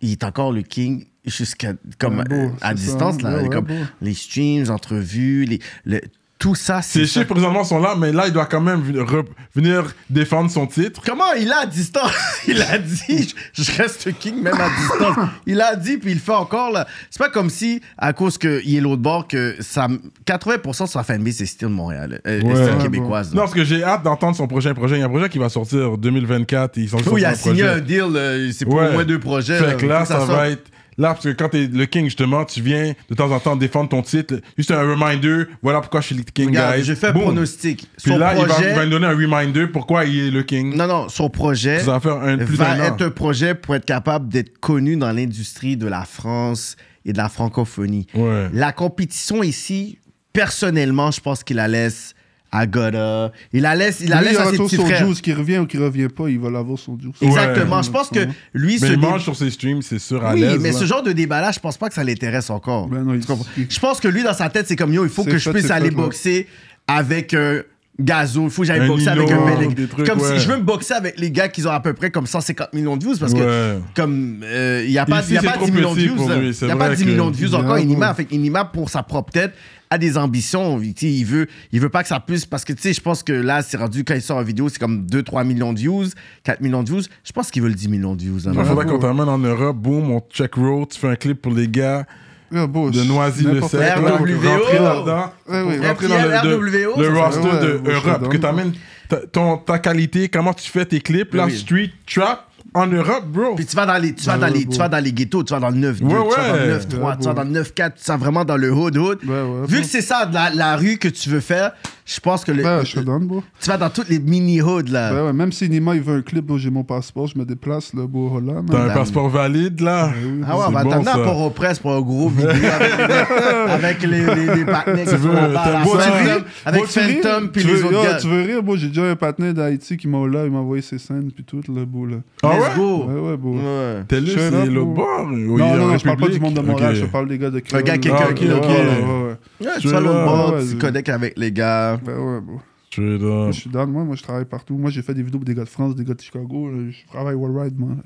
Il est encore le king jusqu'à. Comme euh,
Ouais, beau,
à
c'est
distance,
ça.
là.
Ouais, ouais,
comme
beau.
les streams, entrevues, les, le- Tout ça,
Ces
c'est ça.
chiffres présentement sont là, mais là, il doit quand même re- venir défendre son titre.
Comment il a à distance Il a dit, je, je reste king même à distance. Il a dit, puis il le fait encore là. C'est pas comme si, à cause qu'il est l'autre bord, que ça, 80% de sa fanbase est still Montréal, euh, est
Ouais.
still québécoise.
Non,
là.
parce que j'ai hâte d'entendre son prochain projet. Il y a un projet qui va sortir en 2024. Ils sont
Où il a signé un deal, euh, c'est pour
Ouais.
au moins deux projets.
Fait que là,
Faut
ça,
sorte.
va être. Là, parce que quand t'es le king, justement, tu viens de temps en temps défendre ton titre. Juste un reminder, voilà pourquoi je suis le king,
Regarde,
guys.
je fais un
Boom.
pronostic.
Puis
son
là, il va- il
projet,
va, nous donner un reminder pourquoi il est le king.
non, non, son projet
Ça va faire un, plus
va
d'un an.
être un projet pour être capable d'être connu dans l'industrie de la France et de la francophonie.
Ouais.
La compétition ici, personnellement, je pense qu'il la laisse à Goda. Il la laisse, il la
Lui, il
laisse à ses
retourne
petits
sur
frères.
Juice, qui revient ou qui revient pas, il va l'avoir sur Juice.
Ouais.
Exactement. Je pense que lui,
Mais
se
il
dé-
mange sur ses streams, c'est sûr, à
oui,
l'aise.
mais
là.
ce genre de débat-là, je pense pas que ça l'intéresse encore.
Ben non, il-
Tu comprends? Je pense que lui, dans sa tête, c'est comme yo, il faut
C'est
que je
fait,
puisse
c'est
aller
fait, ouais.
boxer avec un Gazo, il faut que j'aille
Un
boxer avec
Nino,
un Belek.
des trucs,
Comme
ouais.
si je veux me boxer avec les gars qui ont à peu près comme 150 millions de views parce que
Ouais.
comme euh, il n'y a pas,
Ici,
il y a
c'est
pas
trop
10 millions de
petit
views.
pour
là.
lui,
Il
c'est
n'y a pas
vrai
10
que-
millions de views encore.
Bravo.
Inima, fait qu'Inima, pour sa propre tête, a des ambitions. Il, tu sais, il veut, il veut pas que ça puisse. Parce que, tu sais, je pense que là, c'est rendu, quand il sort en vidéo, c'est comme 2-3 millions de views, 4 millions de views. Je pense qu'il veut le 10 millions de views. hein,
Il Ah, faudrait qu'on
Bravo.
t'amène en Europe, boum, on check road, tu fais un clip pour les gars
Yeah, bro,
de
c'est
Noisy le
n'importe
7,
quoi.
là, pour
RWO.
rentrer là-dedans,
Ouais, ouais.
pour rentrer dans le,
RWO,
le
ça serait-
roster
ouais,
de
moi, je suis
Europe, que
down.
t'amènes ta, ton- ta qualité, comment tu fais tes clips, là,
Oui.
street, trap, en Europe, bro.
Puis tu vas dans les, tu vas dans les, tu vas dans les ghettos, tu vas dans le 9-2,
Ouais,
tu vas dans le
ouais.
9-3,
Ouais,
tu vas dans le 9-4, tu vas vraiment dans le hood hood.
Ouais, Ben ouais,
Vu
ouais.
que c'est ça la, la rue que tu veux faire, je pense que le,
Ouais, Ben, je suis down, bro.
tu vas dans toutes les mini hoods là.
Ben ouais, même si Nima il veut un clip, bro, j'ai mon passeport, je me déplace, là, bro, là, man.
T'as un
Madame.
passeport valide, là.
Ben
Ah ouais, on
C'est
va
bon,
t'amener à
ça.
Port-au-Prince pour un gros vidéo avec, avec les, les, les partenaires qui
veux-
sont
t'as-
là.
Bon, tu
ris?
Avec
Bon, tu ris?
Phantom puis
Tu
les
veux-
autres
yo,
gars.
Tu veux rire, bro, j'ai déjà un partenaire d'Haïti qui m'a là, il m'a envoyé ses scènes, puis tout, là, bro, là.
Ah
Let's
ouais?
go.
Ouais, ouais, bro.
Ouais.
T'es là,
Shut
c'est
up,
l'autre
bro.
bord? ou il est
Non,
en
non, non, je parle pas du monde de
République?
Montréal,
Ok.
je parle des gars de Québec.
gars qui est
Ouais,
ok,
ouais,
ok.
ouais, ouais.
Ouais,
Tu
Tu vas
veux-
l'autre bord,
ouais, ouais.
tu connectes avec les gars.
Ben ouais, bro.
Straight up.
Moi, je suis down, moi, moi, je travaille partout. Moi, j'ai fait des vidéos pour des gars de France, des gars de Chicago. là. Je travaille worldwide, moi. là.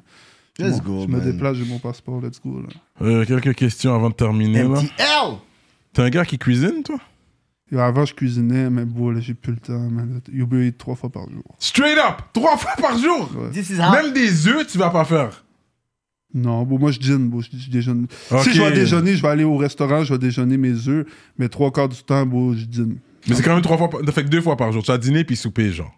Je
Let's
m'en-
go,
Je
man.
me déplace, j'ai mon passeport, let's go. Là.
Euh, Quelques questions avant de terminer, là.
MTL!
T'es un gars qui cuisine, toi?
Yo, avant, je cuisinais, mais bon, là, j'ai plus le temps, man. Uber Eats trois fois par jour.
Straight up! Trois fois par jour!
This is how.
Même des œufs, tu vas pas faire.
Non, bon, moi, je dîne, bon, je, je déjeune.
Ok.
Si je vais déjeuner, je vais aller au restaurant, je vais déjeuner mes œufs, mais trois quarts du temps, bon, je dîne.
Mais c'est quand même trois fois par... Fait que deux fois par jour. Tu vas dîner puis souper, genre.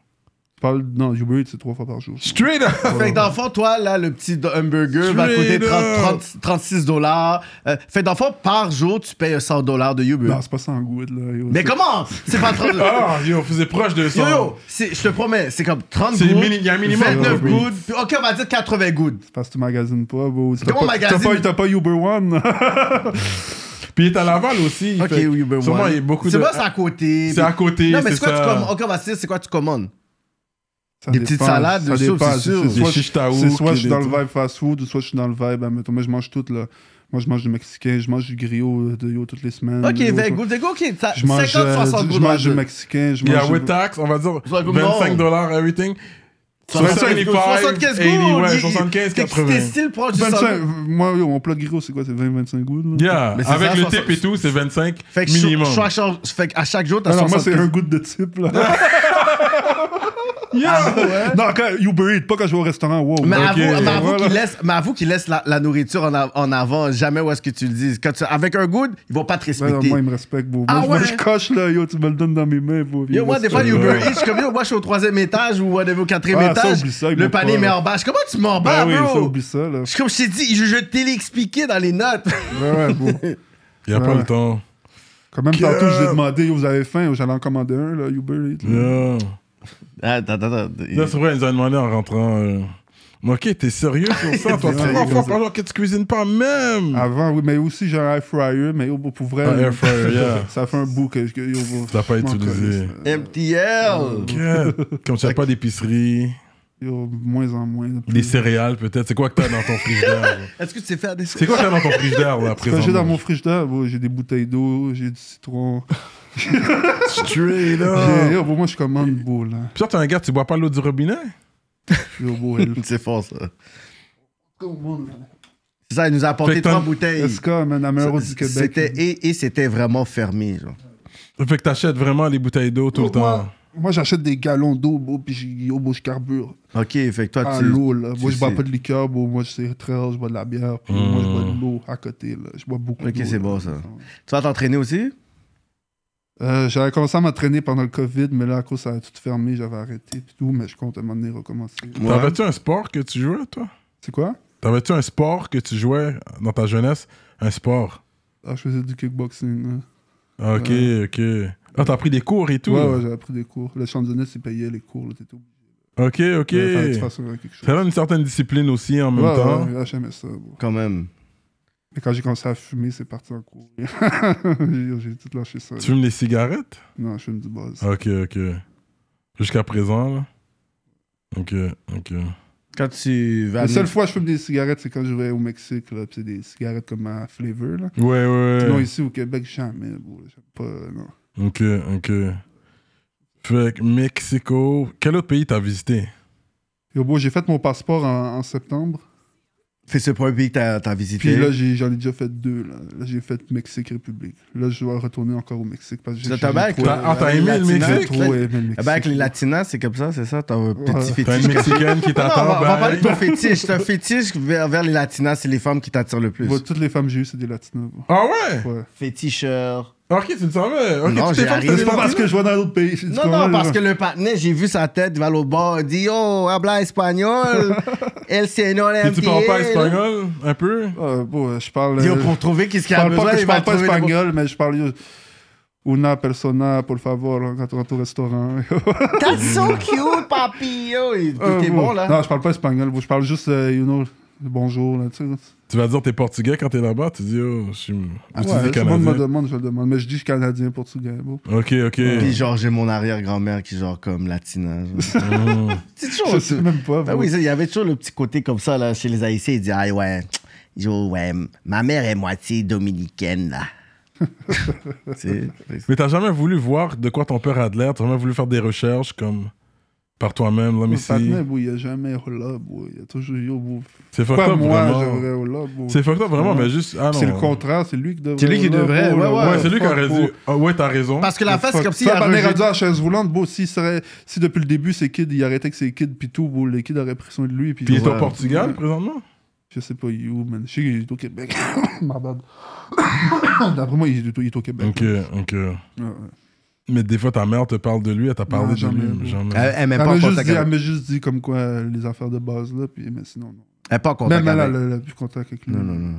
Je parle... Non, Uber Eats, c'est trois fois par jour.
Straight up!
Fait que dans le fond, toi, là, le petit do- hamburger va coûter
Straight
30,
up.
30 36 dollars. Euh, fait que dans le fond, par jour, tu payes 100 dollars de Uber.
Non, c'est pas ça en good, là. yo.
Mais comment? C'est pas 30 dollars.
Ah, yo, faisait proche de
Yo,
ça.
yo, c'est- je te promets, c'est comme 30
C'est
gouttes,
mini- il y a un minimum.
29
Oui.
gouttes, puis ok, on va dire 80 gouttes.
C'est parce que tu magasines pas, bon. T'as
Comment
pas, t'as
magasine?
pas, t'as pas Uber One.
Puis il est à Laval aussi. il
Ok,
fait-
Uber One.
Sûrement, il y a beaucoup
C'est
de.
moi, c'est à côté.
C'est à côté,
Non, mais
c'est
c'est quoi
ça.
tu commandes? Ok, on va se dire, c'est quoi tu commandes?
Ça
Des petites
dépend,
salades,
ça
des soupes,
dépend,
c'est sûr.
soit
Des
je-
shish taouk,
c'est soit je suis
des
dans le
trucs.
vibe fast food, ou soit je suis dans le vibe, ben, mettons, moi je mange tout là. Moi je mange du mexicain, je mange du griot euh, de yo toutes les semaines.
Ok,
du yo,
20
tu vois.
gouttes, ok, t'as
Mmh, Je mange,
50, 60
euh, je
gouttes.
mange du
ouais.
mexicain, je
Il y a
mange.
with tax, on va dire
Ça coûte bon.
25 dollars, everything.
75 gouttes. 75
Eh,
80,
gouttes.
ouais,
il- il-
75,
t'es-
80.
T'es style proche du 100
25, moi yo, mon plat de griot c'est quoi, c'est 20-25 gouttes là?
Yeah,
Mais c'est
avec
ça,
le
ça,
tip
ça-
et tout, c'est 25
Fait que,
minimum.
chaque- chaque- fait qu'à chaque jour, t'as
Alors Ah, moi
60
c'est un goutte de type là.
Ah, Yeah!
non, quand Uber Eats, pas quand je vais au restaurant, wow.
Mais
Ok.
avoue, mais avoue
Voilà.
qu'il laisse, mais avoue qu'il laisse la, la nourriture en, av- en avant, jamais où est-ce que tu le dises. Quand tu- avec un good, ils vont pas te
Ouais, non,
respecter.
moi, il me respecte, beau.
Ah
moi, je- moi,
ouais?
je coche, là, yo, tu me le donnes dans mes mains, beau.
Yo, moi, des fois,
Ouais.
Uber Eats, je suis comme yo, moi, je suis au troisième étage ou whatever, au quatrième
Ah, ça,
étage.
oublie ça, ils
le
m'ont
panier
pas,
met
là.
en bas. Je suis comme, comment tu m'en bats,
Ben oui, ça,
bah, bro?
oublie ça, là.
Je suis comme, je t'ai dit, je, je t'ai l'expliqué dans les notes.
Ouais, ouais, beau.
Il y a pas
Ouais.
le temps.
Quand même,
Que-
tantôt, je lui ai demandé, Yo, vous avez faim, j'allais en commander un, là, Uber Eats. là.
Yeah.
Ah,
attends, attends, attends.
Là, c'est vrai, il nous a demandé en rentrant. euh, Mais ok, t'es sérieux sur ça? Toi,
Ouais,
trois
ouais,
fois
ouais.
par jour que tu cuisines pas même!
Avant, oui, mais aussi, j'ai un air fryer, mais yo, pour vrai,
Un air fryer, yeah.
ça fait un bout que je. Yo, bon,
Tu l'as pas
je m'en
utilisé.
calisse, là. Ah.
MTL.
Ok. Comme tu n'as pas d'épicerie,
Yo, de moins en moins. là, plus.
des céréales peut-être. C'est quoi que t'as dans ton frigidaire? là?
Est-ce que tu sais faire des choses?
C'est quoi que t'as dans ton frigidaire là,
Quand
présent?
j'ai dans mon frigidaire, bon, j'ai des bouteilles d'eau, j'ai du citron.
Straight
J'ai-
up!
Yo, bon, moi, je commande beau, là.
Puis toi, t'es un gars, tu bois pas l'eau du robinet?
Yo, beau, elle.
C'est fort, ça. C'est ça, il nous a apporté
Fait que t'en-
trois bouteilles.
SK, man, la meilleure eau du Québec.
C'était, et, et c'était vraiment fermé, genre.
Fait que t'achètes vraiment les bouteilles d'eau tout le temps.
Moi, moi, j'achète des gallons d'eau, bro, puis j'ai- oh, bro, je carbure
Ok, fait que toi,
à
tu.
Ah, l'eau. là.
tu
Moi, je bois
sais.
pas de liqueur, bro. moi, c'est très rare, je bois de la bière, puis moi, je bois
Hmm.
de l'eau à côté. Là. Je bois beaucoup
Ok,
d'eau,
c'est
là.
bon, ça. Tu vas t'entraîner aussi?
Euh, j'avais commencé à m'entraîner pendant le COVID, mais là, à cause, ça a tout fermé, j'avais arrêté, puis tout, mais je compte à un moment donné recommencer.
T'avais-tu un sport que tu jouais, toi
C'est quoi?
T'avais-tu un sport que tu jouais dans ta jeunesse Un sport.
Ah, je faisais du kickboxing. là.
Ah, Ok, ok. Ah, t'as pris des cours et tout
Ouais, ouais, j'avais pris des cours. Le championnat, il payait les cours, là, t'étais obligé.
Ok, ok.
Il fallait que tu fasses, euh, quelque chose.
Ça donne une certaine discipline aussi en même
Ouais,
temps.
ouais, là, j'aimais ça, bro.
Quand même.
Mais quand j'ai commencé à fumer, c'est parti en cours. j'ai j'ai tout lâché ça.
Tu fumes des cigarettes
Non, je fume du buzz.
Ok, ok. Jusqu'à présent, là Ok, ok.
Quand tu vas.
La
amener-
seule fois que je fume des cigarettes, c'est quand je vais au Mexique, là, pis c'est des cigarettes comme à flavor, là.
Ouais, ouais.
Non, ici au Québec, jamais, bro. J'aime pas, euh, non.
Ok, ok. Fait que Mexico. Quel autre pays t'as visité
Yo, bro, j'ai fait mon passeport en, en septembre.
Fais ce premier pays que t'as- t'as visité.
Puis là, j'ai- j'en ai déjà fait deux, là. Là, j'ai fait Mexique-République. Là, je dois retourner encore au Mexique. parce que j'ai-
Le tabac,
j'ai
T'as-
là,
ah, t'as
les
aimé le
Latinas,
trop- j'ai
Mexique?
trop aimé le Mexique.
Ah ben, avec les latinas, c'est comme ça, c'est ça? T'as un petit
Ouais. Ah, bah,
T'as une
fétiche.
Mexicaine qui
Non,
t'attend. Ben,
on va, on va
bye.
parler de ton fétiche. Ton fétiche vers, vers les latinas, c'est les femmes qui t'attirent le plus.
Bro, toutes les femmes que j'ai eues, c'est des latinas. bro.
Ah ouais
Ouais.
Féticheur.
Ok, tu le savais. Ok,
Non,
tu t'es
j'ai
fait
arrivé-
C'est pas parce que je vois dans d'autres pays.
Non, non, parce que le partenaire, j'ai vu sa tête, il va au bord, il dit Oh, habla espagnol, el señor
Et tu parles pas
MTA.
espagnol un peu
Euh, bon, euh, je parle.
Yo,
euh,
pour trouver qu'est-ce
je
qu'il y a
parle
besoin,
pas, je
il va
parle pas
trouver le mot.
espagnol, mais je parle. yo, Una persona, por favor, quand tu rentres au restaurant.
That's so cute, papi. Yo, il-
Euh,
t'es bon, là.
Non, je parle pas espagnol. bon, Je parle juste, euh, you know, bonjour. Là, tu sais.
Tu vas dire t'es portugais quand t'es là-bas, tu dis oh, je suis. ou tu dis
Ah, Ouais, tout le monde me
canadien.
demande, je le demande. Mais je dis je suis canadien, portugais. Bon.
Ok, ok.
Puis genre, j'ai mon arrière-grand-mère qui, genre, comme latina. genre.
Mm.
C'est
Je
toujours.
sais même pas.
Ah
Ben
bon.
oui, ça, il y avait toujours le petit côté comme ça, là, chez les Haïtiens. Il dit Ah, ouais, yo, ouais, ma mère est moitié dominicaine, là. Tu sais,
Mais t'as jamais voulu voir de quoi ton père a de l'air, t'as jamais voulu faire des recherches comme par toi-même, là, mais
Le
si.
partenaire, bon, il y a jamais Hola. bon, Il y a toujours yo. bon.
C'est fucked
Pas
up
moi,
vraiment.
j'aimerais Hola. bon.
C'est fucked up vraiment,
Ouais.
mais juste. Ah non.
C'est le contraire, c'est lui qui devrait.
C'est lui qui
Hola,
devrait,
bon,
ouais,
là,
ouais.
Ouais, c'est lui qui
fuck,
aurait
bon.
dit. Ah ouais, t'as raison.
Parce que la face, c'est comme
Fuck.
s'il
Ça,
a
ma mère
rejeté-
a dit à la chaise roulante, beau, si, serait, si depuis le début, ses kids, il arrêtait que ses kids, puis tout, beau, les kids auraient pris soin de lui. Puis
Puis il est au
Ouais.
Portugal
Ouais.
présentement.
Je sais pas, you, man. Je sais qu'il est au Québec. Ma bad. D'après moi, il est, au- il est au Québec.
Ok, ok.
Ouais, ouais.
Mais des fois ta mère te parle de lui, elle t'a parlé
Non,
de
jamais,
lui, mais
non.
jamais.
Elle, elle met
Elle
pas en
m'a juste,
contact
dit- elle
avec-
m'a juste dit comme quoi euh, les affaires de base, là, puis, mais sinon, non.
Elle est pas en contact
Même elle,
avec-
elle, elle a plus contact avec lui.
Non, non, non.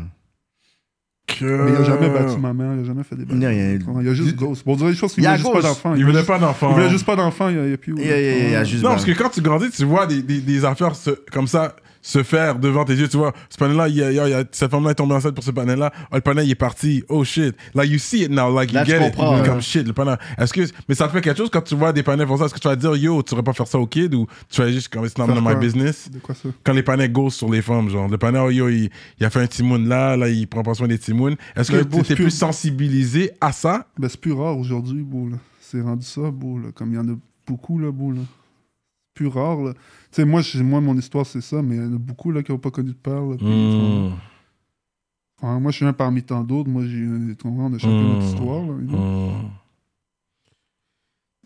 Que-
Eh, Mais il a
Euh,
jamais battu ma mère, il a jamais fait des
Il y a- il y a-
bagarres. Il y a juste Ghost. Bon, on dirait, je pense qu'il
Il y a
voulait juste pas
Ghost.
d'enfant.
Il voulait pas d'enfant. hein.
Il voulait juste pas d'enfant, il y a, il y a plus.
Il y a- il y a- il y a
Ouais.
juste.
Non,
dans-
parce que quand tu grandis, tu vois des, des, des affaires se- comme ça se faire devant tes yeux. Tu vois, ce panel-là, il y a- il y a- il y a- cette femme-là est tombée enceinte pour ce panel-là. Oh, le panel, il est parti. Oh shit. Like, you see it now. Like,
Là,
you
tu
get it.
comprends,
You're
hein.
ouais.
Comme shit, le panel. Est-ce que, mais ça te fait quelque chose quand tu vois des panels comme ça? Est-ce que tu vas te dire, yo, tu aurais pas faire ça au kid ou tu vas juste comme, it's not none of my
Faire quoi?
business?
De quoi ça
Quand les panels go sur les femmes, genre, le panel, oh, yo, il, il a fait un timoun là, là, il prend pas soin des timounes. Est-ce que
Le beau
tu es
pub.
plus sensibilisé à ça?
Ben, c'est plus rare aujourd'hui, beau, là. C'est rendu ça, beau, là. Comme il y en a beaucoup, là, beau, là. C'est Plus rare, là. Tu sais, moi, j'ai- moi, mon histoire, c'est ça, mais il y en a beaucoup, là, qui n'ont pas connu de père, là. Puis, tu
Hmm.
comprends? Enfin, moi, je suis un parmi tant d'autres. Moi, j'ai eu on a chacun
Hmm.
notre histoire, là.
Hmm.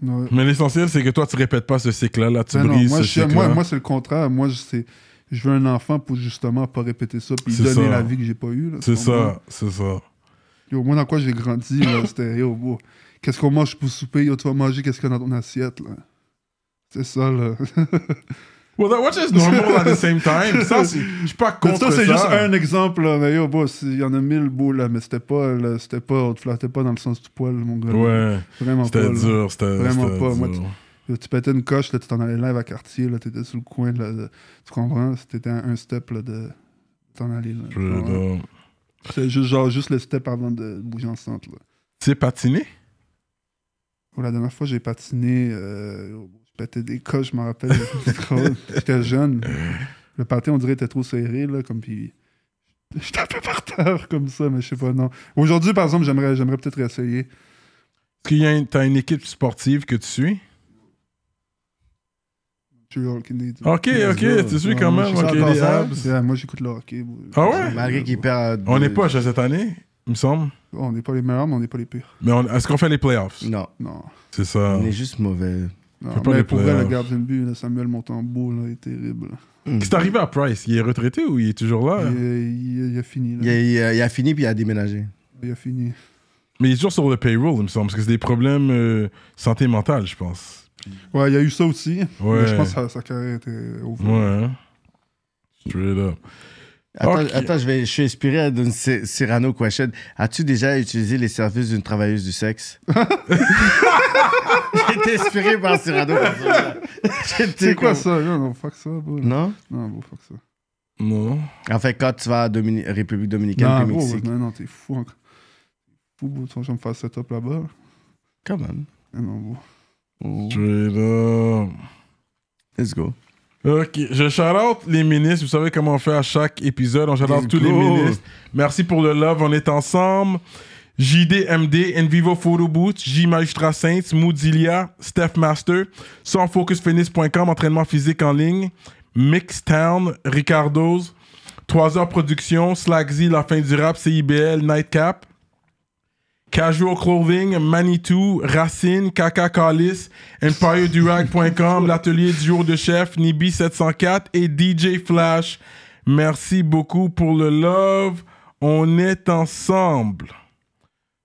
Ouais.
Mais l'essentiel, c'est que toi, tu répètes pas ce cycle-là, là, tu
Ben non,
brises
moi,
ce
je suis- moi,
cycle-là.
moi, c'est le contraire. Moi, je- c'est... Je veux un enfant pour justement pas répéter ça, puis lui
C'est
donner
ça.
la vie que j'ai pas eue. là, tu
C'est
comprends?
ça, c'est ça.
Yo, moi, dans quoi j'ai grandi, là, c'était yo, bro, qu'est-ce qu'on mange pour souper? Yo, tu vas manger qu'est-ce qu'il y a dans ton assiette, là. C'est ça, là.
Well, that, which is normal at the same time. Ça, c'est- je suis pas
Mais
contre ça.
ça, c'est juste un exemple, là. Mais yo, bro, c'est- il y en a mille, bro, là. Mais c'était pas, là, c'était pas, on te flattait pas dans le sens du poil, mon gars. là.
Ouais,
Vraiment pas.
c'était
là.
dur, c'était
Vraiment
c'était
pas, moi,
dur.
Yo, tu pétais une coche, là, tu t'en allais live à quartier, là, t'étais sous le coin, là. de- Tu comprends? C'était un, un step, là, de t'en aller, là.
Je- non.
C'était juste, genre, juste le step avant de bouger en centre, là.
Tu sais patiner?
Oh, la dernière fois, j'ai patiné. euh, je pétais des coches, je me rappelle. Trop- J'étais jeune. Le patin, on dirait, était trop serré, là, comme puis. Je tapais par terre comme ça, mais je sais pas, non. Aujourd'hui, par exemple, j'aimerais, j'aimerais peut-être essayer.
Est-ce qu'il y a une, t'as une équipe sportive que tu suis?
Je suis le hockey des-
Ok,
Let's
ok,
go.
tu suis
Ouais,
quand
moi,
même,
je suis
ok,
encore
les
ça.
Habs.
Yeah, moi, j'écoute le hockey. moi.
Ah ouais?
Malgré qu'il perd. euh,
On est poche cette année? il me semble.
On n'est pas les meilleurs, mais on n'est pas les pires.
Mais on- est-ce qu'on fait les
Mm.
playoffs
Non,
Non.
C'est ça.
on est juste mauvais.
non.
Fais pas
mais
les
pour vrai, le
playoffs.
gardien de but, là, Samuel Montembeau, là, il est terrible. là.
Qu'est-ce qui est arrivé à Price Il est retraité ou il est toujours là
Il, il- il a fini. là.
Il a, il a- il a fini puis il a déménagé.
Il a fini.
Mais il est toujours sur le payroll, il me semble, parce que c'est des problèmes euh, santé mentale, je pense.
Ouais, il y a eu ça aussi.
Ouais.
Mais je pense que sa- sa carrière était au fond.
Ouais. Straight up.
Attends,
Ok.
attends, je, vais, je suis inspiré d'une Cy- Cyrano question. As-tu déjà utilisé les services d'une travailleuse du sexe? J'ai été inspiré par Cyrano.
C'est quoi ça? Non, non, fuck ça. bro.
Non?
Non, bon, fuck ça.
Non.
En fait, quand tu vas à Domini- République
Non,
Dominicaine puis
Bah, bro,
Mexique.
non, non, t'es fou. encore. Fou, bro, tu vas me faire setup là-bas. là.
Come on.
Ah Non, bro.
Straight up.
Let's go.
Ok, je shout-out les ministres. Vous savez comment on fait à chaque épisode. On shout-out
Let's
tous les
go.
ministres. Merci pour le love. On est ensemble. JDMD, Envivo Photo Booth, J Magistrat Saints, Moodilia, Steph Master, sansfocusfitness.com, entraînement physique en ligne, Mixtown, Ricardo's, 3 heures production, Slackzy, La Fin du Rap, CIBL, Nightcap, Casual Clothing, Manitou, Racine, Kaka Calis, EmpireDurag.com, l'atelier du jour de chef, Nibi704 et DJ Flash. Merci beaucoup pour le love. On est ensemble.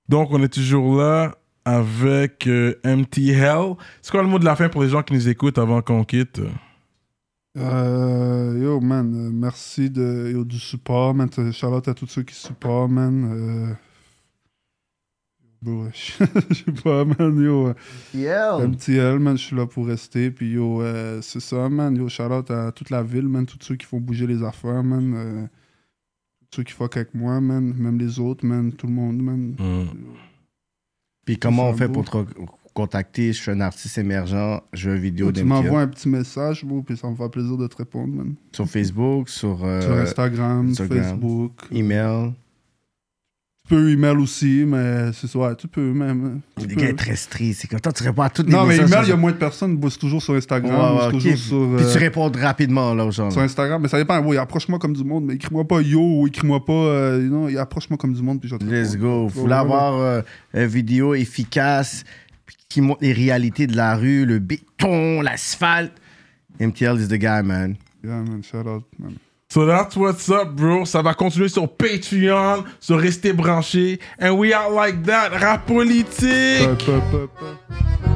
Donc, on est toujours là avec euh, MT Hell. C'est quoi le mot de la fin pour les gens qui nous écoutent avant qu'on quitte?
Euh, yo, man, euh, merci de, yo, du support, man. Euh, Shout-out à tous ceux qui supportent, man. Euh... Bro, je je sais pas, man, yo. euh, MTL, man, je suis là pour rester. Puis, yo, euh, c'est ça, man. Yo, shout-out à toute la ville, man. Tous ceux qui font bouger les affaires, man. euh, tous ceux qui fuck avec moi, man. Même les autres, man. Tout le monde, man.
Hmm.
Puis comment on
Ça,
fait
beau.
pour te re- contacter? Je suis un artiste émergent, je veux une vidéo
Yo, tu m'envoies
d'MTL.
un petit message, bro, puis ça me fait plaisir de te répondre, man.
Sur Facebook, sur, euh,
Sur Instagram,
Instagram.
Facebook.
email.
Tu peux email aussi, mais c'est ça, ouais, tu peux même. hein, tu
Les
peux.
gars est très stressé. Comme toi, tu réponds à toutes les
Non, mais
messages
email, il y a
sur-
moins de personnes, bosse toujours sur Instagram,
Ouais,
bosse
ouais,
toujours
ok.
sur.
Puis
euh,
tu réponds rapidement, là, aux gens. là.
sur Instagram, mais ça dépend. Oui, approche-moi comme du monde, mais écris-moi pas yo ou écris-moi pas. euh, non, approche-moi comme du monde, puis je vais te
Let's
répondre.
go.
Ouais,
Faut
ouais, ouais.
avoir euh, une vidéo efficace qui montre les réalités de la rue, le béton, l'asphalte. MTL is the guy, man.
Yeah, man, shout out, man.
So that's what's up, bro. Ça va continuer sur Patreon, sur Rester branché. And we are like that, rap politique.
Pa, pa, pa, pa.